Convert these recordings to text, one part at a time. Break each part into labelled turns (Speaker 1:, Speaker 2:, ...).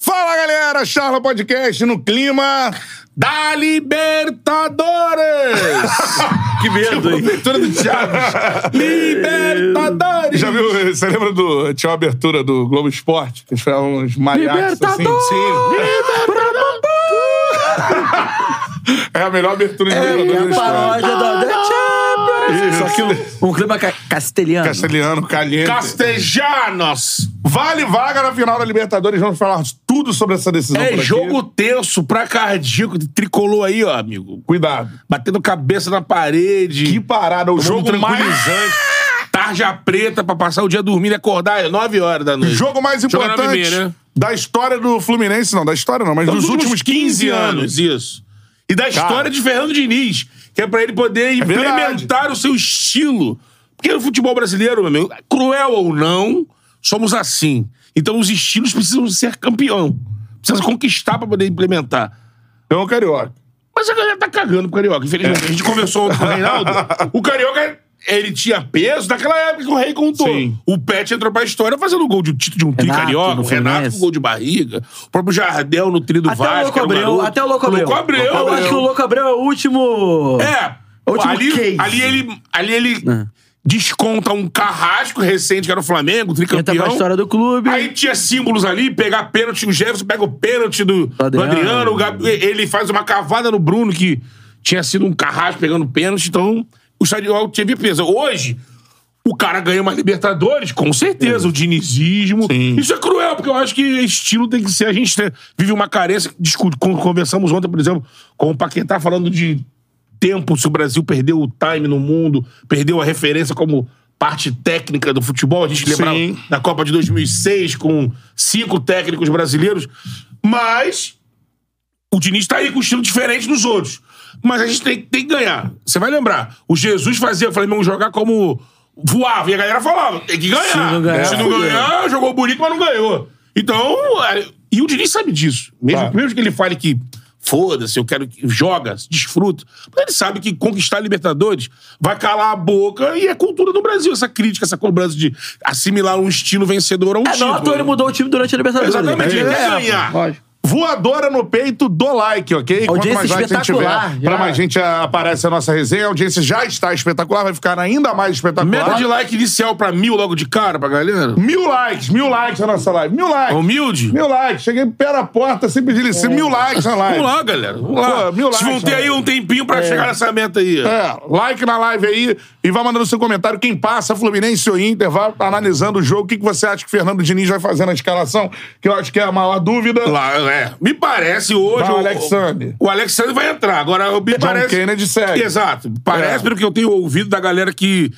Speaker 1: Fala galera, Charla Podcast no clima da Libertadores!
Speaker 2: Que medo, hein?
Speaker 1: Abertura do Thiago! Libertadores! Já viu? Você lembra do. Tinha uma abertura do Globo Esporte? Que eles faziam uns mariachis assim?
Speaker 2: Libertadores!
Speaker 1: Sim. É a melhor abertura de Libertadores. da história.
Speaker 2: Paródia do The Champions.
Speaker 1: Ah! Isso.
Speaker 2: Só que um, um clima ca- castelhano.
Speaker 1: Castelhano, Caliente.
Speaker 3: Castejanos!
Speaker 1: Vale vaga na final da Libertadores. Vamos falar tudo sobre essa decisão. por
Speaker 3: É
Speaker 1: aqui.
Speaker 3: jogo tenso pra cardíaco. Tricolou aí, ó, amigo.
Speaker 1: Cuidado.
Speaker 3: Batendo cabeça na parede.
Speaker 1: Que parada, o jogo,
Speaker 3: jogo mais. Tarja preta pra passar o dia dormindo e acordar às 9 horas da noite.
Speaker 1: Jogo mais
Speaker 3: Joga nove e
Speaker 1: importante
Speaker 3: meia, né?
Speaker 1: da história do Fluminense, não, da história não, mas
Speaker 3: Dos
Speaker 1: dos últimos 15 anos.
Speaker 3: Isso. E da história de Fernando Diniz, que é pra ele poder implementar o seu estilo. Porque no futebol brasileiro, meu amigo, cruel ou não, somos assim. Então os estilos precisam ser campeão. Precisa conquistar pra poder implementar.
Speaker 1: Então, o Carioca.
Speaker 3: Mas a galera tá cagando pro Carioca, infelizmente. É. A gente conversou ontem com o Reinaldo. O Carioca, ele tinha peso daquela época que o Rei contou.
Speaker 1: Sim.
Speaker 3: O Pet entrou pra história fazendo gol de um título de um tri
Speaker 2: Renato,
Speaker 3: carioca,
Speaker 2: no
Speaker 3: o Renato
Speaker 2: Fluminense.
Speaker 3: com gol de barriga, o próprio Jardel no trio do
Speaker 2: Até o
Speaker 3: Vasco.
Speaker 2: Louco
Speaker 3: era um
Speaker 2: Abreu.
Speaker 3: garoto.
Speaker 2: Até o Louco Abreu.
Speaker 3: Louco Abreu.
Speaker 2: Eu acho que o Louco Abreu é o último...
Speaker 3: É.
Speaker 2: O último case.
Speaker 3: ali,
Speaker 2: É.
Speaker 3: ali ele, ali ele desconta um carrasco recente que era o Flamengo,
Speaker 2: Entra
Speaker 3: tricampeão.
Speaker 2: pra história do clube.
Speaker 3: Aí tinha símbolos ali, pegar pênalti, o Jefferson pega o pênalti do, do Adriano,
Speaker 2: Adriano.
Speaker 3: o Gabi- ele faz uma cavada no Bruno, que tinha sido um carrasco pegando pênalti, então o estadual teve peso. Hoje, o cara ganha mais Libertadores, com certeza, o dinizismo. Isso é cruel, porque eu acho que estilo tem que ser. A gente tem- vive uma carência. Discute, con- conversamos ontem, por exemplo, com o Paquetá falando de tempo, se o Brasil perdeu o time no mundo, perdeu a referência como parte técnica do futebol. A gente lembrava
Speaker 1: Sim.
Speaker 3: da Copa de 2006 com cinco técnicos brasileiros. Mas o Diniz tá aí com um estilo diferente dos outros. Mas a gente tem, tem que ganhar. Você vai lembrar. O Jesus fazia o Flamengo jogar como voava. E a galera falava, tem que ganhar. Se
Speaker 2: não
Speaker 3: não
Speaker 2: ganhar,
Speaker 3: ganhar,
Speaker 2: fudeu.
Speaker 3: jogou bonito, mas não ganhou. Então, é, e o Diniz sabe disso. Mesmo,
Speaker 1: Claro.
Speaker 3: mesmo que ele fale que foda-se, eu quero que joga, desfruta. Mas ele sabe que conquistar a Libertadores vai calar a boca e é cultura do Brasil. Essa crítica, essa cobrança de assimilar um estilo vencedor a um
Speaker 2: É,
Speaker 3: título.
Speaker 2: não, à toa ele mudou o time durante a Libertadores.
Speaker 3: Exatamente, ele
Speaker 2: É,
Speaker 3: quer ganhar.
Speaker 2: lógico.
Speaker 1: Voadora no peito do like, ok? Quanto
Speaker 2: Audiência
Speaker 1: mais like a gente
Speaker 2: espetacular,
Speaker 1: tiver,
Speaker 2: já.
Speaker 1: pra mais gente ah, aparece a nossa resenha. A audiência já está espetacular, vai ficar ainda mais espetacular.
Speaker 3: Meta de like inicial pra mil logo de cara pra galera.
Speaker 1: Mil likes, mil likes na nossa live. Mil likes.
Speaker 3: Humilde?
Speaker 1: Mil likes. Cheguei pé na porta sem pedir licença. Mil likes na live.
Speaker 3: É. Vamos lá, galera. Vamos lá.
Speaker 1: Pô, mil
Speaker 3: Vocês vão
Speaker 1: likes,
Speaker 3: ter
Speaker 1: né?
Speaker 3: aí um tempinho pra chegar nessa meta aí.
Speaker 1: É, like na live aí e vai mandando seu comentário. Quem passa, Fluminense ou Inter, vai tá analisando o jogo. O que, que você acha que o Fernando Diniz vai fazer na escalação? Que eu acho que é a maior dúvida.
Speaker 3: Lá, é. Me parece hoje.
Speaker 1: Vai o Alexandre.
Speaker 3: O Alexandre vai entrar. Agora, me parece.
Speaker 1: Kennedy segue.
Speaker 3: Exato. Parece,
Speaker 1: É.
Speaker 3: pelo que eu tenho ouvido da galera que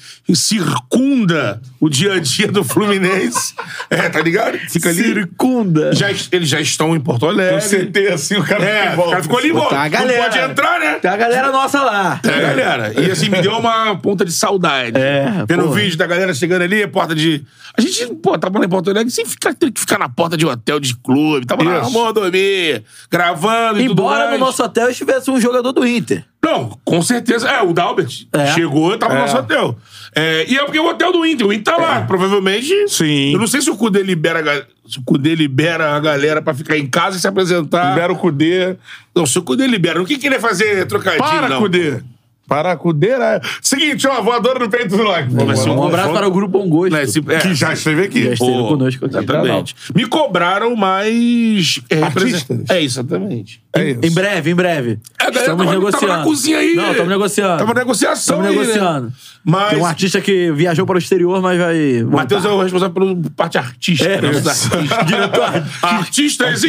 Speaker 3: circunda o dia a dia do Fluminense. é, tá ligado? Fica ali.
Speaker 2: Circunda.
Speaker 3: Já, eles já estão em Porto
Speaker 1: Eu
Speaker 3: Alegre.
Speaker 1: sentei assim, o cara assim.
Speaker 3: É,
Speaker 1: fica em
Speaker 3: o cara ficou ali, bom.
Speaker 2: Tá a
Speaker 3: Não
Speaker 2: galera.
Speaker 3: pode entrar, né?
Speaker 1: Tá
Speaker 2: Tem a galera nossa lá.
Speaker 3: É, galera. E assim, me deu uma ponta de saudade.
Speaker 2: É,
Speaker 3: Vendo
Speaker 2: pô.
Speaker 3: o vídeo da galera chegando ali, porta de. A gente, pô, tava em Porto Alegre sem ficar, ter que ficar na porta de hotel, de clube. Tava lá,
Speaker 1: Isso.
Speaker 3: amor, dormir, gravando e tudo
Speaker 2: Embora no
Speaker 3: mais.
Speaker 2: nosso hotel estivesse um jogador do Inter.
Speaker 3: Não, com certeza. É, o Dalbert
Speaker 2: É. É.
Speaker 3: chegou, tava no nosso hotel. É, e é porque é o hotel do Inter. O Inter tá lá, provavelmente.
Speaker 1: Sim.
Speaker 3: Eu não sei se o Cudê libera, a ga- se o Cudê libera a galera pra ficar em casa e se apresentar.
Speaker 1: Libera o Cudê.
Speaker 3: Não, se o Cudê libera. O que que ele ia fazer trocadinho,
Speaker 1: Para,
Speaker 3: não?
Speaker 1: Cudê. Para, né? Cudê. era- Seguinte, ó, voadora no peito do like.
Speaker 3: Vai ser
Speaker 2: Um abraço para o Grupo Bom Gosto.
Speaker 3: Não, esse- é.
Speaker 1: Que já esteve aqui.
Speaker 2: Já esteve
Speaker 3: Pô,
Speaker 2: conosco tá aqui.
Speaker 3: Exatamente. Me cobraram mais. é,
Speaker 1: Artistas.
Speaker 3: represent- É, exatamente.
Speaker 1: É isso.
Speaker 2: Em breve, em breve.
Speaker 3: É, daí eu tava- tava na cozinha aí.
Speaker 2: Não, estamos negociando.
Speaker 3: Tava negociação
Speaker 2: Tamo
Speaker 3: aí, né?
Speaker 2: negociando.
Speaker 3: Mas-
Speaker 2: Tem um artista que viajou para o exterior, mas vai. voltar.
Speaker 3: Matheus é o responsável pela parte artística.
Speaker 2: É,
Speaker 3: né?
Speaker 2: isso.
Speaker 3: Artista.
Speaker 2: Diretor.
Speaker 3: Artistas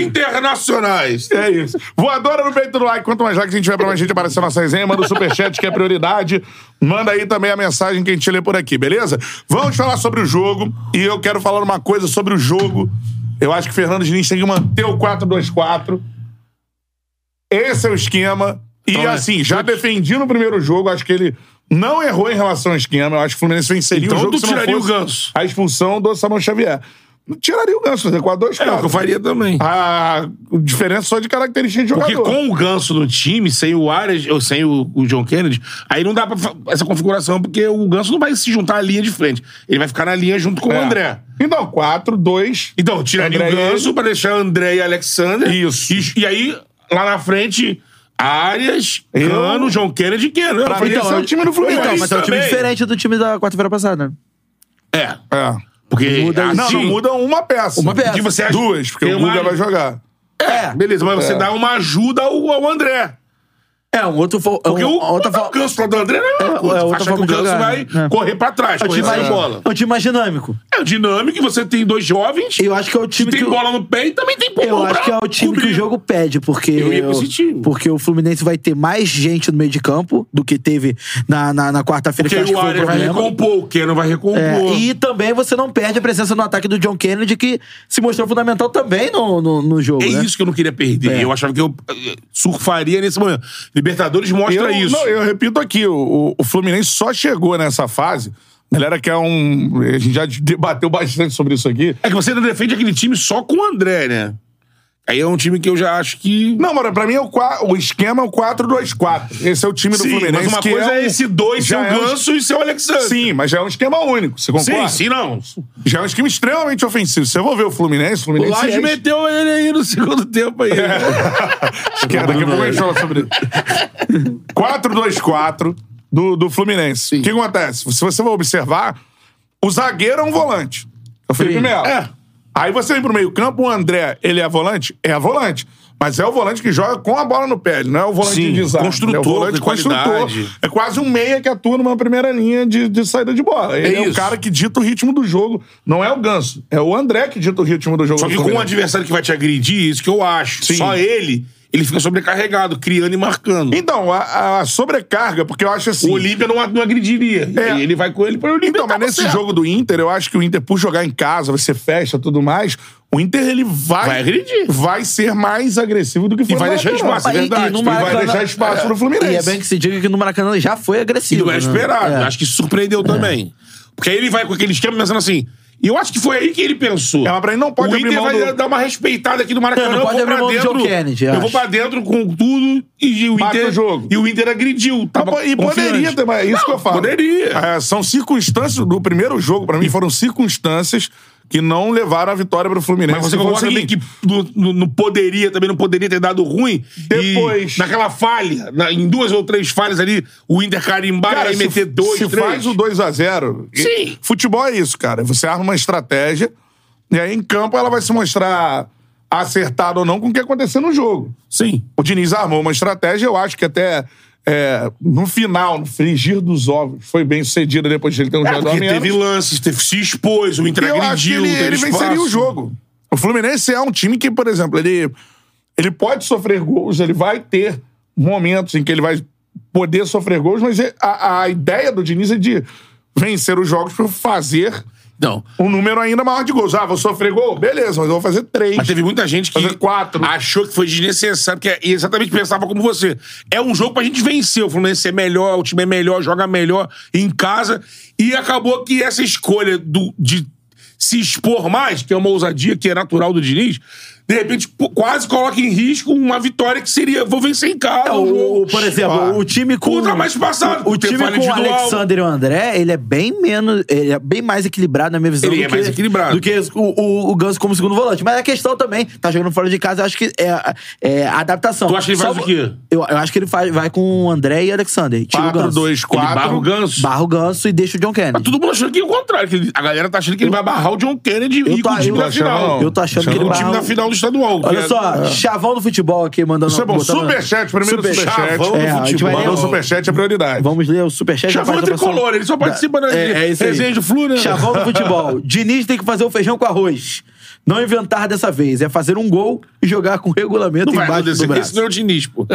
Speaker 3: internacionais.
Speaker 1: É isso. Voadora no peito do like. Quanto mais like a gente tiver pra mais gente aparecer na nossa resenha, manda o superchat, que é prioridade. Manda aí também a mensagem que a gente lê por aqui, beleza? Vamos falar sobre o jogo. E eu quero falar uma coisa sobre o jogo. Eu acho que o Fernando Diniz tem que manter o 4-2-4. Esse é o esquema. E
Speaker 3: Então, é.
Speaker 1: assim, já defendi no primeiro jogo, acho que ele não errou em relação ao esquema. Eu acho que o Fluminense venceria
Speaker 3: Então
Speaker 1: o jogo
Speaker 3: tu
Speaker 1: se não
Speaker 3: tiraria o
Speaker 1: fosse
Speaker 3: ganso.
Speaker 1: A expulsão do Samuel Xavier. Tiraria o ganso, né? Com a dois
Speaker 3: É o que eu faria
Speaker 2: Ah,
Speaker 3: também.
Speaker 1: A diferença Tá só de característica de
Speaker 3: Porque
Speaker 2: tá
Speaker 1: jogador.
Speaker 3: com o Ganso no time, sem o Arias, ou sem o, o John Kennedy, aí não dá pra fa- essa configuração, porque o Ganso não vai se juntar à linha de frente. Ele vai ficar na linha junto com
Speaker 1: É.
Speaker 3: o André.
Speaker 1: Então, 4, 2.
Speaker 3: Então, tiraria
Speaker 1: André
Speaker 3: o Ganso pra deixar André e Alexander.
Speaker 1: Isso.
Speaker 3: E, e aí, lá na frente, Arias,
Speaker 1: Eu-
Speaker 3: Cano, John Kennedy e Keno. Eu falei,
Speaker 1: mim, esse é o time do Fluminense
Speaker 3: Então,
Speaker 2: mas é um time
Speaker 3: também.
Speaker 2: diferente do time da quarta-feira passada. né?
Speaker 3: É,
Speaker 1: É.
Speaker 3: porque
Speaker 2: Muda
Speaker 3: assim,
Speaker 2: isso.
Speaker 1: Não, não muda uma peça.
Speaker 2: Uma peça.
Speaker 1: Que você acha- Duas, porque
Speaker 3: Tem
Speaker 1: o Guga
Speaker 3: uma-
Speaker 1: vai jogar.
Speaker 3: É, beleza, mas você dá uma ajuda ao, ao André.
Speaker 2: É, um outro... Fo...
Speaker 3: Porque
Speaker 2: um,
Speaker 3: o,
Speaker 2: outra
Speaker 3: botar
Speaker 2: fo...
Speaker 3: o Ganso lá do André não é,
Speaker 2: É,
Speaker 3: uma
Speaker 2: é
Speaker 3: coisa.
Speaker 2: outra
Speaker 3: Achar que
Speaker 2: forma
Speaker 3: o
Speaker 2: de
Speaker 3: Ganso
Speaker 2: jogar,
Speaker 3: vai
Speaker 2: né?
Speaker 3: correr pra trás,
Speaker 2: É um
Speaker 3: correr
Speaker 2: time
Speaker 3: sem
Speaker 2: mais-
Speaker 3: bola.
Speaker 2: é um time mais dinâmico.
Speaker 3: É o dinâmico, você tem dois jovens,
Speaker 2: Eu acho que é o time
Speaker 3: tem
Speaker 2: que... o-
Speaker 3: bola no pé e também tem
Speaker 2: Eu
Speaker 3: pulmão pra
Speaker 2: acho que é o time que
Speaker 3: cobrir.
Speaker 2: o jogo pede, porque.
Speaker 3: Eu ia com
Speaker 2: o-
Speaker 3: esse time.
Speaker 2: Porque o Fluminense vai ter mais gente no meio de campo do que teve na, na, na quarta-feira, que eu acho
Speaker 3: Porque
Speaker 2: que
Speaker 3: o Arias
Speaker 2: foi o
Speaker 3: vai
Speaker 2: problema.
Speaker 3: recompor, o Keno vai recompor.
Speaker 2: É, e também você não perde a presença no ataque do John Kennedy, que se mostrou fundamental também no, no, no jogo.
Speaker 3: É
Speaker 2: né?
Speaker 3: isso que eu não queria perder.
Speaker 2: É.
Speaker 3: Eu achava que eu eh, surfaria nesse momento. Libertadores
Speaker 1: Eu,
Speaker 3: mostra isso.
Speaker 1: não, eu repito aqui, o, o- o Fluminense só chegou nessa fase. Galera que é um. A gente já debateu bastante sobre isso aqui.
Speaker 3: É que você não defende aquele time só com o André, né? Aí é um time que eu já acho que.
Speaker 1: Não, mano, pra mim é o, qua- o esquema é o 4-2-4. Esse é o time do
Speaker 3: Sim,
Speaker 1: Fluminense.
Speaker 3: mas uma
Speaker 1: que
Speaker 3: coisa é,
Speaker 1: um-
Speaker 3: esse dois ser
Speaker 1: já
Speaker 3: o
Speaker 1: é um-
Speaker 3: Ganso e ser o Alexandre.
Speaker 1: Sim, mas já é um esquema único, você
Speaker 3: sim,
Speaker 1: concorda?
Speaker 3: sim, não.
Speaker 1: Já é um esquema extremamente ofensivo. Se Você vai ver o Fluminense, o
Speaker 3: O
Speaker 1: Fluminense.
Speaker 3: Laje
Speaker 1: é-
Speaker 3: meteu ele aí no segundo tempo aí.
Speaker 1: Que é, daqui a pouco a gente fala sobre isso. 4-2-4 do, do Fluminense. O que acontece? Se você for observar, o zagueiro é um volante. É o Felipe
Speaker 2: Sim.
Speaker 1: Melo.
Speaker 3: É.
Speaker 1: Aí você vem pro meio-campo, o André, ele é volante? É volante. Mas é o volante que joga com a bola no pé, ele não é o volante
Speaker 3: Sim,
Speaker 1: de design.
Speaker 3: construtor,
Speaker 1: ele é o volante
Speaker 3: de qualidade.
Speaker 1: É quase um meia que atua numa primeira linha de, de saída de bola. Ele é,
Speaker 3: É
Speaker 1: o
Speaker 3: isso.
Speaker 1: cara que dita o ritmo do jogo. Não é o Ganso, é o André que dita o ritmo do jogo.
Speaker 3: Só
Speaker 1: do
Speaker 3: que com um
Speaker 1: Fluminense.
Speaker 3: adversário que vai te agredir, isso que eu acho.
Speaker 1: Sim.
Speaker 3: Só ele, ele fica sobrecarregado, criando e marcando.
Speaker 1: Então, a, a sobrecarga, porque eu acho assim...
Speaker 3: O Olímpia não, não agrediria.
Speaker 1: É.
Speaker 3: Ele vai com ele para o Olímpia.
Speaker 1: Então, mas
Speaker 3: tava
Speaker 1: nesse
Speaker 3: certo.
Speaker 1: jogo do Inter, eu acho que o Inter, por jogar em casa, vai ser festa e tudo mais, o Inter ele vai.
Speaker 3: Vai agredir.
Speaker 1: vai ser mais agressivo do que foi
Speaker 3: vai
Speaker 1: no
Speaker 3: deixar
Speaker 1: Maracanã.
Speaker 3: espaço, é
Speaker 1: E-
Speaker 3: verdade.
Speaker 1: E,
Speaker 2: no
Speaker 1: não vai
Speaker 2: Maracanã-
Speaker 1: deixar espaço pro Fluminense.
Speaker 2: E é bem que se diga que no Maracanã ele já foi
Speaker 3: E
Speaker 2: agressivo.
Speaker 3: não era
Speaker 2: né?
Speaker 3: esperado.
Speaker 2: É.
Speaker 3: Acho que isso surpreendeu também. Porque aí ele vai com aquele esquema pensando assim. E eu acho que foi aí que ele pensou.
Speaker 1: É, mas pra ele não pode
Speaker 3: o
Speaker 1: abrir
Speaker 3: Inter
Speaker 1: mão
Speaker 3: vai
Speaker 1: do-
Speaker 3: dar uma respeitada aqui no Maracanã.
Speaker 2: É, não
Speaker 3: eu
Speaker 2: pode
Speaker 3: vou
Speaker 2: abrir
Speaker 3: pra
Speaker 2: mão do
Speaker 3: dentro,
Speaker 2: John Kennedy,
Speaker 3: Eu
Speaker 2: acho.
Speaker 3: vou pra dentro com tudo e o
Speaker 1: Mata
Speaker 3: Inter.
Speaker 1: o jogo.
Speaker 3: E o Inter agrediu.
Speaker 1: Tá,
Speaker 3: Tava
Speaker 1: e poderia
Speaker 3: confiante.
Speaker 1: ter, mas é isso
Speaker 3: Não,
Speaker 1: que eu falo.
Speaker 3: Poderia.
Speaker 1: É, são circunstâncias do primeiro jogo, pra mim, foram circunstâncias que não levaram a vitória pro Fluminense.
Speaker 3: Mas você assim,
Speaker 1: E foi o
Speaker 3: concorda também
Speaker 1: seguinte,
Speaker 3: que no, no- no poderia, também não poderia ter dado ruim?
Speaker 1: Depois.
Speaker 3: E naquela falha, na- em duas ou três falhas ali, o Inter carimbar
Speaker 1: Cara,
Speaker 3: e
Speaker 1: se,
Speaker 3: meter dois,
Speaker 1: se
Speaker 3: três.
Speaker 1: faz o 2x0.
Speaker 3: Sim.
Speaker 1: Futebol é isso, cara. Você arma uma estratégia e aí em campo ela vai se mostrar acertada ou não com o que acontecer no jogo.
Speaker 3: Sim.
Speaker 1: O Diniz armou uma estratégia, eu acho que até é, no final, no frigir dos ovos, foi bem sucedida depois de ele ter um
Speaker 3: É,
Speaker 1: jogador a
Speaker 3: porque
Speaker 1: menos.
Speaker 3: teve lances, teve, se expôs, o Inter
Speaker 1: E eu acho que
Speaker 3: agrediu,
Speaker 1: ele,
Speaker 3: teve
Speaker 1: ele venceria
Speaker 3: espaço.
Speaker 1: o jogo. O Fluminense é um time que, por exemplo, ele, ele pode sofrer gols, ele vai ter momentos em que ele vai poder sofrer gols, mas ele- a, a ideia do Diniz é de vencer os jogos por fazer
Speaker 3: Não.
Speaker 1: um número ainda maior de gols. Ah, vou sofrer gol? Beleza, mas eu vou fazer três.
Speaker 3: Mas teve muita gente que
Speaker 1: Fazer quatro.
Speaker 3: achou que foi desnecessário, porque exatamente pensava como você. É um jogo pra gente vencer. O Fluminense é melhor, o time é melhor, joga melhor em casa. E acabou que essa escolha do- de se expor mais, que é uma ousadia que é natural do Diniz, de repente pô, quase coloca em risco uma vitória que seria vou vencer em casa.
Speaker 2: É,
Speaker 3: o
Speaker 2: o,
Speaker 3: jogo.
Speaker 2: o- por exemplo,
Speaker 1: Ah.
Speaker 2: o time com.
Speaker 3: Puta, mais passado,
Speaker 2: o
Speaker 3: porque
Speaker 2: time
Speaker 3: vale
Speaker 2: com o
Speaker 3: individual.
Speaker 2: Alexander e o André, ele é bem menos. Ele é bem mais equilibrado, na minha visão.
Speaker 3: Ele
Speaker 2: do
Speaker 3: é
Speaker 2: que,
Speaker 3: mais equilibrado.
Speaker 2: Do que o, o, o Ganso como segundo volante. Mas a questão também, tá jogando fora de casa, eu acho que é, é a adaptação.
Speaker 3: Tu acha que ele
Speaker 2: Só
Speaker 3: faz o
Speaker 2: vo-
Speaker 3: quê?
Speaker 2: Eu, eu acho que ele faz, vai com o André e o Alexander. Tira o
Speaker 1: quatro,
Speaker 2: Ganso.
Speaker 1: dois,
Speaker 3: Ele barra o
Speaker 1: quatro.
Speaker 3: ganso.
Speaker 2: Barra o Ganso e deixa o John Kennedy.
Speaker 3: Mas todo mundo achando que é o contrário. que ele- a galera tá achando que ele vai barrar o John Kennedy e
Speaker 2: Eu
Speaker 3: ir com
Speaker 2: tô,
Speaker 3: o
Speaker 2: eu,
Speaker 3: time na
Speaker 2: eu,
Speaker 3: final.
Speaker 2: eu tô achando que ele
Speaker 3: o
Speaker 2: barra
Speaker 3: time na final do estadual. que
Speaker 2: Olha
Speaker 3: é-
Speaker 2: só, chavão do futebol aqui mandando.
Speaker 1: Isso é bom.
Speaker 2: botando-
Speaker 1: Superchat, primeiro
Speaker 2: Super-
Speaker 1: superchat.
Speaker 3: Chavão
Speaker 2: É, a
Speaker 3: do
Speaker 2: gente vai
Speaker 3: futebol.
Speaker 2: ler
Speaker 1: Mandou
Speaker 2: o-
Speaker 1: superchat é prioridade.
Speaker 2: Vamos ler o superchat. já
Speaker 3: Chavão é
Speaker 2: faz a versão-
Speaker 3: tricolor, ele só participa da
Speaker 2: É, é isso aí.
Speaker 3: resenha do Flu, né?
Speaker 2: Chavão do futebol. Diniz tem que fazer o feijão com arroz. Não inventar dessa vez. É fazer um gol e jogar com regulamento
Speaker 3: Não vai
Speaker 2: embaixo do
Speaker 3: acontecer,
Speaker 2: braço.
Speaker 3: esse não é o Diniz, pô.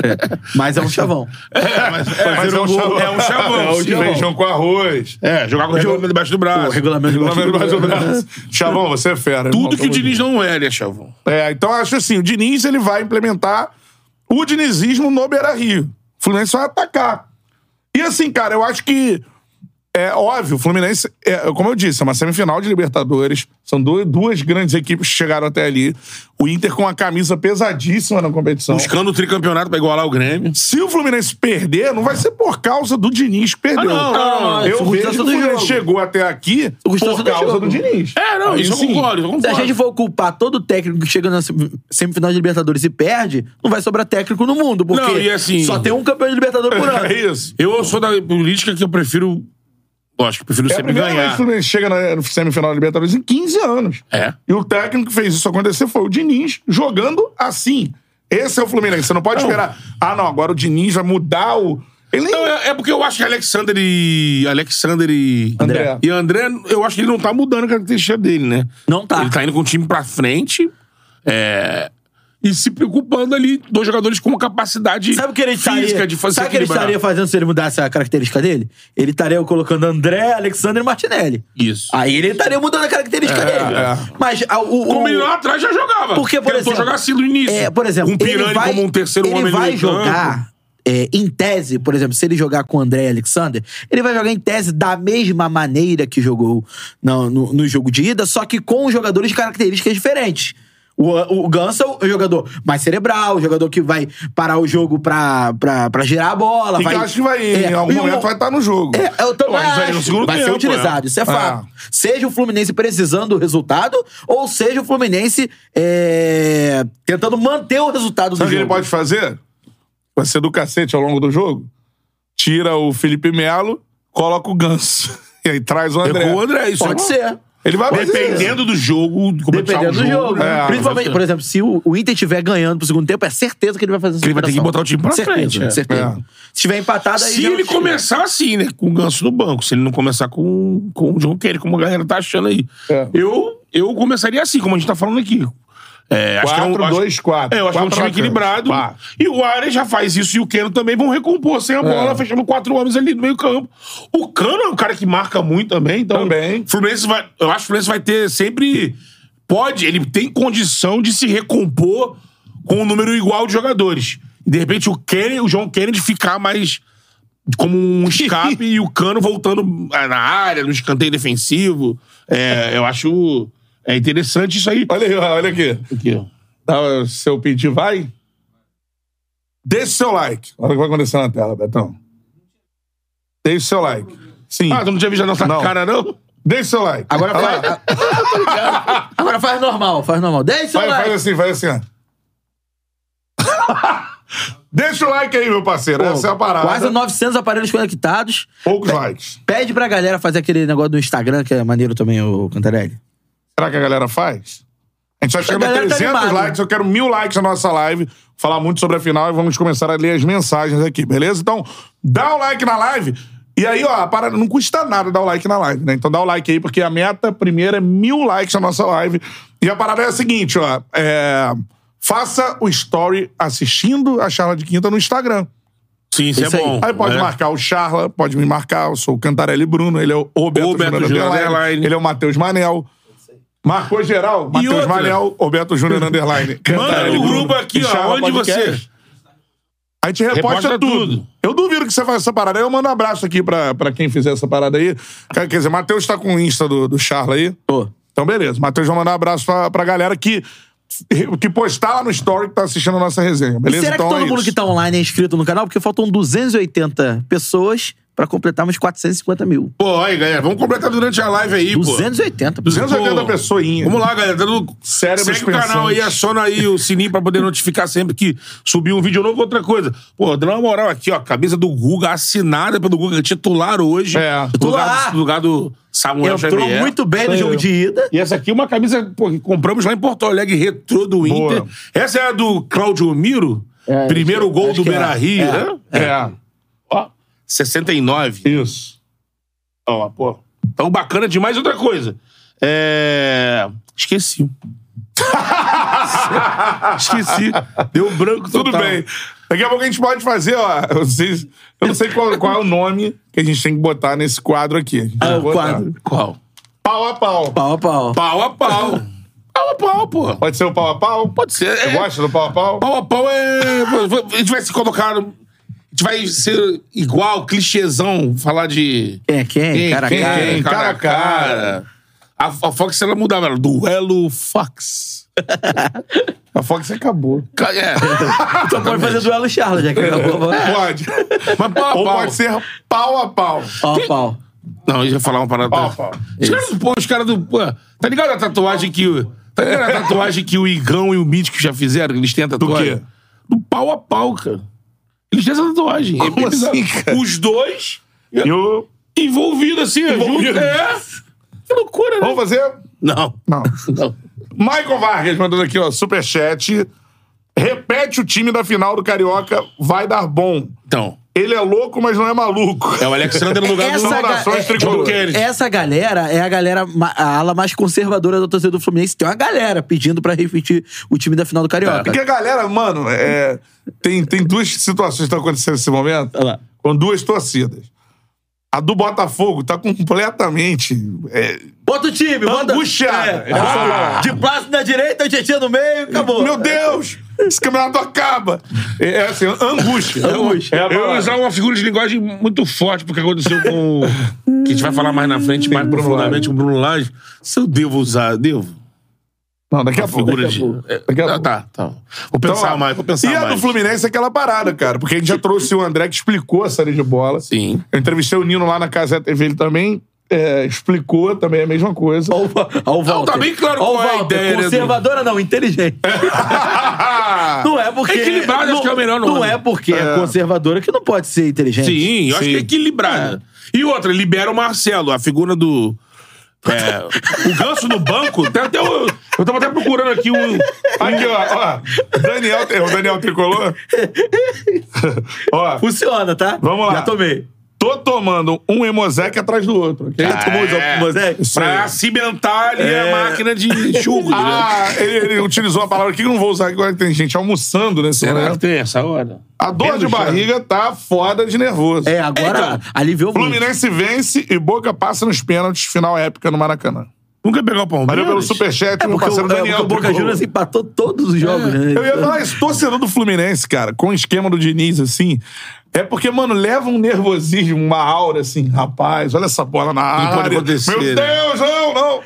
Speaker 2: Mas é um chavão.
Speaker 3: É, mas, é, mas
Speaker 1: Mas
Speaker 3: é um
Speaker 1: chavão.
Speaker 3: gol- é um
Speaker 1: É
Speaker 3: chavão.
Speaker 1: o de
Speaker 3: sim.
Speaker 1: feijão com arroz.
Speaker 3: É, jogar com o regulamento debaixo do
Speaker 2: O
Speaker 3: braço.
Speaker 2: regulamento
Speaker 1: Pelo menos mais
Speaker 2: embaixo
Speaker 1: um
Speaker 2: do braço.
Speaker 1: braço. Chavão, você é fera. irmão.
Speaker 3: Tudo que o
Speaker 1: Tamo junto.
Speaker 3: Diniz não é, né, Chavão?
Speaker 1: É, então eu acho assim, o Diniz ele vai implementar o dinizismo no Beira-Rio. O Fluminense vai atacar. E assim, cara, eu acho que é óbvio, o Fluminense, é, como eu disse, é uma semifinal de Libertadores. São du- duas grandes equipes que chegaram até ali. O Inter com uma camisa pesadíssima na competição.
Speaker 3: Buscando o tricampeonato pra igualar o Grêmio.
Speaker 1: Se o Fluminense perder, não vai ser por causa do Diniz que perdeu.
Speaker 3: Ah, não, não, não.
Speaker 1: Eu
Speaker 2: Isso,
Speaker 1: vejo que
Speaker 2: circunstância
Speaker 1: o
Speaker 2: do
Speaker 1: Fluminense
Speaker 2: jogo.
Speaker 1: chegou até aqui por
Speaker 2: Circunstância do
Speaker 1: causa
Speaker 2: jogo.
Speaker 1: do Diniz.
Speaker 3: É, não, isso eu
Speaker 1: sim.
Speaker 3: concordo, isso eu
Speaker 2: Se a
Speaker 3: concordo.
Speaker 2: gente for culpar todo técnico que chega na sem- semifinal de Libertadores e perde, não vai sobrar técnico no mundo, porque
Speaker 3: Não, e assim-
Speaker 2: só tem um campeão de Libertadores por ano.
Speaker 1: É isso.
Speaker 3: Eu sou da política que eu prefiro. Lógico, eu prefiro
Speaker 1: É a
Speaker 3: sempre
Speaker 1: primeira vez que o
Speaker 3: ganhar.
Speaker 1: Fluminense chega na na semifinal da Libertadores em 15 anos.
Speaker 3: É.
Speaker 1: E o técnico que fez isso acontecer foi o Diniz jogando assim. Esse é o Fluminense. Você não pode
Speaker 3: Não.
Speaker 1: esperar. Ah, não, agora o Diniz vai mudar o. Ele nem.
Speaker 3: Não, é, é porque eu acho que Alexander e. Alexander e.
Speaker 1: André.
Speaker 3: E André, eu acho que ele não tá mudando a característica dele, né?
Speaker 2: Não tá.
Speaker 3: Ele tá indo com o time pra frente. É. E se preocupando ali, dois jogadores com uma capacidade
Speaker 2: Sabe o que ele
Speaker 3: física
Speaker 2: estaria,
Speaker 3: de fazer
Speaker 2: sabe o que ele
Speaker 3: equilibrar.
Speaker 2: estaria fazendo se ele mudasse a característica dele? Ele estaria colocando André, Alexandre e Martinelli.
Speaker 3: Isso.
Speaker 2: Aí ele estaria Ah, mudando a característica dele.
Speaker 1: é.
Speaker 2: Mas a- o, o-
Speaker 3: Como ele lá atrás já jogava.
Speaker 2: Porque, por
Speaker 3: Tentou
Speaker 2: exemplo,
Speaker 3: jogar assim no início.
Speaker 2: É, por exemplo,
Speaker 3: Com o Pirani
Speaker 2: ele vai,
Speaker 3: como um terceiro
Speaker 2: ele
Speaker 3: homem no
Speaker 2: vai
Speaker 3: meio campo.
Speaker 2: jogar é, em tese, por exemplo, se ele jogar com o André Alexander, ele vai jogar em tese da mesma maneira que jogou no, no, no jogo de ida, só que com jogadores de características diferentes. O, o Ganso é o jogador mais cerebral, o jogador que vai parar o jogo pra, pra, pra girar a bola.
Speaker 1: E que
Speaker 2: vai,
Speaker 1: eu acho que vai,
Speaker 2: É,
Speaker 1: em algum
Speaker 2: e o-
Speaker 1: momento, vai estar no jogo.
Speaker 2: é, eu também
Speaker 3: Mas aí no
Speaker 2: acho.
Speaker 3: segundo
Speaker 2: Vai
Speaker 1: né?
Speaker 2: ser
Speaker 3: tempo, Ah.
Speaker 2: utilizado,
Speaker 1: Ah.
Speaker 2: isso é fato. Seja o Fluminense precisando do resultado, ou seja o Fluminense é, tentando manter o resultado
Speaker 1: Sabe o
Speaker 2: do
Speaker 1: que
Speaker 2: jogo.
Speaker 1: ele pode fazer? Vai ser do cacete ao longo do jogo. Tira o Felipe Melo, coloca o Ganso. E aí traz o André.
Speaker 3: Recua o André, isso
Speaker 2: Pode
Speaker 3: é-
Speaker 2: ser.
Speaker 1: Ele vai fazer isso.
Speaker 3: Dependendo do jogo, como é que tá
Speaker 2: Dependendo
Speaker 3: o
Speaker 2: do jogo.
Speaker 3: né?
Speaker 1: é,
Speaker 2: Principalmente, por exemplo, se o, o Inter estiver ganhando pro segundo tempo, é certeza que ele vai fazer essa
Speaker 3: ele vai ter que
Speaker 2: alteração.
Speaker 3: botar o time pra
Speaker 2: certeza,
Speaker 3: frente, é.
Speaker 2: Certeza.
Speaker 1: É.
Speaker 2: Se tiver empatado, aí.
Speaker 3: Se
Speaker 2: já
Speaker 3: ele
Speaker 2: não tira.
Speaker 3: começar assim, né? Com o ganso no banco. Se ele não começar com, com o John Kerry, como a galera tá achando aí.
Speaker 1: É.
Speaker 3: Eu, eu começaria assim, como a gente tá falando aqui. É, acho que é um-
Speaker 1: 4,
Speaker 3: acho-
Speaker 1: 2, 4.
Speaker 3: É, eu acho que é um time equilibrado. E o Arias já faz isso e o Cano também vão recompor sem a
Speaker 1: É.
Speaker 3: bola, fechando quatro homens ali no meio campo. O Cano é um cara que marca muito também, então.
Speaker 1: Também.
Speaker 3: Fluminense vai, eu acho que o Fluminense vai ter sempre. Pode, ele tem condição de se recompor com um número igual de jogadores. E de repente o Kennedy, o João Kennedy ficar mais como um escape e o Cano voltando ah, na área, no escanteio defensivo. É, eu acho é interessante isso aí.
Speaker 1: Olha aí, ó, olha aqui.
Speaker 3: Aqui, ó.
Speaker 1: Dá o seu pedir, vai. Deixe seu like. Olha o que vai acontecer na tela, Betão. Deixe seu like. Sim.
Speaker 3: Ah, tu não tinha visto a nossa
Speaker 1: Não.
Speaker 3: cara, não?
Speaker 1: Deixe seu like.
Speaker 2: Agora
Speaker 1: Olha
Speaker 2: faz.
Speaker 1: lá.
Speaker 2: Agora faz normal, faz normal. Deixa seu
Speaker 1: Vai,
Speaker 2: like.
Speaker 1: faz assim, faz assim, ó. Deixa o like aí, meu parceiro. Essa é a parada.
Speaker 2: Quase 900 aparelhos conectados.
Speaker 1: Poucos likes.
Speaker 2: Pede pra galera fazer aquele negócio do Instagram, que é maneiro também, o Cantarelli.
Speaker 1: Será que a galera faz? A gente vai chegando a
Speaker 2: galera tá
Speaker 1: 300
Speaker 2: animada.
Speaker 1: likes. Eu quero mil likes na nossa live. Falar muito sobre a final e vamos começar a ler as mensagens aqui, beleza? Então, dá o like na live. E aí, ó, para... não custa nada dar o like na live, né? Então dá o like aí, porque a meta primeira é mil likes na nossa live. E a parada é a seguinte, ó. é, Faça o story assistindo a Charla de Quinta no Instagram.
Speaker 3: Sim, isso,
Speaker 2: Isso
Speaker 3: é
Speaker 2: aí.
Speaker 3: bom.
Speaker 1: Aí pode
Speaker 3: É.
Speaker 1: marcar o Charla, pode me marcar, eu sou o Cantarelli Bruno, ele é o Roberto,
Speaker 3: O Beto
Speaker 1: Júnior
Speaker 3: Júnior
Speaker 1: Underline,
Speaker 3: Underline.
Speaker 1: ele é o Matheus Manel. Marcou geral, Matheus
Speaker 3: outra?
Speaker 1: Manel, Roberto Júnior Underline.
Speaker 3: Manda
Speaker 1: Cantarelli
Speaker 3: no
Speaker 1: Bruno
Speaker 3: grupo aqui,
Speaker 1: e Charla
Speaker 3: ó. Onde
Speaker 1: Podcast.
Speaker 3: você.
Speaker 1: A gente reposta,
Speaker 3: Reposta
Speaker 1: tudo.
Speaker 3: tudo.
Speaker 1: Eu duvido que você faça essa parada aí. Eu mando um abraço aqui pra, pra quem fizer essa parada aí. Quer quer dizer, Matheus tá com o Insta do, do Charla aí.
Speaker 2: Pô.
Speaker 1: Então, beleza. Matheus vai mandar um abraço pra, pra galera que, que postar lá no story que tá assistindo a nossa resenha,
Speaker 2: E
Speaker 1: beleza?
Speaker 2: Será
Speaker 1: então
Speaker 2: que todo
Speaker 1: é
Speaker 2: mundo
Speaker 1: isso.
Speaker 2: que tá online é inscrito no canal? Porque faltam 280 pessoas pra completarmos 450 mil.
Speaker 3: Pô, aí, galera. Vamos completar durante a live aí, pô.
Speaker 2: 280.
Speaker 1: 280
Speaker 3: Pô,
Speaker 1: pessoinhas.
Speaker 3: Vamos lá, galera. Dando...
Speaker 1: Cérebros
Speaker 3: Segue o canal
Speaker 1: pensantes.
Speaker 3: aí, aciona aí o sininho pra poder notificar sempre que subir um vídeo novo. Outra coisa. Pô, dando uma moral aqui, ó. Camisa do Guga, assinada pelo Guga, titular hoje.
Speaker 1: É.
Speaker 3: No Lugar,
Speaker 2: Titular.
Speaker 3: do- no lugar do Samuel
Speaker 2: Entrou
Speaker 3: Xavier.
Speaker 2: muito bem no
Speaker 1: Sei
Speaker 2: jogo
Speaker 1: eu.
Speaker 2: de ida.
Speaker 3: E essa aqui é uma camisa pô, que compramos lá em Porto Alegre, retrô do
Speaker 1: Boa.
Speaker 3: Inter. Essa é a do Claudio Miro.
Speaker 2: É,
Speaker 3: Primeiro
Speaker 2: acho-
Speaker 3: gol
Speaker 2: acho
Speaker 3: do
Speaker 2: que é.
Speaker 3: Beira Rio,
Speaker 2: É.
Speaker 3: né?
Speaker 1: É,
Speaker 3: Ó, 69.
Speaker 1: isso.
Speaker 3: Ó, pô. Então, bacana demais. Outra coisa. É... Esqueci. Esqueci. Deu branco
Speaker 1: Tudo
Speaker 3: total.
Speaker 1: bem. Daqui a pouco a gente pode fazer, ó. Eu, sei- eu não sei qual, qual é o nome que a gente tem que botar nesse quadro aqui. A gente
Speaker 2: Ah,
Speaker 1: vai
Speaker 2: o
Speaker 1: botar.
Speaker 2: quadro.
Speaker 3: Qual?
Speaker 1: Pau a pau.
Speaker 2: Pau a pau.
Speaker 3: Pau a pau. pau a pau, pô.
Speaker 1: Pode ser o pau a pau?
Speaker 3: Pode ser.
Speaker 1: Você
Speaker 3: É,
Speaker 1: gosta do pau a pau?
Speaker 3: Pau a pau é. A gente vai se colocar. A gente vai ser igual, clichêzão, falar de.
Speaker 2: Quem é quem? cara a
Speaker 1: quem é
Speaker 2: cara.
Speaker 1: quem?
Speaker 3: cara a cara. A, a Fox ela mudava, era duelo Fox.
Speaker 1: A Fox acabou.
Speaker 3: Ca- É.
Speaker 2: Então pode fazer duelo Charles, já que acabou.
Speaker 1: Pode.
Speaker 3: Mas pau a pau.
Speaker 1: Ou pode ser pau a pau.
Speaker 2: Ó, o pau.
Speaker 3: Não, eu ia falar uma parada.
Speaker 1: Pau a pau.
Speaker 3: Os caras do pô, os caras do. Pô, tá ligado a tatuagem que. o- Tá ligado a tatuagem que o Igão e o Mítico já fizeram? que Eles têm a tatuagem?
Speaker 1: quê?
Speaker 3: Do pau a pau, cara. Eles têm essa tatuagem.
Speaker 1: Como
Speaker 3: bizarro.
Speaker 1: assim, cara?
Speaker 3: Os dois
Speaker 1: E o...
Speaker 3: envolvidos assim,
Speaker 1: Envolvidos.
Speaker 3: junto. É. Que loucura, né?
Speaker 1: Vamos fazer?
Speaker 3: Não.
Speaker 1: Não.
Speaker 3: Não.
Speaker 1: Michael Vargas mandando aqui, ó, superchat. Repete o time da final do Carioca, vai dar bom.
Speaker 3: Então.
Speaker 1: Ele é louco, mas não é maluco.
Speaker 3: É o Alexander no lugar
Speaker 2: Essa
Speaker 3: do
Speaker 2: ga-
Speaker 1: Orações
Speaker 2: é-
Speaker 1: tricolores.
Speaker 3: Kennedy.
Speaker 2: Essa galera é a galera, ma- a ala mais conservadora da torcida do Fluminense. Tem uma galera pedindo pra repetir o time da final do Carioca.
Speaker 1: É, Porque a galera, mano, é, tem, tem duas situações que estão acontecendo nesse momento
Speaker 2: Olha lá.
Speaker 1: com duas torcidas. A do Botafogo tá completamente. é,
Speaker 2: Bota o time, bota...
Speaker 1: Angustiada.
Speaker 2: É,
Speaker 1: Ah.
Speaker 2: De plástico na direita, o Tietchan no meio, acabou.
Speaker 1: Meu Deus! Esse campeonato acaba! É, é assim, angústia.
Speaker 2: Angústia.
Speaker 1: É a
Speaker 3: Eu ia
Speaker 1: palavra.
Speaker 3: usar uma figura de linguagem muito forte porque aconteceu com. o- que a gente vai falar mais na frente, mais
Speaker 1: Bruno
Speaker 3: profundamente com o Bruno Lage. Se eu devo usar, devo.
Speaker 1: Não, daqui a
Speaker 3: A
Speaker 1: pouco.
Speaker 3: figura
Speaker 1: daqui a
Speaker 3: de.
Speaker 1: pouco.
Speaker 3: É,
Speaker 1: Daqui a
Speaker 3: ah,
Speaker 1: pouco.
Speaker 3: tá, tá. Vou
Speaker 1: Então,
Speaker 3: pensar
Speaker 1: ó,
Speaker 3: mais, vou pensar
Speaker 1: e
Speaker 3: mais.
Speaker 1: a do Fluminense é aquela parada, cara. Porque a gente já trouxe o André que explicou a série de bola.
Speaker 3: Sim.
Speaker 1: Eu entrevistei o Nino lá na Casa TV, ele também é, explicou também a mesma coisa.
Speaker 2: Ó o Va- ó o Walter.
Speaker 3: tá bem claro
Speaker 2: Ó o
Speaker 3: qual é a
Speaker 2: Walter.
Speaker 3: ideia, né, É.
Speaker 2: Conservadora não, inteligente. Não é porque...
Speaker 3: Equilibrado, acho que é o melhor nome.
Speaker 2: Não é porque é, conservadora que não pode ser inteligente.
Speaker 3: Sim, eu acho
Speaker 1: Sim. É.
Speaker 3: que é equilibrada. E outra, libera o Marcelo, a figura do. é, o ganso do banco. Até, até eu, eu tava até procurando aqui um o.
Speaker 1: Aqui, ó, ó. Daniel, é o Daniel Tricolor. ó,
Speaker 2: Funciona, tá?
Speaker 1: Vamos lá.
Speaker 2: Já tomei.
Speaker 1: tô tomando um Emosec atrás do outro. ok?
Speaker 3: Ah,
Speaker 1: Tomou
Speaker 3: é.
Speaker 1: um Emosec? Isso
Speaker 3: Pra
Speaker 1: aí.
Speaker 3: cimentar ali a
Speaker 1: É.
Speaker 3: máquina de né? churro.
Speaker 1: Ah, ele, ele utilizou a palavra que eu não vou usar agora que tem gente almoçando nesse momento.
Speaker 3: tem essa hora?
Speaker 1: A dor de barriga tá foda de nervoso.
Speaker 2: É,
Speaker 3: Então,
Speaker 2: agora aliviou muito.
Speaker 1: Fluminense vence e Boca passa nos pênaltis, final épica no Maracanã.
Speaker 3: Nunca pegou o Palmeiras?
Speaker 1: Valeu pelo superchat,
Speaker 2: É
Speaker 1: meu
Speaker 2: porque,
Speaker 1: parceiro
Speaker 2: o, é, porque
Speaker 1: Daniel.
Speaker 2: o Boca
Speaker 1: Tricolor. É.
Speaker 2: Juniors empatou todos os jogos, né?
Speaker 1: Eu ia falar isso, torcedor do Fluminense, cara, com o esquema do Diniz, assim, é porque, mano, leva um nervosismo, uma aura, assim, rapaz, olha essa bola na área.
Speaker 3: pode acontecer,
Speaker 1: Meu
Speaker 3: né?
Speaker 1: Deus, não, não.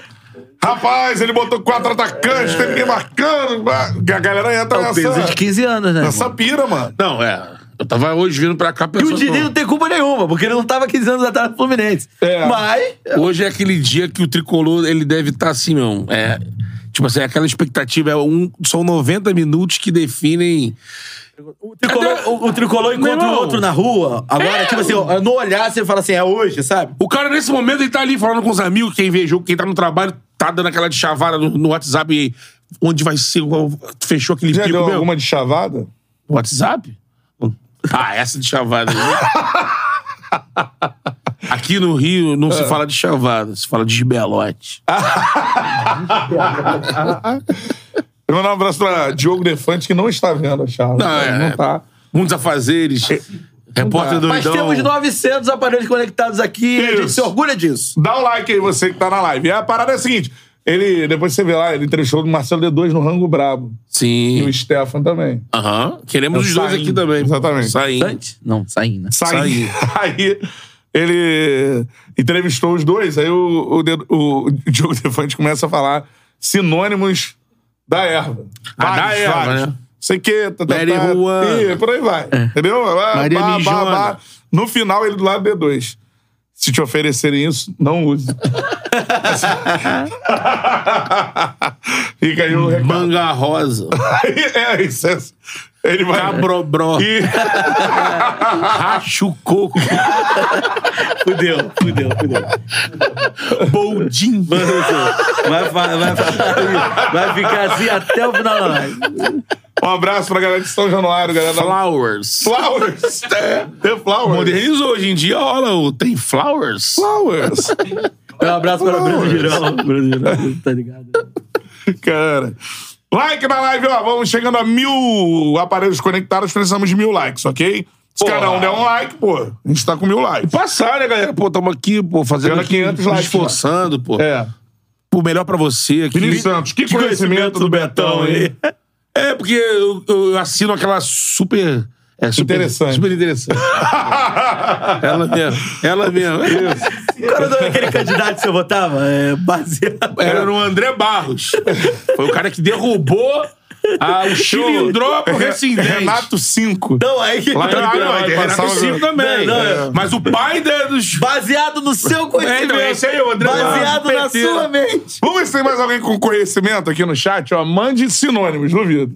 Speaker 1: Rapaz, ele botou quatro atacantes, tem ninguém marcando. ah, A galera entra
Speaker 2: É o peso de
Speaker 1: nessa,
Speaker 2: 15 anos, né?
Speaker 1: nessa pira, mano.
Speaker 3: Não, é. Eu tava hoje vindo pra cá
Speaker 2: E
Speaker 3: pensando...
Speaker 2: o Diniz não tem culpa nenhuma, porque ele não tava 15 anos atrás do Fluminense.
Speaker 1: É.
Speaker 2: Mas.
Speaker 3: Hoje é aquele dia que o tricolor, ele deve estar assim, meu. É, tipo assim, aquela expectativa. É um, são 90 minutos que definem...
Speaker 2: O tricolor, o- o tricolor encontra
Speaker 3: Meu
Speaker 2: o
Speaker 3: irmão. É.
Speaker 2: outro na rua. Agora, tipo assim, ó, no olhar você fala assim, é hoje, sabe?
Speaker 3: O cara, nesse momento, ele tá ali falando com os amigos, quem vê jogo, quem tá no trabalho, tá dando aquela de chavada no, no WhatsApp. e onde vai ser... Fechou aquele
Speaker 1: Já
Speaker 3: pico
Speaker 1: deu
Speaker 3: meu.
Speaker 1: alguma de chavada?
Speaker 3: WhatsApp? Ah, essa de chavada. aí. Aqui no Rio não se fala de chavada, se fala de gibelote.
Speaker 1: Eu vou mandar um abraço pra Diogo Defante, que não está vendo a charla.
Speaker 3: Não, é.
Speaker 1: não tá.
Speaker 3: Muitos afazeres. É, Repórter
Speaker 2: Mas
Speaker 3: doidão.
Speaker 2: temos 900 aparelhos conectados aqui e a gente
Speaker 1: Isso.
Speaker 2: se orgulha disso.
Speaker 1: Dá o like aí, você que tá na live. E a parada é a seguinte: ele, depois você vê lá, ele entrevistou o Marcelo D2 no Rango Brabo. E
Speaker 3: Sim.
Speaker 1: o Stefan também.
Speaker 3: Aham. Queremos
Speaker 1: Eu
Speaker 3: os dois
Speaker 1: saí.
Speaker 3: aqui também.
Speaker 1: Exatamente.
Speaker 3: Saindo.
Speaker 2: Sante? Não, Saína.
Speaker 1: Saí. Aí ele entrevistou os dois, aí o, o, dedo- o Diogo Defante começa a falar sinônimos da erva.
Speaker 3: Ah, da
Speaker 1: Vários,
Speaker 3: erva,
Speaker 1: vários.
Speaker 3: né?
Speaker 1: Sei que. Tá, tá,
Speaker 3: Mary
Speaker 1: tá.
Speaker 3: Juana. É.
Speaker 1: Ih, por aí vai. Entendeu? Lá,
Speaker 3: Maria Mijona.
Speaker 1: No final, ele do lado do D2. Se te oferecerem isso, não use. Fica aí o recado.
Speaker 3: Manga rosa.
Speaker 1: É isso. é- Ele vai.
Speaker 3: Cabrobró.
Speaker 1: E-
Speaker 3: Racho coco.
Speaker 2: Fudeu, fudeu, fudeu.
Speaker 3: Boldim.
Speaker 2: Vai, fa- vai, fa- vai ficar assim até o final da live.
Speaker 1: Um abraço pra galera de São Januário, galera da
Speaker 3: Flowers.
Speaker 1: Flowers. The Flowers.
Speaker 3: Modernizou hoje em dia, olha, o- tem flowers.
Speaker 1: Flowers.
Speaker 2: Um abraço para o Bruno Girão. Bruno Girão, tá ligado?
Speaker 1: Cara. Like na live, ó. Vamos chegando a mil aparelhos conectados. Precisamos de mil likes, ok? Se
Speaker 3: Porra.
Speaker 1: cada um der um like, pô, a gente tá com mil likes.
Speaker 3: Passar, né, galera? Pô, tamo aqui, pô, fazendo
Speaker 1: Chegando a
Speaker 3: aqui,
Speaker 1: 500
Speaker 3: nos
Speaker 1: likes,
Speaker 3: esforçando, pô.
Speaker 1: É.
Speaker 3: o melhor pra você aqui. Então,
Speaker 1: Vinícius Santos, que conhecimento do Betão, hein?
Speaker 3: É, porque eu, eu assino aquela super. É super
Speaker 1: Interessante.
Speaker 3: Super interessante. ela mesmo. Ela mesmo.
Speaker 2: Qual era o nome daquele é candidato que você votava? É, um- baseado.
Speaker 3: Era no André Barros. Foi o cara que derrubou a, o chilindró pro rescindente.
Speaker 1: Renato 5.
Speaker 2: Não, aí que.
Speaker 1: Lá
Speaker 3: Ah, não,
Speaker 1: Não,
Speaker 3: é
Speaker 1: é
Speaker 3: Renato
Speaker 1: ressalva-
Speaker 3: Silva também.
Speaker 2: Não, não, é.
Speaker 3: Mas o pai da- dos...
Speaker 2: Baseado no seu
Speaker 3: É,
Speaker 2: conhecimento.
Speaker 3: então, esse aí, o André Barros,
Speaker 2: baseado na
Speaker 3: PT.
Speaker 2: sua mente.
Speaker 1: Vamos ver se tem mais alguém com conhecimento aqui no chat. Ó, mande sinônimos, duvido.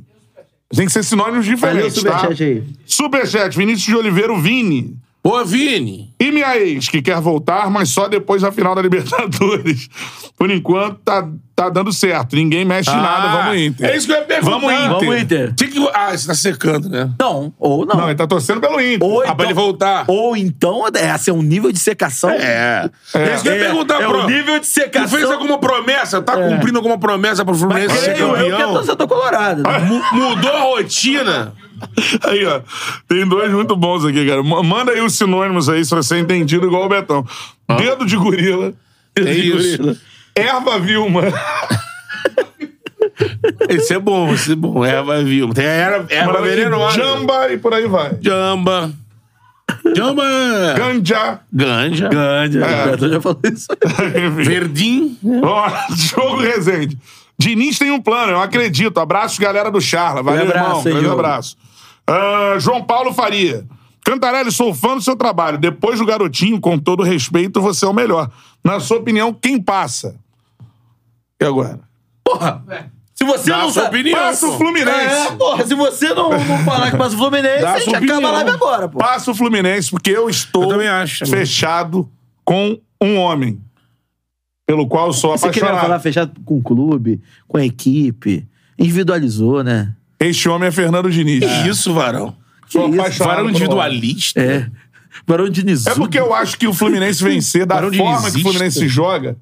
Speaker 1: Tem que ser sinônimos
Speaker 2: Valeu o
Speaker 1: diferentes, tá?
Speaker 2: superchat aí.
Speaker 1: Superchat, Vinícius de Oliveira, o Vini.
Speaker 3: Pô, Vini.
Speaker 1: E minha ex, que quer voltar, mas só depois da final da Libertadores. Por enquanto, tá, tá dando certo. Ninguém mexe em nada.
Speaker 3: Ah,
Speaker 1: Vamos, Inter.
Speaker 3: É isso que eu ia perguntar.
Speaker 1: Vamos, Inter.
Speaker 2: Vamos, Inter.
Speaker 3: Tinha que... Ah, você tá secando, né?
Speaker 2: Não, ou não. é-
Speaker 1: Não, ele tá torcendo pelo Inter.
Speaker 2: Ou
Speaker 3: Ah, pra ele voltar.
Speaker 2: Ou então, é assim, é um nível de secação.
Speaker 3: É. É isso que eu ia
Speaker 2: É,
Speaker 3: perguntar,
Speaker 2: é
Speaker 3: pro.
Speaker 2: o nível de
Speaker 3: Tu
Speaker 2: secação.
Speaker 3: fez alguma promessa? Tá
Speaker 2: É.
Speaker 3: cumprindo alguma promessa pro Fluminense ser
Speaker 2: Creio eu que é
Speaker 3: campeão?
Speaker 2: torcedor colorado. né?
Speaker 3: Mu- Mudou a rotina?
Speaker 1: Aí, ó. Tem dois muito bons aqui, cara. Ma- Manda aí os sinônimos aí, se você é entendido igual o Betão. Dedo de gorila.
Speaker 3: Ah. É isso.
Speaker 1: Erva Vilma.
Speaker 3: Esse é bom, esse é bom. Erva viu. Tem a erva, erva venenosa.
Speaker 1: Jamba e por aí vai.
Speaker 3: Jamba. Jamba.
Speaker 1: Ganja.
Speaker 3: Ganja.
Speaker 2: Grande, o Beto É, já falou isso.
Speaker 3: Verdim.
Speaker 1: Ó, Diogo Rezende. Diniz tem um plano, eu acredito. Abraço, galera do Charla. Valeu,
Speaker 2: abraço,
Speaker 1: irmão.
Speaker 2: hein,
Speaker 1: Grande
Speaker 2: Diogo.
Speaker 1: abraço. Ah, João Paulo Faria. Cantarelli, sou fã do seu trabalho. Depois do garotinho, com todo respeito, você é o melhor. Na sua opinião, quem passa? E agora?
Speaker 2: Porra! Se você
Speaker 3: Dá
Speaker 2: não
Speaker 3: a sua
Speaker 2: sabe-
Speaker 3: opinião,
Speaker 1: Passa o
Speaker 3: pô.
Speaker 1: Fluminense.
Speaker 2: É, porra, se você não, não falar que passa o Fluminense,
Speaker 3: Dá
Speaker 2: a
Speaker 3: a
Speaker 2: gente
Speaker 3: sua
Speaker 2: acaba
Speaker 3: opinião.
Speaker 2: a live agora, pô.
Speaker 1: Passa o Fluminense, porque eu estou
Speaker 3: Eu também acho. né?
Speaker 1: fechado com um homem. Pelo qual sou
Speaker 2: Você queria
Speaker 1: apaixonado.
Speaker 2: falar fechado com o clube, com a equipe. Individualizou, né?
Speaker 1: Este homem é Fernando Diniz.
Speaker 3: Que Isso, varão.
Speaker 2: Que
Speaker 1: Sou
Speaker 2: isso?
Speaker 1: apaixonado.
Speaker 3: Varão individualista.
Speaker 2: É. Barão de Nizu.
Speaker 1: É porque eu acho que o Fluminense vencer da
Speaker 3: Barão de
Speaker 1: forma que
Speaker 3: Lisista.
Speaker 1: o Fluminense joga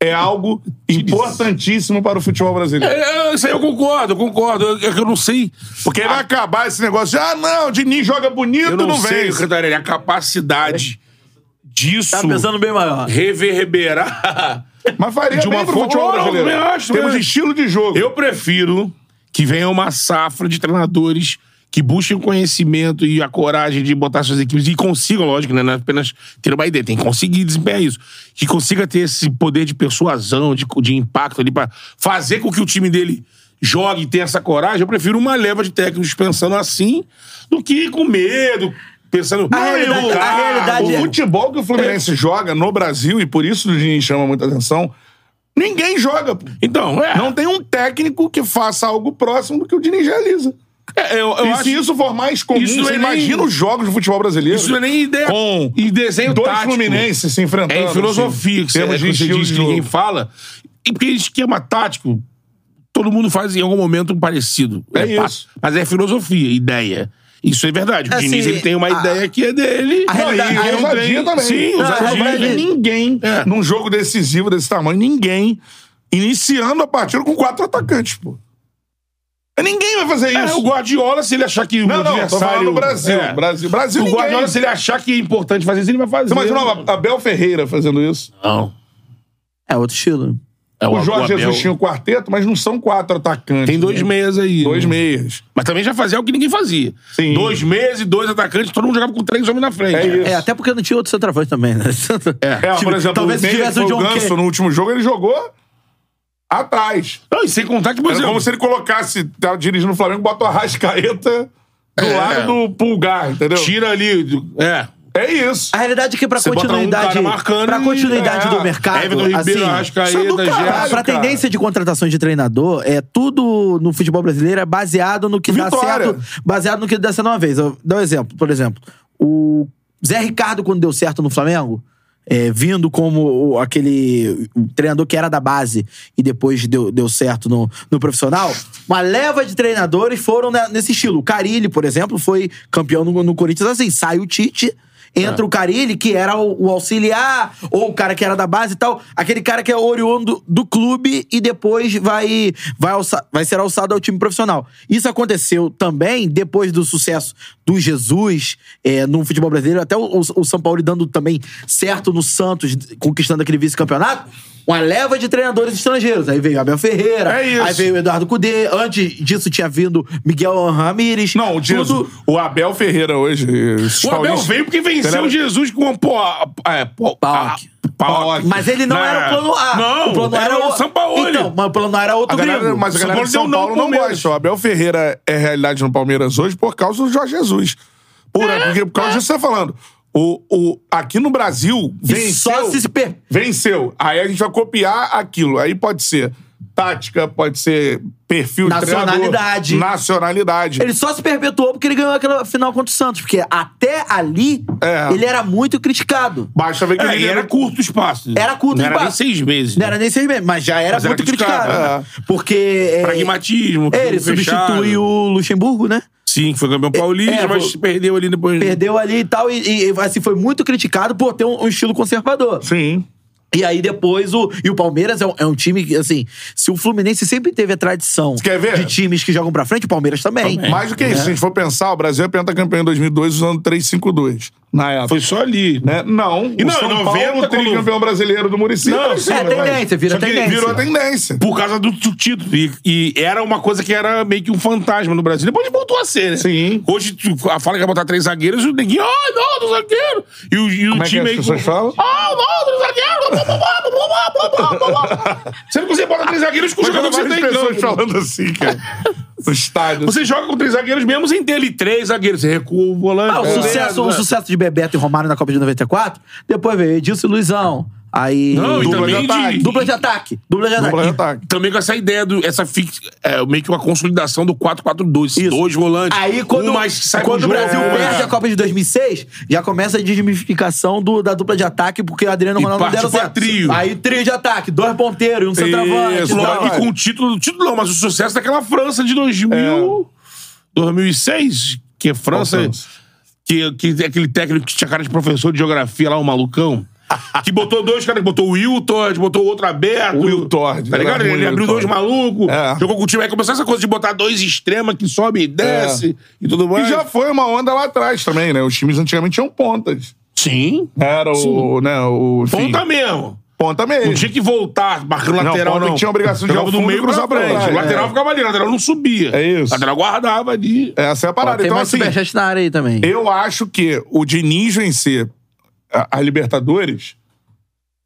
Speaker 1: é algo importantíssimo para o futebol brasileiro.
Speaker 3: É, Isso aí eu concordo, eu concordo. Eu- É que eu não sei.
Speaker 1: Porque vai acabar esse negócio de, ah, não, o Diniz joga bonito,
Speaker 3: Eu
Speaker 1: não,
Speaker 3: não, Tá sei,
Speaker 1: vence.
Speaker 3: Cantarelli, a capacidade disso
Speaker 2: Tá pensando bem maior.
Speaker 3: reverberar.
Speaker 1: Mas faria
Speaker 3: De uma
Speaker 1: bem pro
Speaker 3: forma- Oh,
Speaker 1: futebol
Speaker 3: Eu
Speaker 1: brasileiro.
Speaker 3: também acho,
Speaker 1: Temos
Speaker 3: né?
Speaker 1: estilo de jogo.
Speaker 3: Eu prefiro que venha uma safra de treinadores que busquem o conhecimento e a coragem de botar suas equipes e consigam, lógico, né? Não é apenas ter uma ideia, tem que conseguir desempenhar isso. Que consiga ter esse poder de persuasão, de, de impacto ali, pra fazer com que o time dele jogue e tenha essa coragem. Eu prefiro uma leva de técnicos pensando assim do que com medo, pensando.
Speaker 2: A realidade- a
Speaker 3: cara,
Speaker 2: realidade
Speaker 1: é O
Speaker 2: é-
Speaker 1: futebol que o Fluminense
Speaker 3: É.
Speaker 1: joga no Brasil, e por isso o Diniz chama muita atenção, ninguém joga. pô.
Speaker 3: Então, é.
Speaker 1: Não tem um técnico que faça algo próximo do que o Diniz realiza.
Speaker 3: é, eu, eu
Speaker 1: e
Speaker 3: acho
Speaker 1: se isso for mais comum,
Speaker 3: Isso não
Speaker 1: você
Speaker 3: é nem-
Speaker 1: imagina os jogos de futebol brasileiro.
Speaker 3: Isso não é nem ideia.
Speaker 1: Com
Speaker 3: e desenho
Speaker 1: dois
Speaker 3: tático.
Speaker 1: Fluminenses se enfrentando.
Speaker 3: É em filosofia que
Speaker 1: assim,
Speaker 3: você, é
Speaker 1: temos
Speaker 3: que você
Speaker 1: estilo
Speaker 3: diz
Speaker 1: de
Speaker 3: que ninguém
Speaker 1: jogo.
Speaker 3: fala. E porque esquema tático, todo mundo faz em algum momento um parecido.
Speaker 1: É
Speaker 3: pa-
Speaker 1: isso.
Speaker 3: Mas é filosofia, ideia. Isso é verdade. O
Speaker 2: Assim,
Speaker 3: Diniz ele tem uma
Speaker 2: a-
Speaker 3: ideia que é dele.
Speaker 2: a
Speaker 1: Não, e
Speaker 2: realidade- é
Speaker 1: a
Speaker 3: não
Speaker 1: ousadia
Speaker 3: tem-
Speaker 1: também.
Speaker 3: Sim,
Speaker 1: Não,
Speaker 2: a
Speaker 3: ousadia.
Speaker 1: Não vai ver
Speaker 2: realidade-
Speaker 1: ninguém
Speaker 3: É.
Speaker 1: num jogo decisivo desse tamanho, ninguém iniciando a partida com quatro atacantes, pô. Ninguém vai fazer
Speaker 3: É,
Speaker 1: isso.
Speaker 3: o Guardiola, se ele achar que o
Speaker 1: Não, não, tô falando
Speaker 3: adversário...
Speaker 1: no Brasil.
Speaker 3: É.
Speaker 1: Brasil, Brasil,
Speaker 3: O
Speaker 1: ninguém.
Speaker 3: Guardiola, se ele achar que é importante fazer isso, ele vai fazer.
Speaker 1: Você imagina o Abel Ferreira fazendo isso?
Speaker 3: Não.
Speaker 2: É outro estilo.
Speaker 3: É
Speaker 1: O Jorge
Speaker 3: Abel.
Speaker 1: Jesus tinha o quarteto, mas não são quatro atacantes.
Speaker 3: Tem dois
Speaker 1: né?
Speaker 3: meias aí.
Speaker 1: Dois
Speaker 3: né?
Speaker 1: meias.
Speaker 3: Mas também já fazia o que ninguém fazia.
Speaker 1: Sim.
Speaker 3: Dois meses, dois atacantes, todo mundo jogava com três homens na frente.
Speaker 1: É isso.
Speaker 2: É, até porque não tinha outro centroavante também, né?
Speaker 1: É,
Speaker 2: Tipo,
Speaker 1: por exemplo,
Speaker 2: talvez
Speaker 1: o
Speaker 2: se tivesse o
Speaker 1: Ney, que
Speaker 2: John
Speaker 1: foi o Ganso
Speaker 2: Kennedy.
Speaker 1: no último jogo, ele jogou atrás.
Speaker 3: Não, e sem contar que, por
Speaker 1: Era
Speaker 3: exemplo,
Speaker 1: como se ele colocasse, tá dirigindo o Flamengo, bota o Arrascaeta do
Speaker 3: É.
Speaker 1: lado do pulgar, entendeu?
Speaker 3: tira ali. do- É.
Speaker 1: É isso.
Speaker 2: A realidade é que pra
Speaker 3: Você bota um
Speaker 2: continuidade,
Speaker 3: cara marcando
Speaker 2: pra
Speaker 3: e-
Speaker 2: continuidade
Speaker 1: é,
Speaker 2: do mercado,
Speaker 3: Everton Ribeiro,
Speaker 2: assim,
Speaker 1: isso é do
Speaker 3: Arrascaeta,
Speaker 1: caralho.
Speaker 3: Gerson.
Speaker 2: Pra
Speaker 1: cara.
Speaker 2: tendência de contratações de treinador, é tudo no futebol brasileiro é baseado no que
Speaker 1: Vitória.
Speaker 2: dá certo, baseado no que dá certo uma vez. Eu dou um exemplo, por exemplo, o Zé Ricardo quando deu certo no Flamengo, é, vindo como o- aquele o treinador que era da base e depois deu, deu certo no, no profissional, uma leva de treinadores foram na- nesse estilo. O Carilli, por exemplo, foi campeão no, no Corinthians assim, sai o Tite Entra
Speaker 1: Ah.
Speaker 2: o Carilli, que era o, o auxiliar, ou o cara que era da base e tal. Aquele cara que é oriundo do, do clube e depois vai, vai, alça- vai ser alçado ao time profissional. Isso aconteceu também depois do sucesso do Jesus é, no futebol brasileiro, até o, o- o São Paulo dando também certo no Santos, conquistando aquele vice-campeonato. Uma leva de treinadores estrangeiros. Aí veio Abel Ferreira,
Speaker 1: É isso.
Speaker 2: aí veio Eduardo Cudê. Antes disso tinha vindo Miguel Ramírez.
Speaker 1: Não, o Jesus.
Speaker 2: Tudo-
Speaker 1: O Abel Ferreira hoje.
Speaker 3: O Abel veio porque venceu o Jesus com o pô, é, pô,
Speaker 2: Paok.
Speaker 3: a- Paok.
Speaker 2: Mas ele não
Speaker 3: Na-
Speaker 2: era o plano A.
Speaker 3: Não,
Speaker 2: o plano A
Speaker 3: era o
Speaker 2: outro-
Speaker 3: Sampaoli.
Speaker 2: Então, mas o plano A era outro
Speaker 1: A galera,
Speaker 2: gringo.
Speaker 1: mas a
Speaker 3: São
Speaker 1: galera
Speaker 3: Paulo
Speaker 1: de São
Speaker 3: deu não
Speaker 1: Paulo
Speaker 3: pro
Speaker 1: não
Speaker 3: Palmeiras.
Speaker 1: gosta. O Abel Ferreira é realidade no Palmeiras hoje por causa do Jorge Jesus. Por,
Speaker 3: É.
Speaker 1: porque, por causa disso que você tá falando. O, o, aqui no Brasil,
Speaker 2: E
Speaker 1: venceu.
Speaker 2: só se se per...
Speaker 1: Venceu. Aí a gente vai copiar aquilo. Aí pode ser tática, pode ser perfil de treinador,
Speaker 2: Nacionalidade.
Speaker 1: nacionalidade.
Speaker 2: Ele só se perpetuou porque ele ganhou aquela final contra o Santos. Porque até ali,
Speaker 1: É.
Speaker 2: ele era muito criticado.
Speaker 1: Basta ver que
Speaker 3: É,
Speaker 1: ele
Speaker 3: e era curto o espaço.
Speaker 2: Era curto
Speaker 3: não
Speaker 2: o
Speaker 3: era nem
Speaker 2: espaço.
Speaker 3: seis meses.
Speaker 2: Não era nem seis meses, mas já era
Speaker 3: Mas era
Speaker 2: muito criticado.
Speaker 3: criticado,
Speaker 2: Porque... é,
Speaker 3: Pragmatismo.
Speaker 2: é, ele
Speaker 3: time fechado.
Speaker 2: substitui o Luxemburgo, né?
Speaker 3: Sim, foi campeão paulista,
Speaker 2: É,
Speaker 3: mas
Speaker 2: vou-
Speaker 3: perdeu ali depois.
Speaker 2: Perdeu ali e tal. E, e, assim, foi muito criticado por ter um, um estilo conservador.
Speaker 1: Sim.
Speaker 2: E aí depois o. E o Palmeiras é um, é um time que, assim, se o Fluminense sempre teve a tradição
Speaker 1: quer ver?
Speaker 2: de times que jogam pra frente, o Palmeiras também.
Speaker 3: É.
Speaker 1: Mais do que isso, se a gente for pensar, o Brasil é pentacampeão em 2002 usando 3-5-2. Na época.
Speaker 3: Foi só ali.
Speaker 1: Né? Não.
Speaker 3: E
Speaker 1: o
Speaker 3: não,
Speaker 1: São
Speaker 3: em 90,
Speaker 1: Paulo, tricampeão brasileiro do Murici.
Speaker 3: Não,
Speaker 1: Mas-
Speaker 2: é tendência,
Speaker 1: Só
Speaker 2: vira
Speaker 1: que
Speaker 2: tendência.
Speaker 1: Virou a tendência.
Speaker 3: Por causa do t- título. E, e era uma coisa que era meio que um fantasma no Brasil. Depois voltou a ser, né?
Speaker 1: Sim.
Speaker 3: Hoje, tu- a fala que ia botar três zagueiros, o neguinho, ai, não, do zagueiro. E o, e o
Speaker 1: Como é que
Speaker 3: time
Speaker 1: as
Speaker 3: aí.
Speaker 1: pessoas falam?
Speaker 3: Ah, não, do zagueiro. blá, blá, blá, blá, blá, blá, blá, blá, blá. Sendo que você bota três zagueiros com o
Speaker 1: Mas
Speaker 3: jogador que você
Speaker 1: várias
Speaker 3: tem em
Speaker 1: pessoas
Speaker 3: campo.
Speaker 1: falando assim, cara. No estádio.
Speaker 3: Você joga com três zagueiros mesmo sem ter ali três zagueiros. Você recua o volante.
Speaker 2: Ah, o,
Speaker 3: É.
Speaker 2: sucesso, o sucesso de Bebeto e Romário na Copa de 94, depois veio Edilson e Luizão. Aí.
Speaker 3: Não, e
Speaker 2: dupla,
Speaker 3: também
Speaker 2: de
Speaker 3: de-
Speaker 2: ataque, dupla de ataque. Dupla de
Speaker 1: Dupla de
Speaker 2: ataque.
Speaker 1: ataque.
Speaker 3: Também com essa ideia do. Essa fix, é, meio que uma consolidação do 4-4-2.
Speaker 2: Isso.
Speaker 3: Dois volantes.
Speaker 2: Aí quando,
Speaker 3: um mais que sai com
Speaker 2: quando o
Speaker 3: jogo,
Speaker 2: Brasil
Speaker 3: é.
Speaker 2: perde a Copa de 2006, já começa a desmistificação do- da dupla de ataque, porque o Adriano e o
Speaker 3: E
Speaker 2: Ronaldo não
Speaker 3: parte
Speaker 2: deram
Speaker 3: pra
Speaker 2: certo.
Speaker 3: trio.
Speaker 2: Aí trio de ataque, dois ponteiros, e um centroavante.
Speaker 1: Isso,
Speaker 2: e tal.
Speaker 3: Logo
Speaker 1: Vai.
Speaker 3: com o título, título não, mas o sucesso daquela França de 2000,
Speaker 2: É.
Speaker 3: 2006, que é França,
Speaker 1: França?
Speaker 3: Que, que é aquele técnico que tinha cara de professor de geografia lá, o malucão. Que botou dois caras, botou o Will Todd, botou o outro aberto.
Speaker 1: O Will Todd,
Speaker 3: Tá
Speaker 1: era
Speaker 3: ligado?
Speaker 1: ruim
Speaker 3: Ele
Speaker 1: o
Speaker 3: abriu
Speaker 1: Will
Speaker 3: dois
Speaker 1: Todd.
Speaker 3: malucos,
Speaker 1: né? É.
Speaker 3: jogou com o time. Aí começou essa coisa de botar dois extrema que sobe e desce e tudo
Speaker 1: É. E
Speaker 3: mais.
Speaker 1: já foi uma onda lá atrás também, né? Os times antigamente tinham pontas.
Speaker 3: Sim.
Speaker 1: Era o. Né, o enfim,
Speaker 3: Ponta mesmo.
Speaker 1: ponta mesmo.
Speaker 3: Não tinha que voltar marcando
Speaker 1: Não,
Speaker 3: lateral,
Speaker 1: quando
Speaker 3: não.
Speaker 1: tinha obrigação de
Speaker 3: Jogava
Speaker 1: ir ao
Speaker 3: do
Speaker 1: fundo,
Speaker 3: meio e cruzar pra
Speaker 1: cruzava pra
Speaker 3: frente. O
Speaker 1: trás,
Speaker 3: lateral
Speaker 1: é.
Speaker 3: ficava ali, o lateral não subia.
Speaker 1: É isso.
Speaker 3: O lateral guardava ali.
Speaker 1: Essa é a
Speaker 2: Ó,
Speaker 1: parada.
Speaker 2: Tem
Speaker 1: então,
Speaker 2: mais
Speaker 1: assim,
Speaker 2: superchat na área aí também.
Speaker 3: então,
Speaker 1: eu acho que o Diniz vencer a, a Libertadores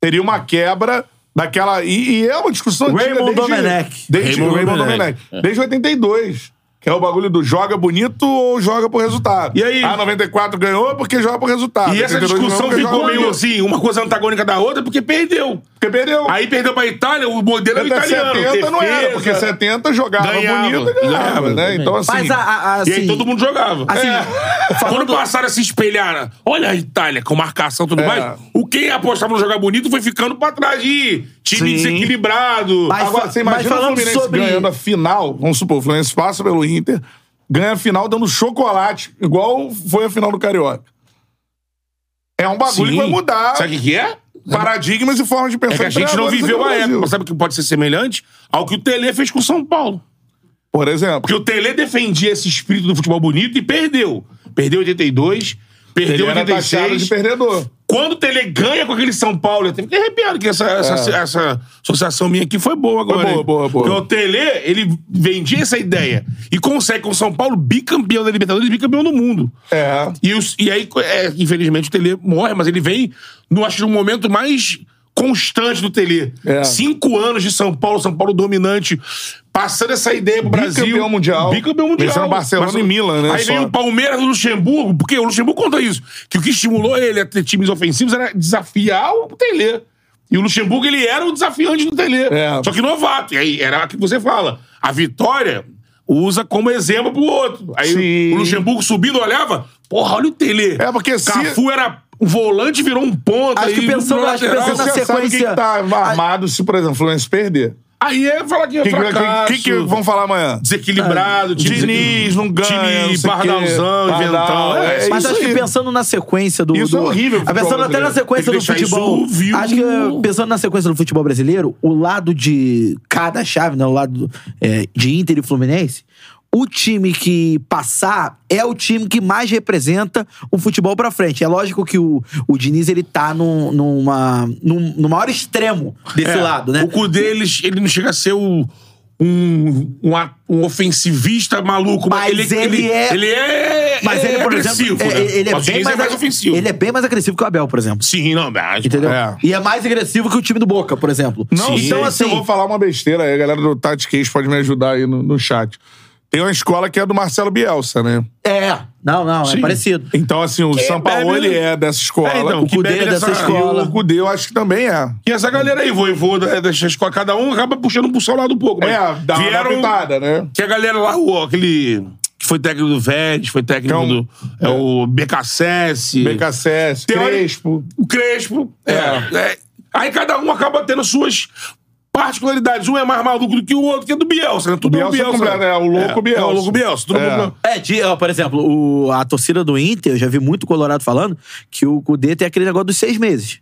Speaker 1: teria uma quebra daquela. E, e é uma discussão antiga
Speaker 2: Raymond
Speaker 1: desde,
Speaker 2: Domenech.
Speaker 1: Desde,
Speaker 3: Raymond
Speaker 1: Raymond
Speaker 3: Domenech. é.
Speaker 1: Domenech. Desde 82. Que é o bagulho do joga bonito ou joga por resultado. Ah,
Speaker 3: E aí?
Speaker 1: A 94 ganhou porque joga por resultado.
Speaker 3: E essa
Speaker 1: 82 ganhou
Speaker 3: discussão
Speaker 1: porque
Speaker 3: ficou
Speaker 1: joga
Speaker 3: meio
Speaker 1: bonito.
Speaker 3: assim, uma coisa antagônica da outra, porque perdeu.
Speaker 1: Porque perdeu.
Speaker 3: Aí perdeu pra Itália, o modelo é o
Speaker 1: Até
Speaker 3: italiano.
Speaker 1: 70 não era, porque é
Speaker 3: defesa.
Speaker 1: 70 jogava
Speaker 3: Ganhava,
Speaker 1: bonito e ganhava,
Speaker 3: ganhava,
Speaker 1: né? Então, assim...
Speaker 2: Mas a, a- a-
Speaker 3: E aí
Speaker 2: assim,
Speaker 3: todo mundo jogava.
Speaker 2: Assim,
Speaker 1: É.
Speaker 3: Quando passaram a se espelhar, olha a Itália, com marcação e tudo
Speaker 1: É.
Speaker 3: mais, o quem apostava no jogar bonito foi ficando pra trás. Ih, time
Speaker 1: Sim.
Speaker 3: desequilibrado. Ah,
Speaker 2: Mas-
Speaker 1: Agora,
Speaker 2: fa-
Speaker 1: você imagina
Speaker 2: falando
Speaker 1: o Fluminense
Speaker 2: sobre-
Speaker 1: ganhando a final, vamos supor, o Fluminense passa pelo Inter, ganha a final dando chocolate, igual foi a final do Carioca. É um bagulho
Speaker 3: Sim.
Speaker 1: que vai mudar
Speaker 3: Sabe o que que é?
Speaker 1: paradigmas e formas de pensar.
Speaker 3: É que a
Speaker 1: de
Speaker 3: gente não
Speaker 1: treinadores
Speaker 3: viveu
Speaker 1: aqui
Speaker 3: a
Speaker 1: no
Speaker 3: época.
Speaker 1: Brasil.
Speaker 3: Mas sabe o que pode ser semelhante? Ao que o Tele fez com o São Paulo.
Speaker 1: Por exemplo,
Speaker 3: Porque o Tele defendia esse espírito do futebol bonito e perdeu. Perdeu em 82,
Speaker 1: ele
Speaker 3: perdeu em
Speaker 1: era taxado de
Speaker 3: 86.
Speaker 1: perdedor.
Speaker 3: Quando o Tele ganha com aquele São Paulo, eu fiquei arrepiado que essa, essa, essa associação minha aqui foi boa agora.
Speaker 1: É. boa,
Speaker 3: hein?
Speaker 1: boa, boa.
Speaker 3: Porque o Tele, ele vendia essa ideia e consegue com o São Paulo bicampeão da Libertadores e bicampeão do mundo.
Speaker 1: É.
Speaker 3: E, os- e aí, é, infelizmente, o Tele morre, mas ele vem, no, acho que no momento mais constante do Tele.
Speaker 1: É.
Speaker 3: Cinco anos de São Paulo, São Paulo dominante, passando essa ideia pro Brasil.
Speaker 1: Bicampeão mundial.
Speaker 3: Bicampeão mundial.
Speaker 1: Vencendo Barcelona e Milan, né,
Speaker 3: Aí
Speaker 1: só.
Speaker 3: vem o Palmeiras do Luxemburgo, porque o Luxemburgo conta isso, que o que estimulou ele a ter times ofensivos era desafiar o Tele. E o Luxemburgo, ele era o desafiante do Tele.
Speaker 1: É.
Speaker 3: Só que novato. E aí, era o que você fala. A vitória usa como exemplo pro outro. Aí
Speaker 1: Sim.
Speaker 3: o Luxemburgo subindo, olhava, porra, olha o Tele.
Speaker 1: É, porque se-
Speaker 3: Cafu era um volante, virou um ponta.
Speaker 2: Acho que
Speaker 3: e
Speaker 2: pensando-
Speaker 3: virou
Speaker 2: acho que
Speaker 3: lateral.
Speaker 2: pensando
Speaker 1: Então,
Speaker 2: na
Speaker 1: Você sabe
Speaker 2: sequência-
Speaker 1: quem que tá armado se, por exemplo, o Fluminense perder.
Speaker 3: Aí é falar que é
Speaker 1: que,
Speaker 3: fracasso.
Speaker 1: que, que, que vão falar amanhã?
Speaker 3: Desequilibrado, time
Speaker 1: Diniz, não ganha. não
Speaker 3: Time
Speaker 1: sei o quê.
Speaker 3: Pardalzão, inventão.
Speaker 1: Pardal,
Speaker 3: É,
Speaker 1: é
Speaker 2: Mas
Speaker 1: isso
Speaker 2: acho que
Speaker 1: aí.
Speaker 2: pensando na sequência do.
Speaker 1: Isso é
Speaker 2: do-
Speaker 1: horrível,
Speaker 2: Ah, Pensando
Speaker 1: futebol
Speaker 2: até na
Speaker 1: brasileiro.
Speaker 2: sequência
Speaker 3: Tem
Speaker 2: do
Speaker 3: que deixar
Speaker 2: futebol.
Speaker 3: isso vivo.
Speaker 2: Acho que eh, pensando na sequência do futebol brasileiro, o lado de cada chave, né? O lado é, de Inter e Fluminense. O time que passar é o time que mais representa o futebol pra frente. É lógico que o, o Diniz ele tá num, numa, num, no maior extremo desse
Speaker 3: É,
Speaker 2: lado, né?
Speaker 3: O cu deles, ele não chega a ser o, um, um, a- um ofensivista maluco.
Speaker 2: Mas ele é-
Speaker 3: Ele é.
Speaker 2: Mas ele,
Speaker 3: é
Speaker 2: por
Speaker 3: agressivo,
Speaker 2: exemplo,
Speaker 3: né?
Speaker 2: é- ele é
Speaker 3: Mas o
Speaker 2: bem
Speaker 3: Diniz
Speaker 2: mais,
Speaker 3: é mais ofensivo.
Speaker 2: Ele é bem mais agressivo que o Abel, por exemplo.
Speaker 3: Sim, não, mas.
Speaker 2: Entendeu?
Speaker 1: É.
Speaker 2: E é mais agressivo que o time do Boca, por exemplo.
Speaker 1: Não
Speaker 3: Sim,
Speaker 1: sei
Speaker 2: então,
Speaker 1: se eu
Speaker 2: assim,
Speaker 1: vou falar uma besteira aí. A galera do Tati Case pode me ajudar aí no, no chat. Tem uma escola que é do Marcelo Bielsa, né?
Speaker 2: é. Não, não, é parecido.
Speaker 1: Então, assim, o Sampaoli
Speaker 3: bebe-
Speaker 1: é dessa escola.
Speaker 3: É, então,
Speaker 2: O
Speaker 3: que
Speaker 2: Cudê
Speaker 3: bebe
Speaker 2: é dessa
Speaker 3: essa-
Speaker 1: E
Speaker 2: escola.
Speaker 1: o Gudê, eu acho que também é.
Speaker 3: E essa galera aí, voivoda, é, deixa a escola, cada um acaba puxando pro seu lado um pouco. Mas
Speaker 1: É, dá uma adaptada, né?
Speaker 3: Que a galera lá, o, aquele. Que foi técnico do Vélez, foi técnico
Speaker 1: Que é um-
Speaker 3: do. É, o BKSS.
Speaker 1: BKSS,
Speaker 3: Teori-
Speaker 1: Crespo.
Speaker 3: O Crespo. É. é. Aí cada um acaba tendo suas particularidades. Um é mais maluco do que o outro, que é do Bielsa, né? Tudo é o
Speaker 1: Bielsa
Speaker 3: Bielsa.
Speaker 1: completo, é, o louco Bielsa.
Speaker 3: É o louco Bielsa. Todo
Speaker 1: É.
Speaker 3: mundo-
Speaker 2: É, de- ó, por exemplo, o- a torcida do Inter, eu já vi muito Colorado falando que o Cudê tem aquele negócio dos seis meses.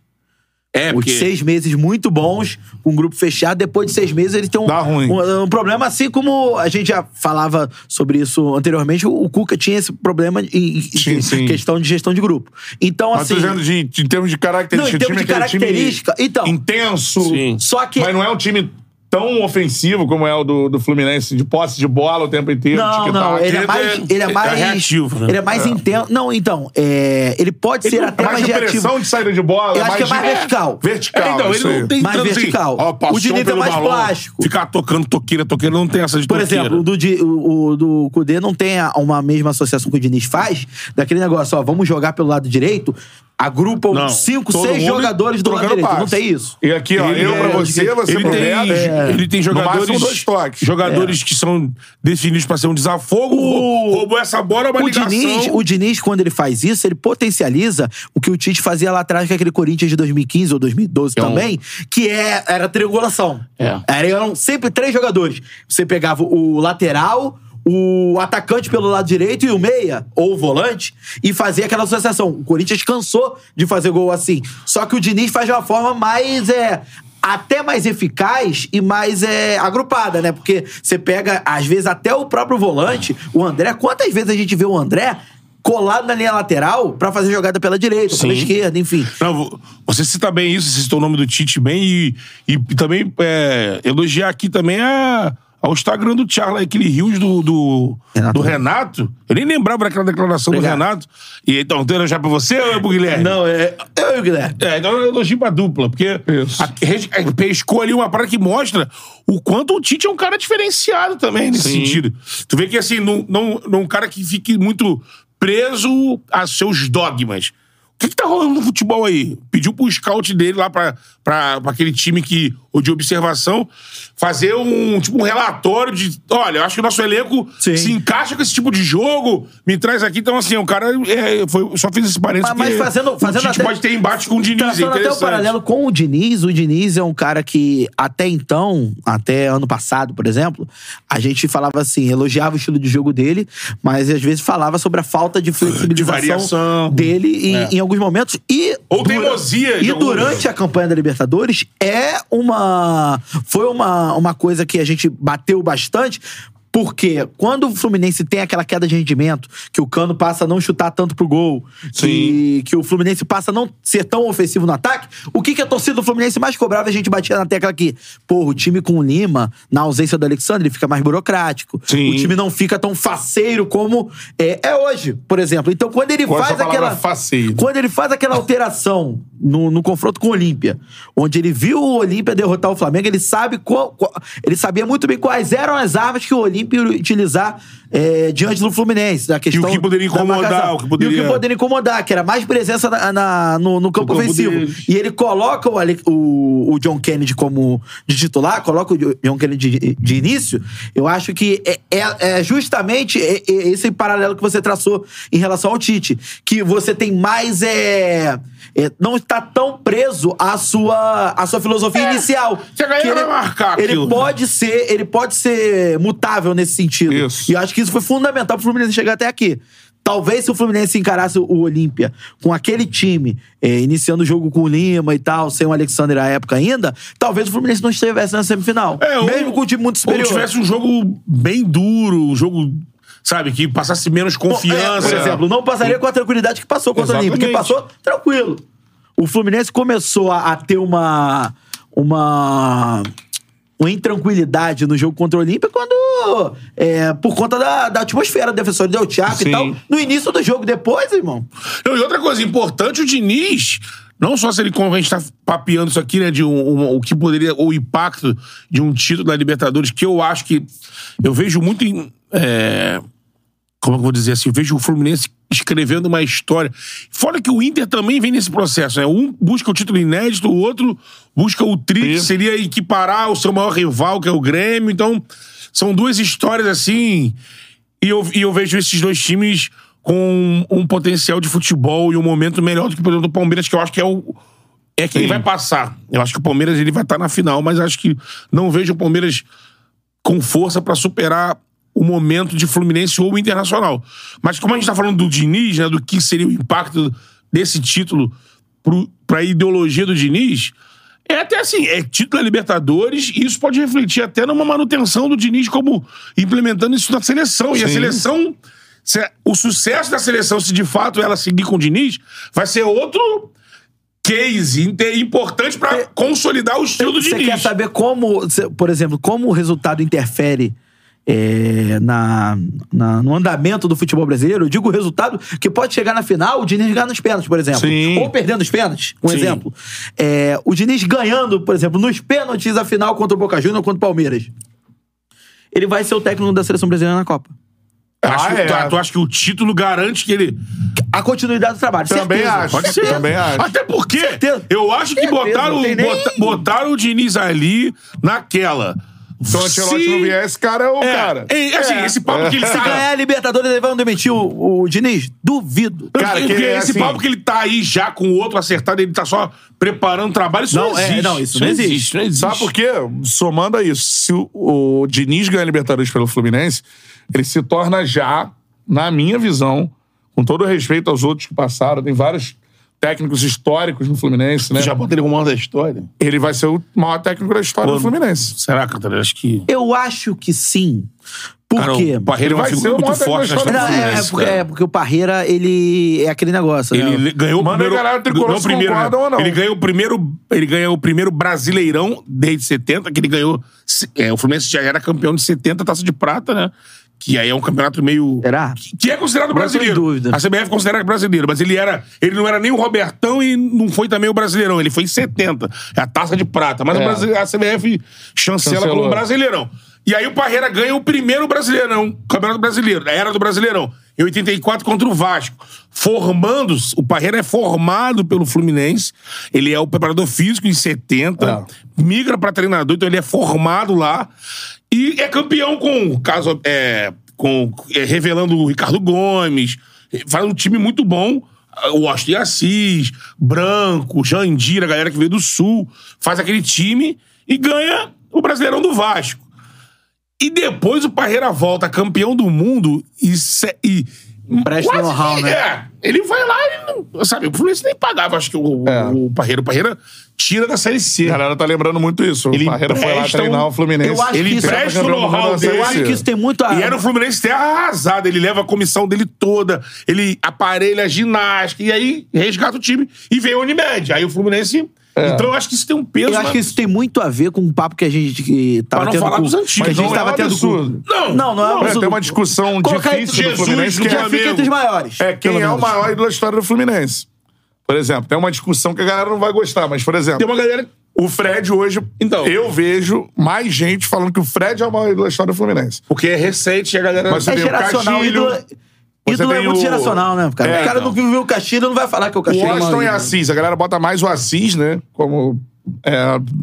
Speaker 3: É,
Speaker 2: Os
Speaker 3: porque...
Speaker 2: seis meses muito bons, com um grupo fechado, depois de seis meses ele tem um,
Speaker 1: Dá ruim.
Speaker 2: um, um problema, assim como a gente já falava sobre isso anteriormente, o, o Cuca tinha esse problema em, em-
Speaker 1: Sim,
Speaker 2: em
Speaker 1: sim.
Speaker 2: questão de gestão de grupo. Então,
Speaker 1: Mas tô
Speaker 2: assim.
Speaker 1: dizendo de, de- em termos de
Speaker 2: Não,
Speaker 1: característica.
Speaker 2: em
Speaker 1: o
Speaker 2: termos
Speaker 1: time é
Speaker 2: de
Speaker 1: aquele time
Speaker 2: característica. Então,
Speaker 1: Intenso.
Speaker 3: Sim.
Speaker 2: só que.
Speaker 1: Mas não é um time tão ofensivo como é o do, do Fluminense, de posse de tá bola o tempo inteiro.
Speaker 2: Não,
Speaker 1: tic-tac.
Speaker 2: não, ele é
Speaker 3: Ele
Speaker 2: mais.
Speaker 3: é-
Speaker 2: Ele é
Speaker 3: ele é
Speaker 2: mais.
Speaker 3: reativo, né?
Speaker 2: Ele é mais intenso. Não, então, é, ele pode ser
Speaker 1: É
Speaker 2: até
Speaker 1: mais
Speaker 2: mais
Speaker 1: de
Speaker 2: reativo.
Speaker 1: pressão de saída de bola.
Speaker 2: Eu acho que é mais
Speaker 1: de-
Speaker 2: vertical.
Speaker 1: Vertical.
Speaker 3: É, então, ele
Speaker 1: isso
Speaker 3: não
Speaker 1: aí.
Speaker 3: tem
Speaker 2: Mais
Speaker 3: tanto assim,
Speaker 2: vertical.
Speaker 3: ó,
Speaker 2: O
Speaker 3: paixão
Speaker 2: Diniz é
Speaker 3: pelo
Speaker 2: mais
Speaker 3: balão,
Speaker 2: plástico.
Speaker 3: Ficar tocando toqueira, toqueira, não tem essa de
Speaker 2: Por
Speaker 3: toqueira.
Speaker 2: exemplo, o do, Di- o, o do Cudê não tem a- uma mesma associação que o Diniz faz, daquele negócio, ó, vamos jogar pelo lado direito, agrupam
Speaker 3: Não,
Speaker 2: cinco,
Speaker 1: todo
Speaker 2: seis
Speaker 1: mundo
Speaker 2: jogadores do lado
Speaker 1: trocando
Speaker 2: direito. Não
Speaker 1: passe.
Speaker 2: tem isso.
Speaker 1: E aqui, ó,
Speaker 3: Ele
Speaker 1: eu
Speaker 3: é-
Speaker 1: pra você, você
Speaker 3: ele
Speaker 1: pro
Speaker 3: tem,
Speaker 1: Neto.
Speaker 3: ele tem
Speaker 1: No máximo,
Speaker 3: jogadores,
Speaker 1: dois toques.
Speaker 3: jogadores que são definidos pra ser um desafogo. rou- Roubou essa bola, é uma
Speaker 2: O
Speaker 3: ligação.
Speaker 2: Diniz, o Diniz, quando ele faz isso, ele potencializa o que o Tite fazia lá atrás com aquele Corinthians de 2015 ou 2012 também, que é, era triangulação.
Speaker 3: É.
Speaker 2: Era- eram sempre três jogadores. Você pegava o lateral, o atacante pelo lado direito e o meia, ou o volante, e fazia aquela associação. O Corinthians cansou de fazer gol assim. Só que o Diniz faz de uma forma mais. É, até mais eficaz e mais é, agrupada, né? Porque você pega, às vezes, até o próprio volante, o André. Quantas vezes a gente vê o André colado na linha lateral pra fazer jogada pela direita, pela
Speaker 3: Sim.
Speaker 2: esquerda, enfim.
Speaker 3: Não, vo- você cita bem isso, você citou o nome do Tite bem e, e também é, elogiar aqui também a, ao Instagram do Charla, aquele rios do, do,
Speaker 2: Renato.
Speaker 3: do Renato. Eu nem lembrava daquela declaração
Speaker 2: Obrigado.
Speaker 3: do Renato. E então, tem elogiar pra você ou é pro Guilherme?
Speaker 2: é. Eu e o Guilherme.
Speaker 3: É, então eu elogio pra dupla, porque
Speaker 1: Isso.
Speaker 3: a, a- pescou ali uma parada que mostra o quanto o Tite é um cara diferenciado também nesse
Speaker 1: Sim.
Speaker 3: sentido. Tu vê que assim, não, não, não é um cara que fique muito preso a seus dogmas. O que, que tá rolando no futebol aí? Pediu pro scout dele lá pra, pra, pra aquele time que, ou de observação fazer um tipo um relatório de: olha, eu acho que o nosso elenco
Speaker 2: Sim.
Speaker 3: se encaixa com esse tipo de jogo, me traz aqui. Então, assim, o cara é, foi, só fez esse parênteses.
Speaker 2: Mas- mas
Speaker 3: porque
Speaker 2: fazendo-
Speaker 3: o
Speaker 2: fazendo
Speaker 3: Tite
Speaker 2: até-
Speaker 3: pode ter embate com o Diniz. é
Speaker 2: Traçando Então, até o
Speaker 3: interessante.
Speaker 2: paralelo com o Diniz, o Diniz é um cara que, até então, até ano passado, por exemplo, a gente falava assim, elogiava o estilo de jogo dele, mas às vezes falava sobre a falta de flexibilização
Speaker 3: De variação. É.
Speaker 2: dele em, em alguns momentos. E
Speaker 3: Ou teimosia de
Speaker 2: E
Speaker 3: algum
Speaker 2: durante
Speaker 3: momento.
Speaker 2: a campanha da Libertadores, é uma. Foi uma, uma coisa que a gente bateu bastante. Porque quando o Fluminense tem aquela queda de rendimento, que o Cano passa a não chutar tanto pro gol, que, que o Fluminense passa a não ser tão ofensivo no ataque, o que, que a torcida do Fluminense mais cobrava? A gente batia na tecla aqui. Porra, o time com o Lima, na ausência do Alexandre, ele fica mais burocrático.
Speaker 1: Sim.
Speaker 2: O time não fica tão faceiro como é, é hoje, por exemplo. Então, quando ele
Speaker 1: Gosto
Speaker 2: faz
Speaker 1: da palavra
Speaker 2: aquela.
Speaker 3: né?
Speaker 1: faceiro.
Speaker 2: Quando ele faz aquela alteração no, no confronto com o Olímpia, onde ele viu o Olímpia derrotar o Flamengo, ele sabe qual, qual- ele sabia muito bem quais eram as armas que o sempre utilizar é, diante do Fluminense, da questão
Speaker 3: que poderia
Speaker 2: da
Speaker 3: incomodar,
Speaker 2: marcação.
Speaker 3: o que poderia-
Speaker 2: E o que poderia incomodar, que era mais presença na- na- no, no campo
Speaker 3: campo
Speaker 2: ofensivo.
Speaker 3: deles.
Speaker 2: E ele coloca o, Ale- o- o John Kennedy como de titular, coloca o John Kennedy de, de início. Eu acho que é, é- é justamente e- e- esse paralelo que você traçou em relação ao Tite. Que você tem mais. É, é, não está tão preso à sua, à sua filosofia
Speaker 3: É,
Speaker 2: inicial.
Speaker 3: se a galera
Speaker 2: Que
Speaker 3: vai marcar
Speaker 2: ele
Speaker 3: aquilo.
Speaker 2: pode ser Ele pode ser mutável nesse sentido.
Speaker 1: Isso.
Speaker 2: E eu acho que isso foi fundamental pro Fluminense chegar até aqui. Talvez se o Fluminense encarasse o Olímpia com aquele time, eh, iniciando o jogo com o Lima e tal, sem o Alexander à época ainda, talvez o Fluminense não estivesse na semifinal.
Speaker 3: É, ou-
Speaker 2: Mesmo com um time muito
Speaker 3: Ou
Speaker 2: superior.
Speaker 3: tivesse um jogo bem duro, um jogo, sabe, que passasse menos confiança.
Speaker 2: é, Por exemplo, não passaria com a tranquilidade que passou contra o Olímpia. Que
Speaker 3: Exatamente.
Speaker 2: passou tranquilo. O Fluminense começou a, a ter uma. uma. Uma intranquilidade no jogo contra o Olímpia quando. é, por conta da, da atmosfera, defensor deu Thiago e
Speaker 1: Sim.
Speaker 2: tal. No início do jogo, depois, irmão.
Speaker 3: Não, e outra coisa importante, o Diniz, não só se ele, como a gente tá papeando isso aqui, né, de um, um- o que poderia, o impacto de um título da Libertadores, que eu acho que, eu vejo muito em, é, como é que eu vou dizer assim, eu vejo o Fluminense escrevendo uma história. Fora que o Inter também vem nesse processo, né? Um busca o título inédito, o outro busca o tri, que
Speaker 1: Sim.
Speaker 3: seria equiparar o seu maior rival, que é o Grêmio. Então, são duas histórias assim. E eu, e eu vejo esses dois times com um, potencial de futebol e um momento melhor do que, por exemplo, o Palmeiras, que eu acho que é o. É quem
Speaker 1: Sim.
Speaker 3: vai passar. Eu acho que o Palmeiras ele vai estar na final, mas acho que não vejo o Palmeiras com força pra superar o momento de Fluminense ou Internacional. Mas como a gente tá falando do Diniz, né, do que seria o impacto desse título pro, pra ideologia do Diniz, é até assim, é título da Libertadores e isso pode refletir até numa manutenção do Diniz como implementando isso na seleção. E a
Speaker 1: Sim.
Speaker 3: seleção, se a- o sucesso da seleção, se de fato ela seguir com o Diniz, vai ser outro case inte- importante pra consolidar o estilo do
Speaker 2: Você
Speaker 3: Diniz.
Speaker 2: quer saber como, cê- por exemplo, como o resultado interfere é, na, na- no andamento do futebol brasileiro? Eu digo o resultado que pode chegar na final, o Diniz ganhar nos pênaltis, por exemplo.
Speaker 1: Sim.
Speaker 2: Ou perdendo os pênaltis, um
Speaker 3: Sim.
Speaker 2: exemplo. É, o Diniz ganhando, por exemplo, nos pênaltis a final contra o Boca Juniors ou contra o Palmeiras. Ele vai ser o técnico da seleção brasileira na Copa.
Speaker 3: Acho
Speaker 1: Ah,
Speaker 3: que-
Speaker 1: é.
Speaker 3: tá, tu acha que o título garante que ele.
Speaker 2: A continuidade do trabalho.
Speaker 1: Também
Speaker 2: certeza.
Speaker 1: acho.
Speaker 3: Pode ser.
Speaker 1: Também acho.
Speaker 3: Até porque
Speaker 2: Certeza.
Speaker 3: eu acho que
Speaker 2: Certeza,
Speaker 3: botaram,
Speaker 2: não tem nem-
Speaker 3: bota- botaram o Diniz ali naquela.
Speaker 1: Então, o Antelote
Speaker 3: Se-
Speaker 1: não vier, esse cara é o
Speaker 3: É,
Speaker 1: cara.
Speaker 3: é, assim, esse papo que ele
Speaker 2: Se
Speaker 3: tá.
Speaker 2: ganhar a Libertadores, eles vão demitir o, o Diniz? Duvido.
Speaker 1: Cara, que
Speaker 3: Porque
Speaker 1: ele é
Speaker 3: esse
Speaker 1: assim.
Speaker 3: papo que ele tá aí já com o outro acertado, ele tá só preparando o trabalho, isso não,
Speaker 2: Não, é,
Speaker 3: existe.
Speaker 2: não, isso não existe.
Speaker 3: não existe.
Speaker 1: Sabe por quê? Somando a isso, se o, o Diniz ganhar a Libertadores pelo Fluminense, ele se torna já, na minha visão, com todo respeito aos outros que passaram, tem vários técnicos históricos no Fluminense, né?
Speaker 3: Já bota ele como maior da história?
Speaker 1: Ele vai ser o maior técnico da história do Fluminense.
Speaker 3: Será, Cantarelli? Acho que.
Speaker 2: Eu acho que sim. Por
Speaker 3: Cara,
Speaker 2: quê?
Speaker 3: o Parreira é uma
Speaker 1: Ele vai ser
Speaker 3: figura
Speaker 1: o
Speaker 3: muito
Speaker 1: maior da
Speaker 3: forte na
Speaker 1: história
Speaker 3: história
Speaker 1: do
Speaker 3: do
Speaker 2: Não, é, é
Speaker 3: Fluminense,
Speaker 2: porque,
Speaker 3: cara.
Speaker 2: é porque o Parreira, ele é aquele negócio, né?
Speaker 3: Ele ganhou
Speaker 1: Manda
Speaker 3: o
Speaker 1: a galera
Speaker 3: primeiro.
Speaker 1: tricolor
Speaker 3: não,
Speaker 1: se
Speaker 3: primeiro né?
Speaker 1: concordam ou não.
Speaker 3: Ele ganhou o primeiro. Ele ganhou o primeiro brasileirão desde 70, que ele ganhou. se- é, o Fluminense já era campeão de 70, taça de prata, né? Que aí é um campeonato meio.
Speaker 2: Será?
Speaker 3: Que- Que é considerado
Speaker 2: Agora eu tô em
Speaker 3: brasileiro.
Speaker 2: dúvida.
Speaker 3: A CBF considera brasileiro, mas ele era. Ele não era nem o Robertão e não foi também o brasileirão. Ele foi em 70. É a taça de prata. Mas o
Speaker 1: É.
Speaker 3: Brasi- a CBF chancela
Speaker 1: Cancelou.
Speaker 3: como brasileirão. E aí o Parreira ganha o primeiro brasileirão, Campeonato Brasileiro, da era do Brasileirão, em 84 contra o Vasco. Formando, o Parreira é formado pelo Fluminense, ele é o preparador físico em 70, migra pra treinador, então ele é formado lá e é campeão com caso é, com é, revelando o Ricardo Gomes, faz um time muito bom. O Austin Assis, Branco, Jandira, a galera que veio do Sul, faz aquele time e ganha o Brasileirão do Vasco. E depois o Parreira volta campeão do mundo e. se- e
Speaker 2: Presta
Speaker 3: quase
Speaker 2: know-how,
Speaker 3: que-
Speaker 2: né?
Speaker 3: É, ele vai lá e não. Sabe, o Fluminense nem pagava, acho que o,
Speaker 1: É.
Speaker 3: o Parreira. O Parreira tira da Série C.
Speaker 1: A galera tá lembrando muito isso.
Speaker 3: Ele
Speaker 1: o Parreira foi lá
Speaker 3: empresta
Speaker 1: treinar
Speaker 3: um-
Speaker 1: o Fluminense.
Speaker 2: Eu acho
Speaker 3: Ele
Speaker 2: que isso-
Speaker 1: é
Speaker 3: empresta o know-how dele.
Speaker 2: Eu acho que isso tem muito a...
Speaker 3: E era o Fluminense terra arrasada. Ele leva a comissão dele toda, ele aparelha a ginástica, e aí resgata o time e vem a Unimed. Aí o Fluminense. Então eu acho que isso tem um peso.
Speaker 2: É. Eu acho
Speaker 3: né?
Speaker 2: que isso tem muito a ver com o papo que a gente que
Speaker 3: Pra
Speaker 2: tava
Speaker 3: não
Speaker 2: tendo
Speaker 3: falar
Speaker 2: com,
Speaker 3: dos antigos.
Speaker 2: que a
Speaker 3: Mas
Speaker 2: gente
Speaker 1: não é
Speaker 2: tava
Speaker 1: um
Speaker 2: tendo
Speaker 1: absurdo.
Speaker 2: com...
Speaker 3: Não,
Speaker 2: não, não é
Speaker 1: Não,
Speaker 2: absurdo.
Speaker 1: tem uma discussão
Speaker 2: Colocar entre-
Speaker 1: difícil do
Speaker 3: Jesus,
Speaker 1: Fluminense que
Speaker 3: do
Speaker 1: é
Speaker 2: Já fica
Speaker 3: Flamengo.
Speaker 2: entre os maiores.
Speaker 1: É quem
Speaker 2: pelo
Speaker 1: é o
Speaker 2: menos.
Speaker 1: maior ídolo da história do Fluminense. Por exemplo, tem uma discussão que a galera não vai gostar, mas, por exemplo,
Speaker 3: Tem uma galera.
Speaker 1: O Fred hoje,
Speaker 3: Então.
Speaker 1: eu vejo mais gente falando que o Fred é o maior ídolo da história do Fluminense.
Speaker 3: Porque é recente e a galera. um
Speaker 1: Mas- Você
Speaker 2: É
Speaker 1: tem o
Speaker 2: geracional,
Speaker 1: Castilho,
Speaker 2: ídolo. Ídolo é
Speaker 1: tem
Speaker 2: muito
Speaker 1: o-
Speaker 2: geracional, né, cara?
Speaker 1: É,
Speaker 2: o cara
Speaker 1: então.
Speaker 2: não viveu o Castilho não vai falar que é o
Speaker 1: O
Speaker 2: Castilho. é o
Speaker 1: Washington assim,
Speaker 2: maior
Speaker 1: e
Speaker 2: ídolo.
Speaker 1: Assis, a galera bota mais o Assis, né? Como é,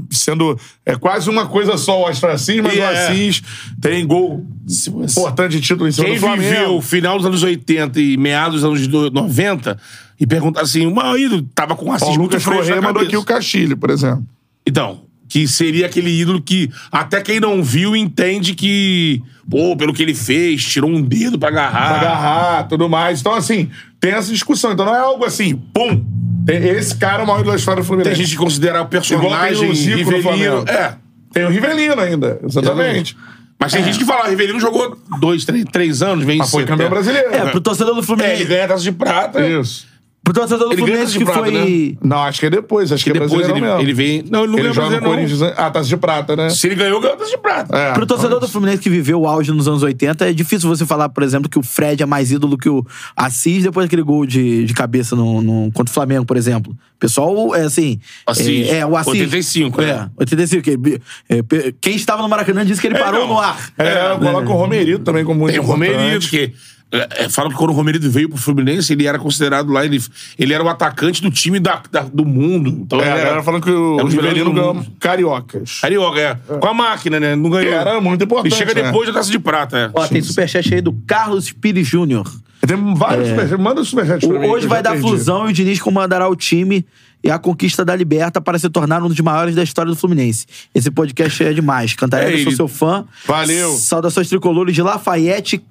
Speaker 1: sendo é quase uma coisa só o Washington e Assis, mas
Speaker 3: E
Speaker 1: o
Speaker 3: é.
Speaker 1: Assis tem gol importante título em cima
Speaker 3: Quem
Speaker 1: do Flamengo.
Speaker 3: viveu o final dos anos 80 e meados dos anos do- 90 e pergunta assim, o maior ídolo tava com o Assis
Speaker 1: Ó, o
Speaker 3: muito
Speaker 1: Lucas
Speaker 3: fresco na
Speaker 1: Correia mandou
Speaker 3: cabeça.
Speaker 1: aqui o Castilho, por exemplo.
Speaker 3: Então, que seria aquele ídolo que até quem não viu entende que, pô, pelo que ele fez, tirou um dedo pra agarrar.
Speaker 1: Pra agarrar, tudo mais. Então, assim, tem essa discussão. Então não é algo assim, pum! tem- Esse cara é o maior ídolo da história do Fluminense.
Speaker 3: Tem gente que considera o
Speaker 1: Igual
Speaker 3: personagem
Speaker 1: tem o Zico no
Speaker 3: Rivelino.
Speaker 1: Flamengo.
Speaker 3: É,
Speaker 1: Tem o Rivelino ainda, exatamente.
Speaker 3: exatamente. Mas tem gente que fala, o Rivelino jogou dois, três, três anos, venceu.
Speaker 1: É. Mas foi campeão brasileiro. né?
Speaker 2: É, pro torcedor do
Speaker 3: É, ele
Speaker 2: Fluminense.
Speaker 3: ganha taça de prata.
Speaker 1: Isso.
Speaker 2: Pro torcedor do
Speaker 3: Ele ganha
Speaker 2: Fluminense
Speaker 3: de
Speaker 2: que
Speaker 3: prata,
Speaker 2: foi.
Speaker 1: Não, acho que é depois. Acho que, é
Speaker 3: Depois
Speaker 1: brasileiro
Speaker 3: ele,
Speaker 1: mesmo.
Speaker 3: ele vem. Não, ele não
Speaker 1: Ele
Speaker 3: ganha
Speaker 1: joga no
Speaker 3: brasileiro, não.
Speaker 1: Corinthians... Ah, taça de prata, né?
Speaker 3: Se ele ganhou, ganhou a taça de prata.
Speaker 1: É.
Speaker 2: Pro torcedor do Fluminense que viveu o auge nos anos 80, é difícil você falar, por exemplo, que o Fred é mais ídolo que o Assis depois daquele gol de, de cabeça no, no- contra o Flamengo, por exemplo. O pessoal, é assim.
Speaker 3: Assis.
Speaker 2: É, é, o Assis.
Speaker 3: 85, né?
Speaker 2: É, 85. Que, ele- é, pe- quem estava no Maracanã disse que ele
Speaker 3: É,
Speaker 2: parou
Speaker 3: não.
Speaker 2: no ar.
Speaker 1: É, eu coloco o Romerito também como muito
Speaker 3: Tem o
Speaker 1: importante.
Speaker 3: Romerito, que. é, é, falam que quando o Romerito veio pro Fluminense, ele era considerado lá, ele, ele era o atacante do time da, da- do mundo. Então,
Speaker 1: É,
Speaker 3: ele
Speaker 1: a galera falando que o
Speaker 3: é um dos melhores
Speaker 1: Rivelino
Speaker 3: do
Speaker 1: ganhou
Speaker 3: mundo.
Speaker 1: cariocas.
Speaker 3: Carioca, é. Com a máquina, né? Não ganhou.
Speaker 1: Era muito importante,
Speaker 3: E chega
Speaker 1: né?
Speaker 3: depois da taça de prata, é.
Speaker 2: Ó, tem superchat aí do Carlos Pires Júnior.
Speaker 1: Tem
Speaker 3: É.
Speaker 1: vários superchats. Manda os superchats
Speaker 2: O-
Speaker 1: pra mim. que
Speaker 2: Hoje
Speaker 1: eu
Speaker 2: vai
Speaker 1: já
Speaker 2: dar
Speaker 1: perdi.
Speaker 2: fusão e o Diniz comandará o time e a conquista da Liberta para se tornar um dos maiores da história do Fluminense. Esse podcast é demais. Cantarelli,
Speaker 3: É,
Speaker 2: sou
Speaker 3: ele-
Speaker 2: seu fã.
Speaker 1: Valeu.
Speaker 2: Saudações tricolores de Lafayette,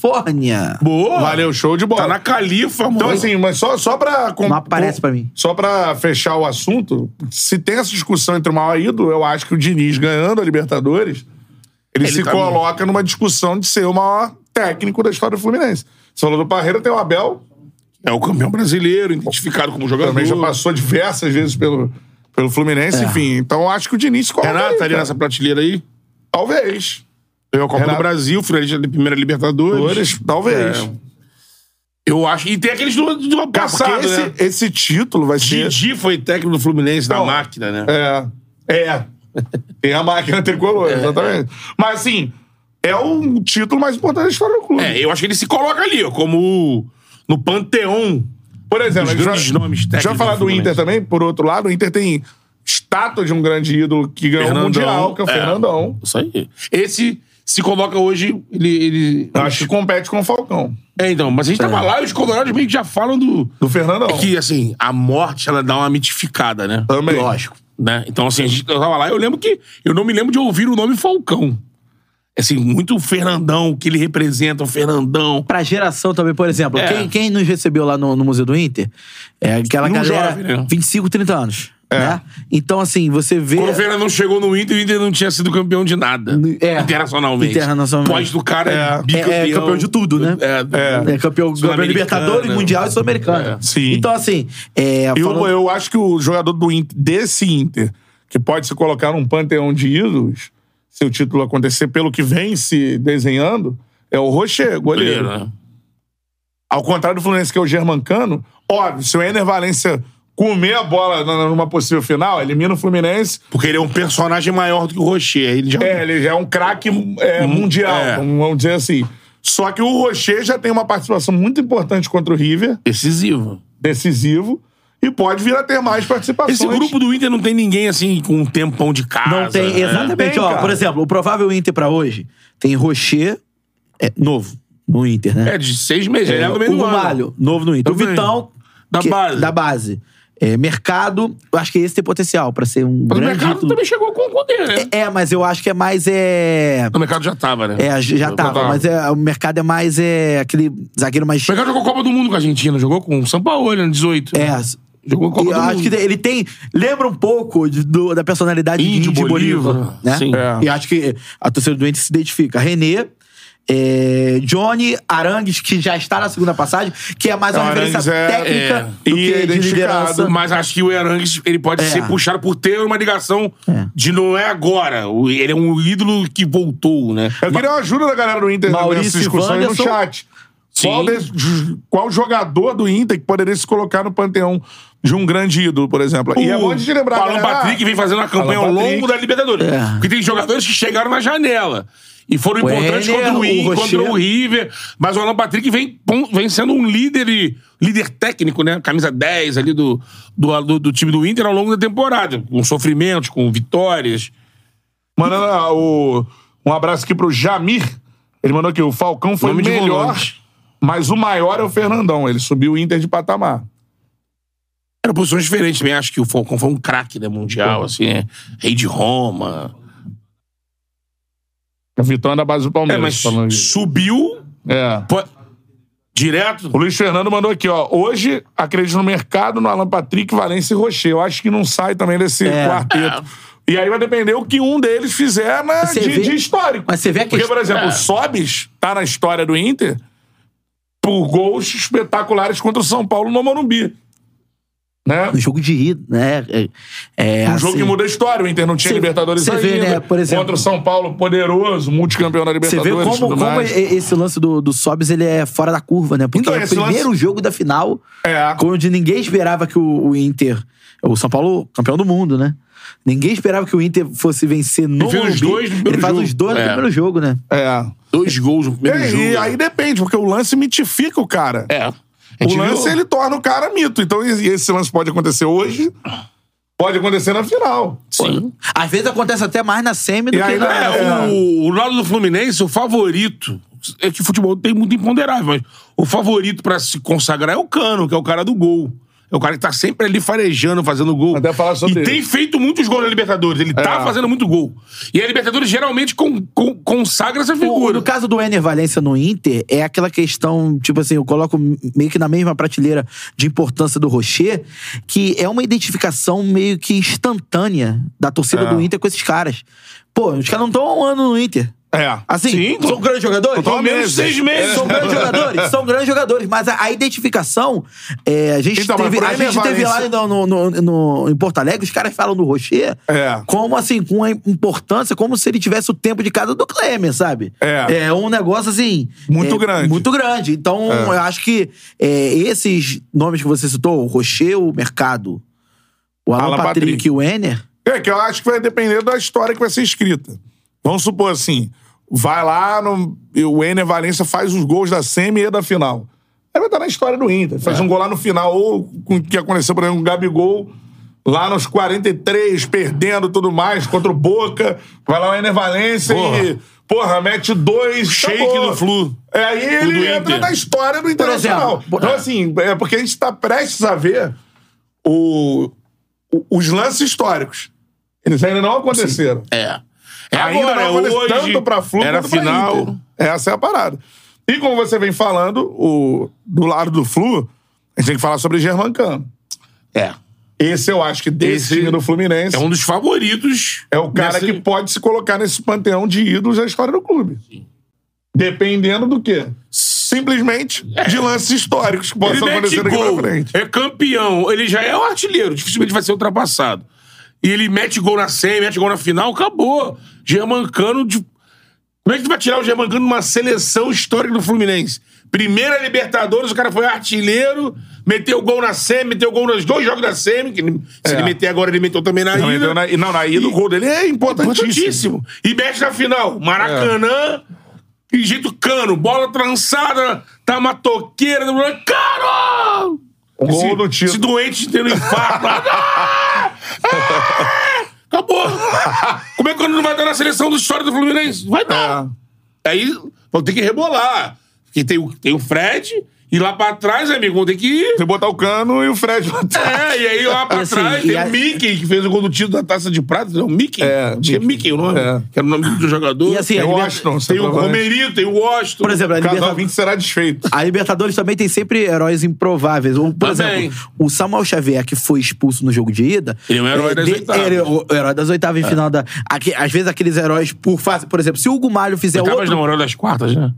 Speaker 2: Califórnia.
Speaker 3: Boa!
Speaker 1: Valeu, show de bola.
Speaker 3: Tá na Califa, mano.
Speaker 1: Então, assim, mas só, só pra. com-
Speaker 2: Não aparece pra mim.
Speaker 1: Só pra fechar o assunto, se tem essa discussão entre o maior ídolo, eu acho que o Diniz ganhando a Libertadores, ele,
Speaker 3: Ele
Speaker 1: se
Speaker 3: tá
Speaker 1: coloca numa discussão de ser o maior técnico da história do Fluminense. Você falou do Parreira, tem o Abel,
Speaker 3: é o campeão brasileiro, identificado como jogador.
Speaker 1: também já passou diversas vezes pelo, pelo Fluminense,
Speaker 2: É.
Speaker 1: enfim. Então eu acho que o Diniz se coloca.
Speaker 3: Renato,
Speaker 1: aí,
Speaker 3: tá ali
Speaker 1: cara.
Speaker 3: nessa prateleira aí.
Speaker 1: Talvez.
Speaker 3: Ganhou a Copa
Speaker 1: Renato.
Speaker 3: do Brasil, finalista da primeira Libertadores.
Speaker 1: Dores, talvez.
Speaker 3: É. Eu acho. E tem aqueles do, do ano
Speaker 1: Cara,
Speaker 3: passado,
Speaker 1: porque
Speaker 3: né?
Speaker 1: esse, esse título vai ser.
Speaker 3: Didi foi técnico do Fluminense da
Speaker 1: Não.
Speaker 3: máquina, né?
Speaker 1: É. É. Tem a máquina
Speaker 3: É.
Speaker 1: tricolor, exatamente. Mas assim, é o título mais importante da história do clube.
Speaker 3: É, eu acho que ele se coloca ali, ó, como no panteon.
Speaker 1: Por exemplo, a
Speaker 3: Os
Speaker 1: gente
Speaker 3: grandes
Speaker 1: vai,
Speaker 3: nomes
Speaker 1: já
Speaker 3: técnicos
Speaker 1: falar
Speaker 3: do
Speaker 1: do Inter
Speaker 3: Fluminense.
Speaker 1: também, por outro lado, o Inter tem estátua de um grande ídolo que ganhou o Mundial, que é o Fernandão.
Speaker 3: Isso aí. Esse se coloca hoje, ele... ele-
Speaker 1: Eu Acho que compete com o Falcão.
Speaker 3: É, então, mas a gente tava lá e os colorados meio que já falam do...
Speaker 1: Do Fernandão.
Speaker 3: É que, assim, a morte, ela dá uma mitificada, né?
Speaker 1: Também.
Speaker 2: Lógico.
Speaker 3: né? Então, assim, a gente eu tava lá, eu lembro que. Eu não me lembro de ouvir o nome Falcão. Assim, muito o Fernandão, o que ele representa, o Fernandão.
Speaker 2: Pra geração também, por exemplo.
Speaker 3: É.
Speaker 2: Quem, quem nos recebeu lá no, no Museu do Inter é aquela
Speaker 3: E um
Speaker 2: galera
Speaker 3: jovem, né? É.
Speaker 2: 25, 30 anos. Né? Então, assim, você vê.
Speaker 3: Quando o Fernandão chegou no Inter, o Inter não tinha sido campeão de nada.
Speaker 2: É.
Speaker 3: Internacionalmente.
Speaker 2: Internacionalmente.
Speaker 3: Pós do cara é, bicampeão.
Speaker 2: É, é campeão de tudo, né?
Speaker 3: É,
Speaker 2: É campeão, campeão
Speaker 3: Sul-Americana.
Speaker 2: Libertadores, Mundial e Sul-Americana.
Speaker 3: É.
Speaker 1: Sim.
Speaker 2: Então, assim. É,
Speaker 1: E
Speaker 2: falando-
Speaker 1: eu, eu acho que o jogador do Inter, desse Inter, que pode se colocar num panteão de ídolos, se o título acontecer pelo que vem se desenhando, é o Rocher, goleiro.
Speaker 3: Goleiro, né?
Speaker 1: Ao contrário do Fluminense, que é o Germancano, óbvio, se o Ener Valência comer a bola na- numa possível final, elimina o Fluminense,
Speaker 3: Porque ele é um personagem maior do que o Rocher. Ele já...
Speaker 1: é, ele já é um craque é, mundial,
Speaker 3: é.
Speaker 1: vamos vamos dizer assim. Só que o Rocher já tem uma participação muito importante contra o River,
Speaker 3: decisivo.
Speaker 1: decisivo, e pode vir a ter mais participações.
Speaker 3: Esse grupo do Inter não tem ninguém, assim, com um tempão de casa.
Speaker 2: Não tem,
Speaker 3: né?
Speaker 2: exatamente.
Speaker 1: Tem,
Speaker 2: ó,
Speaker 1: cara.
Speaker 2: por exemplo, o provável Inter pra hoje tem Rocher, é, novo, no Inter, né?
Speaker 3: É, de seis meses. Ele é do meio
Speaker 2: o
Speaker 3: do ano.
Speaker 2: Malho, novo no Inter.
Speaker 3: Também.
Speaker 2: O Vitão,
Speaker 3: Da
Speaker 2: que-
Speaker 3: base.
Speaker 2: Da base. É, mercado, eu acho que esse tem potencial pra ser um
Speaker 3: Mas o
Speaker 2: grande
Speaker 3: mercado
Speaker 2: título.
Speaker 3: também chegou com o Conde, né?
Speaker 2: É, mas eu acho que é mais. É,
Speaker 3: O mercado já tava, né?
Speaker 2: é já tava,
Speaker 1: tava.
Speaker 2: mas é, o mercado é mais. É, aquele zagueiro mais.
Speaker 3: O mercado jogou Copa do Mundo com a Argentina, jogou com o São Paulo, né? 18.
Speaker 2: É.
Speaker 3: Jogou Copa
Speaker 2: E eu
Speaker 3: do
Speaker 2: acho
Speaker 3: Mundo.
Speaker 2: que ele tem. Lembra um pouco de- do- da personalidade
Speaker 3: Índio,
Speaker 2: de Índio Bolívar.
Speaker 3: Bolívar,
Speaker 2: né?
Speaker 3: sim.
Speaker 1: É.
Speaker 2: E acho que a torcida do doente se identifica. Renê. é, Johnny Arangues, que já está na segunda passagem, que é mais uma
Speaker 1: O
Speaker 2: referência
Speaker 1: Arangues é-
Speaker 2: técnica
Speaker 1: é.
Speaker 2: do
Speaker 1: E é
Speaker 2: que de
Speaker 1: identificado,
Speaker 2: liderança.
Speaker 3: Mas acho que o Erangues, ele pode
Speaker 2: É.
Speaker 3: ser puxado por ter uma ligação
Speaker 2: É.
Speaker 3: de não é agora. O- Ele é um ídolo que voltou, né?
Speaker 1: Eu queria a ajuda da galera do Inter
Speaker 2: Maurício
Speaker 1: nessa discussão aí no
Speaker 2: Wanderson.
Speaker 1: chat.
Speaker 3: Sim.
Speaker 1: Qual, des- j- qual jogador do Inter que poderia se colocar no panteão de um grande ídolo, por exemplo? e é bom de lembrar,
Speaker 3: O Alan
Speaker 1: galera,
Speaker 3: um Patrick vem fazendo uma campanha ao
Speaker 1: Alan Patrick.
Speaker 3: longo da Libertadores.
Speaker 2: um É.
Speaker 3: Porque tem jogadores que chegaram na janela. E foram
Speaker 2: O
Speaker 3: importantes
Speaker 2: Enner,
Speaker 3: contra o,
Speaker 2: o
Speaker 3: Inter, contra
Speaker 2: Rocher.
Speaker 3: o River. Mas o Alan Patrick vem, pon- vem sendo um líder e- líder técnico, né? Camisa 10 ali do, do, do- do time do Inter ao longo da temporada. Com sofrimentos, com vitórias.
Speaker 1: Mandando ah, o- um abraço aqui pro Jamir. Ele mandou que o Falcão foi o
Speaker 3: Nome de
Speaker 1: melhor,
Speaker 3: volante.
Speaker 1: mas o maior é o Fernandão. Ele subiu o Inter de patamar.
Speaker 3: Eram posições diferentes também. Acho que o Falcão foi um craque né, mundial, assim, né? Rei de Roma.
Speaker 1: Capitão da base do
Speaker 3: É,
Speaker 1: Palmeiras.
Speaker 3: mas
Speaker 1: falando isso.
Speaker 3: subiu
Speaker 1: É.
Speaker 3: pô, direto.
Speaker 1: O Luiz Fernando mandou aqui, ó. Hoje, acredito no mercado, no Alan Patrick, Valência e Rocher. Eu acho que não sai também desse
Speaker 2: É.
Speaker 1: quarteto. E aí vai depender o que um deles fizer na,
Speaker 2: Mas você
Speaker 1: de,
Speaker 2: vê-
Speaker 1: de histórico.
Speaker 2: mas você vê a
Speaker 1: Porque,
Speaker 2: questão-
Speaker 1: por exemplo,
Speaker 3: É.
Speaker 1: o Sobis tá na história do Inter por gols espetaculares contra o São Paulo no Morumbi. Né?
Speaker 2: No jogo de ida, né? É, é,
Speaker 1: Um jogo
Speaker 2: assim,
Speaker 1: que muda a história. O Inter não tinha
Speaker 2: Você-
Speaker 1: Libertadores
Speaker 2: você
Speaker 1: ainda.
Speaker 2: vê, né, por exemplo-
Speaker 1: Contra o São Paulo, poderoso, multicampeão da
Speaker 2: Você
Speaker 1: Libertadores.
Speaker 2: vê como,
Speaker 1: tudo
Speaker 2: como
Speaker 1: mais.
Speaker 2: e- esse lance do, do Sobs ele é fora da curva, né? Porque
Speaker 1: Então,
Speaker 2: é o
Speaker 1: esse
Speaker 2: primeiro jogo da final,
Speaker 1: É.
Speaker 2: onde ninguém esperava que o, o Inter. O São Paulo, campeão do mundo, né? Ninguém esperava que o Inter fosse vencer no
Speaker 3: Ele fez os
Speaker 2: Morumbi.
Speaker 3: dois no primeiro
Speaker 2: Ele faz
Speaker 3: jogo.
Speaker 2: os dois no
Speaker 3: É.
Speaker 2: primeiro jogo, né?
Speaker 1: É.
Speaker 3: Dois gols no primeiro
Speaker 1: É,
Speaker 3: jogo.
Speaker 1: E aí depende, porque o lance mitifica o cara.
Speaker 3: É.
Speaker 1: O lance, ele torna o cara mito. Então, e- e esse lance pode acontecer hoje, pode acontecer na final.
Speaker 3: Sim.
Speaker 2: Às vezes acontece até mais na semi do
Speaker 1: E
Speaker 2: que
Speaker 1: aí,
Speaker 2: na.
Speaker 1: né,
Speaker 3: É, o, o lado do Fluminense, o favorito. É que futebol tem muito imponderável, mas o favorito pra se consagrar é o Cano, que é o cara do gol. É o cara que tá sempre ali farejando, fazendo gol.
Speaker 1: Até falar sobre
Speaker 3: e
Speaker 1: ele.
Speaker 3: tem feito muitos gols na Libertadores. Ele tá
Speaker 1: É.
Speaker 3: fazendo muito gol. E a Libertadores geralmente con- con- consagra essa
Speaker 2: O-
Speaker 3: figura.
Speaker 2: No caso do Ener Valência no Inter, é aquela questão, tipo assim, eu coloco meio que na mesma prateleira de importância do Rocher, que é uma identificação meio que instantânea da torcida
Speaker 3: É.
Speaker 2: do Inter com esses caras. Pô, os caras não estão há um ano no Inter.
Speaker 1: É.
Speaker 2: Assim,
Speaker 3: Sim,
Speaker 2: são
Speaker 3: tô-
Speaker 2: grandes jogadores?
Speaker 1: tô há meses.
Speaker 2: São
Speaker 1: É.
Speaker 2: grandes jogadores? São grandes jogadores. Mas a, a identificação, é, a gente
Speaker 1: Então, mas
Speaker 2: teve,
Speaker 1: por
Speaker 2: a
Speaker 1: aí, né,
Speaker 2: gente teve lá
Speaker 1: Valência?
Speaker 2: no, no- no- no- em Porto Alegre, os caras falam do Rocher
Speaker 1: É.
Speaker 2: como assim, com a importância, como se ele tivesse o tempo de casa do Clemer, sabe?
Speaker 1: É.
Speaker 2: É um negócio assim.
Speaker 1: Muito
Speaker 2: é,
Speaker 1: grande.
Speaker 2: Muito grande. Então, eu acho que é, esses nomes que você citou, o Rocher, o Mercado, o Alan,
Speaker 1: Alan
Speaker 2: Patrick,
Speaker 1: Patrick.
Speaker 2: e o Enner,
Speaker 1: É que eu acho que vai depender da história que vai ser escrita. Vamos supor assim, vai lá, no, e o Ener Valência faz os gols da semi e da final. Aí vai estar na história do Inter.
Speaker 3: É.
Speaker 1: Faz um gol lá no final, ou com o que aconteceu, por exemplo, com o Gabigol, lá nos 43, perdendo tudo mais, contra o Boca. Vai lá o Ener Valência e,
Speaker 3: Porra.
Speaker 1: porra, mete dois.
Speaker 3: Shake
Speaker 1: acabou.
Speaker 3: do Flu.
Speaker 1: É, aí
Speaker 3: O do
Speaker 1: ele entra
Speaker 3: Inter.
Speaker 1: na história do Internacional.
Speaker 2: exemplo, por-
Speaker 1: então, assim, é porque a gente está prestes a ver o, o- os lances históricos. Eles ainda não aconteceram.
Speaker 3: É. É
Speaker 1: ainda
Speaker 3: agora, é
Speaker 1: não aconteceu
Speaker 3: hoje.
Speaker 1: tanto pra Flu
Speaker 3: era
Speaker 1: quanto pra
Speaker 3: final.
Speaker 1: Inter. Essa é a parada. E como você vem falando, o, do lado do Flu, a gente tem que falar sobre Germán Cano.
Speaker 3: É.
Speaker 1: Esse eu acho que desse
Speaker 3: Esse
Speaker 1: time do Fluminense
Speaker 3: É um dos favoritos.
Speaker 1: é o cara
Speaker 3: nessa-
Speaker 1: que pode se colocar nesse panteão de ídolos da história do clube. Dependendo do quê? Simplesmente de lances históricos que
Speaker 3: É. Ele
Speaker 1: possam
Speaker 3: mete
Speaker 1: acontecer daqui
Speaker 3: gol,
Speaker 1: pra frente.
Speaker 3: é campeão, ele já é um artilheiro, dificilmente vai ser ultrapassado. E ele mete gol na semi, mete gol na final, acabou. Germancano de... Como é que tu vai tirar o Germancano de uma seleção histórica do Fluminense? Primeira Libertadores, o cara foi artilheiro, meteu gol na semi, meteu gol nos dois jogos da semi, que ele- se
Speaker 1: É.
Speaker 3: ele meter agora, ele meteu também na
Speaker 1: Não,
Speaker 3: ida. tá
Speaker 1: então, na, não, na ida o gol dele é importantíssimo.
Speaker 3: Importantíssimo. E mete na final. Maracanã,
Speaker 1: É.
Speaker 3: e jeito cano, bola trançada, tá uma toqueira. Cano!
Speaker 1: O gol do título.
Speaker 3: Esse, esse doente tendo um infarto. Ah! Ah! Acabou. Como é que o Cano não vai dar na seleção do história do Fluminense? Vai dar.
Speaker 1: É.
Speaker 3: Aí vão ter que rebolar. Porque tem o, tem o Fred, e lá pra trás, amigo, vão ter que ir.
Speaker 1: Você botar o cano e o Fred botar.
Speaker 3: É, e aí lá pra
Speaker 2: Assim,
Speaker 3: trás
Speaker 2: e
Speaker 3: tem
Speaker 2: a-
Speaker 3: o Mickey, que fez o gol do título da taça de prata. Não, Mickey.
Speaker 1: É,
Speaker 3: Acho que é
Speaker 1: Mickey.
Speaker 3: Mickey o nome.
Speaker 1: É.
Speaker 3: Que era o nome do jogador.
Speaker 2: E assim,
Speaker 3: tem
Speaker 2: a
Speaker 3: o
Speaker 2: Liber-
Speaker 3: Washington, tem o
Speaker 1: centroavante.
Speaker 3: Romerinho, tem o Washington.
Speaker 2: por exemplo, a
Speaker 1: O casal
Speaker 2: Libertadores.
Speaker 1: 20 será desfeito.
Speaker 2: A Libertadores também tem sempre heróis improváveis. Ou, por
Speaker 3: Também.
Speaker 2: exemplo, o Samuel Xavier, que foi expulso no jogo de ida.
Speaker 3: Ele é um herói das
Speaker 2: de-
Speaker 3: oitavas.
Speaker 2: Ele é o o herói das oitavas em final da. aque- às vezes aqueles heróis por fase. Por exemplo, se o Hugo Malho fizer
Speaker 3: Oitavas
Speaker 2: é outro.
Speaker 3: não, era das quartas, né?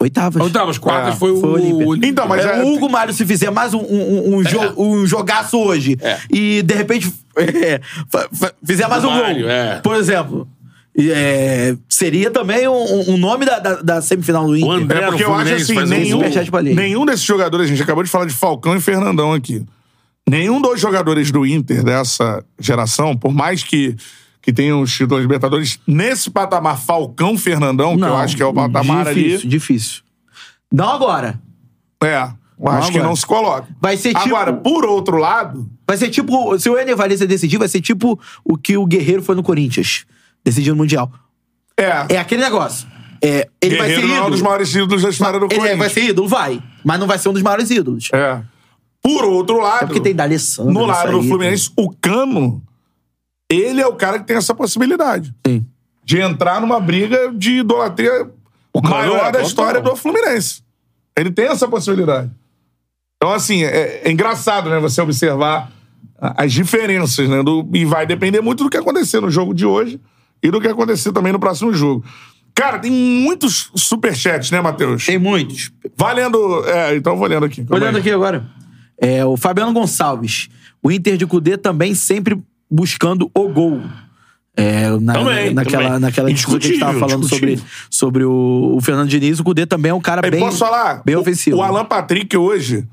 Speaker 2: Oitavas.
Speaker 3: Oitavas, quartas
Speaker 1: É,
Speaker 3: foi,
Speaker 2: foi o Olímpia.
Speaker 3: o... Olímpia.
Speaker 1: Então, mas
Speaker 2: É,
Speaker 1: é-
Speaker 2: o Hugo Mário, se fizer mais um, um, um- um jo- um jogaço hoje
Speaker 3: É.
Speaker 2: e de repente é, fa- fa- fizer mais um
Speaker 3: Mário,
Speaker 2: gol,
Speaker 3: é.
Speaker 2: por exemplo, e, é, Seria também um, um nome da, da, da semifinal do Inter.
Speaker 3: O André
Speaker 1: É
Speaker 3: no
Speaker 1: porque eu acho
Speaker 3: Fluminense
Speaker 1: assim,
Speaker 3: faz um
Speaker 1: nenhum,
Speaker 3: gol.
Speaker 2: Superchat pra ler.
Speaker 1: nenhum desses jogadores, a gente acabou de falar de Falcão e Fernandão aqui. Nenhum dos jogadores do Inter dessa geração, por mais que, que tenham os títulos Libertadores, nesse patamar Falcão Fernandão, que eu acho que é o patamar
Speaker 2: difícil, Difícil, Não agora.
Speaker 1: ali. É. Eu acho que
Speaker 2: agora.
Speaker 1: não se coloca.
Speaker 2: Vai ser tipo-
Speaker 1: Agora, por outro lado,
Speaker 2: Vai ser tipo. Se o Ener Valencia decidir, vai ser tipo o que o Guerreiro foi no Corinthians. Decidindo o Mundial.
Speaker 1: é.
Speaker 2: É aquele negócio. É, ele vai ser
Speaker 1: Guerreiro não é um
Speaker 2: ídolo.
Speaker 1: dos maiores títulos da história do
Speaker 2: Ele é-
Speaker 1: Corinthians.
Speaker 2: vai ser ídolo? Vai. Mas não vai ser um dos maiores ídolos. É,
Speaker 1: É. Por outro lado,
Speaker 2: porque tem D'Alessandro.
Speaker 1: no
Speaker 2: isso
Speaker 1: lado do
Speaker 2: aí.
Speaker 1: Fluminense, o Cano, ele é o cara que tem essa possibilidade.
Speaker 2: Sim.
Speaker 1: de entrar numa briga de idolatria
Speaker 3: Cano é
Speaker 1: maior da
Speaker 3: total.
Speaker 1: história do Fluminense. Ele tem essa possibilidade. Então, assim, é, é engraçado, né, você observar a- as diferenças, né? do- e vai depender muito do que acontecer no jogo de hoje e do que acontecer também no próximo jogo. Cara, tem muitos superchats, né, Matheus?
Speaker 2: Tem muitos.
Speaker 1: Valendo. É, então eu vou lendo aqui.
Speaker 2: Tô
Speaker 1: calma
Speaker 2: olhando
Speaker 1: aí.
Speaker 2: aqui agora. É, o Fabiano Gonçalves. O Inter de Cudê também sempre buscando o gol. É, na,
Speaker 3: Também,
Speaker 2: naquela,
Speaker 3: também.
Speaker 2: naquela discussão que a gente tava
Speaker 3: Indiscutível,
Speaker 2: falando sobre,
Speaker 3: indiscutível.
Speaker 2: sobre o, o Fernando Diniz, o Cudê também é um cara
Speaker 1: Aí,
Speaker 2: bem,
Speaker 1: posso falar?
Speaker 2: bem
Speaker 1: O-
Speaker 2: ofensivo.
Speaker 1: O Alan Patrick hoje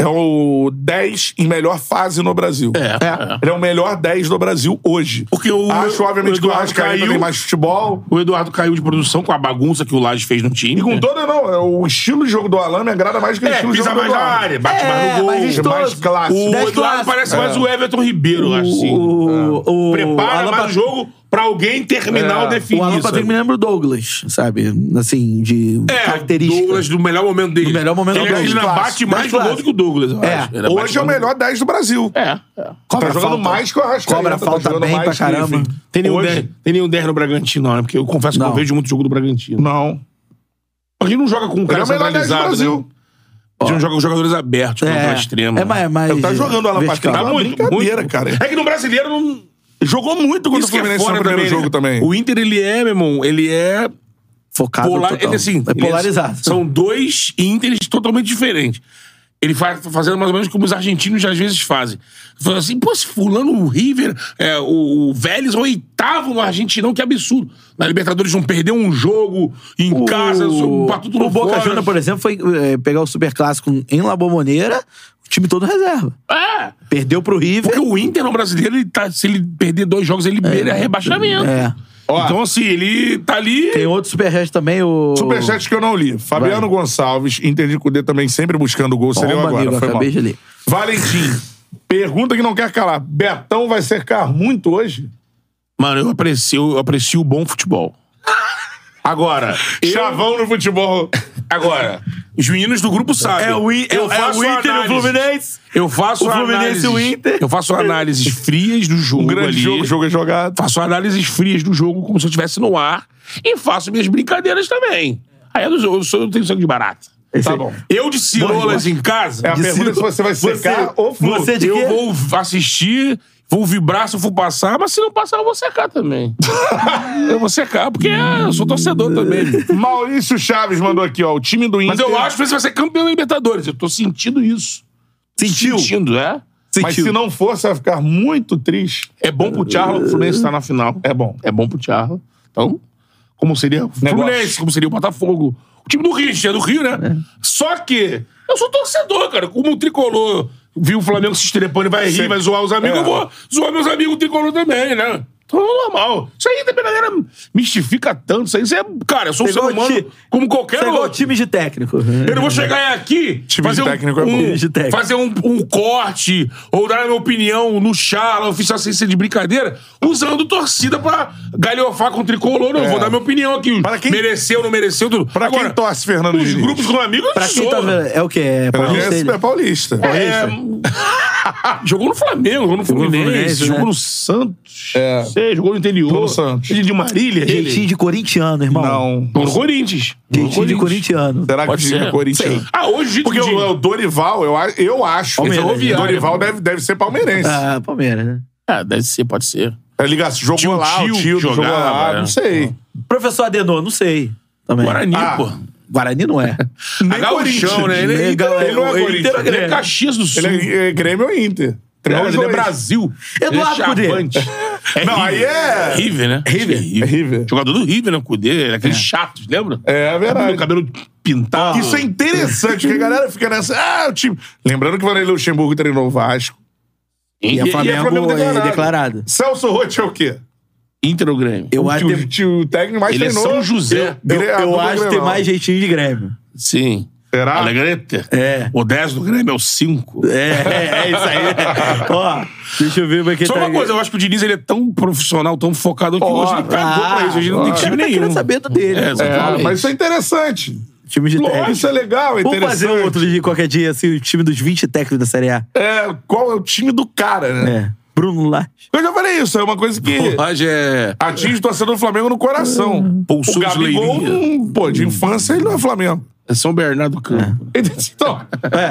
Speaker 1: é o 10 em melhor fase no Brasil.
Speaker 3: É,
Speaker 2: É.
Speaker 3: é.
Speaker 1: Ele é o melhor 10 do Brasil hoje.
Speaker 3: Porque o-
Speaker 1: Acho,
Speaker 3: o
Speaker 1: obviamente, que o
Speaker 3: Eduardo
Speaker 1: Arrascaeta
Speaker 3: caiu.
Speaker 1: tem mais futebol.
Speaker 3: O Eduardo caiu de produção com a bagunça que o Laje fez no time.
Speaker 1: E com
Speaker 3: né?
Speaker 1: todo, não. é, O estilo de jogo do Alan me agrada mais que o
Speaker 3: É,
Speaker 1: estilo de
Speaker 3: pisa
Speaker 1: jogo
Speaker 3: mais
Speaker 1: do
Speaker 3: na
Speaker 1: Alan.
Speaker 3: área, bate mais
Speaker 2: É,
Speaker 3: no gol.
Speaker 2: mais
Speaker 1: É mais
Speaker 2: vistoso.
Speaker 1: clássico.
Speaker 3: O
Speaker 2: Dez
Speaker 3: Eduardo
Speaker 2: clássicos.
Speaker 3: parece mais o Everton Ribeiro, eu acho assim.
Speaker 2: o, o,
Speaker 3: Prepara
Speaker 2: Alan
Speaker 3: mais
Speaker 2: Pat-
Speaker 3: o jogo pra alguém terminar
Speaker 1: É.
Speaker 3: ou definir.
Speaker 2: O Alan tá
Speaker 3: sabe?
Speaker 2: Patrick me lembra o Douglas, sabe? Assim, de
Speaker 3: É,
Speaker 2: característica.
Speaker 3: Douglas do melhor momento dele.
Speaker 2: Do melhor momento
Speaker 3: ele,
Speaker 2: dele.
Speaker 3: Ele ainda
Speaker 2: Clássico.
Speaker 3: bate
Speaker 2: Dez
Speaker 3: mais no gol do
Speaker 2: clássico.
Speaker 3: que o Douglas, eu
Speaker 2: É.
Speaker 3: acho. Ele bate
Speaker 1: Hoje é o
Speaker 3: mais no
Speaker 1: melhor 10 do Brasil.
Speaker 3: gol. É, é.
Speaker 1: Tá jogando
Speaker 2: falta.
Speaker 1: mais que o Arrascaeta.
Speaker 2: Cobra
Speaker 1: tá
Speaker 2: falta
Speaker 1: jogando
Speaker 2: bem
Speaker 1: mais
Speaker 2: pra
Speaker 1: que-
Speaker 2: caramba.
Speaker 1: enfim.
Speaker 3: Tem nenhum,
Speaker 1: Hoje-
Speaker 3: 10, tem nenhum 10 no Bragantino, não, né? Porque eu confesso que
Speaker 2: Não.
Speaker 3: eu vejo muito jogo do Bragantino.
Speaker 1: Não.
Speaker 3: A gente não joga com
Speaker 1: Ele
Speaker 3: um
Speaker 1: é
Speaker 3: cara
Speaker 1: o melhor 10 do
Speaker 3: centralizado, né?
Speaker 1: Brasil.
Speaker 3: A gente não joga com jogadores abertos, é. contra
Speaker 2: é,
Speaker 3: o extremo.
Speaker 2: é mais, mais
Speaker 1: Ele tá jogando o Alan Patrick.
Speaker 2: vertical.
Speaker 3: Tá
Speaker 1: Uma
Speaker 3: muito,
Speaker 1: brincadeira,
Speaker 3: muito.
Speaker 1: cara.
Speaker 3: É que no brasileiro não...
Speaker 1: Jogou muito contra o
Speaker 3: Isso que é
Speaker 1: Fluminense no
Speaker 3: fora
Speaker 1: primeiro
Speaker 3: também,
Speaker 1: jogo
Speaker 3: né?
Speaker 1: também.
Speaker 3: O Inter, ele é, meu irmão, ele é
Speaker 2: Focado
Speaker 3: polar,
Speaker 2: total.
Speaker 3: ele, assim,
Speaker 2: é
Speaker 3: ele é-
Speaker 2: polarizado.
Speaker 3: são dois ínteres totalmente diferentes. Ele faz, fazendo mais ou menos como os argentinos às vezes fazem. Falando assim, pô, se fulano, o River, é, o, o Vélez, é o oitavo no Argentinão, que absurdo. Na Libertadores não perdeu um jogo em casa,
Speaker 2: o,
Speaker 3: bateu tudo
Speaker 2: o Boca
Speaker 3: fora.
Speaker 2: Juniors, por exemplo, foi eh, pegar o Super Clássico em La Bombonera, o time todo reserva.
Speaker 3: É,
Speaker 2: Perdeu pro River.
Speaker 3: porque o Inter no brasileiro, ele tá, se ele perder dois jogos, ele beira rebaixamento.
Speaker 2: É.
Speaker 1: Ó.
Speaker 3: Então, assim, ele tá ali...
Speaker 2: Tem outro superchat também, o.
Speaker 1: Superchat que eu não li. Fabiano Gonçalves, Inter de Cudê também sempre buscando gol. Seria
Speaker 2: Bomba,
Speaker 1: agora.
Speaker 2: amigo,
Speaker 1: foi
Speaker 2: acabei
Speaker 1: mal.
Speaker 2: de ler.
Speaker 1: Valentim, pergunta que não quer calar. Betão vai cercar muito hoje?
Speaker 3: Mano, eu aprecio, eu aprecio o bom futebol. Agora, eu-
Speaker 1: Chavão no futebol.
Speaker 3: agora, os meninos do grupo sabem.
Speaker 2: É o, I, é,
Speaker 3: Eu
Speaker 2: é
Speaker 3: faço
Speaker 2: o Inter e o
Speaker 3: análise.
Speaker 2: Fluminense.
Speaker 3: Eu faço
Speaker 2: O Fluminense e o
Speaker 3: análises-
Speaker 2: Inter.
Speaker 3: Eu faço análises frias do jogo
Speaker 1: Um grande
Speaker 3: ali.
Speaker 1: jogo, jogo é jogado.
Speaker 3: Faço análises frias do jogo como se eu estivesse no ar e faço minhas brincadeiras também. Aí eu, eu, sou- eu tenho sangue de barata.
Speaker 1: Tá bom.
Speaker 3: Eu de cirolas em casa.
Speaker 1: É a
Speaker 3: de
Speaker 1: pergunta
Speaker 3: ciro-
Speaker 1: é se você vai secar ou flu.
Speaker 2: você- é de
Speaker 3: eu
Speaker 2: quê?
Speaker 3: vou assistir, vou vibrar se eu for passar, mas se não passar, eu vou secar também. eu vou secar, porque é, eu sou torcedor também.
Speaker 1: Maurício Chaves mandou aqui, ó. O time do Inter.
Speaker 3: Mas eu acho que você vai ser campeão da Libertadores. Eu tô sentindo isso.
Speaker 2: Sentiu?
Speaker 3: Sentindo, é?
Speaker 1: Mas
Speaker 2: Sentiu.
Speaker 1: se não for, você vai ficar muito triste.
Speaker 3: É bom pro Charlo, o Fluminense tá na final.
Speaker 1: É bom.
Speaker 3: É bom pro Charlo. Então, como seria o Fluminense, como seria o Botafogo. O time do Rio, a gente é do Rio, né? Só que eu sou torcedor, cara. Como o tricolor viu o Flamengo se estrepando e vai rir, vai zoar os amigos,
Speaker 1: É.
Speaker 3: eu vou zoar meus amigos tricolor também, né? Então é normal. Isso aí também a galera mistifica tanto. Isso aí, isso é, cara, eu sou um
Speaker 2: É
Speaker 3: ser
Speaker 2: igual
Speaker 3: humano
Speaker 2: ti-
Speaker 3: como qualquer
Speaker 2: Isso é igual
Speaker 3: outro.
Speaker 2: time de técnico.
Speaker 3: Eu não vou chegar aqui
Speaker 1: Time
Speaker 3: fazer
Speaker 1: de técnico é
Speaker 3: um,
Speaker 1: bom.
Speaker 3: um-
Speaker 2: De técnico.
Speaker 3: fazer um, um corte ou dar a minha opinião no charla, eu fiz assim ser de brincadeira, usando torcida pra galhofar com o tricolor. Não,
Speaker 1: É.
Speaker 3: eu vou dar minha opinião aqui.
Speaker 1: Pra quem-
Speaker 3: mereceu, não mereceu, tudo.
Speaker 1: Pra quem torce, Fernando
Speaker 3: os
Speaker 1: Diniz?
Speaker 3: grupos com amigos,
Speaker 2: Pra quem
Speaker 3: né?
Speaker 2: tá vendo, é o quê? É
Speaker 1: Ele
Speaker 2: Paulista,
Speaker 1: é
Speaker 2: ele?
Speaker 1: super paulista.
Speaker 3: É, Jogou no Flamengo, jogou no
Speaker 2: Jogou no
Speaker 3: Fluminense,
Speaker 2: Fluminense, né?
Speaker 3: jogou no Santos,
Speaker 1: É.
Speaker 3: sei, jogou no interior.
Speaker 1: Jogou no Santos.
Speaker 3: Ele de Marília,
Speaker 2: Jeitinho
Speaker 3: ele.
Speaker 2: de corintiano, irmão.
Speaker 1: Não.
Speaker 3: Jogou no Corinthians.
Speaker 2: Jeitinho de corintiano.
Speaker 1: Será que o
Speaker 3: Pode
Speaker 1: time
Speaker 3: ser.
Speaker 1: é corintiano?
Speaker 3: Ah, hoje o
Speaker 1: Porque
Speaker 3: de...
Speaker 1: o, o Dorival, eu, a- eu acho. é
Speaker 2: Palmeiras,
Speaker 1: o
Speaker 3: né?
Speaker 1: Dorival deve, deve ser palmeirense.
Speaker 2: Ah, Palmeiras, né?
Speaker 3: Ah, deve ser, pode ser.
Speaker 1: É ligar, jogou
Speaker 3: Tio,
Speaker 1: lá,
Speaker 3: tio
Speaker 1: o tio jogou
Speaker 3: jogava,
Speaker 1: lá,
Speaker 3: é.
Speaker 1: não sei.
Speaker 2: Professor Adenor, não sei. Também.
Speaker 3: Guarani,
Speaker 1: Ah.
Speaker 3: pô.
Speaker 2: Guarani não é.
Speaker 1: Nem
Speaker 3: Gauchão,
Speaker 1: Corinthians.
Speaker 3: né? Ele,
Speaker 2: Nem
Speaker 3: ele,
Speaker 2: Gal-
Speaker 3: ele não é
Speaker 2: ele
Speaker 3: Corinthians.
Speaker 2: inteiro é
Speaker 3: Ele é
Speaker 2: Grêmio.
Speaker 3: Caxias do Sul.
Speaker 1: Ele é, é Grêmio ou Inter? É,
Speaker 3: Não,
Speaker 1: os
Speaker 3: ele é
Speaker 1: dois.
Speaker 3: Brasil.
Speaker 2: Eduardo
Speaker 3: Ele é
Speaker 2: Cudê.
Speaker 3: chavante. É
Speaker 1: Não, aí é-
Speaker 3: River, né?
Speaker 2: River.
Speaker 3: Acho que É
Speaker 1: River.
Speaker 3: Jogador do River, né? Cudê. Ele é aquele chato, lembra?
Speaker 1: É, é verdade.
Speaker 3: Cabelo, cabelo pintado.
Speaker 1: Isso é interessante, porque a galera fica nessa. Ah, o time. Lembrando que o Vanderlei Luxemburgo treinou o Vasco.
Speaker 2: E
Speaker 3: E
Speaker 2: a
Speaker 3: é
Speaker 2: Flamengo,
Speaker 1: Flamengo
Speaker 2: é
Speaker 1: declarado.
Speaker 2: declarado.
Speaker 1: Celso Roth é o quê?
Speaker 3: Inter ou Grêmio?
Speaker 2: Eu
Speaker 1: O
Speaker 2: acho
Speaker 1: tio-
Speaker 2: que tem-
Speaker 1: tio- o técnico mais
Speaker 3: Ele é
Speaker 1: treinou. é
Speaker 3: São José.
Speaker 2: eu,
Speaker 1: Grêmio,
Speaker 2: eu
Speaker 1: do
Speaker 2: acho que tem
Speaker 1: Grêmio.
Speaker 3: é
Speaker 2: mais jeitinho de Grêmio.
Speaker 3: Sim.
Speaker 1: Será?
Speaker 3: Alegrete?
Speaker 2: É.
Speaker 3: O 10 do Grêmio é o 5.
Speaker 2: É, é isso aí. Ó, deixa eu ver como é que
Speaker 3: Só
Speaker 2: tá
Speaker 3: uma coisa, eu acho que o Diniz ele é tão profissional, tão focado que hoje ele cagou tá pra isso. Hoje não tem
Speaker 2: o
Speaker 3: time
Speaker 2: cara tá
Speaker 3: nenhum.
Speaker 2: querendo saber do dele.
Speaker 3: É,
Speaker 1: É,
Speaker 3: exatamente.
Speaker 1: mas isso é interessante.
Speaker 2: Time de
Speaker 1: Lógico,
Speaker 2: técnico.
Speaker 1: isso é legal, é
Speaker 2: Vamos
Speaker 1: interessante.
Speaker 2: fazer um outro dia, qualquer dia, assim, o time dos 20 técnicos da Série A.
Speaker 1: É, qual é o time do cara, né?
Speaker 2: É. Bruno Lage.
Speaker 1: Eu já falei isso, é uma coisa que
Speaker 3: O Raj é.
Speaker 1: atinge o torcedor do Flamengo no coração.
Speaker 3: Pulsou
Speaker 1: o
Speaker 3: de
Speaker 1: Gabigol,
Speaker 3: leirinha.
Speaker 1: hum, pô, de infância ele não é Flamengo.
Speaker 3: é São Bernardo do Campo.
Speaker 1: Então,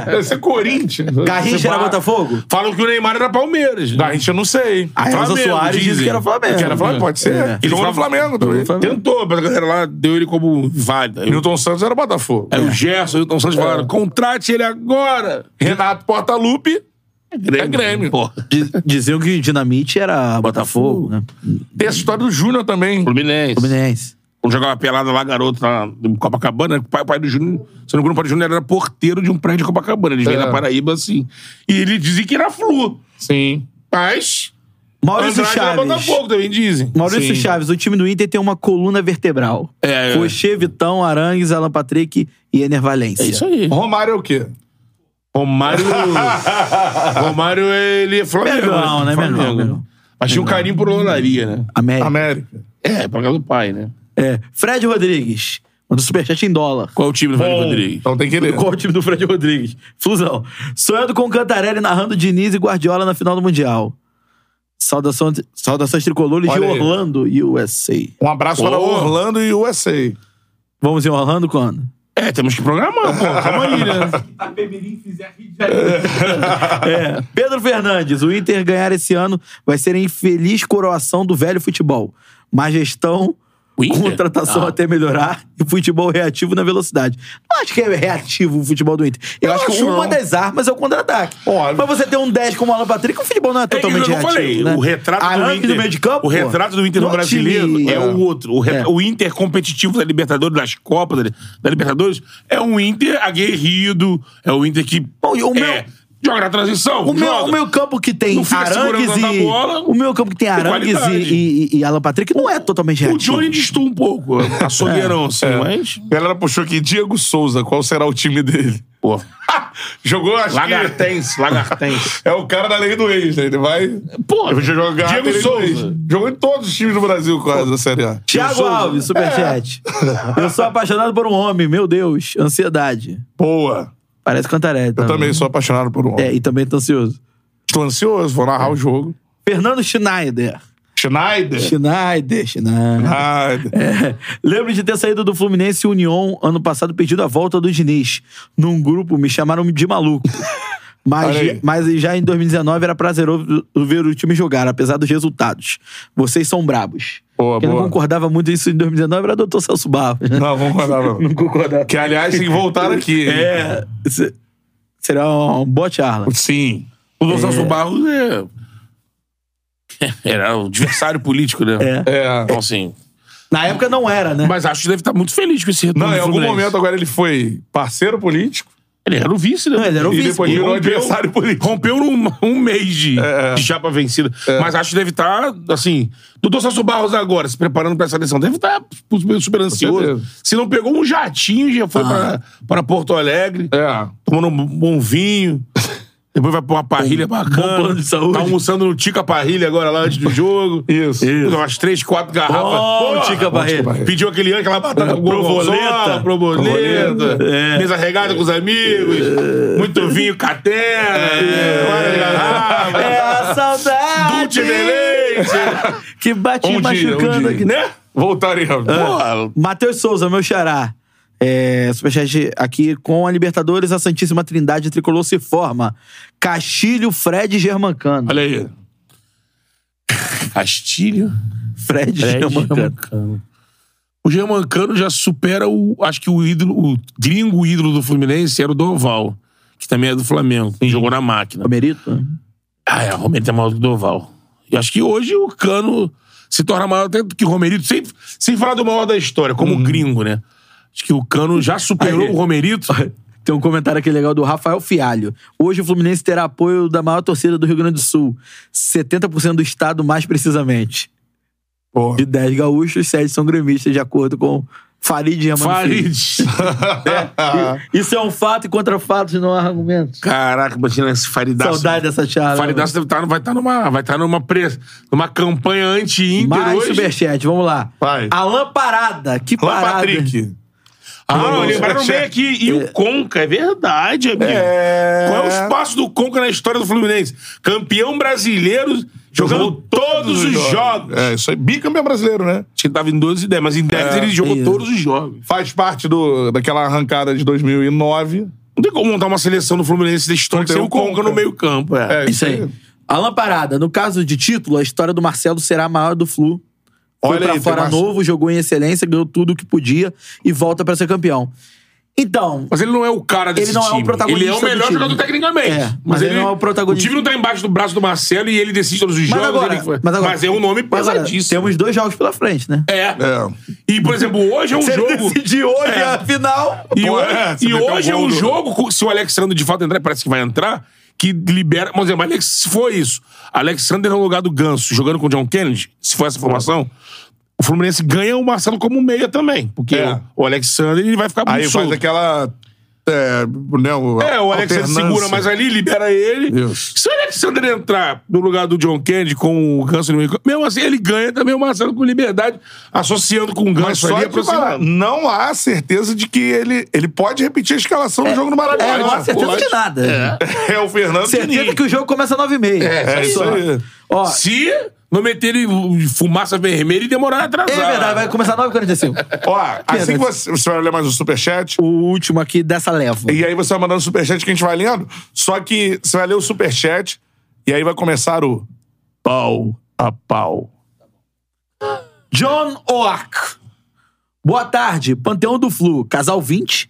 Speaker 1: deve ser Corinthians.
Speaker 2: É. Garrincha
Speaker 1: Deve
Speaker 2: era
Speaker 1: ser Bar-
Speaker 2: Botafogo?
Speaker 3: Falam que o Neymar era Palmeiras. né?
Speaker 1: Garrincha eu não sei.
Speaker 2: A Elza
Speaker 3: Flamengo,
Speaker 2: Soares disse
Speaker 3: dizem.
Speaker 2: que era Flamengo.
Speaker 1: Que era Flamengo, pode ser.
Speaker 2: É.
Speaker 1: Ele jogou no Flamengo também.
Speaker 3: Tentou, mas a galera lá deu ele como válida. Aí o-
Speaker 1: Milton Santos era Botafogo.
Speaker 3: Aí o Gerson, o Hilton
Speaker 2: É.
Speaker 3: Santos falaram: contrate ele agora.
Speaker 1: Renato Portaluppi é Grêmio.
Speaker 3: Pô.
Speaker 2: Diz- Diziam que Dinamite era Botafogo, né?
Speaker 1: Tem essa história do Júnior também.
Speaker 3: Fluminense.
Speaker 2: Fluminense.
Speaker 3: Quando jogava pelada lá, garoto, lá em Copacabana, o pai, o pai do Júnior, se não me engano, o pai do Júnior era porteiro de um prédio de Copacabana. Ele veio
Speaker 1: É.
Speaker 3: da Paraíba, assim. E ele dizia que era flu.
Speaker 1: Sim.
Speaker 3: Mas.
Speaker 2: Maurício
Speaker 3: Andrade era
Speaker 2: Chaves.
Speaker 3: Botafogo, também dizem.
Speaker 1: Sim.
Speaker 2: Maurício Chaves, o time do Inter tem uma coluna vertebral.
Speaker 3: É, é.
Speaker 2: Rocher, Vitão, Arangues, Alan Patrick e Ener Valência.
Speaker 3: É isso aí.
Speaker 1: Romário é o quê?
Speaker 3: Romário. Romário, ele é Flamengo.
Speaker 2: Mengão, né?
Speaker 3: Flamengo.
Speaker 2: Mengão, Mengão.
Speaker 3: Mas tinha um carinho por olaria, né?
Speaker 2: América.
Speaker 1: América.
Speaker 3: É, por causa do pai, né?
Speaker 2: É. Fred Rodrigues. Manda superchat em dólar.
Speaker 3: Qual é o time do Rodrigo Rodrigues?
Speaker 1: Então tem que ler.
Speaker 2: Qual o time do Fred Rodrigues? Flusão. Sonhando com Cantarelli narrando Diniz e Guardiola na final do Mundial. Saudações, saudações tricolores de
Speaker 1: Olha aí.
Speaker 2: Orlando, USA.
Speaker 1: Um abraço para
Speaker 3: Ô.
Speaker 1: Orlando e USA.
Speaker 2: Vamos em Orlando quando?
Speaker 3: É, temos que programar, pô. Calma aí, né?
Speaker 2: É. Pedro Fernandes, o Inter ganhar esse ano vai ser a infeliz coroação do velho futebol. Má gestão,
Speaker 3: O Inter?
Speaker 2: contratação
Speaker 3: Ah.
Speaker 2: até melhorar e futebol reativo na velocidade. Não acho que é reativo o futebol do Inter. Eu, acho, que
Speaker 1: acho
Speaker 2: uma
Speaker 1: não.
Speaker 2: das armas é o contra-ataque.
Speaker 1: Óbvio.
Speaker 2: Mas você ter um 10 como o Alan Patrick, o futebol não é totalmente
Speaker 3: é que eu
Speaker 2: reativo.
Speaker 3: falei,
Speaker 2: né?
Speaker 3: o retrato do
Speaker 2: Arranque
Speaker 3: Inter,
Speaker 2: do meio de campo.
Speaker 3: o retrato do Inter no
Speaker 2: não é time-
Speaker 3: brasileiro é o outro. O, re-
Speaker 2: É.
Speaker 3: o Inter competitivo da Libertadores, das Copas da, da Libertadores, é um Inter aguerrido, é o Inter que
Speaker 2: Bom, e o meu-
Speaker 3: é, joga na transição,
Speaker 2: O meu,
Speaker 3: joga.
Speaker 2: o meu campo que tem
Speaker 3: Não fica
Speaker 2: Arangues
Speaker 3: segurando
Speaker 2: e.
Speaker 3: na bola.
Speaker 2: o meu campo que tem Arangues e,
Speaker 3: qualidade.
Speaker 2: e, e Alan Patrick não é totalmente
Speaker 3: O
Speaker 2: reativo.
Speaker 3: Johnny distou um pouco, a sogueirão,
Speaker 2: É,
Speaker 3: assim, mas...
Speaker 1: A É. galera puxou aqui Diego Souza, qual será o time dele?
Speaker 3: Pô,
Speaker 1: Jogou, acho que...
Speaker 3: lagartense, lagartense.
Speaker 1: É o cara da lei do ex, né? Ele vai
Speaker 3: Pô,
Speaker 1: jogar...
Speaker 3: Diego
Speaker 1: na lei do
Speaker 3: Souza.
Speaker 1: ex. Jogou em todos os times do Brasil quase, da Série A.
Speaker 2: Tiago Alves, superchat.
Speaker 1: É.
Speaker 2: Eu sou apaixonado por um homem, meu Deus. Ansiedade.
Speaker 1: Boa.
Speaker 2: Parece Cantarelli.
Speaker 1: Eu também sou apaixonado por um homem.
Speaker 2: É, e também tô ansioso.
Speaker 1: Estou ansioso, vou narrar o
Speaker 3: É.
Speaker 1: jogo.
Speaker 2: Fernando Schneider.
Speaker 1: Schneider.
Speaker 2: Schneider, Schneider.
Speaker 1: Schneider.
Speaker 2: É. Lembro de ter saído do Fluminense e Union ano passado, pedido a volta do Diniz. Num grupo, me chamaram de maluco.
Speaker 1: Olha
Speaker 2: Mas,
Speaker 1: aí.
Speaker 2: mas já em 2019 era prazeroso ver o time jogar, apesar dos resultados. Vocês são brabos.
Speaker 1: Boa,
Speaker 2: Quem não
Speaker 1: boa.
Speaker 2: concordava muito isso em 2019 era o Dr. Celso Barros.
Speaker 1: Não, vamos guardar. não.
Speaker 2: não concordava.
Speaker 1: Que, aliás, tem que voltar aqui. hein?
Speaker 2: É. se- Será um boa charla.
Speaker 1: Sim.
Speaker 3: O Dom Celso Barros é... Era o adversário político, né?
Speaker 2: É.
Speaker 1: É.
Speaker 3: Então, assim...
Speaker 2: Na época não era, né?
Speaker 3: Mas acho que deve estar muito feliz com esse retorno
Speaker 1: Não, em
Speaker 3: do
Speaker 1: algum
Speaker 3: Fluminense.
Speaker 1: momento agora ele foi parceiro político
Speaker 3: Ele era o vice, né?
Speaker 2: Não, ele era o
Speaker 1: e
Speaker 2: vice,
Speaker 1: depois
Speaker 2: pô.
Speaker 1: virou
Speaker 3: rompeu-
Speaker 1: adversário político.
Speaker 3: Rompeu um, um mês de,
Speaker 1: É.
Speaker 3: de chapa vencida. Mas acho que deve estar, assim... Doutor Celso Barros agora, se preparando pra essa eleição, deve estar super ansioso.
Speaker 1: certeza.
Speaker 3: Se não pegou um jatinho, já
Speaker 2: Ah.
Speaker 3: foi pra para Porto Alegre.
Speaker 1: É.
Speaker 3: tomando um bom vinho. Depois vai pra uma parrilha bacana.
Speaker 2: Um plano de saúde.
Speaker 3: Tá almoçando no Tica Parrilha agora lá antes do jogo.
Speaker 1: Isso.
Speaker 3: Puta, Umas três, quatro garrafas.
Speaker 2: Ó,
Speaker 3: Porra!
Speaker 2: o Tica Barreto.
Speaker 3: Pediu aquele ano, aquela batata com gorgonzola,
Speaker 2: provoleta.
Speaker 3: proboleta,
Speaker 2: É.
Speaker 3: mesa regada com os amigos, muito vinho catena, várias garrafas,
Speaker 2: É a saudade
Speaker 3: né? Ah, dulce de leite,
Speaker 2: que bate
Speaker 1: Um dia, um
Speaker 2: machucando
Speaker 1: dia.
Speaker 2: aqui.
Speaker 3: né? Ah.
Speaker 1: Voltaremos.
Speaker 3: Porra,
Speaker 2: Matheus Souza, meu xará. É, superchat aqui com a Libertadores, a Santíssima Trindade Tricolor se forma. Castilho, Fred e Germancano.
Speaker 1: Olha aí.
Speaker 3: Castilho.
Speaker 2: Fred, e
Speaker 3: Fred
Speaker 2: Germancano.
Speaker 3: Germancano. É, O Germancano já supera o. Acho que o ídolo, o gringo ídolo do Fluminense era o Doval, que também é do Flamengo, que jogou na máquina.
Speaker 2: Palmerito? né?
Speaker 3: Ah, é, o Romerito é maior do que o Doval. Eu acho que hoje o Cano se torna maior até do que o Romerito, sem, sem falar do maior da história, como gringo, né? Acho que o Cano já superou
Speaker 2: Aí.
Speaker 3: o Romerito.
Speaker 2: Tem um comentário aqui legal do Rafael Fialho. Hoje o Fluminense terá apoio da maior torcida do Rio Grande do Sul. 70% do estado, mais precisamente.
Speaker 1: Porra.
Speaker 3: É.
Speaker 2: De 10 gaúchos, 7 são gremistas, de acordo com Farid Germano Filho.
Speaker 3: Farid.
Speaker 1: Ah.
Speaker 2: Isso é um fato e contra fatos não há argumentos.
Speaker 3: Caraca, imagina esse Faridaço.
Speaker 2: Saudade dessa charla.
Speaker 3: Faridaço deve estar, vai estar numa, vai estar numa, pre, numa campanha anti-Inter
Speaker 2: Mais
Speaker 3: hoje.
Speaker 2: superchat, vamos lá.
Speaker 1: Vai.
Speaker 2: Alain Parada, que
Speaker 1: Lá,
Speaker 2: parada.
Speaker 1: Patrick.
Speaker 3: Ah,
Speaker 1: Não,
Speaker 3: não, lembraram
Speaker 1: superchat.
Speaker 3: bem aqui. E o Conca, é verdade, amigo.
Speaker 1: É.
Speaker 3: Qual é o espaço do Conca na história do Fluminense? Campeão brasileiro jogando
Speaker 1: Jogou
Speaker 3: todos os jogos.
Speaker 1: É, isso aí. Bicampeão brasileiro, né?
Speaker 3: Acho que ele tava em 12 e 10, mas em 10 ele jogou
Speaker 2: É.
Speaker 3: todos os jogos.
Speaker 1: Faz parte do, daquela arrancada de 2009.
Speaker 3: Não tem como montar uma seleção do Fluminense da história
Speaker 1: Não tem
Speaker 3: sem o
Speaker 1: o Conca.
Speaker 3: Conca no meio campo. É.
Speaker 1: É,
Speaker 2: Isso aí. Alain Parada, no caso de título, a história do Marcelo será a maior do Flu. Foi
Speaker 1: Olha
Speaker 2: pra
Speaker 1: aí, tem
Speaker 2: fora
Speaker 1: Marce-
Speaker 2: novo, jogou em excelência, ganhou tudo o que podia e volta pra ser campeão. Então,
Speaker 3: Mas ele não é o cara desse
Speaker 2: Ele não é o
Speaker 3: time.
Speaker 2: protagonista
Speaker 3: Ele é o
Speaker 2: do
Speaker 3: melhor
Speaker 2: time.
Speaker 3: jogador tecnicamente.
Speaker 2: É, mas ele não é o protagonista.
Speaker 3: O time não tá embaixo do braço do Marcelo e ele decide todos os
Speaker 2: mas
Speaker 3: jogos.
Speaker 2: agora,
Speaker 3: ele-
Speaker 2: mas agora-
Speaker 3: é um nome
Speaker 2: mas agora,
Speaker 3: pesadíssimo.
Speaker 2: Temos dois jogos pela frente, né?
Speaker 3: É.
Speaker 1: É.
Speaker 3: E, por exemplo, hoje é um
Speaker 2: Se ele
Speaker 3: jogo...
Speaker 2: decidir hoje
Speaker 3: É.
Speaker 2: a final.
Speaker 3: E
Speaker 1: Pô,
Speaker 3: hoje,
Speaker 1: é, você
Speaker 3: e
Speaker 1: meteu
Speaker 3: hoje é
Speaker 1: gol
Speaker 3: um
Speaker 1: do-
Speaker 3: jogo, com- se o Alexandre de fato entrar, parece que vai entrar, que libera. Por exemplo, Alex, se for isso, Alexander no lugar do Ganso, jogando com o John Kennedy, se for essa formação, o Fluminense ganha o Marcelo como meia também. Porque
Speaker 1: É.
Speaker 3: o- o Alexander ele vai ficar muito
Speaker 1: Aí
Speaker 3: solto.
Speaker 1: faz aquela. É, né, o,
Speaker 3: É, o Alexander
Speaker 1: alternância.
Speaker 3: segura mais ali, libera ele.
Speaker 1: Isso.
Speaker 3: Se o Alexander entrar no lugar do John Kennedy com o Ganso no meio campo, mesmo assim ele ganha também o Marcelo com liberdade, associando com o Ganso
Speaker 1: Mas só
Speaker 3: ali,
Speaker 1: que Mara,
Speaker 3: aproximando.
Speaker 1: tipo, ah, não há certeza de que ele, ele pode repetir a escalação do jogo no Maracanã.
Speaker 2: É, não há certeza de nada.
Speaker 1: É o Fernando
Speaker 2: Certeza
Speaker 1: Diniz.
Speaker 2: que o jogo começa às 9h30.
Speaker 1: É isso aí.
Speaker 2: Ó,
Speaker 3: Se não meterem fumaça vermelha e demorar a
Speaker 2: é
Speaker 3: atrasar.
Speaker 2: verdade, vai começar às 9h45.
Speaker 1: Ó, assim que você, você vai ler mais um superchat,
Speaker 2: o último aqui dessa leva.
Speaker 1: e aí você vai mandando o superchat que a gente vai lendo, só que você vai ler o superchat, e aí vai começar o pau a pau.
Speaker 2: John Oak. Boa tarde, Panteão do Flu, Casal 20,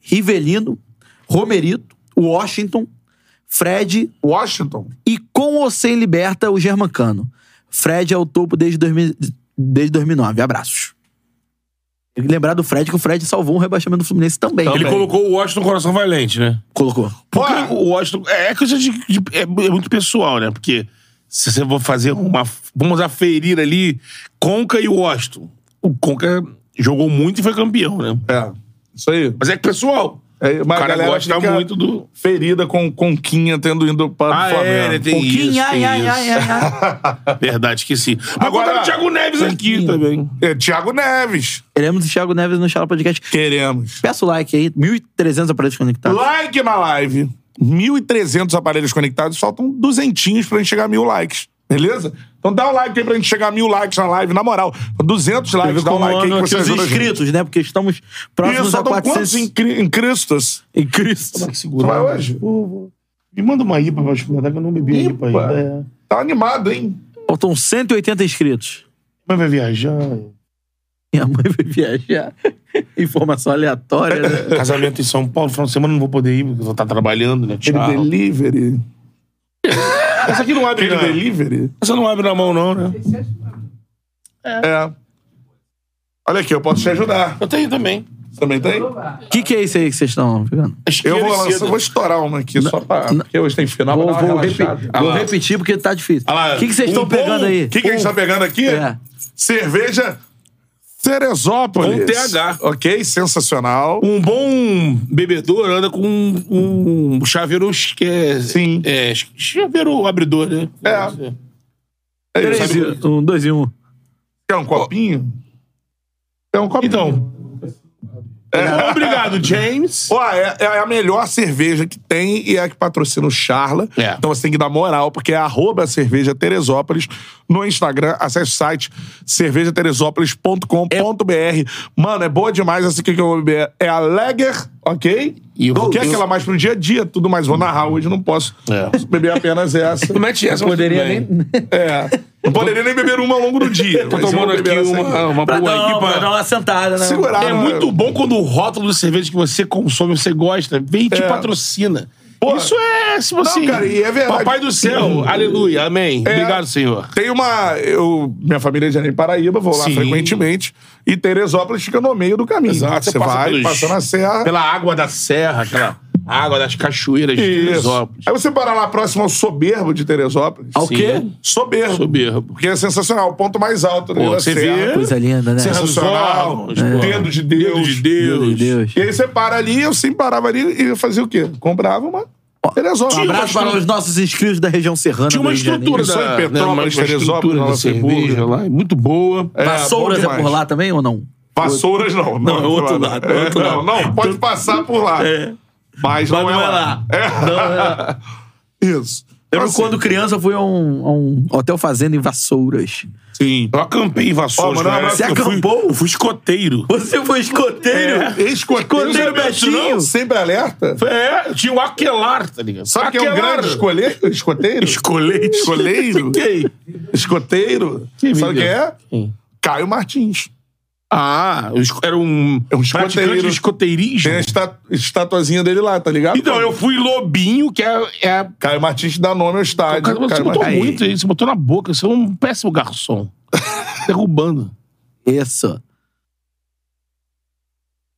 Speaker 2: Rivelino, Romerito, Washington, Fred
Speaker 1: Washington.
Speaker 2: e com ou sem liberta o Germancano. Fred é o topo desde, 2000 desde 2009. Abraços. Tem que lembrar do Fred que o Fred salvou um rebaixamento do Fluminense também.
Speaker 3: Ele
Speaker 2: Também.
Speaker 3: colocou o Washington Coração Valente, né?
Speaker 2: colocou.
Speaker 3: Porque o Washington. É, é coisa de, de- é, é muito pessoal, né? Porque se você for fazer uma. Vamos aferir ali Conca e Washington. O Conca jogou muito e foi campeão, né?
Speaker 1: É, isso aí.
Speaker 3: Mas é que pessoal.
Speaker 1: É, mas
Speaker 3: o
Speaker 1: a
Speaker 3: cara
Speaker 1: galera
Speaker 3: gosta
Speaker 1: fica-
Speaker 3: muito do.
Speaker 1: Ferida com Conquinha tendo ido para o
Speaker 3: Ah,
Speaker 1: Flamengo.
Speaker 3: é, né? Tem isso.
Speaker 2: Pouquinho, ai,
Speaker 3: tem
Speaker 2: ai,
Speaker 3: isso.
Speaker 2: ai, ai, ai.
Speaker 3: Verdade, esqueci.
Speaker 1: Agora-
Speaker 3: Agora o Thiago Neves aqui
Speaker 2: Pouquinho.
Speaker 3: também.
Speaker 1: É, Thiago Neves.
Speaker 2: Queremos o Thiago Neves no Chala Podcast.
Speaker 1: Queremos.
Speaker 2: Peço o like aí, 1.300 aparelhos conectados.
Speaker 1: Like na live. 1.300 aparelhos conectados, faltam duzentinhos pra gente chegar a mil likes. Beleza? Então dá um like aí pra gente chegar a mil likes na live, na moral. 200 likes,
Speaker 2: Ver
Speaker 1: dá um
Speaker 2: como
Speaker 1: like aí que
Speaker 2: andam
Speaker 1: você
Speaker 2: aqui os
Speaker 1: ajuda a gente.
Speaker 2: inscritos, né? Porque estamos
Speaker 1: Isso,
Speaker 2: próximos
Speaker 1: só
Speaker 2: a
Speaker 1: estão quantos
Speaker 2: 400
Speaker 1: em, cri- em Cristos?
Speaker 2: em Cristo.
Speaker 1: Tu
Speaker 3: né?
Speaker 1: vai hoje?
Speaker 3: Me manda uma IPA pra experimentar que eu não bebi IPA,
Speaker 1: Ipa.
Speaker 3: ainda. É.
Speaker 1: Tá animado, hein?
Speaker 2: Faltam 180 inscritos.
Speaker 3: Mas vai viajar.
Speaker 2: Minha mãe vai viajar. Informação aleatória, né?
Speaker 3: Casamento em São Paulo, final de semana eu não vou poder ir, porque eu vou estar trabalhando, né?
Speaker 1: Aquele
Speaker 3: Tchau.
Speaker 1: delivery.
Speaker 3: Essa aqui não abre,
Speaker 1: Aquele
Speaker 3: né?
Speaker 1: delivery?
Speaker 3: Essa não abre na mão, não, né?
Speaker 1: É. Olha aqui, eu posso te ajudar.
Speaker 3: Eu tenho também.
Speaker 1: Também tem?
Speaker 2: O que, que é isso aí que vocês estão pegando?
Speaker 1: Eu vou
Speaker 3: Esquerda e
Speaker 1: lançar,
Speaker 3: cedo.
Speaker 1: vou estourar uma aqui, só pra. Porque hoje tem final,
Speaker 2: Vou,
Speaker 1: pra dar
Speaker 2: vou
Speaker 1: uma
Speaker 2: repi-
Speaker 1: relaxada.
Speaker 2: vou
Speaker 3: lá.
Speaker 2: repetir porque tá difícil.
Speaker 3: Ah lá,
Speaker 2: O que, que vocês
Speaker 3: um
Speaker 2: estão
Speaker 3: bom-
Speaker 2: pegando aí?
Speaker 1: O que, que a gente
Speaker 3: Um-
Speaker 1: tá pegando aqui?
Speaker 2: É.
Speaker 1: Cerveja Teresópolis.
Speaker 3: Com TH.
Speaker 1: Ok, sensacional.
Speaker 3: Um bom bebedor anda com um, um chaveiro es- que é,
Speaker 1: Sim.
Speaker 3: é, ch- chaveiro abridor, né?
Speaker 1: É. É
Speaker 2: Três
Speaker 1: isso.
Speaker 2: e- um, dois e um.
Speaker 1: Quer um copinho? É um copinho. É.
Speaker 3: Então. Obrigado, James.
Speaker 1: Ó, é, é a melhor cerveja que tem e é a que patrocina o Charla.
Speaker 3: É.
Speaker 1: Então você tem que dar moral, porque é arroba cerveja Teresópolis no Instagram. Acesse o site cervejateresópolis.com.br. Mano, é boa demais essa aqui que eu vou beber. É a Lager, ok?
Speaker 3: E eu vou-
Speaker 1: que é
Speaker 3: eu-
Speaker 1: aquela mais pro dia a dia, tudo mais. Vou narrar hoje, não posso
Speaker 3: É.
Speaker 1: beber apenas essa.
Speaker 3: Não mete essa, mas
Speaker 2: Poderia
Speaker 3: é tudo bem.
Speaker 2: nem.
Speaker 1: É. Não poderia nem beber uma ao longo do dia.
Speaker 3: Tô
Speaker 1: mas eu vou
Speaker 3: tomando aqui
Speaker 1: beber essa
Speaker 3: uma, uma
Speaker 2: Pra
Speaker 3: boa
Speaker 2: dar,
Speaker 3: aqui
Speaker 2: uma,
Speaker 3: pra-
Speaker 2: pra dar uma sentada, né?
Speaker 1: Segurar.
Speaker 3: É
Speaker 1: Ah,
Speaker 3: muito bom quando o rótulo de cerveja que você consome, você gosta, vem e te
Speaker 1: É.
Speaker 3: patrocina.
Speaker 1: Porra,
Speaker 3: Isso é, se você.
Speaker 1: cara, e é verdade. É.
Speaker 3: Papai do céu, aleluia, amém. Obrigado, senhor.
Speaker 1: Tem uma. Eu, minha família é de Belém Paraíba, vou lá
Speaker 3: Sim.
Speaker 1: frequentemente. E Teresópolis fica no meio do caminho.
Speaker 3: Exato,
Speaker 1: Você
Speaker 3: você passa
Speaker 1: vai,
Speaker 3: pelos-
Speaker 1: passa na serra.
Speaker 3: Pela água da serra, aquela água das cachoeiras de
Speaker 1: Isso.
Speaker 3: Teresópolis.
Speaker 1: Aí você para lá próximo ao soberbo de Teresópolis.
Speaker 2: Ao
Speaker 3: Sim.
Speaker 2: quê?
Speaker 1: Soberbo.
Speaker 3: Soberbo.
Speaker 1: Porque é sensacional, o ponto mais alto
Speaker 3: Pô,
Speaker 1: da
Speaker 3: você
Speaker 1: serra.
Speaker 3: vê-
Speaker 2: Coisa linda, né?
Speaker 3: Serra dos
Speaker 1: Sensacional.
Speaker 3: Ovos, pô.
Speaker 1: Dedo de
Speaker 3: Dedo
Speaker 1: Deus.
Speaker 3: de Deus.
Speaker 2: Meu Deus.
Speaker 1: E aí você para ali, eu sim parava ali e fazia o quê? Comprava uma Teresópolis. É,
Speaker 2: Um abraço para os nossos inscritos da região serrana.
Speaker 3: Tinha uma
Speaker 2: do Rio de
Speaker 3: estrutura
Speaker 1: Só
Speaker 2: Janeiro.
Speaker 1: em
Speaker 3: da,
Speaker 1: né? Petrópolis,
Speaker 3: é, né, uma
Speaker 1: Teresópolis,
Speaker 3: estrutura da
Speaker 1: Nova
Speaker 3: cerveja lá, muito boa.
Speaker 1: É,
Speaker 2: Vassouras
Speaker 1: bom
Speaker 2: é por
Speaker 1: demais.
Speaker 2: lá também ou não?
Speaker 1: Vassouras não.
Speaker 3: Não, é outro lado, é outro
Speaker 1: não,
Speaker 3: lado.
Speaker 1: não, pode passar por lá.
Speaker 3: É.
Speaker 1: Mas não, é, lá. É.
Speaker 2: Não, é.
Speaker 1: Isso.
Speaker 3: Então,
Speaker 2: Eu lembro
Speaker 1: Assim,
Speaker 2: quando criança eu fui a um, a um hotel fazenda em Vassouras.
Speaker 1: Sim.
Speaker 3: Eu acampei em Vassouras.
Speaker 1: Ó, mano,
Speaker 3: cara.
Speaker 1: você
Speaker 3: Eu fui-
Speaker 2: acampou?
Speaker 3: Eu fui escoteiro.
Speaker 2: Você foi escoteiro?
Speaker 3: É.
Speaker 1: Escoteiro,
Speaker 2: Escoteiro
Speaker 1: não,
Speaker 2: Betinho.
Speaker 1: Sempre alerta.
Speaker 3: É, tinha o aquelar, tá ligado?
Speaker 1: Sabe quem é um
Speaker 3: Aquelar.
Speaker 1: grande escoleiro? Escoteiro?
Speaker 3: Escoleiro.
Speaker 1: Escoleiro?
Speaker 3: Quem?
Speaker 1: Escoteiro?
Speaker 3: Que
Speaker 1: Sabe quem é?
Speaker 3: vida. Quem?
Speaker 1: Caio Martins.
Speaker 3: Ah, eu esco- era um,
Speaker 1: É um
Speaker 3: praticante
Speaker 1: escoteiro.
Speaker 3: de escoteirismo.
Speaker 1: Tem a esta- estatuazinha dele lá, tá ligado?
Speaker 3: Então, eu fui lobinho, que é... é...
Speaker 1: Caio Martins dá nome ao estádio.
Speaker 3: Cara, você
Speaker 1: Caio
Speaker 3: botou
Speaker 1: Martins.
Speaker 3: muito aí, você botou na boca. Você é um péssimo garçom. Derrubando.
Speaker 2: É. Isso.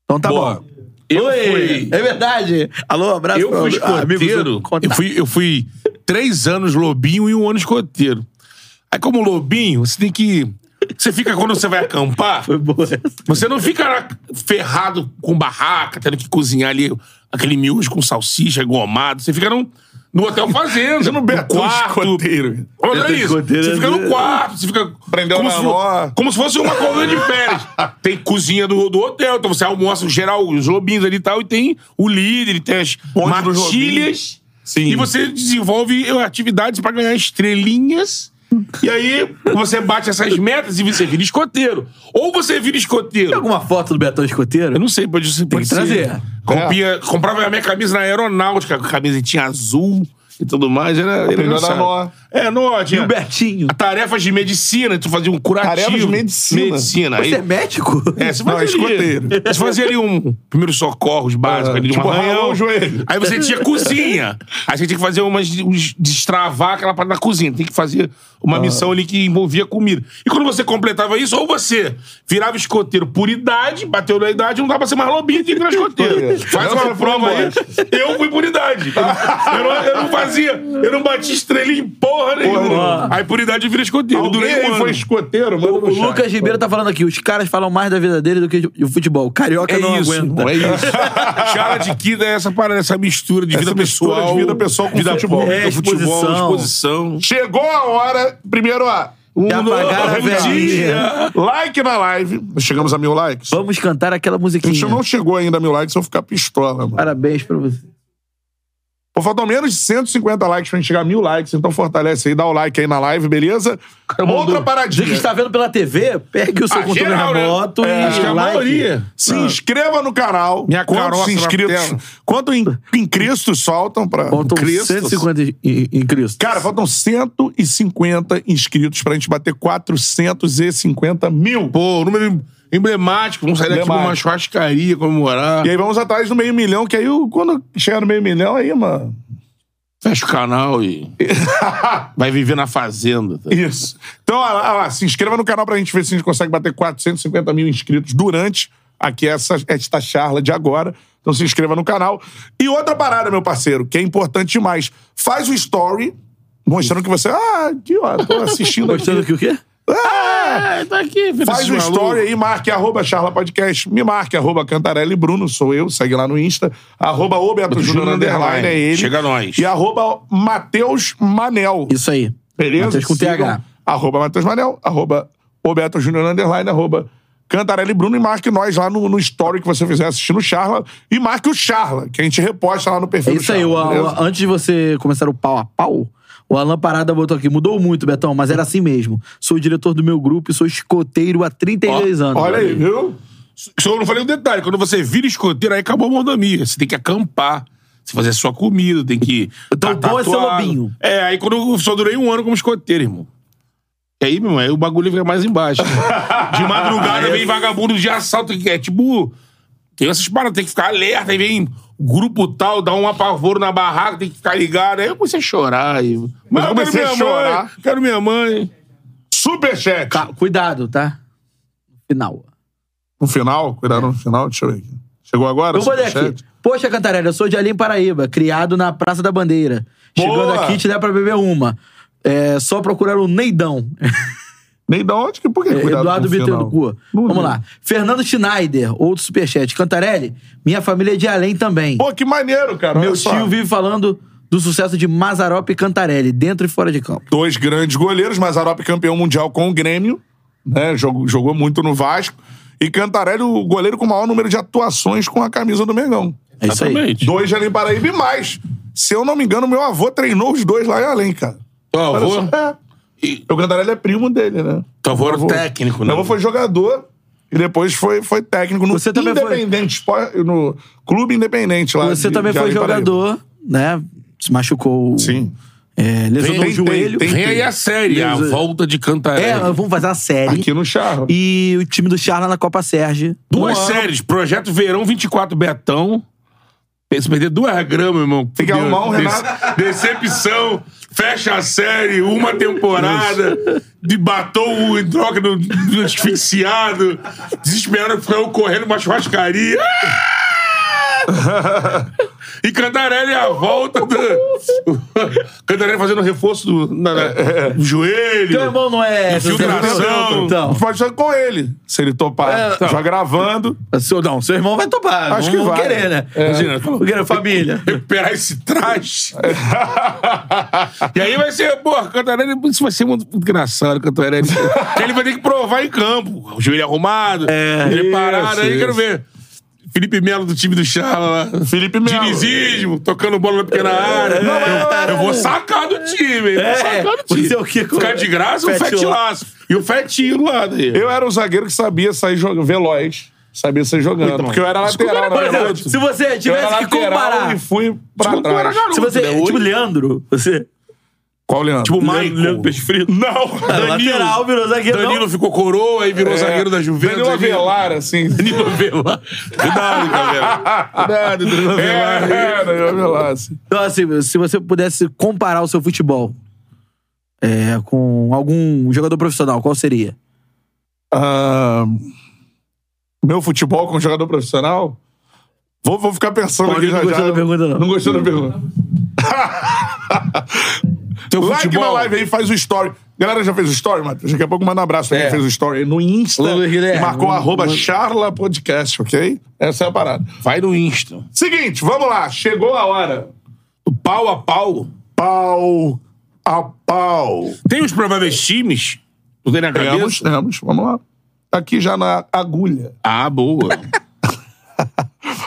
Speaker 2: Então tá
Speaker 3: Boa.
Speaker 2: bom.
Speaker 3: Eu
Speaker 2: Oi, é verdade. Alô, abraço.
Speaker 3: Eu
Speaker 2: pra-
Speaker 3: fui
Speaker 2: ah, amigos do
Speaker 3: escoteiro.
Speaker 2: Contato.
Speaker 3: Eu fui, eu fui três anos lobinho e um ano escoteiro. Aí, como lobinho, você tem que. Você fica quando você vai acampar.
Speaker 2: Foi boa essa.
Speaker 3: Você não fica lá ferrado com barraca, tendo que cozinhar ali aquele miojo com salsicha, gomado. Você fica num, no hotel fazendo.
Speaker 1: no
Speaker 3: no
Speaker 1: Betão
Speaker 3: quarto.
Speaker 1: Escoteiro. né?
Speaker 3: Olha
Speaker 2: Betão
Speaker 3: isso.
Speaker 2: Escoteiro
Speaker 3: Você
Speaker 2: é
Speaker 3: fica no
Speaker 2: doido.
Speaker 3: quarto, você fica.
Speaker 1: Prendeu
Speaker 3: como
Speaker 1: na
Speaker 3: se,
Speaker 1: nó.
Speaker 3: fo- como se fosse uma coluna de férias. tem cozinha do, do hotel, então você almoça geral, os lobinhos ali e tal, e tem o líder, e tem as
Speaker 1: Bonde dos
Speaker 3: matilhas.
Speaker 1: Sim.
Speaker 3: E você desenvolve eh, atividades pra ganhar estrelinhas. E aí você bate essas metas e você vira escoteiro. Ou você vira
Speaker 2: Tem
Speaker 3: escoteiro.
Speaker 2: alguma foto do Betão Escoteiro?
Speaker 3: Eu não sei, pode, pode
Speaker 2: que
Speaker 3: ser.
Speaker 2: trazer.
Speaker 3: Compia-
Speaker 1: É.
Speaker 3: comprava a minha camisa na aeronáutica, com a camisetinha azul e tudo mais. Era, era
Speaker 1: Aprendeu na
Speaker 3: engraçado.
Speaker 1: nó.
Speaker 3: É, nó.
Speaker 2: E
Speaker 3: Tinha
Speaker 2: o Betinho?
Speaker 3: tarefas de medicina, tu fazia um curativo.
Speaker 1: Tarefas de medicina.
Speaker 3: Medicina. Aí,
Speaker 2: Você é médico?
Speaker 3: é, você
Speaker 1: Não, é
Speaker 3: fazia
Speaker 1: escoteiro.
Speaker 3: ali. Você fazia ali um primeiro socorros básico
Speaker 1: Ah,
Speaker 3: ali de um
Speaker 1: tipo, ralou
Speaker 3: arranhão.
Speaker 1: o joelho.
Speaker 3: Aí você tinha cozinha. Aí você tinha que fazer umas. uns- destravar aquela parte da cozinha. Tem que fazer
Speaker 1: Ah.
Speaker 3: uma missão ali que envolvia comida. E quando você completava isso, ou você virava escoteiro por idade, bateu na idade, não dá pra ser mais lobinho, tem que virar
Speaker 1: É.
Speaker 3: escoteiro. Faz
Speaker 1: Eu
Speaker 3: uma
Speaker 1: fui
Speaker 3: prova aí.
Speaker 1: embora.
Speaker 3: Eu fui por idade. Eu não, eu não fazia. Eu não bati estrelinha em porra nenhuma.
Speaker 1: nenhuma.
Speaker 3: Aí por idade eu virei escoteiro.
Speaker 1: Alguém
Speaker 3: Durei um
Speaker 1: aí
Speaker 3: ano.
Speaker 1: foi escoteiro, mano.
Speaker 2: O Lucas Ribeiro tá falando aqui, os caras falam mais da vida dele do que de futebol. Carioca
Speaker 3: É
Speaker 2: não
Speaker 3: isso,
Speaker 2: aguenta.
Speaker 3: irmão, é isso. Charla de quinta é essa parada, essa mistura de
Speaker 1: Essa
Speaker 3: vida
Speaker 1: mistura
Speaker 3: pessoal.
Speaker 1: de vida pessoal com futebol.
Speaker 2: É,
Speaker 3: com futebol,
Speaker 2: exposição.
Speaker 3: exposição.
Speaker 1: Chegou a hora, primeiro a.
Speaker 3: Um
Speaker 2: apagar a
Speaker 3: novo dia.
Speaker 2: velhinha.
Speaker 1: Like na live. Chegamos a mil likes.
Speaker 2: Vamos cantar aquela
Speaker 1: A
Speaker 2: musiquinha.
Speaker 1: gente não chegou ainda a mil likes, eu vou ficar pistola, mano.
Speaker 2: Parabéns pra você.
Speaker 1: Pô, Faltam menos de 150 likes pra gente chegar a mil likes, então fortalece aí, dá o like aí na live, beleza? Outra
Speaker 2: Você que tá
Speaker 1: paradinha.
Speaker 2: está vendo pela TV, pegue o seu
Speaker 3: Ah,
Speaker 2: controle
Speaker 3: geral, né?
Speaker 2: remoto
Speaker 3: É,
Speaker 2: e
Speaker 3: acho que a
Speaker 2: like. Ah.
Speaker 3: maioria.
Speaker 1: Se inscreva no canal.
Speaker 3: Minha
Speaker 1: Quantos
Speaker 3: caroça na
Speaker 1: inscritos?
Speaker 3: tela.
Speaker 1: Quanto em, em Cristo soltam pra.
Speaker 2: Faltam
Speaker 1: Cristo.
Speaker 2: 150 em, em Cristo.
Speaker 1: Cara, faltam 150 inscritos pra gente bater 450 mil.
Speaker 3: Pô, um número emblemático. Vamos sair daqui pra uma
Speaker 1: Emblemático.
Speaker 3: churrascaria comemorar.
Speaker 1: E aí vamos atrás do meio milhão, que aí o- quando chegar no meio milhão, aí, mano.
Speaker 3: Fecha o canal e. Vai viver na fazenda. tá?
Speaker 1: Isso. Então, ó, lá, ó, lá, se inscreva no canal pra gente ver se a gente consegue bater 450 mil inscritos durante aqui essa, esta charla de agora. Então se inscreva no canal. E outra parada, meu parceiro, que é importante demais. Faz o story mostrando que você... Ah, aqui, ó, tô assistindo aqui.
Speaker 2: Tá Gostando que o quê?
Speaker 1: Ah,
Speaker 3: É, tá aqui, filho,
Speaker 1: Faz
Speaker 3: esses
Speaker 1: o
Speaker 3: malucos.
Speaker 1: story aí, marque arroba Charla Podcast, me marque arroba Cantarelli Bruno, sou eu, segue lá no Insta, arroba o Beto Júnior Underline, é ele.
Speaker 3: Chega a nós.
Speaker 1: E arroba Matheus Manel,
Speaker 2: Isso aí.
Speaker 1: beleza?
Speaker 2: Matheus com
Speaker 1: Sigam,
Speaker 2: TH.
Speaker 1: Arroba Matheus Manel, arroba o Beto Júnior Underline, arroba Cantarelli Bruno e marque nós lá no, no story que você fizer assistindo o Charla e marque o Charla, que a gente reposta lá no
Speaker 2: É
Speaker 1: perfil do
Speaker 2: isso aí.
Speaker 1: Charla,
Speaker 2: o-
Speaker 1: beleza?
Speaker 2: o- antes de você começar o pau a pau, o Alan Parada botou aqui. Mudou muito, Betão, mas era assim mesmo. Sou o diretor do meu grupo e sou escoteiro há 32 anos.
Speaker 1: Olha aí, viu?
Speaker 3: Só eu não falei um detalhe. Quando você vira escoteiro, aí acabou a mordomia. Você tem que acampar. Você fazer a sua comida, tem que.
Speaker 2: Então,
Speaker 3: tá
Speaker 2: bom é ser
Speaker 3: tatuado.
Speaker 2: lobinho.
Speaker 3: É, aí quando eu só durei um ano como escoteiro, irmão. E aí, meu irmão, aí né? o bagulho fica mais embaixo. De madrugada vem vagabundo de assalto, que é tipo. Tem essas paradas, tem que ficar alerta, aí vem grupo tal, dá um apavoro na barraca, tem que ficar ligado. Aí eu comecei a chorar. E... Mas eu
Speaker 1: comecei
Speaker 3: quero
Speaker 1: a
Speaker 3: minha mãe,
Speaker 1: chorar.
Speaker 3: Quero minha mãe.
Speaker 1: Superchat.
Speaker 2: Ca- Cuidado, tá? Final.
Speaker 1: No Um final, cuidado no final, deixa eu ver aqui. Chegou agora?
Speaker 2: Eu vou ler
Speaker 1: superchat?
Speaker 2: aqui. Poxa, Cantarelli, eu sou de Alim Paraíba, criado na Praça da Bandeira. Chegando
Speaker 1: Boa!
Speaker 2: aqui, te dá pra beber uma. É só procurar o Neidão. É,
Speaker 1: Nem da onde? que- Por que cuidado
Speaker 2: Eduardo
Speaker 1: no
Speaker 2: Biteu
Speaker 1: final?
Speaker 2: do Cua.
Speaker 1: Não
Speaker 2: Vamos
Speaker 1: li.
Speaker 2: lá. Fernando Schneider, outro superchat. Cantarelli, minha família é de Além também.
Speaker 1: Pô, que maneiro, cara.
Speaker 2: Meu
Speaker 1: olha só.
Speaker 2: tio vive falando do sucesso de Mazarop e Cantarelli, dentro e fora de campo.
Speaker 1: Dois grandes goleiros, Mazarop é campeão mundial com o Grêmio, né? Jogou, jogou muito no Vasco. E Cantarelli, o goleiro com o maior número de atuações com a camisa do Mengão.
Speaker 2: É isso aí.
Speaker 3: Exatamente.
Speaker 1: Dois ali em Paraíba e mais. Se eu não me engano, meu avô treinou os dois lá em além, cara.
Speaker 3: Teu avô?
Speaker 1: Olha só, É.
Speaker 3: E-
Speaker 1: O Cantarelli é primo dele, né?
Speaker 3: Teu avô era
Speaker 1: Meu
Speaker 3: técnico, né?
Speaker 1: Meu avô foi jogador e depois foi, foi técnico no
Speaker 2: Você também foi-
Speaker 1: Independente, Sport- no Clube Independente lá.
Speaker 2: Você
Speaker 1: de-
Speaker 2: também
Speaker 1: de
Speaker 2: foi
Speaker 1: Além Paraíba.
Speaker 2: jogador, né? Se machucou.
Speaker 1: Sim.
Speaker 2: É, lesionou
Speaker 1: Tem-
Speaker 2: o
Speaker 1: tem-
Speaker 2: joelho.
Speaker 1: tem-
Speaker 3: Vem aí a série, a
Speaker 2: Deus-
Speaker 3: volta de Cantarelli.
Speaker 2: É, vamos fazer uma série.
Speaker 1: Aqui no Charro.
Speaker 2: E o time do Charla na Copa Sérgio.
Speaker 3: Duas
Speaker 1: Um ano.
Speaker 3: séries. Projeto Verão 24 Betão. Pensa em perder duas gramas, irmão.
Speaker 1: Tem que
Speaker 3: Meu,
Speaker 1: arrumar um
Speaker 3: dece-
Speaker 1: Renato.
Speaker 3: Decepção. Fecha a série, uma temporada. De batou o em troca do, do asfixiado. Desesperado, ficou correndo uma churrascaria. Ah! E Cantarelli é a volta do. Cantarelli fazendo reforço do, na-
Speaker 1: É,
Speaker 3: na- do joelho.
Speaker 2: Teu irmão não é.
Speaker 3: Infiltração.
Speaker 1: A
Speaker 2: Então.
Speaker 1: gente pode jogar com ele, se ele topar.
Speaker 2: É,
Speaker 1: Já gravando.
Speaker 2: Seu, não, seu irmão vai topar.
Speaker 1: Acho
Speaker 2: Acho
Speaker 1: que
Speaker 2: que
Speaker 1: vai.
Speaker 2: querer, né?
Speaker 3: Imagina, falou,
Speaker 2: Querer família.
Speaker 3: recuperar esse traje. e aí vai ser, porra, Cantarelli, isso vai ser muito engraçado, Cantarelli. Porque ele vai ter que provar em campo. O joelho arrumado, é, ele parado,
Speaker 1: isso,
Speaker 3: aí
Speaker 1: isso.
Speaker 3: quero ver. Felipe Melo do time do Charla lá.
Speaker 1: Felipe Melo.
Speaker 3: Dinizismo, tocando bola na pequena área.
Speaker 2: Não, mas
Speaker 3: eu,
Speaker 2: não, não.
Speaker 3: eu vou sacar do time, hein? vou
Speaker 2: É,
Speaker 3: sacar do
Speaker 2: você
Speaker 3: time.
Speaker 2: é o quê?
Speaker 3: Ficar de graça, o
Speaker 2: Fete
Speaker 3: fete
Speaker 2: lá.
Speaker 3: laço. E o fetinho do lado aí.
Speaker 1: Eu era um zagueiro que sabia sair jogando, veloz. Sabia sair jogando.
Speaker 3: Então,
Speaker 1: porque eu era
Speaker 3: desculpa,
Speaker 1: lateral,
Speaker 3: mas é,
Speaker 1: né? Eu
Speaker 2: Por exemplo, se você
Speaker 1: era
Speaker 2: tivesse que
Speaker 1: lateral
Speaker 2: comparar.
Speaker 1: E fui pra
Speaker 3: Tipo, eu era
Speaker 1: trás.
Speaker 3: garoto,
Speaker 2: Se você.
Speaker 3: né?
Speaker 2: Tipo,
Speaker 3: Hoje-
Speaker 2: Leandro. Você.
Speaker 1: Qual, Leandro?
Speaker 3: Tipo, o
Speaker 2: Leandro-
Speaker 3: Michael.
Speaker 2: Leandro Peixe Frito.
Speaker 3: Não,
Speaker 2: Lateral virou zagueiro. não?
Speaker 3: Danilo ficou coroa e virou
Speaker 1: É,
Speaker 3: zagueiro da Juventus.
Speaker 1: Danilo
Speaker 3: aí virou-
Speaker 1: Avelar, assim.
Speaker 3: Danilo Avelar. Cuidado, galera. Cuidado, Danilo Avelar.
Speaker 1: É, é, Danilo Avelar, assim.
Speaker 2: Então, assim, se você pudesse comparar o seu futebol é, com algum jogador profissional, qual seria?
Speaker 1: Ah, meu futebol como jogador profissional? Vou, vou ficar pensando
Speaker 2: Paulinho
Speaker 1: aqui já
Speaker 2: não gostou
Speaker 1: já.
Speaker 2: da pergunta, não.
Speaker 1: Não gostou da pergunta.
Speaker 3: Teu
Speaker 1: like
Speaker 3: futebol.
Speaker 1: na live aí, faz o story. Galera, já fez o story, Matheus? Daqui a pouco manda um abraço pra quem
Speaker 3: É.
Speaker 1: fez o story aí no Insta.
Speaker 2: Luiz Guilherme,
Speaker 1: E marcou
Speaker 2: manda-
Speaker 1: arroba charla podcast, ok? Essa é a parada.
Speaker 3: Vai no Insta.
Speaker 1: Seguinte, vamos lá. Chegou a hora.
Speaker 3: O pau a pau.
Speaker 1: Pau a pau.
Speaker 3: Tem os prováveis times. Tu tem na cabeça?
Speaker 1: Temos, temos. Vamos lá. Tá aqui já na agulha.
Speaker 3: Ah, boa.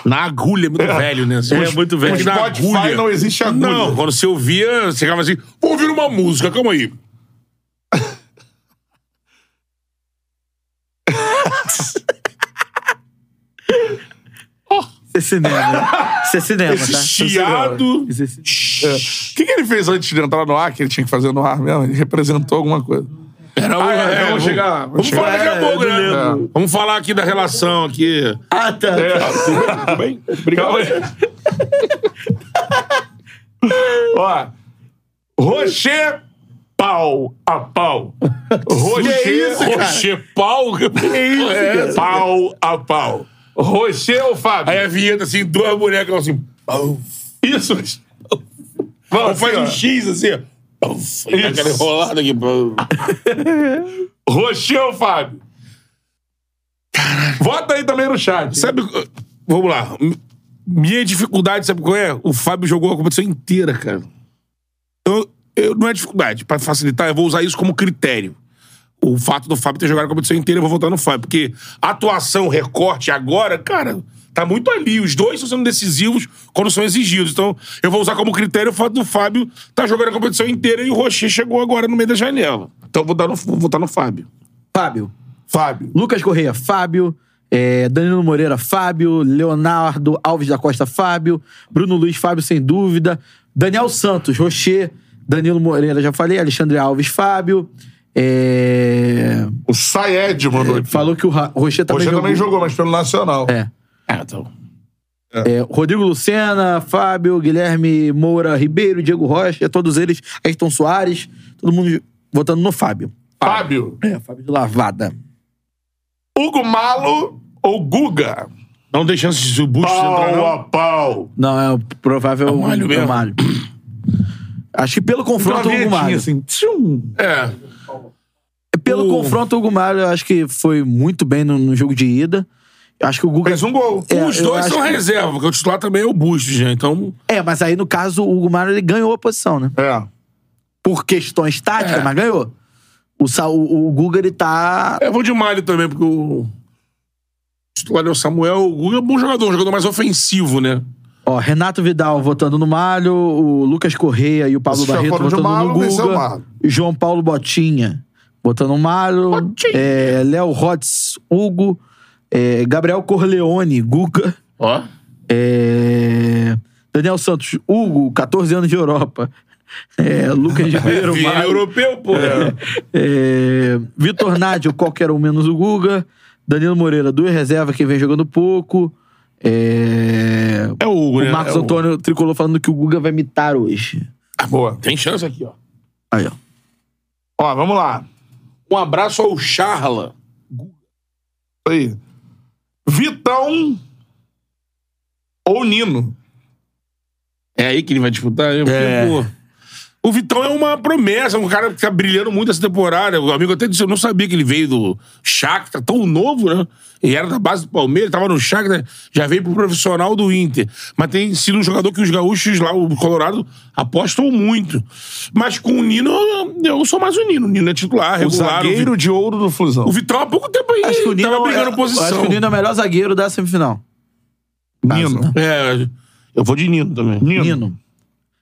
Speaker 3: Na agulha, muito velho, né? Você-
Speaker 2: É, muito velho.
Speaker 3: Mas na
Speaker 1: Spotify
Speaker 3: agulha.
Speaker 1: não existe agulha.
Speaker 3: Não, quando você ouvia, você ficava assim, vou ouvir uma música, calma aí.
Speaker 2: Isso é cinema. né? Isso é cinema,
Speaker 3: Esse
Speaker 2: tá?
Speaker 3: chiado.
Speaker 2: Isso é cinema.
Speaker 1: É. O que, que ele fez antes de entrar no ar, que ele tinha que fazer no ar mesmo? Ele representou alguma coisa.
Speaker 3: Era o-
Speaker 1: Ah, é,
Speaker 3: é,
Speaker 1: vamos chegar lá, vamos
Speaker 3: Vamos
Speaker 1: chegar
Speaker 3: falar
Speaker 1: lá.
Speaker 3: daqui a
Speaker 2: É,
Speaker 3: pouco,
Speaker 2: eu
Speaker 3: né?
Speaker 1: lembro.
Speaker 3: É. Vamos falar aqui da relação aqui.
Speaker 2: Ah, tá.
Speaker 1: É.
Speaker 3: Tudo bem?
Speaker 1: Obrigado. Ó. Rocher pau a pau. Rocher,
Speaker 3: Rocher pau.
Speaker 1: É, pau a pau. Rocher ou Fábio?
Speaker 3: Aí a vinheta, assim, duas mulheres que falam assim, pau.
Speaker 1: isso.
Speaker 3: Ou
Speaker 1: Vamos,
Speaker 3: faz um
Speaker 1: faz
Speaker 3: X, assim, pau. Aí dá Aquela
Speaker 1: Isso.
Speaker 3: enrolada aqui,
Speaker 1: um
Speaker 3: pau.
Speaker 1: Rocher ou Fábio? Vota aí também no chat.
Speaker 3: Sabe, uh, vamos lá. M- Minha dificuldade, sabe qual é? O Fábio jogou a competição inteira, cara. Então, eu, não é dificuldade. Pra facilitar, eu vou usar isso como critério. O fato do Fábio ter jogado a competição inteira, eu vou votar no Fábio. Porque atuação, recorte agora, cara, tá muito ali. Os dois estão sendo decisivos quando são exigidos. Então, eu vou usar como critério o fato do Fábio tá jogando a competição inteira e o Rocher chegou agora no meio da janela. Então, eu vou, dar no, vou votar no Fábio.
Speaker 2: Fábio.
Speaker 1: Fábio.
Speaker 2: Lucas Correia, Fábio. É, Danilo Moreira, Fábio. Leonardo Alves da Costa, Fábio. Bruno Luiz, Fábio, sem dúvida. Daniel Santos, Rocher. Danilo Moreira, já falei. Alexandre Alves, Fábio. É,
Speaker 1: O Saed mandou. aqui.
Speaker 2: Falou que o Ra- Rocher também
Speaker 1: Rocher
Speaker 2: jogou.
Speaker 1: também jogou, mas pelo Nacional.
Speaker 2: É.
Speaker 3: Ah, então.
Speaker 2: É, Rodrigo Lucena, Fábio, Guilherme Moura, Ribeiro, Diego Rocha, todos eles, Ayrton Soares, todo mundo votando no Fábio.
Speaker 3: Fábio.
Speaker 2: É, Fábio de Lavada.
Speaker 1: Hugo Malo ou Guga?
Speaker 3: Não tem chance de o Bush entrar,
Speaker 1: Pau
Speaker 3: não.
Speaker 1: a pau.
Speaker 2: Não, é o provável é o
Speaker 3: Malho mesmo.
Speaker 2: Malho. Acho que pelo
Speaker 1: Uma
Speaker 2: confronto Hugo
Speaker 1: vinhetinha,
Speaker 2: Malho.
Speaker 1: assim. Tchum.
Speaker 3: É.
Speaker 2: Pelo
Speaker 3: O-
Speaker 2: confronto, o Hugo Malho, eu acho que foi muito bem no, no jogo de ida. Eu Acho que o Guga.
Speaker 1: Fez um gol.
Speaker 2: É,
Speaker 3: Os
Speaker 2: eu
Speaker 3: dois
Speaker 2: acho
Speaker 3: são
Speaker 2: que-
Speaker 3: reserva, porque o titular também é o Bustos, né? Então.
Speaker 2: É, mas aí no caso, o Hugo Malho ele ganhou a posição, né?
Speaker 1: É.
Speaker 2: Por questões táticas,
Speaker 3: É.
Speaker 2: mas ganhou. O, Sa- o, o Guga, ele tá.
Speaker 3: É, vou de Malho também, porque o. o titular é o Samuel. O Guga é um bom jogador, um jogador mais ofensivo, né?
Speaker 2: Ó, Renato Vidal votando no Malho, o Lucas Correia e o Pablo
Speaker 1: Esses já
Speaker 2: Barreto
Speaker 1: foram de
Speaker 2: votando
Speaker 1: Malho,
Speaker 2: no
Speaker 1: venceu o
Speaker 2: Guga.
Speaker 1: Malho.
Speaker 2: João Paulo Botinha votando no Malho. É, Léo Rotz, Hugo. É, Gabriel Corleone, Guga.
Speaker 3: Ó.
Speaker 2: É, Daniel Santos, Hugo, 14 anos de Europa. É, Lucas Ribeiro,
Speaker 3: Enfim, é
Speaker 2: Malho.
Speaker 3: europeu, pô.
Speaker 2: É, Vitor Nádio, qualquer um menos o Guga. Danilo Moreira, duas reservas, quem vem jogando pouco. É,
Speaker 3: É o Hugo, né?
Speaker 2: o Marcos
Speaker 3: É
Speaker 2: Antônio tricolou falando que o Guga vai mitar hoje.
Speaker 3: Ah, boa. Tem chance aqui, ó.
Speaker 2: Aí, ó.
Speaker 1: Ó, vamos lá.
Speaker 3: Um abraço ao Charla.
Speaker 1: Aí. Vitão ou Nino?
Speaker 3: É aí que ele vai disputar? Eu-
Speaker 2: É.
Speaker 3: porque, pô, o Vitão é uma promessa, um cara que tá brilhando muito essa temporada. O amigo até disse, eu não sabia que ele veio do Shakhtar, tão novo, né? Ele era da base do Palmeiras, tava no Shakhtar, já veio pro profissional do Inter. Mas tem sido um jogador que os gaúchos lá, o Colorado, apostam muito. Mas com o Nino, eu sou mais o Nino. O Nino é titular,
Speaker 1: O
Speaker 3: regular. O,
Speaker 1: zagueiro
Speaker 3: Vi-
Speaker 1: de ouro do Flusão.
Speaker 3: o Vitão há pouco tempo aí
Speaker 2: Acho que o Nino
Speaker 3: tava
Speaker 2: é,
Speaker 3: brigando posição.
Speaker 2: acho que o Nino é o melhor zagueiro da semifinal.
Speaker 1: Nino.
Speaker 3: É, eu vou de Nino também.
Speaker 1: Nino.
Speaker 2: Nino.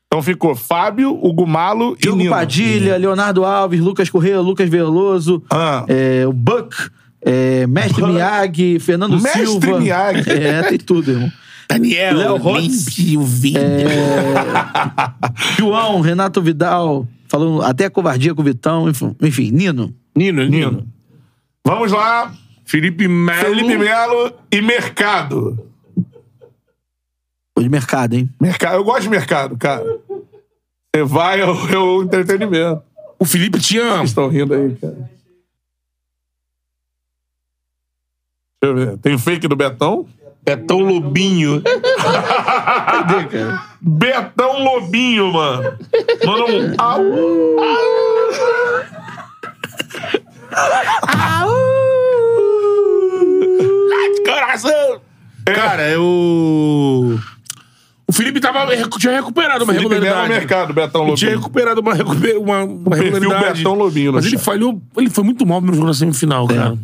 Speaker 1: Então ficou Fábio, Hugo Malo e
Speaker 2: Diogo
Speaker 1: Nino.
Speaker 2: Padilha, Leonardo Alves, Lucas Correia, Lucas Veloso,
Speaker 1: Ah.
Speaker 2: é, o Buck, é, Mestre Miyagi, Fernando
Speaker 1: Mestre
Speaker 2: Silva.
Speaker 1: Miyagi.
Speaker 2: É, tem tudo, irmão.
Speaker 3: Daniel,
Speaker 2: Léo
Speaker 3: Olimpio, Vini.
Speaker 2: João, Renato Vidal, falando até covardia com o Vitão, enfim, enfim, Nino.
Speaker 3: Nino, Nino.
Speaker 1: Vamos lá.
Speaker 3: Felipe Melo.
Speaker 1: Felipe Melo e Mercado.
Speaker 2: Foi de mercado, hein?
Speaker 1: Mercado. Eu gosto de mercado, cara. Você vai ao ao entretenimento.
Speaker 3: O Felipe tinha.
Speaker 1: Vocês estão rindo aí, cara. Deixa eu ver. Tem o fake do Betão?
Speaker 3: Betão Lobinho.
Speaker 1: Betão Lobinho, mano. Manda um au,
Speaker 3: Coração! Cara,
Speaker 1: é
Speaker 3: eu. O Felipe tava, recu- tinha recuperado uma
Speaker 1: Felipe Melo no
Speaker 3: regularidade.
Speaker 1: mercado, Betão
Speaker 3: Ele tinha
Speaker 1: Lobinho.
Speaker 3: recuperado uma, recuper, uma, uma
Speaker 1: perfil
Speaker 3: regularidade.
Speaker 1: Betão Lobinho,
Speaker 3: Mas ele
Speaker 1: Alexandre.
Speaker 3: falhou. Ele foi muito mal no jogo na semifinal, cara.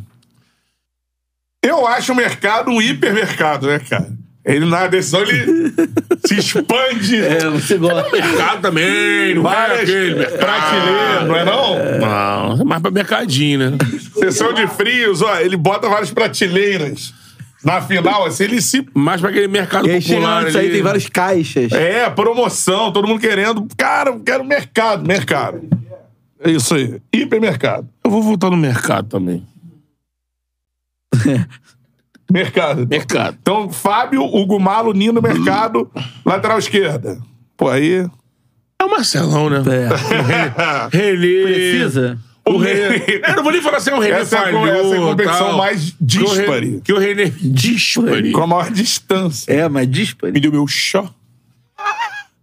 Speaker 1: Eu acho o mercado um hipermercado, né, cara? Ele na decisão ele se expande.
Speaker 2: você gosta.
Speaker 3: Mercado também, não é
Speaker 1: Várias
Speaker 3: aquele
Speaker 1: prateleiras, não é não?
Speaker 3: Não, é mais pra mercadinho, né?
Speaker 1: Sessão de frios, ó, ele bota várias prateleiras. Na final, assim, ele se...
Speaker 3: Mais pra aquele mercado
Speaker 2: E aí chega
Speaker 3: popular.
Speaker 2: antes aí,
Speaker 3: ali.
Speaker 2: tem vários caixas.
Speaker 1: É, promoção, todo mundo querendo. Cara, eu quero mercado, mercado. É isso aí, hipermercado.
Speaker 3: Eu vou voltar no mercado também.
Speaker 1: Mercado.
Speaker 3: Mercado.
Speaker 1: Então, Fábio, Hugo Malo, Nino, Mercado, lateral esquerda. Pô, aí...
Speaker 3: É o Marcelão, né?
Speaker 2: É.
Speaker 3: Relê.
Speaker 2: Precisa?
Speaker 3: O René. Eu não vou nem falar assim, o René
Speaker 1: Essa é a-
Speaker 3: falhou.
Speaker 1: essa é a competição
Speaker 3: tal.
Speaker 1: mais díspare.
Speaker 3: Que o René... que o René- Díspare.
Speaker 1: Com a maior distância.
Speaker 2: É, mas dispare.
Speaker 3: Me deu meu chó.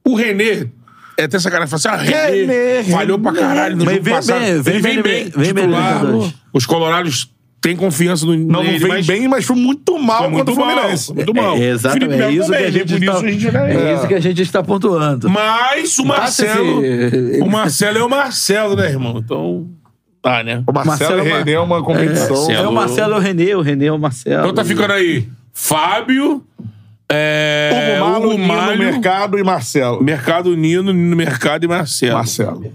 Speaker 3: O René... É até essa cara que fala assim, ah, René,
Speaker 1: René,
Speaker 3: falhou pra caralho no
Speaker 2: Mas
Speaker 3: jogo
Speaker 2: vem
Speaker 3: passado.
Speaker 2: bem, vem
Speaker 3: Ele vem
Speaker 2: bem,
Speaker 3: bem,
Speaker 2: vem bem
Speaker 3: titular.
Speaker 2: nos dois.
Speaker 3: Os colorados têm confiança no
Speaker 1: Não, não
Speaker 3: nele,
Speaker 1: vem
Speaker 3: mas
Speaker 1: bem, mas foi muito mal
Speaker 3: Foi
Speaker 1: contra
Speaker 3: muito
Speaker 1: o Fluminense.
Speaker 3: mal. Muito mal.
Speaker 2: É,
Speaker 3: Felipe
Speaker 2: exatamente. É
Speaker 3: Melo
Speaker 2: isso,
Speaker 3: também,
Speaker 2: que a
Speaker 3: né? Por isso
Speaker 2: gente
Speaker 3: a gente
Speaker 2: está...
Speaker 3: vai-
Speaker 2: é
Speaker 1: é.
Speaker 2: isso que a gente está pontuando.
Speaker 3: Mas o
Speaker 2: Passa
Speaker 3: Marcelo...
Speaker 2: esse-
Speaker 3: O Marcelo é o Marcelo, né, irmão? Então... Tá, né?
Speaker 1: O Marcelo,
Speaker 2: Marcelo é uma-
Speaker 1: rendeu uma competição.
Speaker 3: Marcelo.
Speaker 2: É o Marcelo, é o Renê, o Renê, é o Marcelo.
Speaker 3: Então tá ficando aí. Fábio... É,
Speaker 1: Hugo Malo,
Speaker 3: Hugo
Speaker 1: Nino,
Speaker 3: Malho,
Speaker 1: Mercado e Marcelo.
Speaker 3: Mercado Nino, Nino Mercado e Marcelo.
Speaker 1: Marcelo.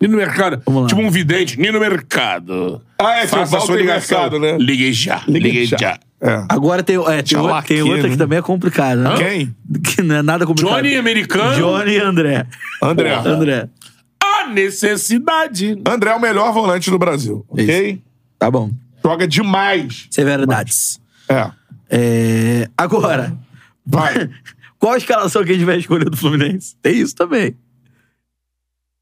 Speaker 3: Nino Mercado.
Speaker 2: Vamos lá.
Speaker 3: Tipo um vidente. Nino Mercado.
Speaker 1: Ah, é,
Speaker 3: Faça a
Speaker 1: seu
Speaker 3: sua
Speaker 1: Walter
Speaker 3: ligação.
Speaker 1: Mercado, né?
Speaker 3: Liguei já. Liguei, já.
Speaker 1: É.
Speaker 2: Agora tem, é, tem,
Speaker 1: Tchau
Speaker 2: outra, tem
Speaker 1: aqui,
Speaker 2: outra
Speaker 1: né?
Speaker 2: que também é complicada, né?
Speaker 1: Quem?
Speaker 2: Que não é nada complicado.
Speaker 3: Johnny Americano.
Speaker 2: Johnny e André.
Speaker 1: André.
Speaker 2: André.
Speaker 3: A necessidade.
Speaker 1: André é o melhor volante do Brasil, ok?
Speaker 2: Tá bom.
Speaker 1: Joga demais.
Speaker 2: Severidades.
Speaker 1: É.
Speaker 2: É, Agora,
Speaker 1: Vai.
Speaker 2: qual a escalação que a gente vai escolher do Fluminense? Tem isso também.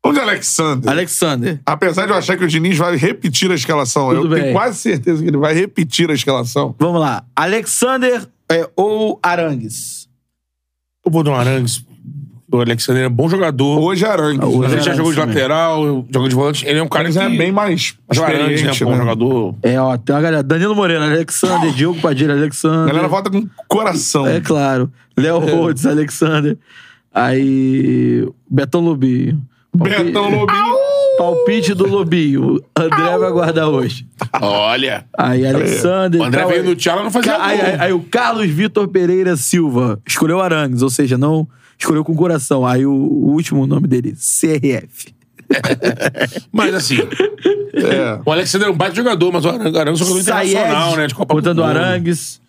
Speaker 1: Onde é Alexander?
Speaker 2: Alexander.
Speaker 1: Apesar de eu achar que o Diniz vai repetir a escalação,
Speaker 2: Tudo
Speaker 1: eu
Speaker 2: bem.
Speaker 1: tenho quase certeza que ele vai repetir a escalação.
Speaker 2: Vamos lá. Alexander é, ou Arangues?
Speaker 3: Eu vou no Arangues. O Alexander é bom jogador.
Speaker 1: Hoje é Arangues.
Speaker 2: Ah, hoje
Speaker 1: né?
Speaker 3: Ele já
Speaker 2: Arangues
Speaker 3: jogou de
Speaker 2: também.
Speaker 3: lateral, joga de volante. Ele é um cara
Speaker 1: Mas
Speaker 3: que
Speaker 1: é bem mais
Speaker 3: Mas o Arangues
Speaker 1: experiente,
Speaker 3: é bom
Speaker 1: né?
Speaker 3: jogador.
Speaker 2: É, ó, tem uma galera. Danilo Moreno, Alexander, Diogo Padilha,
Speaker 1: A
Speaker 2: Alexander.
Speaker 1: galera vota com coração.
Speaker 2: É claro. Léo
Speaker 3: É.
Speaker 2: Rhodes, Alexander. Aí. Betão Lobinho. Palpi-
Speaker 1: Betão Lobinho.
Speaker 2: Palpite do Lobinho. André vai guardar hoje.
Speaker 3: Olha.
Speaker 2: Aí, Alexander.
Speaker 3: O André
Speaker 2: tal,
Speaker 3: veio
Speaker 2: aí-
Speaker 3: no é Tchala não fazia
Speaker 2: Então, Ca- aí, aí-
Speaker 3: gol.
Speaker 2: aí o Carlos Vitor Pereira Silva escolheu Arangues, ou seja, não escolheu com coração. Aí o, o último nome dele, CRF.
Speaker 3: Mas assim,
Speaker 1: É.
Speaker 3: o Alexander é um baita jogador, mas o Arangues é um jogador internacional,
Speaker 2: Saed,
Speaker 3: né? De Copa
Speaker 2: botando
Speaker 3: do
Speaker 2: o
Speaker 3: Mundo.
Speaker 2: Arangues.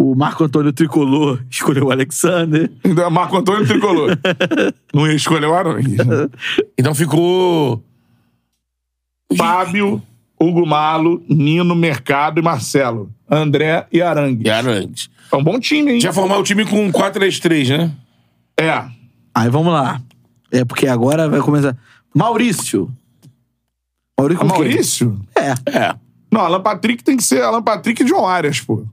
Speaker 2: O Marco Antônio Tricolor escolheu o Alexander.
Speaker 1: Ainda é Marco Antônio Tricolor. Não escolheu Arangues. né?
Speaker 3: Então ficou.
Speaker 1: Fábio, Hugo Malo, Nino, Mercado e Marcelo. André e
Speaker 3: E
Speaker 1: Arangues.
Speaker 3: Arangues.
Speaker 1: É um bom time, hein?
Speaker 3: Já formar o time com 4-3-3, né?
Speaker 1: É.
Speaker 2: Aí vamos lá. É porque agora vai começar. Maurício. Maurício com quem?
Speaker 1: Maurício?
Speaker 2: É.
Speaker 3: É.
Speaker 1: Não, Alan Patrick tem que ser Alan Patrick e John Arias, pô.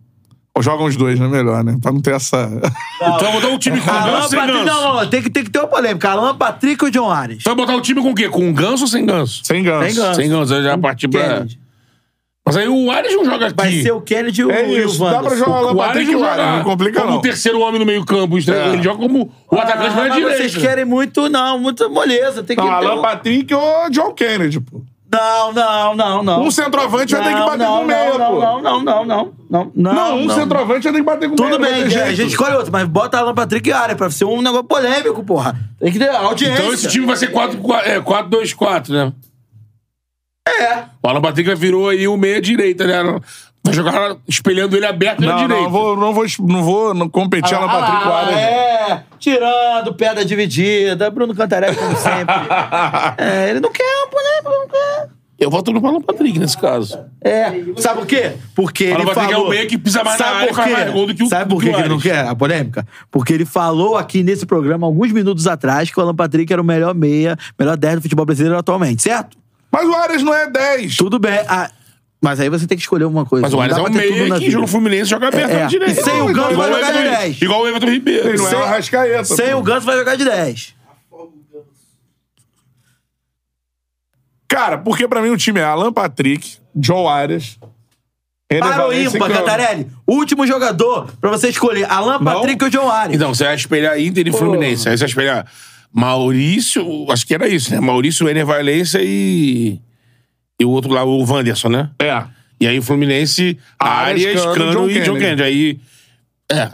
Speaker 1: Ou jogam os dois, né? Melhor, né? Pra não ter essa.
Speaker 3: Então botar um time com
Speaker 2: Alan
Speaker 3: ganso sem
Speaker 1: assim
Speaker 2: Patrick. Não,
Speaker 3: ganso.
Speaker 2: não, não. Tem que, tem que ter uma polêmica. Alan Patrick ou John Ares?
Speaker 3: Então botar o time com o quê? Com ganso ou sem ganso?
Speaker 1: Sem ganso.
Speaker 2: Sem ganso.
Speaker 3: Sem ganso, eu já parti pra.
Speaker 2: Kennedy.
Speaker 3: Mas aí o Ares não joga aqui.
Speaker 2: Vai ser o Kennedy ou
Speaker 1: É
Speaker 2: o
Speaker 1: isso. Dá pra
Speaker 2: Wanderson?
Speaker 1: jogar o Alan
Speaker 3: O Ares
Speaker 1: Patrick e
Speaker 3: não
Speaker 1: o Arias.
Speaker 3: joga
Speaker 1: Não complica,
Speaker 3: como
Speaker 1: não.
Speaker 3: terceiro homem no meio campo. Ele joga como o atacante
Speaker 2: É. Ah,
Speaker 3: pela
Speaker 2: mas
Speaker 3: direita.
Speaker 2: vocês querem muito, não, muita moleza. Tem que
Speaker 1: Não,
Speaker 2: ter
Speaker 1: Alan
Speaker 2: um-
Speaker 1: Patrick ou John Kennedy, pô.
Speaker 2: não, não, não, não.
Speaker 1: Um centroavante vai ter que
Speaker 2: Não,
Speaker 1: bater
Speaker 2: não,
Speaker 1: com o meio,
Speaker 2: não,
Speaker 1: pô.
Speaker 2: Não, não, não, não, não, não.
Speaker 1: Não, um
Speaker 2: não.
Speaker 1: centroavante vai ter que bater com o meio.
Speaker 2: Tudo
Speaker 1: não
Speaker 2: bem,
Speaker 1: tem
Speaker 2: a
Speaker 1: jeito.
Speaker 2: gente escolhe outro, mas bota Alan Patrick e área pra ser um negócio polêmico, porra. Tem que ter audiência.
Speaker 3: Então esse time vai ser é, 4-2-4, né? É. O Alan Patrick virou aí o meia-direita, né? Vai jogar espelhando ele aberto na
Speaker 1: Não,
Speaker 3: direita.
Speaker 1: não vou, não vou, não vou não competir Alan
Speaker 2: Ah,
Speaker 1: Patrick e o
Speaker 3: né?
Speaker 1: Arias.
Speaker 2: é, tirando, pedra dividida, Bruno Cantarelli, como sempre. é, ele não quer uma polêmica, não quer.
Speaker 3: Eu voto no Alan Patrick nesse caso.
Speaker 2: É, sabe por quê? Porque
Speaker 3: Fala,
Speaker 2: ele
Speaker 3: vai ter que
Speaker 2: falou...
Speaker 3: é o meia que pisa mais na área
Speaker 2: sabe
Speaker 3: e
Speaker 2: por
Speaker 3: faz
Speaker 2: quê?
Speaker 3: mais gol do que o-
Speaker 2: Sabe
Speaker 3: do
Speaker 2: por
Speaker 3: que
Speaker 2: quê
Speaker 3: o
Speaker 2: que ele não
Speaker 3: Ares.
Speaker 2: quer a polêmica? Porque ele falou aqui nesse programa, alguns minutos atrás, que o Alan Patrick era o melhor meia, melhor 10 do futebol brasileiro atualmente, certo?
Speaker 1: Mas o Arias não é 10.
Speaker 2: Tudo bem. ah, mas aí você tem que escolher uma coisa.
Speaker 3: Mas o
Speaker 2: não
Speaker 3: Ares
Speaker 2: dá
Speaker 3: é um
Speaker 2: pra ter tudo
Speaker 3: meia
Speaker 2: na
Speaker 3: que
Speaker 2: vida.
Speaker 3: joga no Fluminense e joga aberto
Speaker 2: É,
Speaker 3: na
Speaker 2: é.
Speaker 3: direita.
Speaker 2: E sem o Ganso
Speaker 3: Igual
Speaker 2: vai jogar de
Speaker 3: Everton-
Speaker 2: 10.
Speaker 3: Igual o Everton
Speaker 1: Ele
Speaker 3: Ribeiro. né?
Speaker 1: não é
Speaker 2: Sem-
Speaker 1: o Arrascaeta.
Speaker 2: Sem o Ganso vai jogar de 10.
Speaker 1: Cara, porque pra mim o time é Alan Patrick, John Arias. Ener
Speaker 2: Para o
Speaker 1: Valencia e
Speaker 2: ímpar,
Speaker 1: Cano.
Speaker 2: Cantarelli. Último jogador pra você escolher. Alan Patrick ou John Ares?
Speaker 3: Então, você vai espelhar Inter e Fluminense. Aí você vai espelhar Maurício, acho que era isso, né? Maurício, Ener Valência e. E o outro lá, o Wanderson, né?
Speaker 1: É.
Speaker 3: E aí o Fluminense, Arias,
Speaker 1: Arias,
Speaker 3: Cano,
Speaker 1: Cano, John
Speaker 3: e John
Speaker 1: Kennedy.
Speaker 3: Kennedy. Aí. É.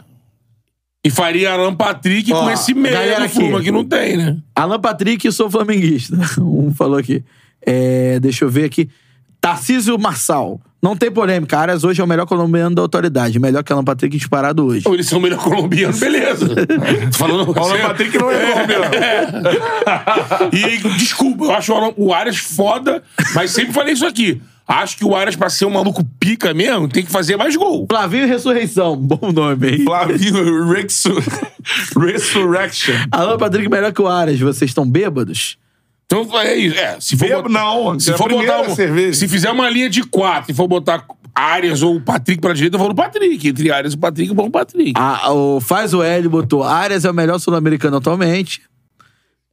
Speaker 3: E faria Alan Patrick
Speaker 2: Ó,
Speaker 3: com esse meia
Speaker 2: galera
Speaker 3: do Fluminense
Speaker 2: aqui.
Speaker 3: que não tem, né?
Speaker 2: Alan Patrick, sou flamenguista. Um falou aqui. É, deixa eu ver aqui. Tarcísio Marçal. Não tem polêmica. Arias hoje é o melhor colombiano da autoridade. Melhor que Alan Patrick disparado hoje.
Speaker 3: Ou eles são o melhor colombiano, beleza. Tô falando
Speaker 1: Alan Patrick não é colombiano.
Speaker 3: E aí, desculpa, eu acho o Alan- o Arias foda, mas sempre falei isso aqui. Acho que o Arias, pra ser um maluco pica mesmo, tem que fazer mais gol.
Speaker 2: Flavinho Ressurreição. Bom nome, hein?
Speaker 1: Ah, Flavinho Rexu... Resurrection.
Speaker 2: Alan Patrick melhor que o Arias. Vocês estão bêbados?
Speaker 3: Então é isso. É, se for
Speaker 1: Bebo,
Speaker 3: botar-
Speaker 1: não.
Speaker 3: Se
Speaker 1: é a
Speaker 3: for
Speaker 1: primeira
Speaker 3: botar um-
Speaker 1: cerveja.
Speaker 3: se fizer uma linha de quatro e for botar Arias ou o Patrick pra direita, eu vou no Patrick. Entre Arias e Patrick, eu vou no Patrick.
Speaker 2: A- o Faz o L botou. Arias é o melhor sul-americano atualmente.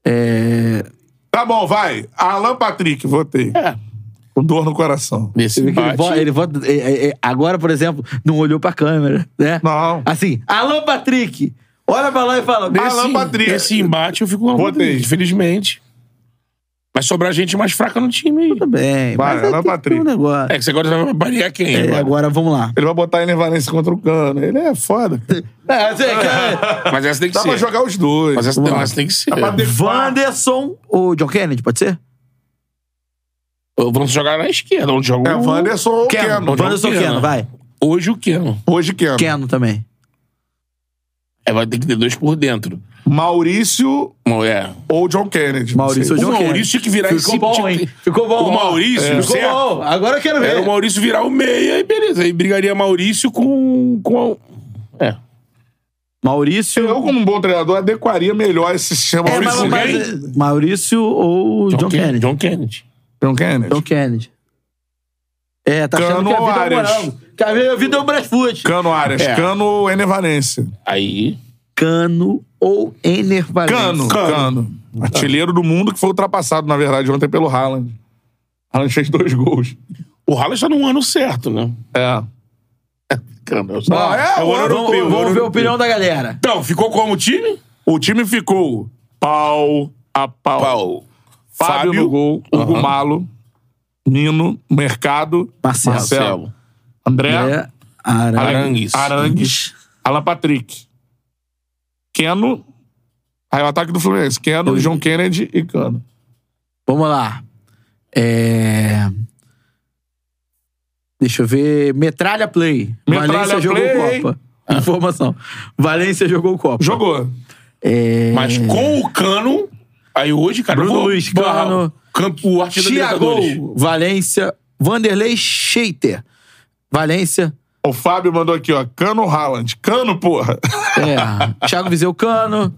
Speaker 2: É...
Speaker 1: Tá bom, vai. Alan Patrick, votei.
Speaker 3: É.
Speaker 1: Com dor no coração.
Speaker 3: Nesse
Speaker 2: Ele
Speaker 3: empate.
Speaker 2: vo- ele vota- é, é, é, agora, por exemplo, não olhou pra câmera, né?
Speaker 1: Não.
Speaker 2: Assim, Alan Patrick. Olha pra lá e fala.
Speaker 3: Nesse-
Speaker 1: Alan Patrick.
Speaker 3: Nesse embate eu fico com o Alan
Speaker 1: Botei.
Speaker 3: Patrick, infelizmente. Vai sobrar gente mais fraca no time aí.
Speaker 2: Tudo bem.
Speaker 1: Vai,
Speaker 2: mas aí
Speaker 1: Alan
Speaker 2: tem que ter
Speaker 1: Patrick.
Speaker 2: Um negócio.
Speaker 3: É que você agora vai variar quem?
Speaker 2: É,
Speaker 3: agora?
Speaker 2: agora vamos lá.
Speaker 1: Ele vai botar ele em Valência contra o Cano. Ele é foda. cara.
Speaker 2: É, você quer-
Speaker 3: Mas essa tem que
Speaker 1: Dá pra
Speaker 3: ser.
Speaker 1: jogar os dois.
Speaker 3: Mas essa,
Speaker 2: Vamos lá.
Speaker 3: essa tem que ser.
Speaker 1: pra ter-
Speaker 2: Wanderson ou John Kennedy, pode ser?
Speaker 3: Vamos jogar na esquerda, onde joga
Speaker 1: É
Speaker 3: o-
Speaker 1: Wanderson ou
Speaker 2: Keno.
Speaker 1: Keno.
Speaker 2: Wanderson ou
Speaker 3: Keno.
Speaker 2: Keno, vai.
Speaker 1: Tá
Speaker 3: Hoje o Keno.
Speaker 1: Hoje Keno.
Speaker 2: Keno também.
Speaker 3: É, vai ter que ter dois por dentro.
Speaker 1: Maurício
Speaker 3: Bom, É.
Speaker 1: ou John Kennedy. Não
Speaker 2: Maurício ou
Speaker 1: sei.
Speaker 3: O
Speaker 2: John
Speaker 3: Maurício tinha que virar
Speaker 2: Ficou
Speaker 3: esse-
Speaker 2: bom, hein? tipo, Ficou bom.
Speaker 3: O
Speaker 2: ó.
Speaker 3: Maurício,
Speaker 2: É. Ficou
Speaker 3: certo? É,
Speaker 1: É.
Speaker 2: bom. Agora eu quero ver.
Speaker 3: Era o Maurício virar o meia e beleza. Aí brigaria Maurício com. com a- É.
Speaker 4: Maurício.
Speaker 1: Eu, como um bom treinador, adequaria melhor esse sistema.
Speaker 2: É, mas,
Speaker 3: Maurício
Speaker 2: mas-
Speaker 3: Kennedy?
Speaker 2: Maurício ou John, Kennedy.
Speaker 3: John Kennedy.
Speaker 1: John Kennedy.
Speaker 2: John Kennedy. É, tá achando
Speaker 1: Cano
Speaker 2: que a vida é
Speaker 1: Arias.
Speaker 2: morango. Que a vida- a vida é o Brasfoot.
Speaker 1: Cano Arias.
Speaker 3: É.
Speaker 1: Cano Enevalense.
Speaker 3: Aí.
Speaker 2: Cano ou Ener Valencia.
Speaker 1: Cano,
Speaker 3: Cano.
Speaker 1: Cano. Artilheiro do mundo que foi ultrapassado, na verdade, ontem pelo Haaland. Haaland fez dois gols.
Speaker 3: O Haaland tá num ano certo, né?
Speaker 1: É.
Speaker 3: Caramba, eu
Speaker 1: Não, é, o ano
Speaker 2: Vamos,
Speaker 1: europeu. o ano
Speaker 2: vamos ver a
Speaker 1: europeu.
Speaker 2: opinião da galera.
Speaker 3: Então, ficou como time?
Speaker 1: O time ficou pau a pau.
Speaker 3: Pau.
Speaker 1: Fábio,
Speaker 3: Fábio.
Speaker 1: no gol, Hugo Malo, Nino, Mercado,
Speaker 2: Marcelo.
Speaker 3: Marcelo.
Speaker 1: André,
Speaker 2: É. Ara-
Speaker 3: Arangues.
Speaker 1: Arangues, Alan Patrick, Keno, aí o ataque do Fluminense, Keno, John Kennedy e Cano.
Speaker 2: Vamos lá. É... Deixa eu ver. Metralha Play.
Speaker 1: Metralha
Speaker 2: Valência
Speaker 1: Play.
Speaker 2: jogou Copa. Informação. Valência jogou Copa.
Speaker 1: Jogou.
Speaker 2: É...
Speaker 3: Mas com o Cano, aí hoje, cara...
Speaker 2: Bruno
Speaker 3: eu vou-
Speaker 2: Luiz,
Speaker 3: barra-
Speaker 2: Cano.
Speaker 3: Campo, o artilheiro da Libertadores.
Speaker 2: Thiago Valência. Vanderlei Scheiter. Valência.
Speaker 1: O Fábio mandou aqui, ó, Cano Haaland. Cano, porra.
Speaker 2: É, Thiago Viseu Cano.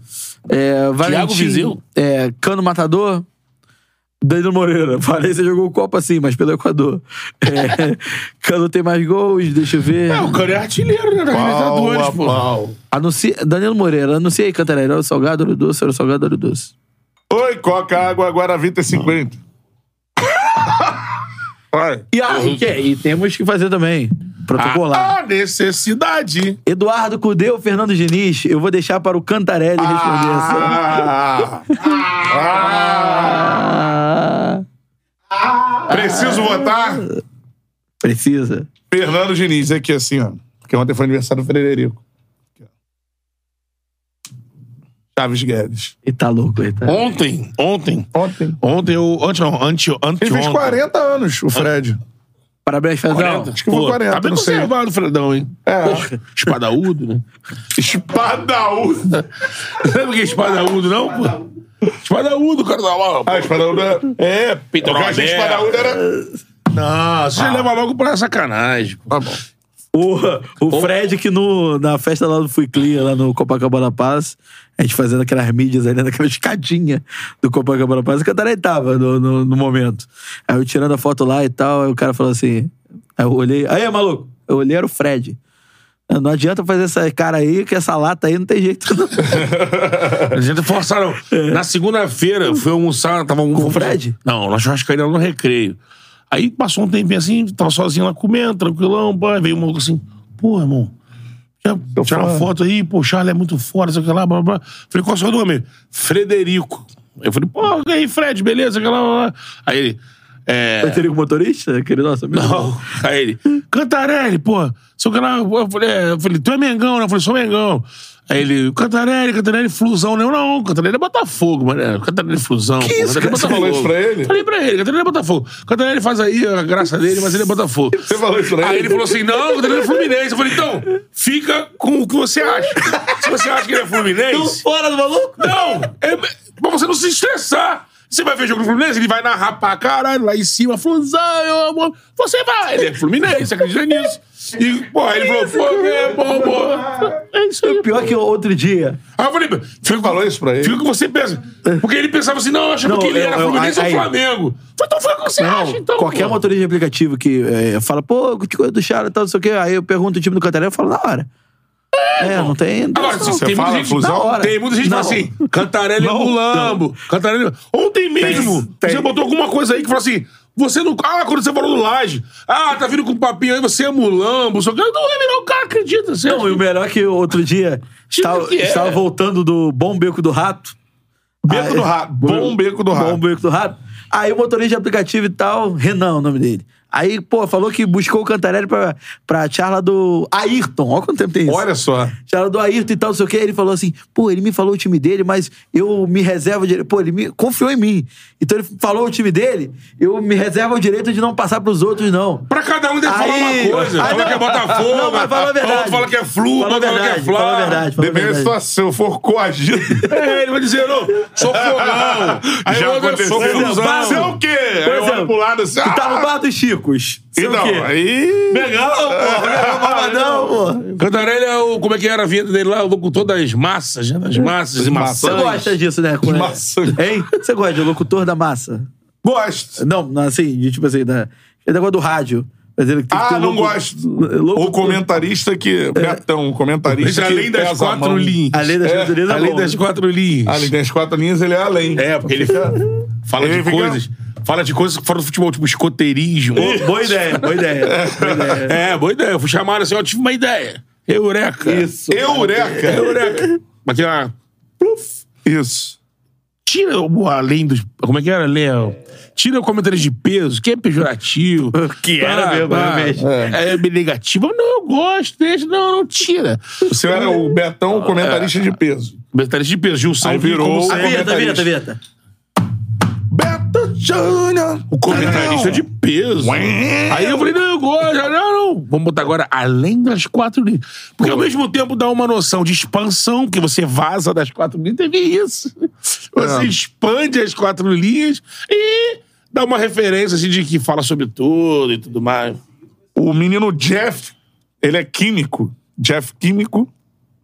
Speaker 2: É, Valentim,
Speaker 3: Viseu?
Speaker 2: É, Cano Matador. Danilo Moreira. Valência jogou Copa sim, mas pelo Equador. É, Cano tem mais gols, deixa eu ver.
Speaker 3: É, o Cano é artilheiro, né? Da Libertadores, pô.
Speaker 2: Anuncia, Danilo Moreira, anuncia aí, Cantarelli. Olha o salgado, olha o doce, olha o salgado, olha o doce.
Speaker 1: Oi, Coca, água, agora 20 e 50. Vai.
Speaker 2: E, ah, e, que- e temos que fazer também. Ah, Protocolar.
Speaker 3: A necessidade.
Speaker 2: Eduardo Cudeu, Fernando Diniz, eu vou deixar para o Cantarelli responder essa.
Speaker 1: Ah,
Speaker 2: Ah,
Speaker 1: Ah. preciso votar
Speaker 2: precisa.
Speaker 1: Fernando Diniz, aqui assim, ó. Porque ontem foi aniversário do Frederico. Aqui, ó. Chaves Guedes.
Speaker 2: E tá louco aí, tá?
Speaker 3: Ontem, ontem,
Speaker 1: Ontem.
Speaker 3: ontem, eu, antes não, ante, ante,
Speaker 1: Ele fez 40 anos, o Fred.
Speaker 2: Parabéns, Fernando.
Speaker 1: Acho que foi 40,
Speaker 3: Tá bem
Speaker 1: não sei.
Speaker 3: conservado o Fredão, hein?
Speaker 1: É.
Speaker 3: Espadaúdo, né?
Speaker 1: Espadaúda.
Speaker 3: Sabe o que é espadaúdo, não, pô? Espadaúdo, cara da lá. pô.
Speaker 1: Ah, espadaúda. É,
Speaker 3: Pinto
Speaker 1: porque a gente
Speaker 3: Norberto.
Speaker 1: espadaúda era. Ah,
Speaker 3: Não, você leva logo pra sacanagem. pô.
Speaker 1: Tá bom.
Speaker 2: O, o Fred que no, na festa lá do Fui Clear, lá no Copacabana Palace, a gente fazendo aquelas mídias ali, naquela escadinha do Copacabana Palace, que a Tarei tava no, no, no momento. Aí eu tirando a foto lá e tal, aí o cara falou assim, aí eu olhei, aí maluco, eu olhei, era o Fred. Não adianta fazer essa cara aí, que essa lata aí não tem jeito. Não.
Speaker 3: A gente forçaram. Na segunda-feira, eu fui almoçar, tava um.
Speaker 2: É. Com o Fred?
Speaker 3: Não, na churrascaria lá no recreio. Aí passou um tempinho assim, tava sozinho lá comendo, tranquilão, pá, veio um maluco assim, pô, irmão, já tira uma
Speaker 1: fora.
Speaker 3: foto aí, pô, o Charles é muito fora, sei o que lá, blá, blá. blá. Falei, qual é o seu nome? Frederico. Eu falei, pô, e aí, Fred, beleza, sei o que lá, blá, blá. Aí ele, é...
Speaker 2: Teria um motorista, aquele nosso amigo.
Speaker 3: Não. Aí ele, Cantarelli, pô, seu canal. Eu falei, é, eu falei, tu é Mengão, né? Eu falei, sou Mengão. Aí ele, Cantarelli, Cantarelli, Flusão. Não, não, Cantarelli é Botafogo, mano. Cantarelli, é Flusão. Que
Speaker 2: isso,
Speaker 3: Cantarelli,
Speaker 2: cara?
Speaker 1: Você falou isso pra ele?
Speaker 3: Falei pra ele, Cantarelli é Botafogo. Cantarelli faz aí a graça dele, mas ele é Botafogo.
Speaker 1: Você falou isso pra
Speaker 3: Aí
Speaker 1: ele?
Speaker 3: ele falou assim: não, Cantarelli é Fluminense. Eu falei, então, fica com o que você acha. Se você acha que ele é Fluminense.
Speaker 2: Fora do maluco?
Speaker 3: Não! É, pra você não se estressar. Você vai ver jogo do Fluminense, ele vai narrar pra caralho, lá em cima, Flusão, eu amo. Você vai, ele é Fluminense, você acredita nisso. E, porra, ele falou, pô, é bom, pô. É isso aí.
Speaker 2: Pior que outro dia.
Speaker 3: Aí eu falei, fica,
Speaker 1: Falou isso pra ele?
Speaker 3: fica o que você pensa. Porque ele pensava assim, não, eu achava
Speaker 2: Não,
Speaker 3: que ele
Speaker 2: eu-
Speaker 3: era
Speaker 2: eu-
Speaker 3: Fluminense
Speaker 2: aí-
Speaker 3: ou Flamengo. Falei, então foi o que você acha, então.
Speaker 2: Qualquer
Speaker 3: pô.
Speaker 2: motorista de aplicativo que eh, fala, pô, que coisa do Chara e tal, não sei o quê. Aí eu pergunto o time do Cantarelli, eu falo, na hora. É, não tem. não tem
Speaker 3: Agora,
Speaker 2: isso,
Speaker 3: se tem,
Speaker 1: fala
Speaker 3: muita gente,
Speaker 1: Flusão?
Speaker 2: Na hora.
Speaker 3: tem muita gente que fala
Speaker 2: Não.
Speaker 3: assim: Cantarelli é mulambo. Cantarelli. é Ontem mesmo,
Speaker 1: tem.
Speaker 3: você botou alguma coisa aí que falou assim: você não. Ah, quando você falou do Laje. Ah, tá vindo com papinho aí, você é mulambo. Só que eu não lembro, não, o cara acredita. Você
Speaker 2: não. Não, e o melhor é que outro dia
Speaker 3: Tipo
Speaker 2: estava,
Speaker 3: que é.
Speaker 2: estava voltando do Bom Beco do Rato.
Speaker 1: Beco
Speaker 2: Aí-
Speaker 1: do Rato. Bom Beco do Rato.
Speaker 2: Bom Beco do Rato. Aí o motorista de aplicativo e tal, Renan, o nome dele. Aí, pô, falou que buscou o Cantarelli pra, pra charla do Ayrton. Olha quanto tempo tem
Speaker 3: um-
Speaker 2: isso.
Speaker 1: Olha só.
Speaker 2: Charla do Ayrton e tal, não sei o quê. Ele falou assim, pô, ele me falou o time dele, mas eu me reservo o direito. Pô, ele me confiou em mim. Então ele falou o time dele, eu me reservo o direito de não passar pros outros, não.
Speaker 3: Pra cada um deve falar
Speaker 2: Aí-
Speaker 3: uma coisa.
Speaker 2: Aí
Speaker 3: Fala
Speaker 2: não-
Speaker 3: que é Botafogo.
Speaker 2: Não, mas fala a verdade.
Speaker 3: Outro fala que é Flu,
Speaker 2: Fala
Speaker 3: outro
Speaker 2: a
Speaker 3: fala que é
Speaker 2: verdade, fala a
Speaker 3: Flá.
Speaker 2: verdade, fala a
Speaker 1: Depende da
Speaker 2: verdade.
Speaker 1: situação, se eu for coagido.
Speaker 3: É, ele vai dizer, não, sou fogão. Aí
Speaker 1: Já
Speaker 3: o um outro,
Speaker 1: aconteceu.
Speaker 3: sou
Speaker 2: Por exemplo,
Speaker 3: Flusão.
Speaker 1: Você é o quê?
Speaker 2: Por
Speaker 1: Aí eu
Speaker 2: exemplo,
Speaker 1: olho pro lado assim.
Speaker 2: Tu tá no
Speaker 1: Ah,
Speaker 2: bar do Chico. Olímpicos. Sei o
Speaker 1: Então, Tá
Speaker 2: quê.
Speaker 1: aí.
Speaker 2: Megão, pô. Megão Bombadão, pô.
Speaker 3: Cantarelli é o. Como é que era a vinheta dele lá? O locutor das massas, né? Das massas e maçãs.
Speaker 1: Então,
Speaker 2: Você gosta disso, né? Cunha?
Speaker 1: Maçã.
Speaker 2: Hein? Você gosta de locutor da massa?
Speaker 1: Gosto.
Speaker 2: Não, não, assim, de, tipo assim, da... é negócio do rádio. Mas ele tem que ter
Speaker 1: Ah, não
Speaker 2: locu-
Speaker 1: gosto.
Speaker 3: É
Speaker 2: locutor-
Speaker 1: Ou comentarista que. Betão,
Speaker 3: Mas
Speaker 1: comentarista. que
Speaker 3: além das
Speaker 1: pesa a
Speaker 3: quatro
Speaker 1: mão.
Speaker 3: linhas.
Speaker 2: Além das
Speaker 1: É,
Speaker 2: coisas, ele é
Speaker 3: Além
Speaker 2: bom.
Speaker 3: das quatro linhas.
Speaker 1: Além das quatro linhas, ele é além.
Speaker 3: É, porque ele fala de
Speaker 1: Ele fica-
Speaker 3: coisas. Fala de coisas que fora do futebol, tipo escoteirismo.
Speaker 2: Boa ideia, boa ideia. Boa ideia.
Speaker 3: É, boa ideia. Eu fui chamado assim, ó, tive uma ideia. Eureka.
Speaker 2: Isso.
Speaker 1: Eureka!
Speaker 3: Eureka. Mas tem uma.
Speaker 1: Isso.
Speaker 3: Tira o além dos. Como é que era, Léo? Tira o comentário de peso, que é pejorativo.
Speaker 4: Que era mesmo, realmente.
Speaker 3: É, é negativo. Não, eu gosto, deixa. Não, não tira.
Speaker 1: O senhor era o Betão,
Speaker 3: Ah, é.
Speaker 1: o comentarista de peso.
Speaker 3: Comentários de peso. Gilson
Speaker 1: Aí virou
Speaker 3: como
Speaker 1: o
Speaker 2: A
Speaker 3: sempre,
Speaker 2: vinheta, a vinheta, a vinheta.
Speaker 1: Beto Júnior!
Speaker 3: o comentarista de peso. Aí eu falei, não, eu gosto. Não, não. Vamos botar agora além das quatro linhas. Porque ao mesmo tempo dá uma noção de expansão, porque você vaza das quatro linhas. Teve isso.
Speaker 1: É.
Speaker 3: Você expande as quatro linhas e dá uma referência assim, de que fala sobre tudo e tudo mais.
Speaker 1: O menino Jeff, ele é químico. é Jeff Químico.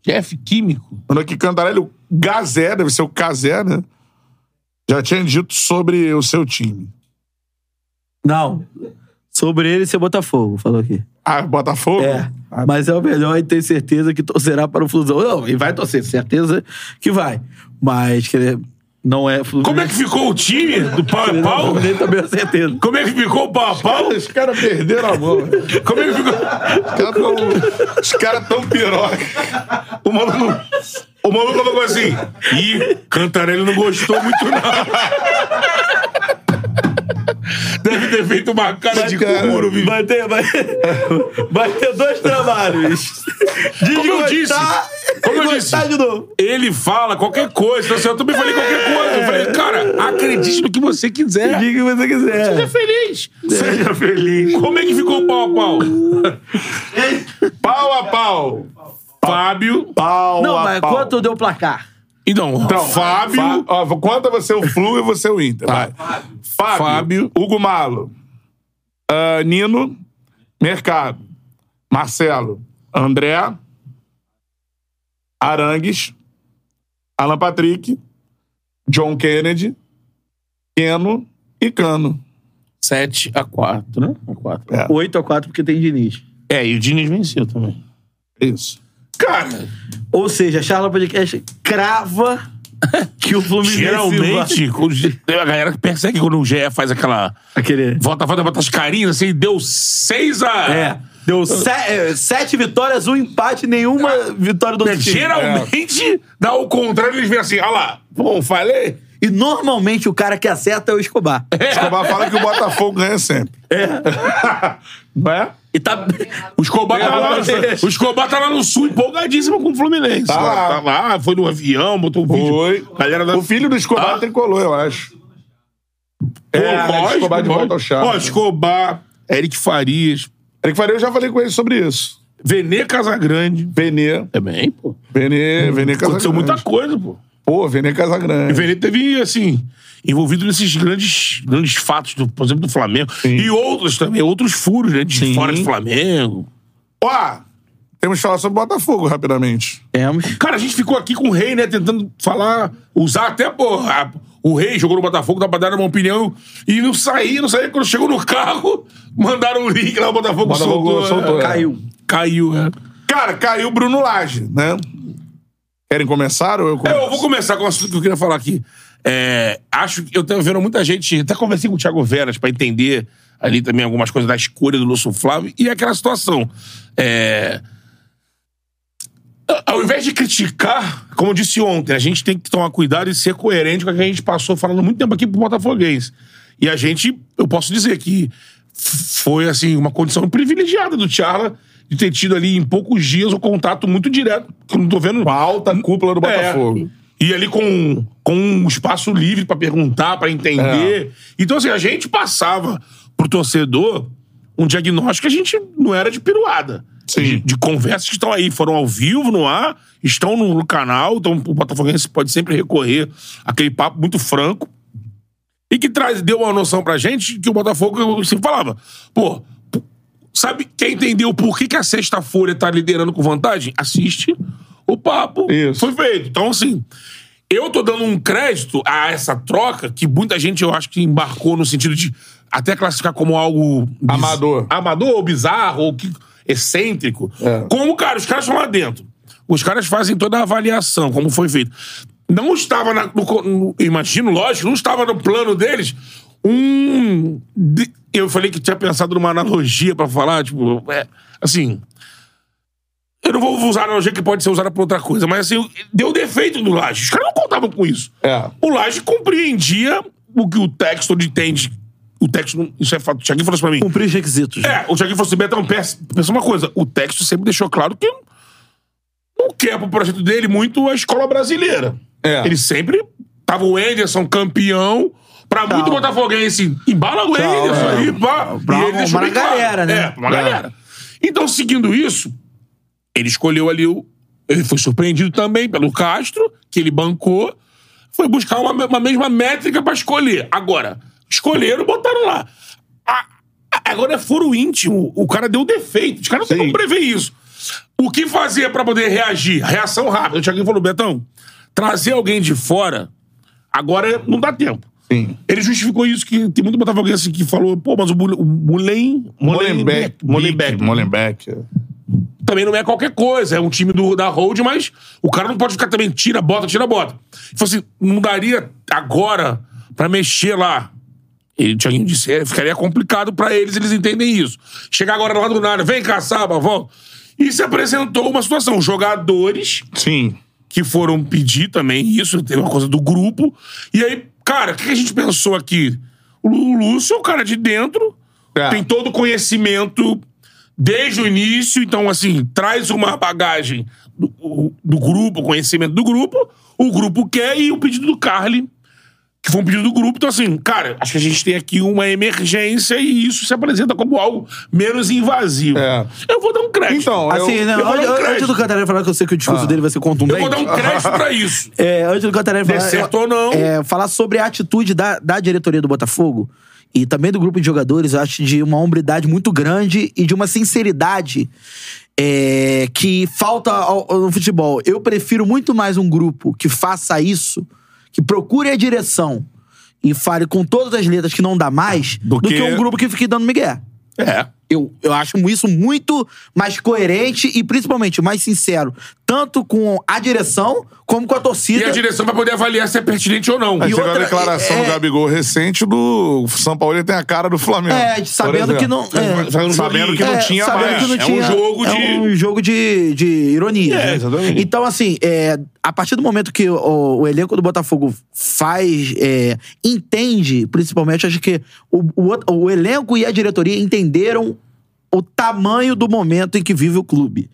Speaker 3: Jeff Químico.
Speaker 1: Mandou aqui Cantarelli, o Gazé, deve ser o Cazé, né? Já tinha dito sobre o seu time.
Speaker 2: Não. Sobre ele ser Botafogo, falou aqui.
Speaker 1: Ah, Botafogo?
Speaker 2: É. Mas é o melhor e tenho certeza que torcerá para o Flusão. Não, e vai torcer, certeza que vai. Mas que ele não é.
Speaker 3: Como é que ficou o time do pau e pau?
Speaker 2: Nem também é certeza.
Speaker 3: Como é que ficou o pau a pau?
Speaker 1: Os caras perderam a mão. velho.
Speaker 3: Como é que ficou...
Speaker 1: Os caras tão- Os caras tão piroca.
Speaker 3: O maluco, o maluco falou assim: Ih, Cantarelli não gostou muito, não. Deve ter feito uma Tá cara de
Speaker 1: Cara,
Speaker 3: couro, bicho.
Speaker 2: Vai ter, vai, vai ter dois trabalhos.
Speaker 3: Como eu disse,
Speaker 2: Desgostar
Speaker 3: como
Speaker 2: e
Speaker 3: eu
Speaker 2: gostar
Speaker 3: disse.
Speaker 2: de novo.
Speaker 3: Ele fala qualquer coisa. Então, assim, eu também falei qualquer coisa. Eu falei, cara, acredite no que você quiser.
Speaker 2: Diga o que você
Speaker 3: Seja
Speaker 2: quiser.
Speaker 3: feliz. Seja feliz. Como é que ficou o pau a pau?
Speaker 1: Pau a pau.
Speaker 3: Fábio.
Speaker 1: Pau
Speaker 2: Não,
Speaker 1: a
Speaker 2: mas
Speaker 1: pau.
Speaker 2: quanto deu o placar?
Speaker 3: Então,
Speaker 1: Então,
Speaker 3: Fábio.
Speaker 1: Fá- ó, conta você o Flu e você o Inter. Vai. Fábio.
Speaker 3: Fábio.
Speaker 1: Hugo Malo. ah, Nino. Mercado. Marcelo. André. Arangues. Alan Patrick. John Kennedy. Keno e Cano.
Speaker 3: 7 a 4, né? A 4.
Speaker 1: É.
Speaker 2: 8x4 porque tem Diniz.
Speaker 3: É, e o Diniz venceu também.
Speaker 1: Isso. Cara,
Speaker 2: Ou seja, a Charla Podcast crava que o Fluminense. vai-
Speaker 3: Geralmente, quando a galera persegue quando o GE faz aquela.
Speaker 2: Aquele.
Speaker 3: Volta, volta, bota as carinhas, assim, deu seis a.
Speaker 2: É. Deu se- é, sete vitórias, um empate,
Speaker 3: Ah,
Speaker 2: nenhuma vitória do outro time.
Speaker 3: Geralmente, dá o contrário, eles vêm assim, olha lá, bom, falei.
Speaker 2: É. E normalmente o cara que acerta é o Escobar.
Speaker 1: Escobar fala que o Botafogo ganha sempre. Não é?
Speaker 2: E tá.
Speaker 3: O Escobar, tá lá,
Speaker 2: Realmente.
Speaker 3: o Escobar tá lá no sul, empolgadíssimo com o Fluminense.
Speaker 1: Tá lá.
Speaker 3: tá lá, foi no avião, botou um vídeo.
Speaker 1: Foi.
Speaker 3: Galera da.
Speaker 1: O filho do Escobar
Speaker 3: Ah.
Speaker 1: tricolou, eu acho.
Speaker 3: Pô,
Speaker 1: É, Alex
Speaker 3: lógico,
Speaker 1: Escobar de volta
Speaker 3: lógico.
Speaker 1: ao charme.
Speaker 3: Ó, Escobar, Eric Farias,
Speaker 1: Eric Faria, eu já falei com ele sobre isso.
Speaker 3: Venê Casagrande.
Speaker 1: Benê.
Speaker 3: Também, pô.
Speaker 1: Vene, Vene
Speaker 3: Aconteceu
Speaker 1: Casagrande.
Speaker 3: muita coisa, pô.
Speaker 1: Pô, Vene
Speaker 3: E o
Speaker 1: Casagrande.
Speaker 3: Veneta teve, assim, envolvido nesses grandes, grandes fatos, do, por exemplo, do Flamengo. E outros também, outros furos, né? De fora do Flamengo.
Speaker 1: Ó, temos que falar sobre Botafogo rapidamente.
Speaker 2: Temos.
Speaker 3: Cara, a gente ficou aqui com o Rei, né? Tentando falar, usar até, pô, a- o Rei jogou no Botafogo, dá pra dar uma opinião. E não saía, não saía. Quando chegou no carro, mandaram o link lá, o Botafogo,
Speaker 1: Botafogo
Speaker 3: soltou.
Speaker 1: soltou,
Speaker 3: é.
Speaker 1: é.
Speaker 2: Caiu.
Speaker 3: Caiu, é.
Speaker 1: Cara, caiu o Bruno Lage, né? Querem começar ou eu
Speaker 3: É,
Speaker 1: começo?
Speaker 3: Eu vou começar com o assunto que eu queria falar aqui. É, acho que eu tenho vendo muita gente. Até conversei com o Thiago Veras pra entender ali também algumas coisas da escolha do Lúcio Flávio e aquela situação. É, a- ao invés de criticar, como eu disse ontem, a gente tem que tomar cuidado e ser coerente com o que a gente passou falando muito tempo aqui pro Botafoguense. E a gente, eu posso dizer que f- foi assim uma condição privilegiada do Charla de ter tido ali em poucos dias o contato muito direto, que eu não tô vendo
Speaker 1: Com a alta cúpula do
Speaker 3: é.
Speaker 1: Botafogo.
Speaker 3: E ali com, com um espaço livre pra perguntar, pra
Speaker 1: É.
Speaker 3: entender. Então, assim, a gente passava pro torcedor um diagnóstico que a gente não era de piruada.
Speaker 1: Sim.
Speaker 3: De, de conversas que estão aí, foram ao vivo no ar, estão no canal, então o Botafoguense pode sempre recorrer àquele papo muito franco. E que traz, deu uma noção pra gente que o Botafogo, eu sempre falava, pô, p- sabe quem entendeu por que, que a sexta folha tá liderando com vantagem? Assiste o papo.
Speaker 1: Isso.
Speaker 3: Foi feito. Então, assim, eu tô dando um crédito a essa troca que muita gente, eu acho que embarcou no sentido de até classificar como algo... biz-
Speaker 1: Amador.
Speaker 3: Amador ou bizarro ou que, excêntrico.
Speaker 1: É.
Speaker 3: Como, cara, os caras estão lá dentro. Os caras fazem toda a avaliação, como foi feito. Não estava na- no, co- no- Imagino, lógico, não estava no plano deles um. de- eu falei que tinha pensado numa analogia pra falar, tipo. é, assim. Eu não vou usar a analogia que pode ser usada pra outra coisa, mas assim, deu defeito no Laje. Os caras não contavam com isso.
Speaker 1: É.
Speaker 3: O Laje compreendia o que o texto entende. O texto. não- Isso é fato. O Thiaguinho falou isso pra mim.
Speaker 2: Cumprir os requisitos.
Speaker 3: É, o Thiaguinho falou assim, Betão, pensa pensa uma coisa. O texto sempre deixou claro que não quer pro projeto dele muito a escola brasileira.
Speaker 1: É.
Speaker 3: Ele sempre tava o Anderson campeão. Pra muito botafoguense, embala o Anderson aí, pá.
Speaker 2: é. Pra
Speaker 3: E
Speaker 2: uma-
Speaker 3: ele deixou
Speaker 2: pra
Speaker 3: bem
Speaker 2: uma galera, né?
Speaker 3: É, pra uma galera. Então, seguindo isso, ele escolheu ali o... Ele foi surpreendido também pelo Castro, que ele bancou. Foi buscar uma, uma mesma métrica pra escolher. Agora, escolheram, botaram lá. A- a- agora é furo íntimo. O cara deu defeito. Os caras não tem
Speaker 1: Sim.
Speaker 3: como prever isso. O que fazer pra poder reagir? Reação rápida. O Thiaguinho falou, Betão, trazer alguém de fora, agora não dá tempo.
Speaker 1: Sim.
Speaker 3: Ele justificou isso, que tem muito botafoguense que falou, pô, mas o Bul- o Mullen...
Speaker 1: Molenbeek.
Speaker 3: Mullenbeck.
Speaker 1: Molenbeek.
Speaker 3: Também não é qualquer coisa, é um time do, da hold, mas o cara não pode ficar também, tira, bota, tira, bota. Ele falou assim, não daria agora pra mexer lá. E o Thiaguinho disse, é, ficaria complicado pra eles, eles entendem isso. Chegar agora lá do nada, vem cá, Saba, volta. E se apresentou uma situação, jogadores
Speaker 1: Sim.
Speaker 3: que foram pedir também isso, tem uma coisa do grupo. E aí, cara, o que a gente pensou aqui? O Lu- Lúcio é o cara de dentro,
Speaker 1: É.
Speaker 3: tem todo o conhecimento desde o início, então, assim, traz uma bagagem do, o- do grupo, conhecimento do grupo, o grupo quer e o pedido do Carly, que foi um pedido do grupo. Então, assim, cara, acho que a gente tem aqui uma emergência e isso se apresenta como algo menos invasivo.
Speaker 1: É.
Speaker 3: Eu vou dar um crédito.
Speaker 1: Então,
Speaker 2: Assim,
Speaker 1: eu,
Speaker 2: né?
Speaker 3: eu vou dar um
Speaker 2: Antes, antes
Speaker 3: crédito.
Speaker 2: do Cantarelli falar que eu sei que o discurso dele vai ser
Speaker 3: eu
Speaker 2: contundente.
Speaker 3: vou dar um crédito pra isso.
Speaker 2: É, antes do Cantarelli
Speaker 3: Dê
Speaker 2: falar.
Speaker 3: certo
Speaker 2: eu-
Speaker 3: ou não.
Speaker 2: é, falar sobre a atitude da, da diretoria do Botafogo e também do grupo de jogadores, eu acho de uma hombridade muito grande e de uma sinceridade é, que falta ao- ao- no futebol. Eu prefiro muito mais um grupo que faça isso, que procure a direção e fale com todas as letras que não dá mais, do,
Speaker 3: Ah, que-
Speaker 2: que um grupo que fique dando migué.
Speaker 3: É.
Speaker 2: Eu, eu acho isso muito mais coerente e principalmente mais sincero, tanto com a direção como com a
Speaker 3: E
Speaker 2: torcida.
Speaker 3: a direção vai poder avaliar se é pertinente ou não.
Speaker 1: Aí
Speaker 2: E
Speaker 1: teve a
Speaker 2: outra-
Speaker 1: declaração
Speaker 2: é-
Speaker 1: do Gabigol recente do São Paulo ele tem a cara do Flamengo.
Speaker 2: É, sabendo
Speaker 1: por
Speaker 2: que
Speaker 1: exemplo.
Speaker 2: não- é.
Speaker 1: Sabendo sabendo que não
Speaker 2: É,
Speaker 1: tinha
Speaker 2: sabendo
Speaker 1: mais.
Speaker 2: que não
Speaker 3: É um
Speaker 2: tinha-
Speaker 3: jogo de-
Speaker 2: É um jogo de, de ironia.
Speaker 3: É,
Speaker 2: né?
Speaker 3: exatamente.
Speaker 2: Então, assim, é, a partir do momento que o, o elenco do Botafogo faz, é, entende, principalmente, acho que o, o outro- o elenco e a diretoria entenderam o tamanho do momento em que vive o clube.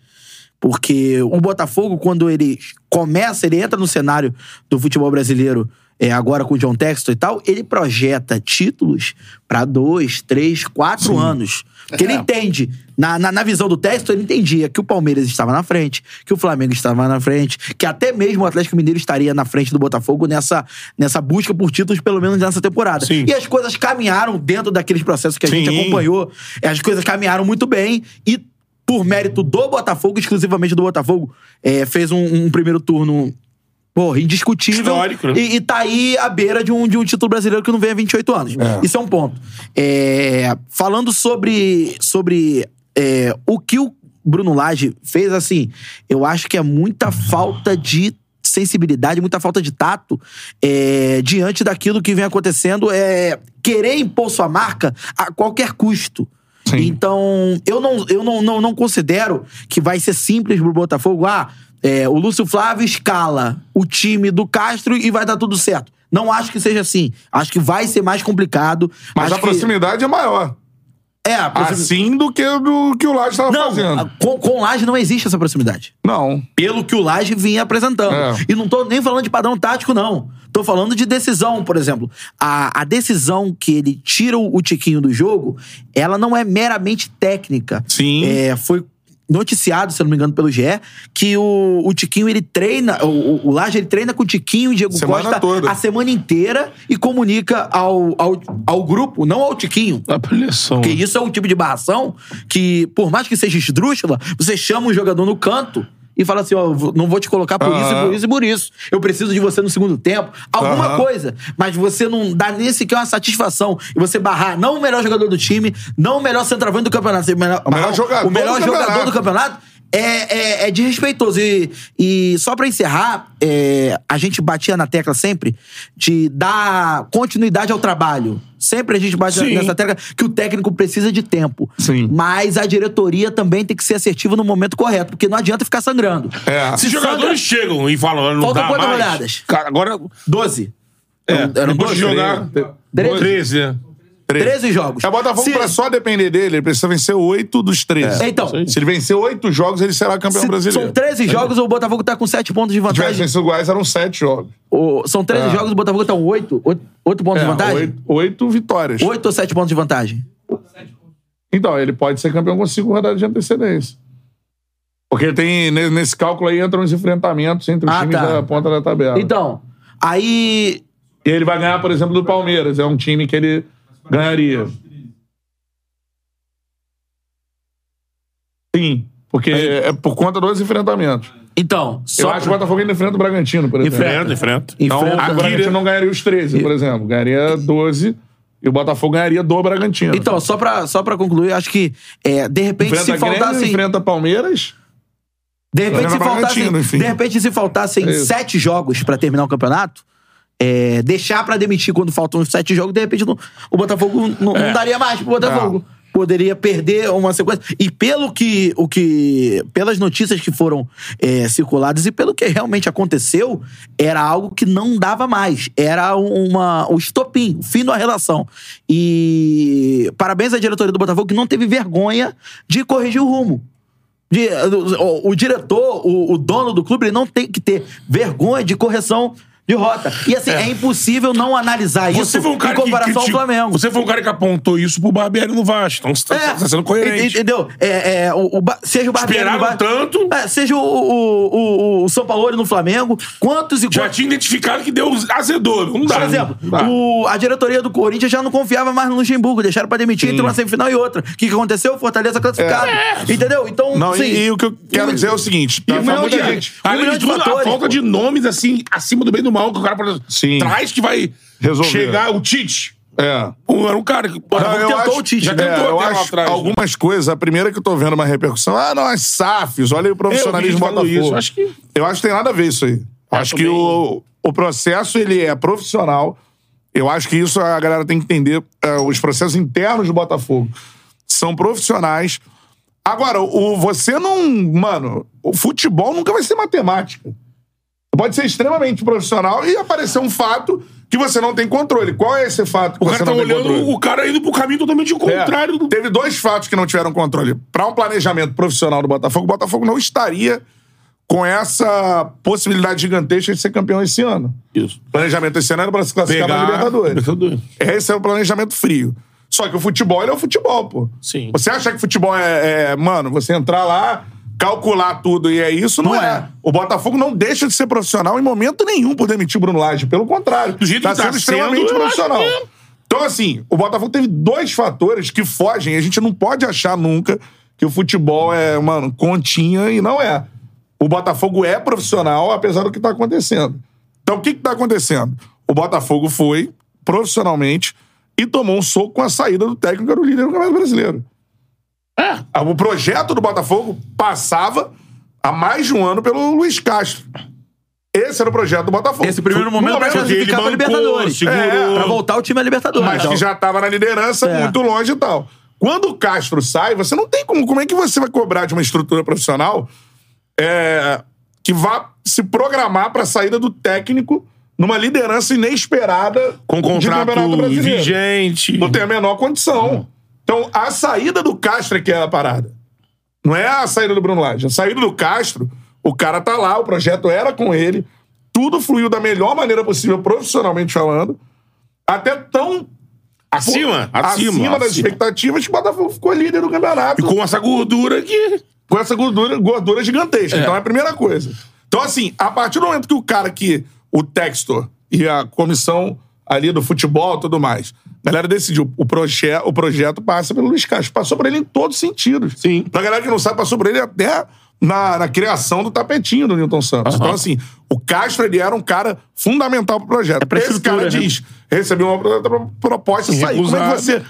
Speaker 2: Porque o Botafogo, quando ele começa, ele entra no cenário do futebol brasileiro, é, agora com o John Texton e tal, ele projeta títulos pra dois, três, quatro anos. Porque ele entende, na, na, na visão do Texton, ele entendia que o Palmeiras estava na frente, que o Flamengo estava na frente, que até mesmo o Atlético Mineiro estaria na frente do Botafogo nessa, nessa busca por títulos, pelo menos nessa temporada.
Speaker 3: Sim.
Speaker 2: E as coisas caminharam dentro daqueles processos que a gente
Speaker 1: Sim.
Speaker 2: acompanhou ganhou, as coisas caminharam muito bem e por mérito do Botafogo, exclusivamente do Botafogo, é, fez um, um primeiro turno porra, indiscutível
Speaker 3: Histórico, né?
Speaker 2: e, e tá aí à beira de um, de um título brasileiro que não vem há 28 anos. Isso é um ponto. É, falando sobre, sobre é, o que o Bruno Lage fez, assim, eu acho que é muita falta de sensibilidade, muita falta de tato é, diante daquilo que vem acontecendo. É, querer impor sua marca a qualquer custo. Então, eu, não, eu não, não, não considero que vai ser simples pro Botafogo. Ah, é, o Lúcio Flávio escala o time do Castro e vai dar tudo certo. Não acho que seja assim. Acho que vai ser mais complicado.
Speaker 1: Mas
Speaker 2: acho
Speaker 1: a proximidade é maior.
Speaker 2: Que, é, a proximidade.
Speaker 1: Assim do que do que o Laje estava
Speaker 2: não,
Speaker 1: fazendo.
Speaker 2: a- com, com o Laje não existe essa proximidade.
Speaker 1: Não.
Speaker 2: Pelo que o Laje vinha apresentando.
Speaker 1: É.
Speaker 2: E não tô nem falando de padrão tático, não. Tô falando de decisão, por exemplo. A, a decisão que ele tira o, o Tiquinho do jogo, ela não é meramente técnica.
Speaker 1: Sim.
Speaker 2: É, foi noticiado, se eu não me engano, pelo GE, que o, o Tiquinho, ele treina, o, o, o Laje, ele treina com o Tiquinho e o Diego
Speaker 1: Semana
Speaker 2: Costa
Speaker 1: toda.
Speaker 2: a semana inteira e comunica ao, ao, ao grupo, não ao Tiquinho.
Speaker 3: Apelação.
Speaker 1: né?
Speaker 2: Porque isso é um tipo de barração que, por mais que seja esdrúxula, você chama um jogador no canto e fala assim: ó, eu vou- não vou te colocar por isso, e
Speaker 1: Aham.
Speaker 2: por isso e por isso. Eu preciso de você no segundo tempo. Alguma
Speaker 1: Aham.
Speaker 2: coisa. Mas você não dá nem sequer uma satisfação. E você barrar não o melhor jogador do time, não o melhor centroavante do campeonato, você barrar-
Speaker 1: O melhor jogador
Speaker 2: o melhor
Speaker 1: do
Speaker 2: jogador
Speaker 1: campeonato.
Speaker 2: do campeonato. É, é, é desrespeitoso. E, e só pra encerrar, é, a gente batia na tecla sempre de dar continuidade ao trabalho. Sempre a gente bate
Speaker 3: Sim.
Speaker 2: nessa tecla que o técnico precisa de tempo.
Speaker 3: Sim.
Speaker 2: Mas a diretoria também tem que ser assertiva no momento correto, porque não adianta ficar sangrando.
Speaker 1: É.
Speaker 3: Se os jogadores chegam e falam, "Ah, não
Speaker 2: Faltam
Speaker 3: dá
Speaker 2: quantas
Speaker 3: mais...
Speaker 2: rodadas?
Speaker 3: Cara, agora...
Speaker 2: 12.
Speaker 3: É,
Speaker 2: Eram- eram
Speaker 3: depois de
Speaker 2: dois,
Speaker 3: jogar...
Speaker 2: Treze.
Speaker 3: 13, né?
Speaker 2: 13 jogos.
Speaker 1: É, o Botafogo,
Speaker 2: Se-
Speaker 1: pra só depender dele, ele precisa vencer oito dos 13.
Speaker 2: É, então.
Speaker 1: Se ele vencer oito jogos, ele será campeão
Speaker 2: se-
Speaker 1: brasileiro. É.
Speaker 2: são 13 jogos, o Botafogo tá com 7 pontos de
Speaker 1: Se tivesse
Speaker 2: vantagem.
Speaker 1: vencido iguais, eram sete jogos.
Speaker 2: O- são 13 jogos, o Botafogo tá com 8, 8 pontos
Speaker 1: É,
Speaker 2: de vantagem?
Speaker 1: oito, oito vitórias.
Speaker 2: 8 ou 7 pontos de vantagem?
Speaker 1: Então, ele pode ser campeão com cinco rodadas de antecedência. Porque tem, ne- nesse cálculo aí entram os enfrentamentos entre os
Speaker 2: Ah,
Speaker 1: times
Speaker 2: tá.
Speaker 1: da ponta da tabela.
Speaker 2: Então, aí
Speaker 1: E ele vai ganhar, por exemplo, do Palmeiras. É um time que ele ganharia. Sim, porque é por conta dos enfrentamentos.
Speaker 2: Então, só
Speaker 1: Eu acho que o
Speaker 2: pra-
Speaker 1: Botafogo ainda enfrenta o Bragantino, por exemplo.
Speaker 3: Enfrenta,
Speaker 2: Enfrenta.
Speaker 3: enfrenta.
Speaker 1: Então,
Speaker 2: enfrenta-
Speaker 1: o Bragantino não ganharia os 13, por exemplo. Ganharia 12 e o Botafogo ganharia do Bragantino.
Speaker 2: Então, só pra, só pra concluir, acho que é, de repente
Speaker 1: enfrenta
Speaker 2: se
Speaker 1: Grêmio,
Speaker 2: faltassem.
Speaker 1: enfrenta Palmeiras.
Speaker 2: De repente, se
Speaker 1: Enfrenta Bragantino,
Speaker 2: faltassem,
Speaker 1: enfim.
Speaker 2: de repente, se faltassem
Speaker 1: É isso.
Speaker 2: sete jogos pra terminar o campeonato, é, deixar pra demitir quando faltam os sete jogos, de repente não- o Botafogo não, não daria mais pro Botafogo. Poderia perder uma sequência. E pelo que. O que pelas notícias que foram é, circuladas e pelo que realmente aconteceu, era algo que não dava mais. Era uma, um estopim, o fim da relação. E parabéns à diretoria do Botafogo que não teve vergonha de corrigir o rumo. De- o, o diretor, o, o dono do clube, ele não tem que ter vergonha de correção de rota. E assim, é, impossível não analisar
Speaker 3: Você
Speaker 2: isso
Speaker 3: foi um cara
Speaker 2: em comparação
Speaker 3: que
Speaker 2: ao
Speaker 3: criticou-
Speaker 2: Flamengo.
Speaker 3: Você foi um cara que apontou isso pro Barbieri no Vasco. Então você tá,
Speaker 2: É,
Speaker 3: tá sendo
Speaker 2: en-
Speaker 3: coerente. um
Speaker 2: entendeu? É, é, o, o Ba- seja o Barbieri
Speaker 3: Esperaram
Speaker 2: no Ba-
Speaker 3: tanto.
Speaker 2: É, seja o, o, o, o São Paulo no Flamengo. Quantos e
Speaker 3: Já
Speaker 2: quantos.
Speaker 3: tinha identificado que deu azedor. Não dá.
Speaker 2: Por exemplo,
Speaker 3: Não dá.
Speaker 2: o- a diretoria do Corinthians já não confiava mais no Luxemburgo, deixaram pra demitir entre uma semifinal e outra. O que, que aconteceu? O Fortaleza classificado.
Speaker 3: É.
Speaker 2: Entendeu? Então,
Speaker 1: Não, e-
Speaker 2: sim.
Speaker 1: e, o que eu quero dizer é o seguinte: tá,
Speaker 3: E
Speaker 1: tá
Speaker 3: não,
Speaker 1: muita
Speaker 3: de-
Speaker 1: gente.
Speaker 2: Um
Speaker 3: Além
Speaker 2: milhão
Speaker 3: de
Speaker 2: de
Speaker 3: tudo, a
Speaker 2: fatores,
Speaker 3: falta
Speaker 2: pô.
Speaker 3: de nomes, assim, acima do bem e do mal, que o cara por-
Speaker 1: Sim.
Speaker 3: traz que vai
Speaker 1: Resolver.
Speaker 3: chegar o Tite.
Speaker 1: É.
Speaker 3: Um- Era um cara que
Speaker 1: Não, eu
Speaker 3: tentou
Speaker 1: acho-
Speaker 3: o Tite. Já
Speaker 1: é,
Speaker 3: tentou
Speaker 1: eu
Speaker 3: até lá
Speaker 1: acho
Speaker 3: atrás. né?
Speaker 1: algumas coisas. A primeira que eu tô vendo uma repercussão, ah, não, as SAFs, olha aí o profissionalismo
Speaker 3: Eu vi gente falando
Speaker 1: Botafogo.
Speaker 3: isso, acho que-
Speaker 1: Eu acho que tem nada a ver isso aí. acho que
Speaker 3: também.
Speaker 1: o, o processo, ele é profissional. Eu acho que isso a galera tem que entender. é, os processos internos do Botafogo são profissionais. Agora, o, você não... Mano, o futebol nunca vai ser matemática. Pode ser extremamente profissional e aparecer um fato que você não tem controle. Qual é esse fato que
Speaker 3: O
Speaker 1: você
Speaker 3: cara tá
Speaker 1: não tem
Speaker 3: olhando
Speaker 1: controle?
Speaker 3: o cara indo pro caminho totalmente
Speaker 1: É,
Speaker 3: contrário do.
Speaker 1: Teve dois fatos que não tiveram controle. Para um planejamento profissional do Botafogo, o Botafogo não estaria com essa possibilidade gigantesca de ser campeão esse ano.
Speaker 3: Isso.
Speaker 1: O planejamento esse ano era para se classificar na Libertadores.
Speaker 3: Libertadores.
Speaker 1: Esse é o planejamento frio. Só que o futebol, ele é o futebol, pô.
Speaker 3: Sim.
Speaker 1: Você acha que futebol é, é, mano, você entrar lá, calcular tudo e é isso? Não,
Speaker 2: Não
Speaker 1: é.
Speaker 2: é.
Speaker 1: O Botafogo não deixa de ser profissional em momento nenhum por demitir o Bruno Lage. Pelo contrário.
Speaker 3: Do jeito
Speaker 1: tá
Speaker 3: que tá
Speaker 1: sendo
Speaker 3: sendo,
Speaker 1: extremamente
Speaker 3: eu acho
Speaker 1: profissional.
Speaker 3: que- é.
Speaker 1: Então, assim, o Botafogo teve dois fatores que fogem. A gente não pode achar nunca que o futebol é, mano, continha e não é. O Botafogo é profissional, apesar do que tá acontecendo. Então, o que que tá acontecendo? O Botafogo foi, profissionalmente, e tomou um soco com a saída do técnico que era o líder do Campeonato Brasileiro. Ah, O projeto do Botafogo passava há mais de um ano pelo Luiz Castro. Esse era o projeto do Botafogo.
Speaker 2: Esse primeiro
Speaker 1: No
Speaker 2: momento pra
Speaker 3: que ele
Speaker 2: classificar
Speaker 3: bancou,
Speaker 2: pra Libertadores.
Speaker 3: segurou.
Speaker 2: É, pra voltar o time à Libertadores.
Speaker 1: mas
Speaker 2: Então,
Speaker 1: que já estava na liderança,
Speaker 2: É.
Speaker 1: muito longe e tal. Quando o Castro sai, você não tem como. Como é que você vai cobrar de uma estrutura profissional é, que vá se programar para a saída do técnico numa liderança inesperada
Speaker 3: Com
Speaker 1: de Campeonato
Speaker 3: contrato
Speaker 1: Brasileiro?
Speaker 3: vigente.
Speaker 1: Não tem a menor condição. Então, a saída do Castro é que é a parada. Não é a saída do Bruno Lage. A saída do Castro, o cara tá lá, o projeto era com ele, tudo fluiu da melhor maneira possível, profissionalmente falando, até tão
Speaker 3: Acima,
Speaker 1: acima,
Speaker 3: acima.
Speaker 1: das
Speaker 3: acima.
Speaker 1: expectativas que o Botafogo ficou líder do
Speaker 3: E
Speaker 1: campeonato.
Speaker 3: com essa gordura que.
Speaker 1: com essa gordura, gordura gigantesca. Então é a primeira coisa. Então, assim, a partir do momento que o cara que o Textor e a comissão ali do futebol e tudo mais, a galera decidiu, o, proje o projeto passa pelo Luiz Castro. Passou por ele em todos os sentidos. Sim. Pra galera que não sabe, passou por ele até na, na criação do tapetinho do Newton Santos. Então, assim, o Castro, ele era um cara fundamental pro projeto.
Speaker 3: pra
Speaker 1: Esse cara
Speaker 3: estrutura, né?
Speaker 1: diz, recebeu uma pro- proposta, saiu. Como é que
Speaker 3: Recusado.
Speaker 1: você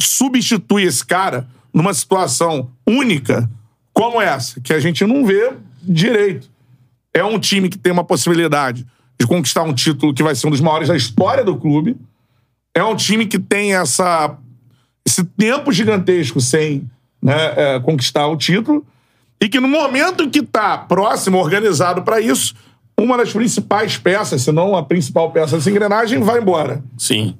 Speaker 1: substitui esse cara numa situação única como essa, que a gente não vê direito. É um time que tem uma possibilidade de conquistar um título que vai ser um dos maiores da história do clube. É um time que tem essa, esse tempo gigantesco sem né, é, conquistar o título. E que no momento em que está próximo, organizado para isso, uma das principais peças, se não a principal peça dessa engrenagem, vai embora.
Speaker 3: Sim.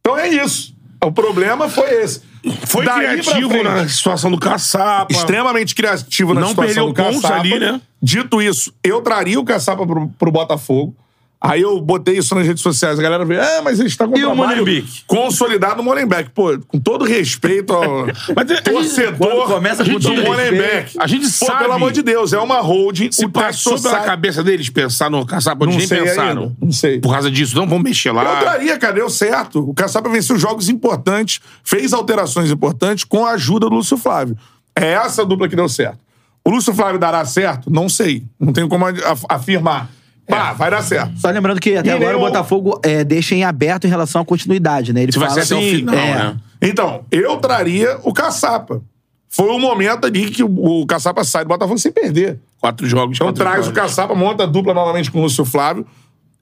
Speaker 1: Então é isso. O problema foi esse.
Speaker 3: Foi
Speaker 1: Daí pra
Speaker 3: criativo
Speaker 1: frente,
Speaker 3: na situação do caçapa.
Speaker 1: Extremamente criativo na
Speaker 3: Não
Speaker 1: situação do
Speaker 3: perdeu pontos
Speaker 1: Caçapa.
Speaker 3: ali, né?
Speaker 1: Dito isso, eu traria o Caçapa pro, pro Botafogo. Aí eu botei isso nas redes sociais. A galera veio, ah, mas ele está com um
Speaker 3: E o
Speaker 1: trabalho
Speaker 3: Molenbeek?
Speaker 1: consolidado o Molenbeek. Pô, com todo respeito ao
Speaker 3: Mas a gente-
Speaker 1: torcedor
Speaker 4: quando começa com
Speaker 1: do
Speaker 4: todo
Speaker 1: Molenbeek.
Speaker 3: respeito, a gente
Speaker 1: Pô,
Speaker 3: sabe.
Speaker 1: pelo amor de Deus, é uma holding.
Speaker 3: Se
Speaker 1: o
Speaker 3: passou
Speaker 1: Textor
Speaker 3: pela
Speaker 1: sai-
Speaker 3: cabeça deles pensar no caçapa,
Speaker 1: Não
Speaker 3: eles nem
Speaker 1: sei
Speaker 3: pensaram.
Speaker 1: ainda, não sei.
Speaker 3: Por causa disso, não vamos mexer
Speaker 1: Eu
Speaker 3: lá.
Speaker 1: traria, cara, deu certo. O Caçapa venceu jogos importantes, fez alterações importantes com a ajuda do Lúcio Flávio. É essa a dupla que deu certo. O Lúcio Flávio dará certo? Não sei. Não tenho como af- afirmar.
Speaker 3: É.
Speaker 1: Pá, vai dar certo.
Speaker 2: Só lembrando que até
Speaker 1: E
Speaker 2: agora
Speaker 1: nem
Speaker 2: o
Speaker 1: o-
Speaker 2: Botafogo é, deixa em aberto em relação à continuidade, né? Ele
Speaker 3: Se vai ser
Speaker 2: fala
Speaker 3: até o
Speaker 2: assim,
Speaker 3: final,
Speaker 2: é,
Speaker 3: né?
Speaker 1: Então, eu traria o Caçapa. Foi o momento ali que o, o Caçapa sai do Botafogo sem perder.
Speaker 3: Quatro jogos.
Speaker 1: Então
Speaker 3: quatro
Speaker 1: traz o
Speaker 3: vitórias.
Speaker 1: Caçapa, monta a dupla novamente com o Lúcio Flávio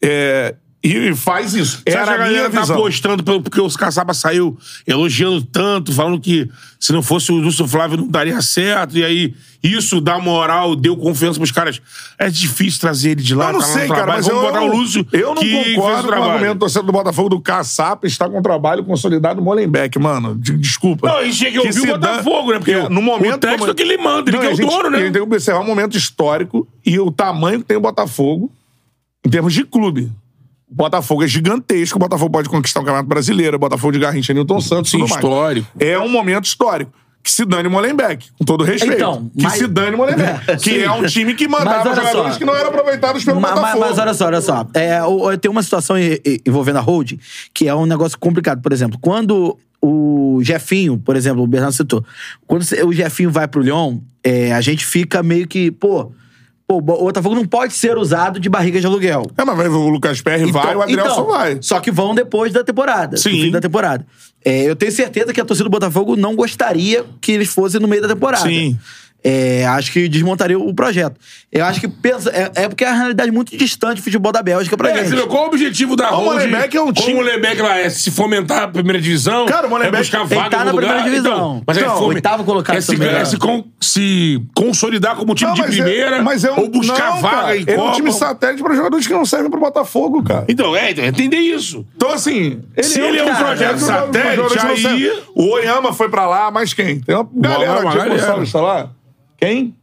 Speaker 1: é, e, e faz isso.
Speaker 3: Você acha
Speaker 1: Era
Speaker 3: que a
Speaker 1: a minha
Speaker 3: galera tá
Speaker 1: visão.
Speaker 3: apostando pelo- porque os caçapa saiu elogiando tanto, falando que se não fosse o Lúcio Flávio não daria certo, e aí isso dá moral, deu confiança pros caras. É difícil trazer ele de lá,
Speaker 1: Eu não
Speaker 3: tá lá no
Speaker 1: sei, cara,
Speaker 3: trabalho.
Speaker 1: mas
Speaker 3: vamos
Speaker 1: eu,
Speaker 3: botar
Speaker 1: não-
Speaker 3: o Lúcio
Speaker 1: eu não
Speaker 3: que fez o
Speaker 1: concordo com o
Speaker 3: trabalho.
Speaker 1: argumento do torcedor do Botafogo do Caçapa estar com o trabalho consolidado do Molenbeek, mano. De- desculpa.
Speaker 3: Não, e chega a ouvir o
Speaker 1: se dá-
Speaker 3: Botafogo, né? Porque
Speaker 1: É, no
Speaker 3: o
Speaker 1: momento,
Speaker 3: texto
Speaker 1: como-
Speaker 3: que ele manda, ele que
Speaker 1: e
Speaker 3: é
Speaker 1: a
Speaker 3: o
Speaker 1: gente-
Speaker 3: dono, né?
Speaker 1: A gente tem que observar o momento histórico e o tamanho que tem o Botafogo em termos de clube. O Botafogo é gigantesco, o Botafogo pode conquistar o Campeonato Brasileiro, o Botafogo de Garrincha, Newton Santos,
Speaker 3: Sim,
Speaker 1: tudo mais.
Speaker 3: histórico.
Speaker 1: É um momento histórico. Que se dane o Molenbeek, com todo respeito.
Speaker 2: Então,
Speaker 1: que
Speaker 2: mas-
Speaker 1: se dane o Molenbeek. que
Speaker 2: Sim.
Speaker 1: é um time que
Speaker 2: Mas
Speaker 1: mandava
Speaker 2: olha só.
Speaker 1: jogadores que não eram aproveitados pelo
Speaker 2: Ma- ma-
Speaker 1: Botafogo.
Speaker 2: Mas, olha só, olha só. É, o- o- tem uma situação e- e- envolvendo a holding que é um negócio complicado. Por exemplo, quando o Jefinho, por exemplo, o Bernardo citou, quando cê- o Jefinho vai pro Lyon, é, a gente fica meio que, pô, pô, o Botafogo não pode ser usado de barriga de aluguel.
Speaker 1: É, mas vai, o Lucas Perry vai, o Adrielson
Speaker 2: então,
Speaker 1: vai.
Speaker 2: Só que vão depois da temporada.
Speaker 3: Sim.
Speaker 2: No fim da temporada. É, eu tenho certeza que a torcida do Botafogo não gostaria que eles fossem no meio da temporada.
Speaker 1: Sim.
Speaker 2: É, acho que desmontaria o projeto. Eu acho que pensa. É, é porque é uma realidade muito distante do futebol da Bélgica pra
Speaker 3: É, você
Speaker 2: gente.
Speaker 3: vê, qual o objetivo da
Speaker 1: O
Speaker 3: Hold?
Speaker 1: Molenbeek é um time-
Speaker 3: Como o Molenbeek lá é se fomentar a primeira divisão.
Speaker 1: Cara, o Molenbeek
Speaker 3: é buscar
Speaker 1: tem que
Speaker 3: vaga
Speaker 2: tá
Speaker 3: no
Speaker 2: na
Speaker 3: lugar.
Speaker 2: primeira divisão.
Speaker 3: Então, mas
Speaker 2: Então,
Speaker 3: é fome...
Speaker 2: oitavo colocado
Speaker 3: é se,
Speaker 2: também.
Speaker 3: é se, con- se consolidar como time
Speaker 1: Não,
Speaker 3: de
Speaker 1: mas é-
Speaker 3: primeira
Speaker 1: mas é um,
Speaker 3: ou buscar
Speaker 1: não,
Speaker 3: vaga
Speaker 1: cara,
Speaker 3: em
Speaker 1: Ele é um
Speaker 3: Copa.
Speaker 1: time satélite para jogadores que não servem pro Botafogo, cara.
Speaker 3: Então, é, então, entender isso.
Speaker 1: Então, assim...
Speaker 3: Se ele é um projeto satélite,
Speaker 1: jogadores que não
Speaker 3: aí-
Speaker 1: servem. O Oyama foi pra lá, mas quem? Tem uma galera.
Speaker 3: uma
Speaker 1: Diego
Speaker 3: galera.
Speaker 1: Gonçalves tá lá? Quem?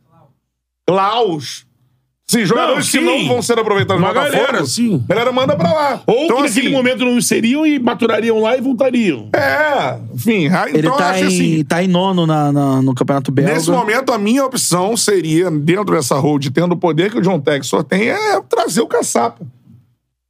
Speaker 1: Klaus. Sim, jogadores
Speaker 3: Não,
Speaker 1: que
Speaker 3: sim.
Speaker 1: não vão ser aproveitados no
Speaker 3: Uma
Speaker 1: Botafogo.
Speaker 3: galera, sim.
Speaker 1: A galera manda pra lá.
Speaker 3: Ou
Speaker 1: então,
Speaker 3: que naquele
Speaker 1: assim,
Speaker 3: momento não seriam e maturariam lá e voltariam.
Speaker 1: É, enfim. aí-
Speaker 2: Ele
Speaker 1: então, eu
Speaker 2: tá,
Speaker 1: acho
Speaker 2: em,
Speaker 1: assim...
Speaker 2: tá em nono na- na- no Campeonato Belga.
Speaker 1: Nesse momento, a minha opção seria, dentro dessa hold, tendo o poder que o John Texor tem, é trazer o caçapa.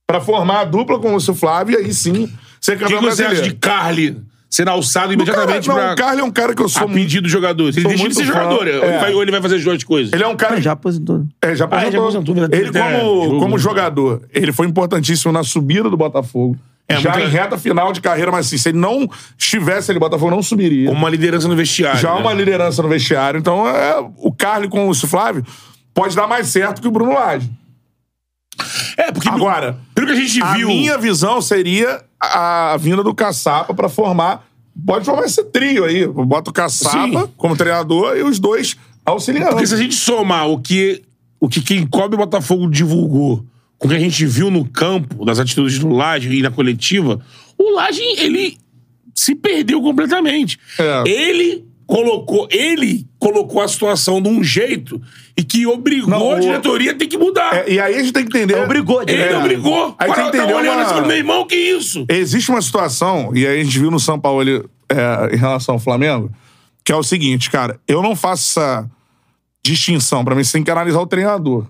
Speaker 1: Pra formar a dupla com o Lúcio Flávio e aí sim ser
Speaker 3: O que
Speaker 1: campeão
Speaker 3: você acha
Speaker 1: brasileiro.
Speaker 3: de Carly sendo alçado imediatamente
Speaker 1: não,
Speaker 3: para
Speaker 1: o Carlos é um cara que eu sou
Speaker 3: a
Speaker 1: muito.
Speaker 3: pedido dos jogadores? Ele
Speaker 1: sou
Speaker 3: deixa de
Speaker 1: muito
Speaker 3: ser
Speaker 1: fã.
Speaker 3: jogador.
Speaker 1: É.
Speaker 3: Ou ele vai- ou ele vai fazer as duas coisas.
Speaker 1: Ele é um cara.
Speaker 2: Ah, Já aposentou.
Speaker 1: É, já aposentou.
Speaker 3: aposentou, verdade.
Speaker 1: Ele,
Speaker 3: É,
Speaker 1: como,
Speaker 3: jogou.
Speaker 1: como jogador, ele foi importantíssimo na subida do Botafogo.
Speaker 3: É,
Speaker 1: já
Speaker 3: muita-
Speaker 1: em reta final de carreira, mas assim, se ele não estivesse ali, o Botafogo não subiria.
Speaker 3: Como uma liderança no vestiário.
Speaker 1: é Já há
Speaker 3: né?
Speaker 1: uma liderança no vestiário. Então, é, o Carlos com o Lúcio Flávio pode dar mais certo que o Bruno Lage.
Speaker 3: É, porque
Speaker 1: Agora,
Speaker 3: pelo que a gente
Speaker 1: A
Speaker 3: viu.
Speaker 1: minha visão seria a, a vinda do Caçapa pra formar. Pode formar esse trio aí. Bota o Caçapa
Speaker 3: Sim.
Speaker 1: como treinador e os dois auxiliando.
Speaker 3: Porque se a gente somar o que, o que quem cobre o Botafogo divulgou com o que a gente viu no campo, das atitudes do Laje e na coletiva, o Laje, ele se perdeu completamente.
Speaker 1: É.
Speaker 3: Ele colocou ele colocou a situação de um jeito e que obrigou
Speaker 1: Não, o-
Speaker 3: a diretoria a ter que mudar.
Speaker 1: É, e aí a gente tem que entender.
Speaker 2: Obrigou,
Speaker 3: ele
Speaker 2: direto.
Speaker 3: obrigou.
Speaker 1: Aí
Speaker 3: Aí
Speaker 1: você
Speaker 3: Agora, tá
Speaker 1: entendeu né?
Speaker 3: olhando
Speaker 1: uma-
Speaker 3: assim, meu irmão, que isso?
Speaker 1: Existe uma situação, e aí a gente viu no São Paulo ele, é, em relação ao Flamengo, que é o seguinte, cara. Eu não faço essa distinção. Pra mim, você tem que analisar o treinador.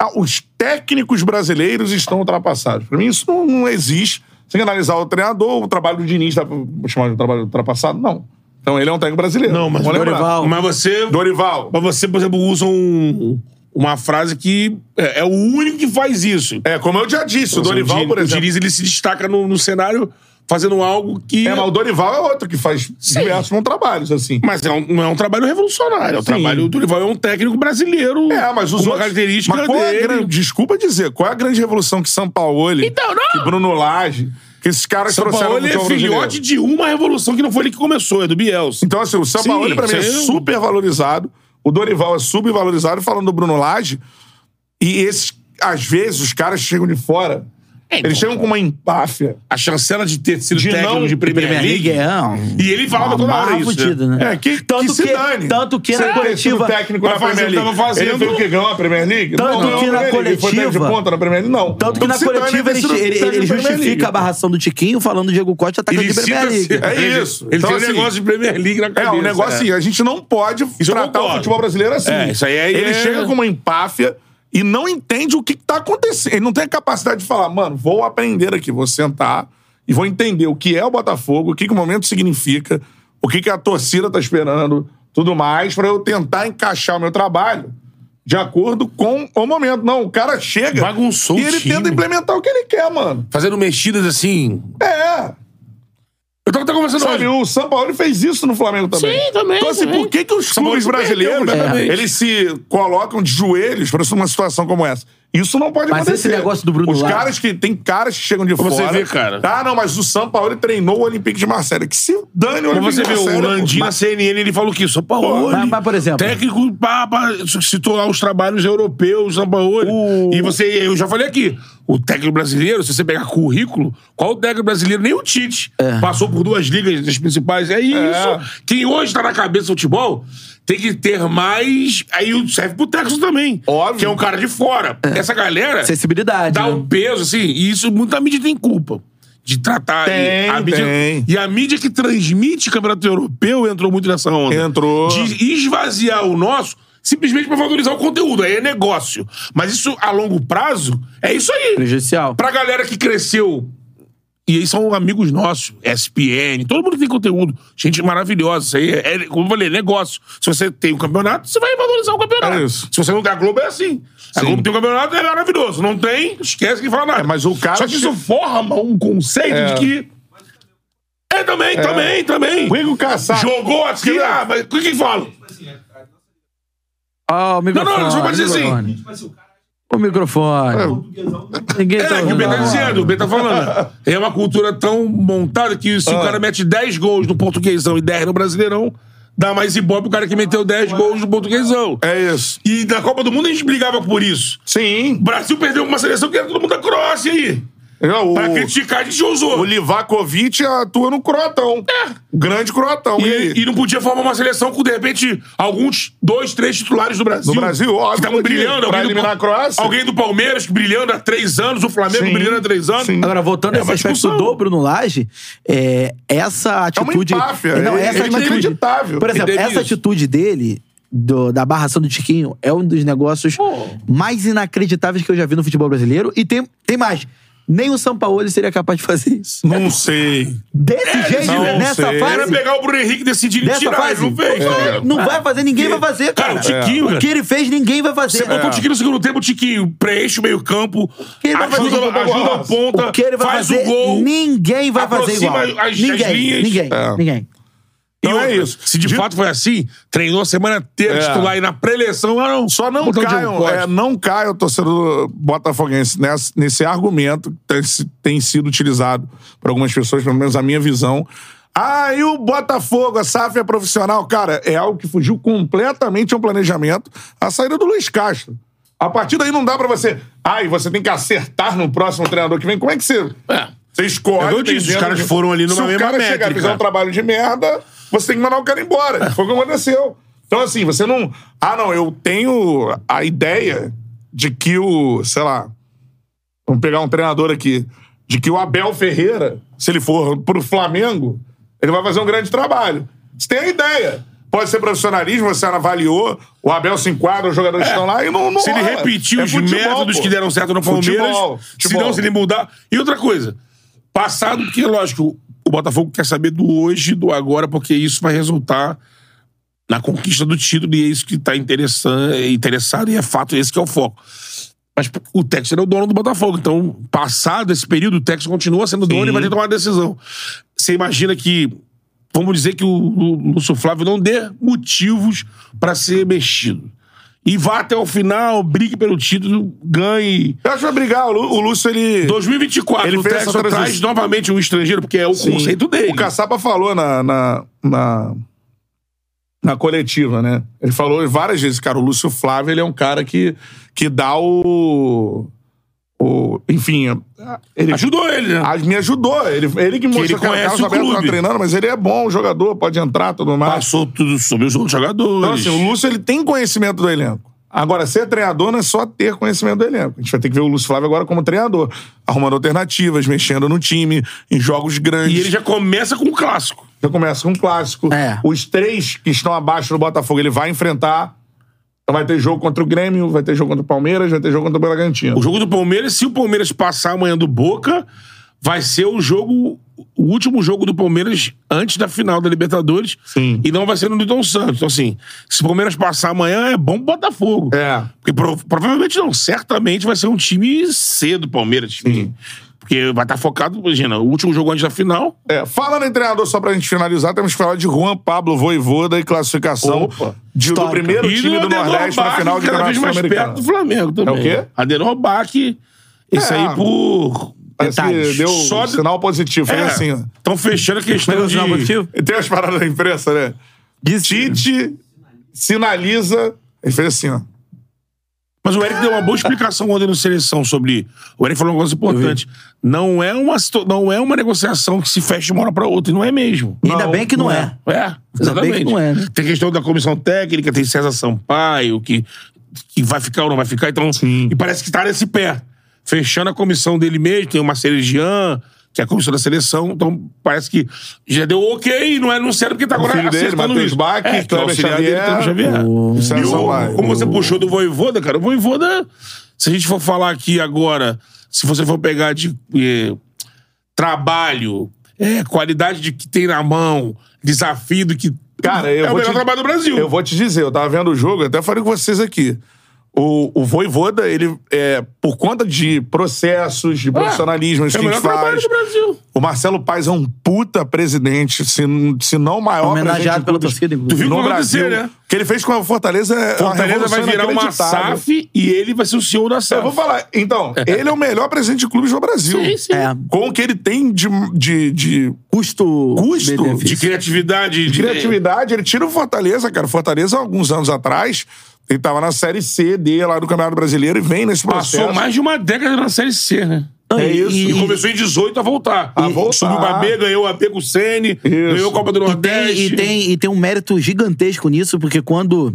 Speaker 1: Ah, os técnicos brasileiros estão ultrapassados. Pra mim, isso não, não existe. Você tem que analisar o treinador, o trabalho do Diniz, dá pra chamar de um trabalho ultrapassado? Não. Então, ele é um técnico brasileiro.
Speaker 3: Não, mas
Speaker 1: Vamos lembrar.
Speaker 2: Dorival.
Speaker 3: Mas você.
Speaker 1: Dorival.
Speaker 3: Mas você, por exemplo, usa um- uma frase que é, é o único que faz isso.
Speaker 1: É, como eu já disse, o
Speaker 3: Então,
Speaker 1: Dorival,
Speaker 3: Di-
Speaker 1: por
Speaker 3: O
Speaker 1: exemplo.
Speaker 3: Diniz, ele se destaca no, no cenário fazendo algo que...
Speaker 1: É, mas o Dorival é outro que faz diversos bons trabalhos, assim.
Speaker 3: Mas é um- não é um trabalho revolucionário. É um
Speaker 1: Sim.
Speaker 3: trabalho... O Dorival é um técnico brasileiro.
Speaker 1: É, mas os
Speaker 3: com uma
Speaker 1: outros...
Speaker 3: característica
Speaker 1: mas qual é a
Speaker 3: dele.
Speaker 1: grande- Desculpa dizer, qual é a grande revolução que São Paulo,
Speaker 3: Então, não!
Speaker 1: que Bruno Lage, que esses caras
Speaker 3: São
Speaker 1: trouxeram
Speaker 3: Paulo
Speaker 1: pro
Speaker 3: é
Speaker 1: futebol brasileiro?
Speaker 3: filhote de uma revolução que não foi ele que começou, é do Bielsa.
Speaker 1: Então, assim, o São
Speaker 3: Sim,
Speaker 1: Paulo, pra mim, é
Speaker 3: sim.
Speaker 1: super valorizado. O Dorival é subvalorizado, falando do Bruno Lage. E esses, às vezes, os caras chegam de fora. Eles chegam com uma empáfia.
Speaker 3: A chancela de ter sido
Speaker 1: De
Speaker 3: técnico
Speaker 1: não-
Speaker 3: de Premier,
Speaker 2: Premier League é, não.
Speaker 3: E ele falava toda hora isso. né?
Speaker 2: Fudido, né?
Speaker 1: É, que,
Speaker 2: Tanto
Speaker 1: que se
Speaker 2: que-
Speaker 1: dane.
Speaker 2: tanto que
Speaker 1: Se
Speaker 2: na
Speaker 1: ele tivesse sido
Speaker 2: coletiva-
Speaker 1: técnico na
Speaker 3: Tava fazendo-
Speaker 1: Premier League.
Speaker 3: tava fazendo-
Speaker 1: Ele foi o que ganhou a Premier League?
Speaker 2: Tanto
Speaker 1: ganhou
Speaker 2: que
Speaker 1: a
Speaker 2: na
Speaker 1: Premier League, Foi técnico
Speaker 2: coletiva-
Speaker 1: de ponta na Premier League? Não.
Speaker 2: Tanto que
Speaker 1: Então,
Speaker 2: na
Speaker 1: se dane,
Speaker 2: coletiva ele,
Speaker 1: ter sido
Speaker 2: ele-
Speaker 1: técnico
Speaker 2: ele
Speaker 1: de Premier League.
Speaker 2: justifica a barração do Tiquinho falando Diego Costa atacante de Premier
Speaker 3: cita-se-
Speaker 1: É
Speaker 2: League.
Speaker 3: ele-
Speaker 1: isso.
Speaker 3: Ele
Speaker 1: Então,
Speaker 3: tem um
Speaker 1: assim,
Speaker 3: negócio de Premier League na
Speaker 1: É,
Speaker 3: cabeça.
Speaker 1: um negócio assim, a gente não pode
Speaker 3: eu
Speaker 1: tratar o
Speaker 3: concordo.
Speaker 1: futebol brasileiro assim.
Speaker 3: É, isso aí é-
Speaker 1: Ele
Speaker 3: é-
Speaker 1: chega com uma empáfia e não entende o que que tá acontecendo. Ele não tem a capacidade de falar, mano, vou aprender aqui, vou sentar e vou entender o que é o Botafogo, o que, que o momento significa, o que, que a torcida tá esperando, tudo mais, pra eu tentar encaixar o meu trabalho de acordo com o momento. Não, o cara chega
Speaker 3: Bagunçou
Speaker 1: e
Speaker 3: o
Speaker 1: ele
Speaker 3: time.
Speaker 1: tenta implementar o que ele quer, mano.
Speaker 3: Fazendo mexidas assim.
Speaker 1: É.
Speaker 3: Eu tava até conversando
Speaker 1: Sabe,
Speaker 3: hoje.
Speaker 1: o São Paulo fez isso no Flamengo também.
Speaker 3: Sim, também,
Speaker 1: Então, assim,
Speaker 3: também.
Speaker 1: por que, que os
Speaker 3: São Paulo
Speaker 1: clubes
Speaker 3: se perdeu
Speaker 1: brasileiros
Speaker 3: completamente.
Speaker 1: eles se colocam de joelhos para uma situação como essa? Isso não pode
Speaker 2: Mas
Speaker 1: acontecer.
Speaker 2: esse negócio do Bruno
Speaker 1: Os
Speaker 2: Lage-
Speaker 1: caras que. Tem caras que chegam de
Speaker 3: Pra você
Speaker 1: fora.
Speaker 3: ver, cara.
Speaker 1: Ah, não, mas o São Paulo ele treinou o Olympique de Marselha. Que se dane o
Speaker 3: Como
Speaker 1: Olympique
Speaker 3: você
Speaker 1: de
Speaker 3: vê, o
Speaker 1: Marselha.
Speaker 3: Landim na CNN, ele falou que São Paulo.
Speaker 2: Mas- mas, por exemplo-
Speaker 3: Técnico, pá, pá, citou lá os trabalhos europeus, São Paulo. E você, eu já falei aqui, o técnico brasileiro, se você pegar currículo, qual o técnico brasileiro? Nem o Tite.
Speaker 2: É.
Speaker 3: Passou por duas ligas das principais. É isso. Quem hoje tá na cabeça do futebol tem que ter mais. Aí serve pro Texas também.
Speaker 1: Óbvio.
Speaker 3: Que é um cara de fora. Essa galera
Speaker 2: Sensibilidade.
Speaker 3: dá
Speaker 2: né?
Speaker 3: um peso, assim, e isso muita mídia tem culpa. De tratar.
Speaker 1: Tem,
Speaker 3: e, a mídia,
Speaker 1: tem.
Speaker 3: e a mídia que transmite campeonato europeu entrou muito nessa onda.
Speaker 1: Entrou.
Speaker 3: De esvaziar o nosso simplesmente pra valorizar o conteúdo. Aí é negócio. Mas isso, a longo prazo, é isso aí.
Speaker 2: Prejudicial.
Speaker 3: Pra galera que cresceu. E aí são amigos nossos, SPN, todo mundo tem conteúdo. Gente maravilhosa, isso aí é, é, como eu falei, negócio. Se você tem um campeonato, você vai valorizar o campeonato.
Speaker 1: É isso.
Speaker 3: Se você não tem a Globo, é assim. A Globo tem um campeonato, é maravilhoso. Não tem, esquece que fala nada.
Speaker 1: É, mas o cara
Speaker 3: Só que
Speaker 1: che-
Speaker 3: isso forma um conceito
Speaker 1: É.
Speaker 3: de que. É, também, também, também.
Speaker 1: O Igor Cassar.
Speaker 3: Jogou aqui, ah, mas o que que fala?
Speaker 2: Ó,
Speaker 3: não,
Speaker 2: o microfone.
Speaker 3: só pra dizer assim.
Speaker 2: assim. O microfone. Ninguém
Speaker 3: É,
Speaker 2: tá
Speaker 3: que o B tá
Speaker 2: ouvindo.
Speaker 3: dizendo, o B tá falando. É uma cultura tão montada que
Speaker 1: Ah.
Speaker 3: se o cara mete 10 gols no portuguesão e 10 no brasileirão, dá mais ibope o cara que meteu 10 gols no portuguesão.
Speaker 1: É isso.
Speaker 3: E na Copa do Mundo a gente brigava por isso.
Speaker 1: Sim. É,
Speaker 3: O Brasil perdeu uma seleção que era todo mundo da Croácia aí.
Speaker 1: O,
Speaker 3: Pra criticar, a gente usou.
Speaker 1: o Livakovic atua no Croatão. O grande Croatão.
Speaker 3: É. E, e não podia formar uma seleção com, de repente, alguns dois, três titulares do Brasil.
Speaker 1: No Brasil, óbvio,
Speaker 3: Que estavam
Speaker 1: podia,
Speaker 3: brilhando.
Speaker 1: pra
Speaker 3: Tá um alguém do
Speaker 1: eliminar
Speaker 3: Pa-
Speaker 1: a Croácia.
Speaker 3: Alguém do Palmeiras brilhando há três anos, o Flamengo
Speaker 1: Sim.
Speaker 3: brilhando há três anos.
Speaker 1: Sim.
Speaker 2: Agora, voltando
Speaker 3: É
Speaker 2: a esse
Speaker 3: uma
Speaker 2: aspecto
Speaker 3: discussão.
Speaker 2: do Bruno Lage, é, essa
Speaker 1: É uma
Speaker 2: atitude.
Speaker 1: empáfia,
Speaker 2: Não,
Speaker 1: é-
Speaker 2: essa
Speaker 1: é
Speaker 3: um
Speaker 2: atitude-
Speaker 1: inacreditável.
Speaker 2: Por exemplo,
Speaker 3: Entende
Speaker 2: essa
Speaker 3: isso?
Speaker 2: atitude dele, do- da barração do Tiquinho, é um dos negócios mais inacreditáveis que eu já vi no futebol brasileiro. E tem, tem mais. Nem o Sampaoli seria capaz de fazer isso.
Speaker 1: Não sei.
Speaker 2: Desse jeito,
Speaker 1: não
Speaker 2: nessa
Speaker 1: sei.
Speaker 2: fase.
Speaker 3: É, Era pegar o Bruno Henrique e decidir ele
Speaker 2: Dessa
Speaker 3: tirar,
Speaker 2: fase.
Speaker 3: ele não fez. É.
Speaker 2: vai- Não vai fazer, ninguém vai fazer,
Speaker 3: Cara, o
Speaker 2: cara.
Speaker 3: Tiquinho,
Speaker 2: O que ele fez, ninguém vai fazer. É.
Speaker 3: Você botou o Tiquinho no segundo tempo, o Tiquinho preenche o meio-campo,
Speaker 2: que ele vai fazer
Speaker 3: ajuda,
Speaker 2: contra o
Speaker 3: ajuda a
Speaker 1: Goiás?
Speaker 3: ponta,
Speaker 2: O que ele vai
Speaker 3: faz
Speaker 2: fazer,
Speaker 3: o gol.
Speaker 2: ninguém vai fazer
Speaker 3: aproxima
Speaker 2: igual.
Speaker 3: as- as
Speaker 2: ninguém,
Speaker 3: linhas.
Speaker 2: ninguém,
Speaker 1: É.
Speaker 2: ninguém.
Speaker 3: E
Speaker 1: Então é
Speaker 3: outra,
Speaker 1: isso.
Speaker 3: Se de,
Speaker 1: De-
Speaker 3: fato foi assim, treinou a semana inteira
Speaker 1: É.
Speaker 3: titular e na pré-eleição, ah, não.
Speaker 1: Só não
Speaker 3: botar o Diego
Speaker 2: um
Speaker 1: caiam,
Speaker 3: Costa.
Speaker 1: é, não caia o torcedor botafoguense nessa- nesse argumento que tem, se- tem sido utilizado por algumas pessoas, pelo menos a minha visão. Ah, e o Botafogo, a SAF é profissional. Cara, é algo que fugiu completamente ao planejamento a saída do Luiz Castro. A partir daí não dá pra você. Ah, e você tem que acertar no próximo treinador que vem. Como é que você.
Speaker 3: É.
Speaker 1: Você escolhe.
Speaker 3: É o que eu disse,
Speaker 1: entendeu?
Speaker 3: os caras foram ali numa
Speaker 1: Se
Speaker 3: mesma
Speaker 1: o cara chegar e
Speaker 3: métrica. É.
Speaker 1: fizer um trabalho de merda, você tem que mandar o cara embora. Foi o que aconteceu. Então, assim, você não. Ah, não, eu tenho a ideia de que o. Sei lá. Vamos pegar um treinador aqui. De que o Abel Ferreira, se ele for pro Flamengo, ele vai fazer um grande trabalho. Você tem a ideia. Pode ser profissionalismo, você avaliou, o Abel se enquadra, os jogadores estão lá e não. não
Speaker 3: É. Se ele
Speaker 1: rola.
Speaker 3: repetir
Speaker 1: É
Speaker 3: os
Speaker 1: futebol,
Speaker 3: métodos
Speaker 1: pô.
Speaker 3: que deram certo no Palmeiras,
Speaker 1: Futebol,
Speaker 3: se
Speaker 1: futebol.
Speaker 3: não, se ele mudar. E outra coisa, passado, porque lógico, o Botafogo quer saber do hoje, do agora, porque isso vai resultar na conquista do título e é isso que está interessado e é fato, esse que é o foco. Mas p- o Texas é o dono do Botafogo, então, passado esse período, o Texas continua sendo dono e vai ter que tomar uma decisão. Você imagina que, vamos dizer que o Lu- Lúcio Flávio não dê motivos para ser mexido. E vá até o final, brigue pelo título, ganhe.
Speaker 1: Eu acho que vai brigar. O Lu- o Lúcio, ele.
Speaker 3: 2024,
Speaker 1: Ele
Speaker 3: o
Speaker 1: fez
Speaker 3: Texas
Speaker 1: essa transição.
Speaker 3: traz novamente um estrangeiro, porque é o
Speaker 1: Sim.
Speaker 3: conceito dele.
Speaker 1: O Caçapa falou na, na, na, na coletiva, né? Ele falou várias vezes, cara, o Lúcio Flávio, ele é um cara que, que dá o... o enfim, ele
Speaker 3: Ajudou ele, né?
Speaker 1: a- me ajudou. Ele, ele que mostrou
Speaker 3: ele
Speaker 1: cara,
Speaker 3: conhece
Speaker 1: Carlos
Speaker 3: o
Speaker 1: Alberto tá
Speaker 3: clube.
Speaker 1: treinando, mas ele é bom jogador, pode entrar, tudo mais.
Speaker 3: Passou tudo sobre os outros
Speaker 1: ah. Então,
Speaker 3: jogadores.
Speaker 1: assim, o Lúcio ele tem conhecimento do elenco. Agora, ser treinador não é só ter conhecimento do elenco. A gente vai ter que ver o Lúcio Flávio agora como treinador, arrumando alternativas, mexendo no time, em jogos grandes.
Speaker 3: E ele já começa com o clássico.
Speaker 1: Já começa com um clássico.
Speaker 2: É.
Speaker 1: Os três que estão abaixo do Botafogo, ele vai enfrentar. Então vai ter jogo contra o Grêmio, vai ter jogo contra o Palmeiras, vai ter jogo contra o Bragantino.
Speaker 3: O jogo do Palmeiras, se o Palmeiras passar amanhã do Boca, vai ser o jogo, o último jogo do Palmeiras antes da final da Libertadores.
Speaker 1: Sim.
Speaker 3: E não vai ser no Newton Santos. Então, assim, se o Palmeiras passar amanhã, é bom pro Botafogo.
Speaker 1: É.
Speaker 3: Porque pro- provavelmente não, certamente vai ser um time C do Palmeiras. time- Porque vai estar focado, imagina, o último jogo antes da final.
Speaker 1: É, falando em treinador, só pra gente finalizar, temos que falar de Juan Pablo Voivoda e classificação
Speaker 2: Opa,
Speaker 1: de- do
Speaker 2: histórico.
Speaker 1: primeiro time do
Speaker 3: Adenor
Speaker 1: Nordeste na
Speaker 3: Bach,
Speaker 1: final de
Speaker 3: cada
Speaker 1: Campeonato
Speaker 3: vez mais perto
Speaker 1: Sul-Americano.
Speaker 3: do Flamengo também.
Speaker 1: É o quê?
Speaker 3: Adenor Bach, isso
Speaker 1: É.
Speaker 3: aí por...
Speaker 1: Parece que
Speaker 2: Detalhes.
Speaker 1: deu
Speaker 3: Só de- É.
Speaker 1: sinal positivo. Foi assim, ó.
Speaker 3: Estão fechando a questão
Speaker 4: Pegou o
Speaker 3: de...
Speaker 4: sinal positivo?
Speaker 1: E tem umas paradas da imprensa, né?
Speaker 4: Disse.
Speaker 1: Tite sinaliza. Ele fez assim, ó.
Speaker 3: Mas o Eric deu uma boa explicação ontem no seleção sobre. O Eric falou uma coisa importante. Não é uma, situ- não é uma negociação que se fecha de uma hora pra outra, e não é mesmo.
Speaker 2: E Ainda bem que não, é.
Speaker 3: É,
Speaker 2: Ainda bem
Speaker 3: exatamente.
Speaker 2: que não é, né?
Speaker 3: Tem questão da comissão técnica, tem César Sampaio, que, que vai ficar ou não vai ficar. Então, E parece que tá nesse pé. Fechando a comissão dele mesmo, tem o Marcelo Jean, que é a comissão da seleção. Então, parece que já deu ok, não é anunciado porque tá agora
Speaker 1: filho dele,
Speaker 3: acertando
Speaker 1: Matheus
Speaker 3: isso.
Speaker 1: Bach,
Speaker 3: é, que é o
Speaker 1: Kleber
Speaker 3: auxiliar dele,
Speaker 1: Xavier,
Speaker 3: Kleber Xavier.
Speaker 1: o César
Speaker 3: E o-
Speaker 1: Sampaio.
Speaker 3: como você puxou do Voivoda, cara, o Voivoda, se a gente for falar aqui agora, se você for pegar de eh, trabalho, eh, qualidade de que tem na mão, desafio do que.
Speaker 1: Cara, eu
Speaker 3: é o
Speaker 1: vou
Speaker 3: melhor
Speaker 1: te-
Speaker 3: trabalho do Brasil.
Speaker 1: Eu vou te dizer, eu tava vendo o jogo, eu até falei com vocês aqui. O, o Voivoda, ele, é, por conta de processos, de profissionalismo, isso
Speaker 3: é o
Speaker 1: que a
Speaker 3: melhor
Speaker 1: gente
Speaker 3: trabalho
Speaker 1: faz.
Speaker 3: do Brasil.
Speaker 1: O Marcelo Paes é um puta presidente, se, se não o maior presidente
Speaker 2: Homenageado pela
Speaker 1: do-
Speaker 2: torcida,
Speaker 3: Tu
Speaker 2: inclusive.
Speaker 3: viu o
Speaker 1: no
Speaker 3: que vai
Speaker 1: Brasil.
Speaker 3: acontecer, né?
Speaker 1: O que ele fez com a Fortaleza é uma
Speaker 3: Fortaleza vai
Speaker 1: revolução
Speaker 3: virar uma
Speaker 1: inacreditável.
Speaker 3: SAF e ele vai ser o senhor da SAF.
Speaker 1: Eu vou falar, então, ele é o melhor presidente de clubes do Brasil.
Speaker 3: Sim, sim.
Speaker 2: É,
Speaker 1: Com o que ele tem de, de, de
Speaker 2: custo.
Speaker 1: Custo
Speaker 3: De
Speaker 2: benefício.
Speaker 3: criatividade. De
Speaker 1: criatividade, ele tira o Fortaleza, cara. O Fortaleza, há alguns anos atrás, ele tava na Série C, D, lá do Campeonato Brasileiro, e vem nesse processo.
Speaker 3: Passou mais de uma década na Série C, né?
Speaker 2: Não,
Speaker 1: É isso.
Speaker 3: E,
Speaker 2: E, e,
Speaker 3: começou em 18 a voltar.
Speaker 1: A voltar.
Speaker 3: Subiu pra B, ganhou a B com o Sene, ganhou a Copa do
Speaker 2: e tem,
Speaker 3: Nordeste.
Speaker 2: e, tem, e tem um mérito gigantesco nisso, porque quando.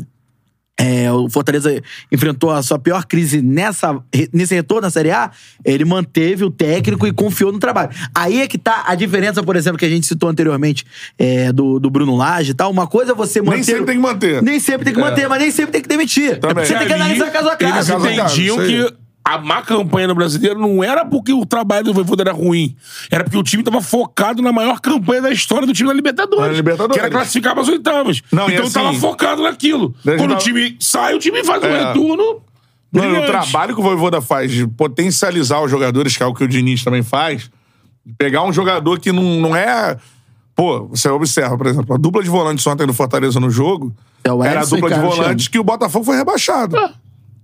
Speaker 2: é, o Fortaleza enfrentou a sua pior crise nessa, nesse retorno na Série A. Ele manteve o técnico e confiou no trabalho. Aí é que tá a diferença, por exemplo, que a gente citou anteriormente é, do, do Bruno Lage e tal. Uma coisa é você manter.
Speaker 1: Nem sempre tem que manter.
Speaker 2: Nem sempre tem que manter, mas nem sempre tem que demitir.
Speaker 1: Também.
Speaker 2: Você tem que
Speaker 3: Ali,
Speaker 2: analisar caso a
Speaker 3: É. Eles
Speaker 2: caso.
Speaker 1: Caso a caso,
Speaker 3: entendiam
Speaker 1: isso aí.
Speaker 3: que a má campanha no brasileiro não era porque o trabalho do Voivoda era ruim. Era porque o time estava focado na maior campanha da história do time da Libertadores.
Speaker 1: Na Libertadores.
Speaker 3: Que era classificar para as oitavas.
Speaker 1: Não, e
Speaker 3: então
Speaker 1: assim-
Speaker 3: tava focado naquilo.
Speaker 1: Deixa
Speaker 3: Quando
Speaker 1: eu
Speaker 3: o
Speaker 1: dar-
Speaker 3: time sai, o time faz um
Speaker 1: É.
Speaker 3: retorno.
Speaker 1: Mano, o
Speaker 3: brilhante.
Speaker 1: trabalho que o Voivoda faz de potencializar os jogadores, que é o que o Diniz também faz, de pegar um jogador que não, não é. Pô, você observa, por exemplo, a dupla de volantes ontem do Fortaleza no jogo
Speaker 2: É o
Speaker 1: era a
Speaker 2: Edson e
Speaker 1: dupla de
Speaker 2: Carlos
Speaker 1: volantes
Speaker 2: Alexandre.
Speaker 1: que o Botafogo foi rebaixado.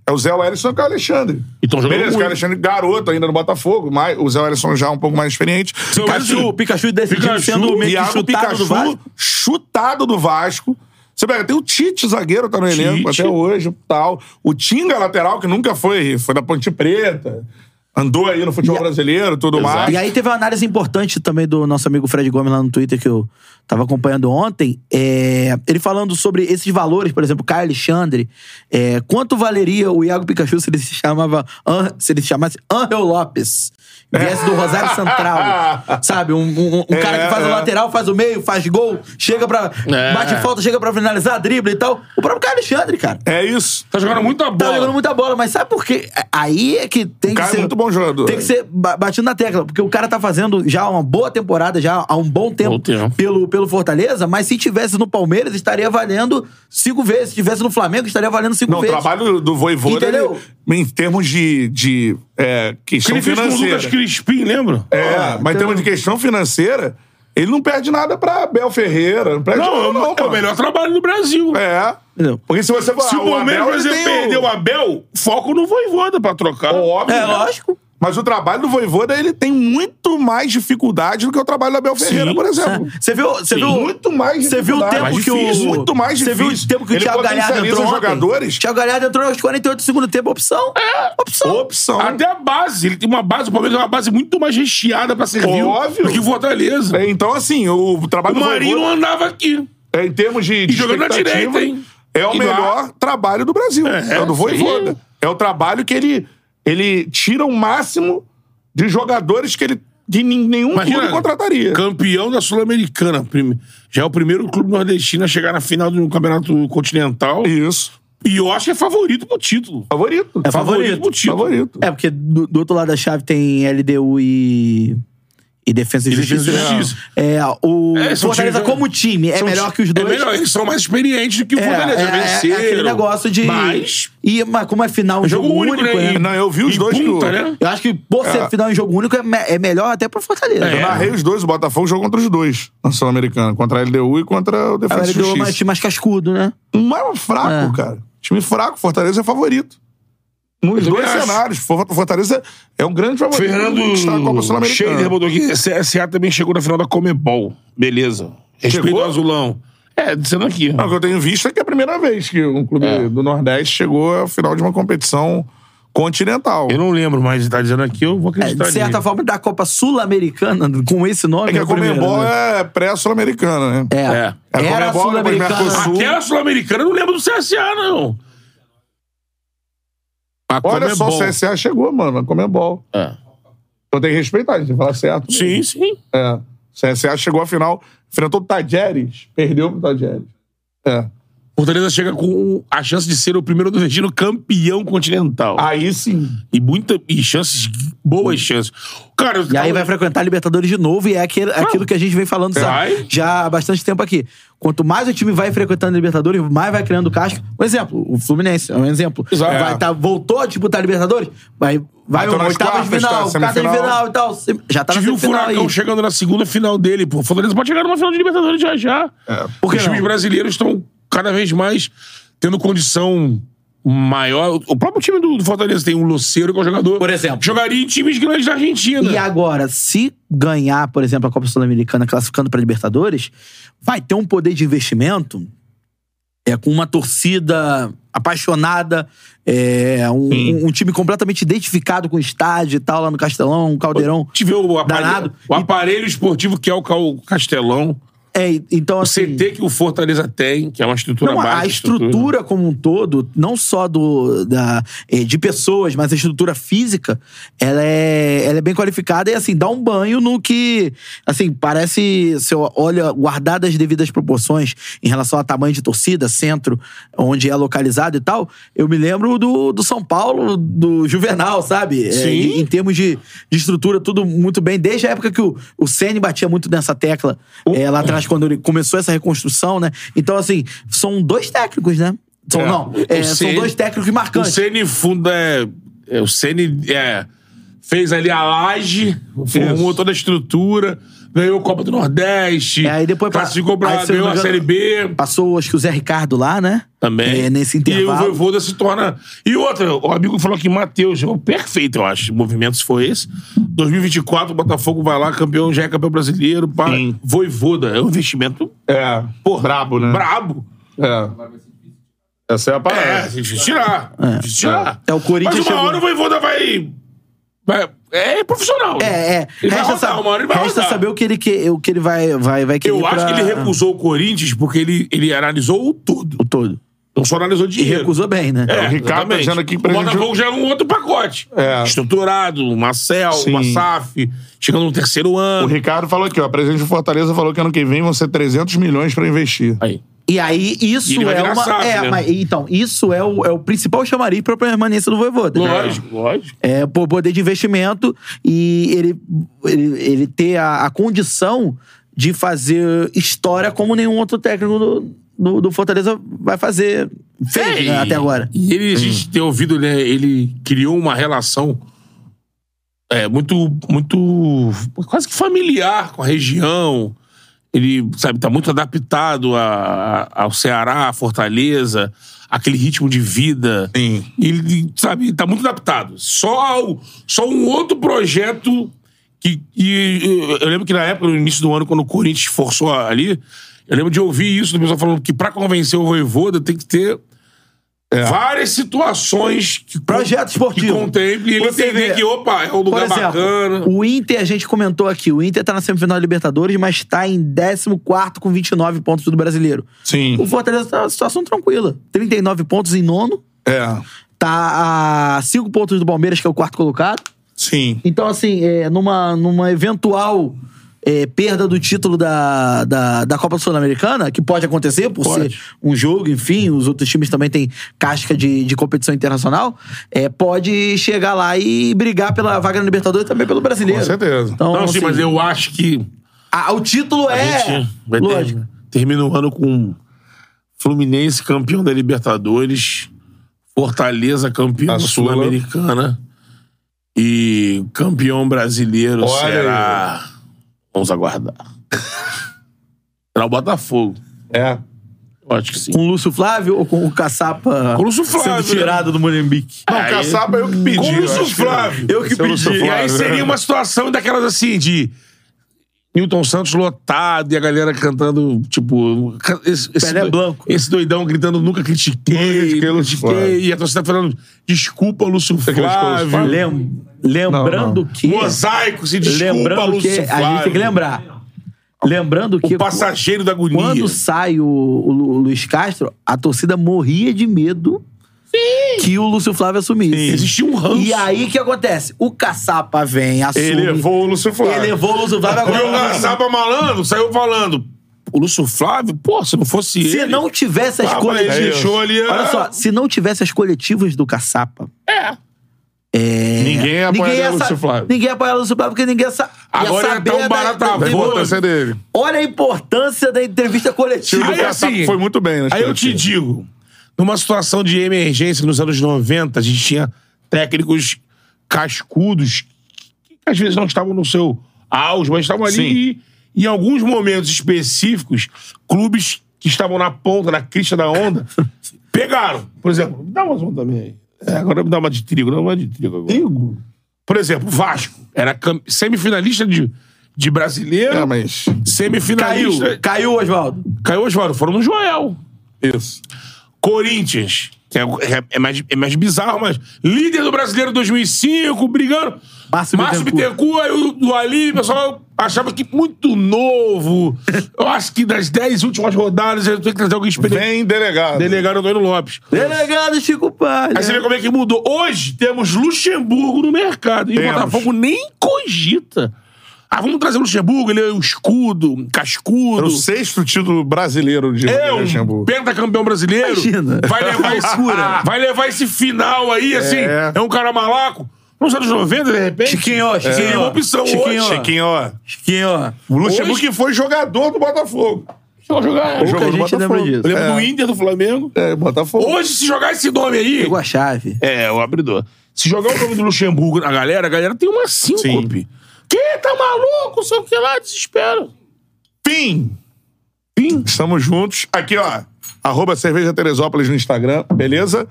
Speaker 1: É o Zé Wellison e o Carlos Alexandre.
Speaker 3: E tão jogando
Speaker 1: Beleza, o
Speaker 3: muito.
Speaker 1: Carlos Alexandre, garoto ainda no Botafogo, mas o Zé Wellison já um pouco mais experiente.
Speaker 3: Zé Wellison
Speaker 2: Pikachu, Pikachu decidindo
Speaker 3: Pikachu,
Speaker 2: sendo meio que
Speaker 1: Iago
Speaker 2: chutado do
Speaker 1: Pikachu,
Speaker 2: Vasco.
Speaker 1: chutado do Vasco. Você pega, tem o Tite, zagueiro, tá no
Speaker 3: Tite.
Speaker 1: elenco até hoje, tal. O Tinga, lateral, que nunca foi, foi da Ponte Preta. Andou aí no futebol
Speaker 2: E a-
Speaker 1: brasileiro, tudo mais.
Speaker 2: E aí teve uma análise importante também do nosso amigo Fred Gomes lá no Twitter que eu tava acompanhando ontem. É, ele falando sobre esses valores, por exemplo, Caio Alexandre. é, quanto valeria o Iago Pikachu se ele se chamava An- se ele se chamasse Angel Lopes? Viesse do Rosário Central. sabe? Um, um- um cara que faz o lateral, faz o meio, faz gol, chega pra.
Speaker 3: É.
Speaker 2: Bate falta, chega pra finalizar, dribla e tal. O próprio Caio Alexandre, cara.
Speaker 1: É isso.
Speaker 3: Tá jogando muita bola.
Speaker 2: Tá jogando muita bola, mas sabe por quê? Aí é que tem
Speaker 1: Cara,
Speaker 2: que ser.
Speaker 1: muito bom jogador.
Speaker 2: Tem que ser ba- batido na tecla, porque o cara tá fazendo já uma boa temporada, já há um bom tempo,
Speaker 3: Bom tempo.
Speaker 2: Pelo, pelo Fortaleza, mas se tivesse no Palmeiras, estaria valendo cinco vezes. Se tivesse no Flamengo, estaria valendo cinco
Speaker 1: Não, o
Speaker 2: vezes.
Speaker 1: trabalho do Voivoda,
Speaker 2: Entendeu?
Speaker 1: ele, em termos de, de é,
Speaker 3: Que
Speaker 1: questão
Speaker 3: ele fez com o
Speaker 1: financeira.
Speaker 3: Lucas Crispim, lembra?
Speaker 1: É, mas em termos de questão financeira, ele não perde nada pra Bel Ferreira. Não perde
Speaker 3: Não, é
Speaker 1: nada,
Speaker 3: o-
Speaker 1: não,
Speaker 3: é
Speaker 1: cara.
Speaker 3: o melhor trabalho do Brasil.
Speaker 1: É.
Speaker 2: Entendeu?
Speaker 1: Porque se você
Speaker 3: Se o Palmeiras, por exemplo, perdeu o Abel, foco no Voivoda pra trocar.
Speaker 1: Óbvio,
Speaker 2: É,
Speaker 1: né?
Speaker 2: lógico.
Speaker 1: Mas o trabalho do Voivoda, ele tem muito mais dificuldade do que o trabalho da Bel Ferreira, por exemplo.
Speaker 2: Você viu, você
Speaker 3: Sim.
Speaker 2: viu
Speaker 1: Muito mais
Speaker 2: Você viu o
Speaker 1: dificuldade.
Speaker 2: tempo
Speaker 1: Mais
Speaker 2: que o
Speaker 1: difícil, muito mais
Speaker 2: Você viu o
Speaker 1: difícil.
Speaker 2: tempo que o
Speaker 1: Ele
Speaker 2: Thiago Galhardo
Speaker 1: potencializa
Speaker 2: entrou
Speaker 1: os
Speaker 2: ontem?
Speaker 1: jogadores.
Speaker 2: Thiago Galhardo entrou aos 48 do segundo tempo, opção. É. Opção.
Speaker 1: Opção.
Speaker 3: Até a base. Ele tem uma base, o Palmeiras é uma base muito mais recheada pra servir
Speaker 1: Óbvio.
Speaker 3: do que o Fortaleza.
Speaker 1: É, Então, assim, o
Speaker 3: O
Speaker 1: trabalho do
Speaker 3: Marinho
Speaker 1: Voivoda,
Speaker 3: andava aqui.
Speaker 1: é, em termos de, de
Speaker 3: E jogando na
Speaker 1: expectativa,
Speaker 3: direita, hein?
Speaker 1: é o
Speaker 3: E lá-
Speaker 1: melhor trabalho do Brasil. É, o do
Speaker 3: isso aí.
Speaker 1: Voivoda. É o trabalho que ele, ele tira o máximo de jogadores que ele que nin- nenhum
Speaker 3: Imagina,
Speaker 1: clube contrataria.
Speaker 3: Campeão da Sul-Americana. prime- Já é o primeiro clube nordestino a chegar na final do Campeonato Continental.
Speaker 1: Isso.
Speaker 3: E eu acho que é favorito pro título.
Speaker 1: Favorito.
Speaker 2: É favorito.
Speaker 3: pro título.
Speaker 1: Favorito.
Speaker 2: É, porque do, do outro lado da chave tem LDU e. E Defesa e
Speaker 3: Defesa e
Speaker 2: Justiça.
Speaker 3: Justiça.
Speaker 2: É, o
Speaker 3: É, são
Speaker 2: Fortaleza
Speaker 3: times-
Speaker 2: como time é
Speaker 3: São-
Speaker 2: melhor que os dois.
Speaker 3: É melhor, eles são mais experientes do que o
Speaker 2: É,
Speaker 3: Fortaleza.
Speaker 2: é, é,
Speaker 3: venceram.
Speaker 2: é aquele negócio de.
Speaker 3: Mas.
Speaker 2: E, mas como é final um jogo,
Speaker 3: Jogo único,
Speaker 2: único,
Speaker 3: né?
Speaker 2: né?
Speaker 3: E-
Speaker 1: Não, eu vi os
Speaker 3: e
Speaker 1: dois que
Speaker 3: punta,
Speaker 1: o-
Speaker 3: né?
Speaker 2: Eu acho que por ser final em jogo único é, me- é melhor até pro Fortaleza.
Speaker 3: É.
Speaker 1: Eu narrei os dois, o Botafogo jogou contra os dois na Sul-Americana, contra a LDU e contra o
Speaker 2: A
Speaker 1: Defesa e
Speaker 2: LDU é
Speaker 1: Justiça.
Speaker 2: mais, time mais cascudo, né?
Speaker 1: Um é um fraco,
Speaker 2: É.
Speaker 1: cara. Time fraco, Fortaleza é favorito. Nos
Speaker 3: Eu
Speaker 1: dois
Speaker 3: também acho.
Speaker 1: cenários. For- Fortaleza é um grande favorito.
Speaker 3: Fernando
Speaker 1: está na Copa
Speaker 3: Scheiner
Speaker 1: Sul-Americana.
Speaker 3: botou aqui. CSA também chegou na final da Comebol. Beleza. Respeito
Speaker 1: Chegou?
Speaker 3: ao azulão. É, dizendo aqui.
Speaker 1: Não, O que eu tenho visto é que é a primeira vez que um clube
Speaker 3: É.
Speaker 1: do Nordeste chegou à final de uma competição continental.
Speaker 3: Eu não lembro, mas tá dizendo aqui, eu vou
Speaker 2: É,
Speaker 3: acreditar
Speaker 2: de certa
Speaker 3: nisso.
Speaker 2: forma, da Copa Sul-Americana, com esse nome.
Speaker 1: É que a
Speaker 2: o primeiro,
Speaker 1: Comembol
Speaker 2: né?
Speaker 1: é pré-Sul-Americana, né?
Speaker 2: É.
Speaker 3: É.
Speaker 1: A
Speaker 2: Era a
Speaker 1: Comembol, depois
Speaker 2: Sul-Americana.
Speaker 1: Mercosul.
Speaker 3: Aquela é sul-americana eu não lembro do CSA, não. A
Speaker 1: Olha só, o
Speaker 3: Comebol.
Speaker 1: CSA chegou, mano, a Comembol.
Speaker 3: É.
Speaker 1: Então tem que respeitar, a gente tem que falar certo.
Speaker 3: Sim, sim.
Speaker 1: É. CSA chegou à final, enfrentou o Tajeres, perdeu pro Tajeres. É.
Speaker 3: Fortaleza chega com a chance de ser o primeiro nordestino campeão continental.
Speaker 2: Ah.
Speaker 1: Aí sim.
Speaker 3: E muita e chances, boas chances. Cara,
Speaker 2: E aí vai frequentar a Libertadores de novo, e é aquele- aquilo que a gente vem falando sabe?
Speaker 3: Vai.
Speaker 2: já há bastante tempo aqui. Quanto mais o time vai frequentando a Libertadores, mais vai criando casca. Um exemplo, o Fluminense é um exemplo.
Speaker 1: Exato.
Speaker 2: Vai tá, voltou a disputar a Libertadores, vai, vai
Speaker 1: Bateu
Speaker 2: uma
Speaker 1: nas
Speaker 2: oitava de
Speaker 1: quartas, tá?
Speaker 2: final, quarta de
Speaker 1: Semifinal.
Speaker 2: final e tal. sem- Já tá
Speaker 3: a
Speaker 2: na
Speaker 3: gente viu o
Speaker 2: semifinal
Speaker 3: um Furacão
Speaker 2: aí.
Speaker 3: chegando na segunda final dele, pô. O Fortaleza pode chegar numa final de Libertadores já já.
Speaker 2: Por que
Speaker 3: Os times
Speaker 2: não?
Speaker 3: brasileiros estão cada vez mais tendo condição maior. O próprio time do do Fortaleza tem um Luceiro, que é um jogador.
Speaker 2: Por exemplo.
Speaker 3: Jogaria em times grandes da Argentina.
Speaker 2: E agora, se ganhar, por exemplo, a Copa Sul-Americana classificando pra Libertadores, vai ter um poder de investimento é, com uma torcida apaixonada, é, um, um- um time completamente identificado com o estádio e tal, lá no Castelão, um caldeirão.
Speaker 3: Tive o aparelho,
Speaker 2: Danado.
Speaker 3: o aparelho esportivo que é o Ca- o Castelão,
Speaker 2: É, e- então,
Speaker 3: o
Speaker 2: assim.
Speaker 3: CT que o Fortaleza tem, que é uma estrutura
Speaker 2: não,
Speaker 3: básica.
Speaker 2: a estrutura como um todo, não só do, da, eh, de pessoas, mas a estrutura física, ela é, ela é bem qualificada e, assim, dá um banho no que, assim, parece, se eu olha, guardado as devidas proporções em relação a tamanho de torcida, centro, onde é localizado e tal, eu me lembro do, do São Paulo, do Juvenal, sabe? É,
Speaker 3: Sim.
Speaker 2: em- em termos de, de estrutura, tudo muito bem. Desde a época que o, o Ceni batia muito nessa tecla é, lá atrás, quando ele começou essa reconstrução, né? Então, assim, são dois técnicos, né? São,
Speaker 3: É.
Speaker 2: Não, é,
Speaker 3: O
Speaker 2: são
Speaker 3: Ceni-
Speaker 2: dois técnicos
Speaker 3: O
Speaker 2: marcantes.
Speaker 3: Ceni funda. É, é, o Ceni é, fez ali a laje, formou toda a estrutura, ganhou a Copa do Nordeste,
Speaker 2: É, aí depois pra-
Speaker 3: classificou
Speaker 2: aí,
Speaker 3: pra,
Speaker 2: se eu não
Speaker 3: ganhou
Speaker 2: me
Speaker 3: a
Speaker 2: engano,
Speaker 3: Série B.
Speaker 2: Passou, acho que o Zé Ricardo lá, né?
Speaker 3: Também.
Speaker 2: É, nesse
Speaker 3: E o
Speaker 2: intervalo.
Speaker 3: Voivoda se torna. E outra, o amigo falou que Matheus, é o perfeito, eu acho. O movimento se foi esse. 2024, o Botafogo vai lá, campeão, já é campeão brasileiro. Pá.
Speaker 1: Sim.
Speaker 3: Voivoda, é um investimento
Speaker 1: É.
Speaker 3: Porra.
Speaker 1: brabo, né?
Speaker 3: brabo.
Speaker 1: É. Essa é a parada.
Speaker 3: É, difícil tirar. Difícil tirar.
Speaker 2: É, o Corinthians
Speaker 3: Mas uma
Speaker 2: chegou-
Speaker 3: hora o Voivoda vai. vai- é profissional.
Speaker 2: É, é.
Speaker 3: Ele vai
Speaker 2: resta
Speaker 3: rodar,
Speaker 2: sa-
Speaker 3: uma hora ele vai
Speaker 2: resta
Speaker 3: rodar.
Speaker 2: saber o que ele, que, o que ele vai, vai, vai querer
Speaker 3: Eu acho
Speaker 2: pra-
Speaker 3: que ele recusou o Corinthians porque ele, ele analisou o todo.
Speaker 2: o todo.
Speaker 3: Então só analisou
Speaker 2: E
Speaker 3: dinheiro. É,
Speaker 2: recusou bem, né?
Speaker 1: o Ricardo tá
Speaker 3: exatamente.
Speaker 1: dizendo aqui que
Speaker 3: o
Speaker 1: presidente-
Speaker 3: Botafogo já era um outro pacote.
Speaker 1: É.
Speaker 3: Estruturado, uma CEL,
Speaker 1: Sim.
Speaker 3: uma SAF, chegando no terceiro
Speaker 1: O
Speaker 3: ano.
Speaker 1: Ricardo falou aqui, ó. O presidente do Fortaleza falou que ano que vem vão ser 300 milhões pra investir.
Speaker 3: Aí.
Speaker 2: E aí, isso
Speaker 3: E ele vai
Speaker 2: é
Speaker 3: virar
Speaker 2: uma.
Speaker 3: SAF,
Speaker 2: é,
Speaker 3: né?
Speaker 2: mas- então, isso é o, é o principal chamariz pra permanência do Voivoda. né?
Speaker 3: Lógico, lógico.
Speaker 2: É, por poder de investimento e ele, ele, ele ter a, a condição de fazer história como nenhum outro técnico do, do, do Fortaleza vai fazer. Fez, né,
Speaker 3: É,
Speaker 2: até
Speaker 3: e-
Speaker 2: agora.
Speaker 3: E ele, a gente tem ouvido, né, ele criou uma relação é, muito, muito quase que familiar com a região. Ele, sabe, tá muito adaptado a- a- ao Ceará, à Fortaleza, aquele ritmo de vida.
Speaker 1: Sim.
Speaker 3: Ele, sabe, tá muito adaptado. Só, ao- só um outro projeto que, que- eu- Eu lembro que na época, no início do ano, quando o Corinthians forçou ali, eu lembro de ouvir isso do pessoal falando que pra convencer o Voivoda tem que ter várias situações que,
Speaker 2: É. Projeto esportivo.
Speaker 3: que contemple e ele
Speaker 2: Você
Speaker 3: entender
Speaker 2: vê,
Speaker 3: que, opa, é um
Speaker 2: Por
Speaker 3: lugar
Speaker 2: exemplo, um
Speaker 3: bacana.
Speaker 2: o Inter, a gente comentou aqui, o Inter tá na semifinal da Libertadores, mas tá em 14 com 29 pontos do brasileiro.
Speaker 1: Sim.
Speaker 2: O Fortaleza tá numa situação tranquila. 39 pontos em nono,
Speaker 1: É.
Speaker 2: tá a 5 pontos do Palmeiras, que é o quarto colocado.
Speaker 1: Sim.
Speaker 2: Então, assim, é, numa, numa eventual é, perda do título da, da, da Copa Sul-Americana, que pode acontecer por
Speaker 3: Pode.
Speaker 2: ser um jogo, enfim, os outros times também têm casca de, de competição internacional, é, pode chegar lá e brigar pela vaga na Libertadores e também pelo brasileiro.
Speaker 1: Com certeza.
Speaker 2: Então,
Speaker 3: Não,
Speaker 2: assim,
Speaker 3: sim, mas eu acho que
Speaker 2: a- o título
Speaker 3: a
Speaker 2: é.
Speaker 3: gente vai ter-
Speaker 2: Lógico.
Speaker 3: termina o ano com Fluminense campeão da Libertadores, Fortaleza campeão
Speaker 1: A
Speaker 3: da
Speaker 1: Sula.
Speaker 3: Sul-Americana e campeão brasileiro
Speaker 1: Olha
Speaker 3: será. Vamos aguardar. Será o Botafogo.
Speaker 1: É.
Speaker 3: Eu acho que sim.
Speaker 2: Com o Lúcio Flávio ou com o Caçapa
Speaker 3: Com o Lúcio Flávio,
Speaker 2: sendo tirado do Molembique?
Speaker 1: Não,
Speaker 3: Aí-
Speaker 1: caçapa eu que pedi.
Speaker 3: Com o
Speaker 1: eu
Speaker 3: Lúcio
Speaker 1: acho
Speaker 3: Flávio.
Speaker 2: Eu que
Speaker 1: Esse é o Lúcio
Speaker 2: pedi.
Speaker 3: E aí
Speaker 1: Flávio,
Speaker 3: seria
Speaker 1: né?
Speaker 3: uma situação daquelas assim, de. Newton Santos lotado e a galera cantando, tipo. ca- Esse, esse
Speaker 2: Pelé
Speaker 3: doi-
Speaker 2: né, Blanco.
Speaker 3: Esse doidão gritando, nunca critiquei.
Speaker 1: Nunca critiquei o Lúcio
Speaker 3: critiquei",
Speaker 1: Flávio.
Speaker 3: E a torcida tá falando, desculpa, Lúcio
Speaker 1: criticou o Lúcio
Speaker 3: Flávio.
Speaker 1: Flávio?
Speaker 2: Lem- lembrando
Speaker 1: Não, não.
Speaker 2: que.
Speaker 3: Mosaico, se desculpa,
Speaker 2: Lembrando
Speaker 3: Lúcio
Speaker 2: que a
Speaker 3: Flávio.
Speaker 2: gente tem que lembrar. Lembrando que
Speaker 3: O passageiro da agonia.
Speaker 2: quando sai o, o Lu- o Luiz Castro, a torcida morria de medo que o Lúcio Flávio assumisse.
Speaker 3: Existia um ranço.
Speaker 2: E aí o que acontece? O caçapa vem, assume.
Speaker 1: Ele levou o Lúcio Flávio.
Speaker 2: elevou o Lúcio Flávio
Speaker 3: E o
Speaker 2: agora.
Speaker 3: Gaçaba um malandro saiu falando. O Lúcio Flávio, pô, se não fosse ele.
Speaker 2: Se não tivesse as
Speaker 3: Ah, mas ele
Speaker 2: coletivas.
Speaker 3: deixou ali. ah,
Speaker 2: Olha só, se não tivesse as coletivas do caçapa.
Speaker 1: Ninguém apoia o
Speaker 2: ia sa-
Speaker 1: Lúcio Flávio.
Speaker 2: Ninguém apoia o Lúcio Flávio porque ninguém ia, sa...
Speaker 3: Agora
Speaker 2: ia
Speaker 3: ia
Speaker 2: saber
Speaker 3: tá um barato
Speaker 2: da,
Speaker 1: Da
Speaker 3: avô.
Speaker 2: da,
Speaker 1: importância dele.
Speaker 2: Olha a importância da entrevista
Speaker 1: O
Speaker 2: coletiva.
Speaker 3: Aí,
Speaker 1: Caçapa
Speaker 3: assim,
Speaker 1: foi muito bem. nas
Speaker 3: Aí eu te
Speaker 1: coletivas.
Speaker 3: digo, numa situação de emergência nos anos 90, a gente tinha técnicos cascudos que às vezes não estavam no seu auge, mas estavam
Speaker 1: Sim.
Speaker 3: ali e, em alguns momentos específicos, clubes que estavam na ponta, na crista da onda, pegaram. Por exemplo, me dá uma onda também aí. É, agora me dá uma de trigo, dá uma de trigo agora. Trigo? Por exemplo, Vasco. Era cam- semifinalista de, de brasileiro,
Speaker 1: É, mas...
Speaker 3: semifinalista...
Speaker 2: Caiu, caiu, Oswaldo.
Speaker 3: Caiu Oswaldo, foram no Joel.
Speaker 1: Isso.
Speaker 3: Corinthians, que é, é- é mais, é mais bizarro, mas líder do Brasileiro 2005, brigando.
Speaker 2: Márcio Bittencourt.
Speaker 3: Bittencourt, aí o do Ali, o pessoal achava que muito novo. Eu acho que das 10 últimas rodadas, eu tenho que trazer alguém experiente.
Speaker 1: Bem delegado.
Speaker 3: Delegaram o Antônio Lopes.
Speaker 2: Delegado Chico Palha.
Speaker 3: Aí você vê como é que mudou. Hoje temos Luxemburgo no mercado. E o
Speaker 1: Temos.
Speaker 3: Botafogo nem cogita. Ah, vamos trazer o Luxemburgo, ele é o escudo, cascudo.
Speaker 1: Era o sexto título brasileiro de
Speaker 3: É
Speaker 1: Rodrigo
Speaker 3: um
Speaker 1: Luxemburgo.
Speaker 3: pentacampeão brasileiro.
Speaker 2: Imagina.
Speaker 3: Vai levar esse, vai levar esse final aí, assim. É,
Speaker 1: É.
Speaker 3: um cara malaco. Nos anos 90, de repente.
Speaker 2: Chiquinho, Chiquinho.
Speaker 3: Seria É. uma opção
Speaker 2: Chiquinho.
Speaker 3: hoje.
Speaker 1: Chiquinho, ó.
Speaker 2: Chiquinho, ó.
Speaker 1: O Luxemburgo
Speaker 3: Hoje-
Speaker 1: que foi jogador do Botafogo.
Speaker 3: Vou jogar.
Speaker 2: Pouca
Speaker 1: Jogou no
Speaker 2: gente lembra
Speaker 1: Botafogo.
Speaker 2: disso.
Speaker 3: Eu lembro
Speaker 1: É.
Speaker 3: do Inter, do Flamengo.
Speaker 1: É, Botafogo.
Speaker 3: Hoje, se jogar esse nome aí.
Speaker 2: Pegou a chave.
Speaker 3: É, o abridor. Se jogar o nome do Luxemburgo na galera, a galera tem uma síncope. Que tá maluco? Só que lá, desespero.
Speaker 1: Fim! Fim. Estamos juntos. Aqui, ó. Arroba Cerveja Teresópolis no Instagram, beleza?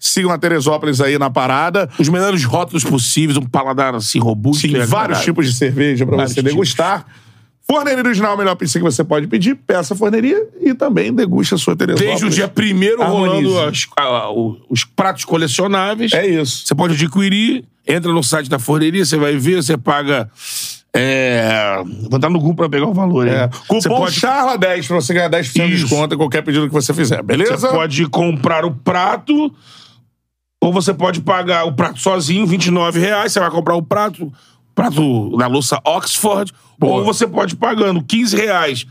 Speaker 1: Sigam a Teresópolis aí na parada.
Speaker 3: Os melhores rótulos possíveis, um paladar assim robusto.
Speaker 1: Tem
Speaker 3: e
Speaker 1: vários
Speaker 3: agradável.
Speaker 1: tipos de cerveja pra
Speaker 3: Vários
Speaker 1: você
Speaker 3: tipos.
Speaker 1: degustar. Forneria original, a melhor pizza que você pode pedir. Peça a forneria e também deguste a sua Teresópolis.
Speaker 3: Desde o dia primeiro
Speaker 1: Harmonize.
Speaker 3: rolando as- a- o- os pratos colecionáveis.
Speaker 1: É isso.
Speaker 3: Você pode adquirir, entra no site da forneria, você vai ver, você paga É, vou entrar no Google pra pegar o valor. hein?
Speaker 1: É,
Speaker 3: Você
Speaker 1: cupom
Speaker 3: pode-
Speaker 1: CHARLA10 pra você ganhar 10% de
Speaker 3: Isso.
Speaker 1: desconto em qualquer pedido que você fizer, beleza?
Speaker 3: Você pode comprar o prato ou você pode pagar o prato sozinho, R$ 29 reais. Você vai comprar o prato, prato na louça Oxford. Ou você pode ir pagando R$ 15 reais.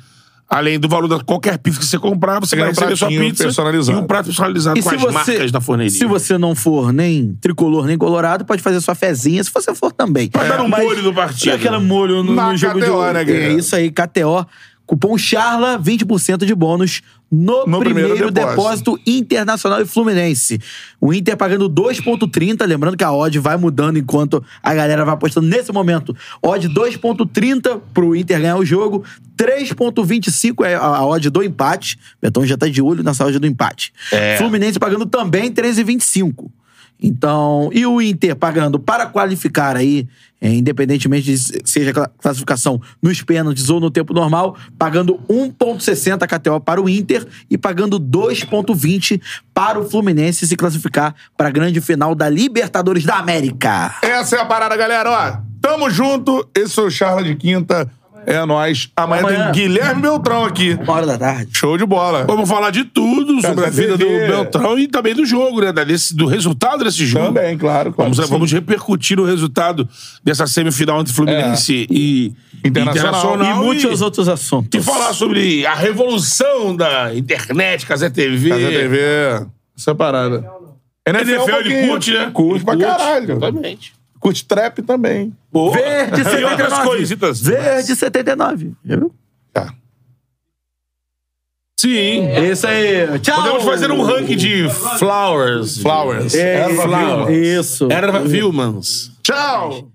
Speaker 3: Além do valor de qualquer pizza que você comprar, você
Speaker 1: Ganha
Speaker 3: vai
Speaker 1: um
Speaker 3: receber sua
Speaker 1: pratinho
Speaker 3: pizza
Speaker 1: personalizado.
Speaker 3: e um prato personalizado
Speaker 2: E
Speaker 3: com
Speaker 2: se
Speaker 3: as
Speaker 2: você,
Speaker 3: marcas da forneria.
Speaker 2: se você não for nem tricolor nem colorado, pode fazer sua fezinha. Se você for também.
Speaker 3: Pra dar um
Speaker 2: Mas-
Speaker 3: molho no partido.
Speaker 2: Dá Aquela molho no,
Speaker 1: Na
Speaker 2: no jogo de
Speaker 1: KTO,
Speaker 2: hoje.
Speaker 1: né,
Speaker 2: É
Speaker 1: galera?
Speaker 2: isso aí, KTO. Cupom CHARLA, 20% de bônus no,
Speaker 1: No primeiro
Speaker 2: primeiro,
Speaker 1: depósito.
Speaker 2: depósito. internacional e fluminense. O Inter pagando 2,30. Lembrando que a odd vai mudando enquanto a galera vai apostando nesse momento. Odd 2,30 pro Inter ganhar o jogo. 3,25 é a- a odd do empate. Betão já tá de olho nessa odd do empate. Fluminense pagando também 13,25. Então, e o Inter pagando para qualificar aí, é, independentemente de se- seja cla- classificação nos pênaltis ou no tempo normal, pagando 1,60 KTO para o Inter e pagando 2,20 para o Fluminense se classificar para a grande final da Libertadores da América.
Speaker 1: Essa é a parada, galera. Ó, tamo junto. Esse é o Charla de Quinta. É nóis. Amanhã,
Speaker 2: Amanhã.
Speaker 1: tem Guilherme Beltrão aqui.
Speaker 2: Uma hora da tarde.
Speaker 1: Show de bola.
Speaker 3: Vamos falar de tudo sobre a vida do
Speaker 1: TV.
Speaker 3: Beltrão e também do jogo, né? da- desse- do resultado desse jogo.
Speaker 1: Também, claro. claro
Speaker 3: Vamos,
Speaker 1: que sim.
Speaker 3: vamos repercutir o resultado dessa semifinal entre Fluminense e
Speaker 1: É. Internacional.
Speaker 3: Internacional.
Speaker 2: E muitos outros assuntos.
Speaker 3: e falar sobre a revolução da internet, Casé TV.
Speaker 1: Casa TV. Essa é a parada. NFL, é
Speaker 3: NFL ele
Speaker 1: um pouquinho.
Speaker 3: curte, né?
Speaker 1: Curte pra
Speaker 3: Ele curte.
Speaker 1: caralho.
Speaker 3: Exatamente.
Speaker 1: Curte trap também.
Speaker 3: Boa.
Speaker 2: Verde
Speaker 3: e outras
Speaker 2: 79.
Speaker 3: coisitas.
Speaker 2: Verde 79. Já viu?
Speaker 1: Tá.
Speaker 3: Sim.
Speaker 2: É isso aí. Tchau.
Speaker 3: Podemos fazer um ranking de flowers.
Speaker 1: Flowers.
Speaker 2: É,
Speaker 1: Erva
Speaker 2: isso.
Speaker 1: Vilma.
Speaker 2: Isso.
Speaker 3: Era Vilmans.
Speaker 1: Tchau.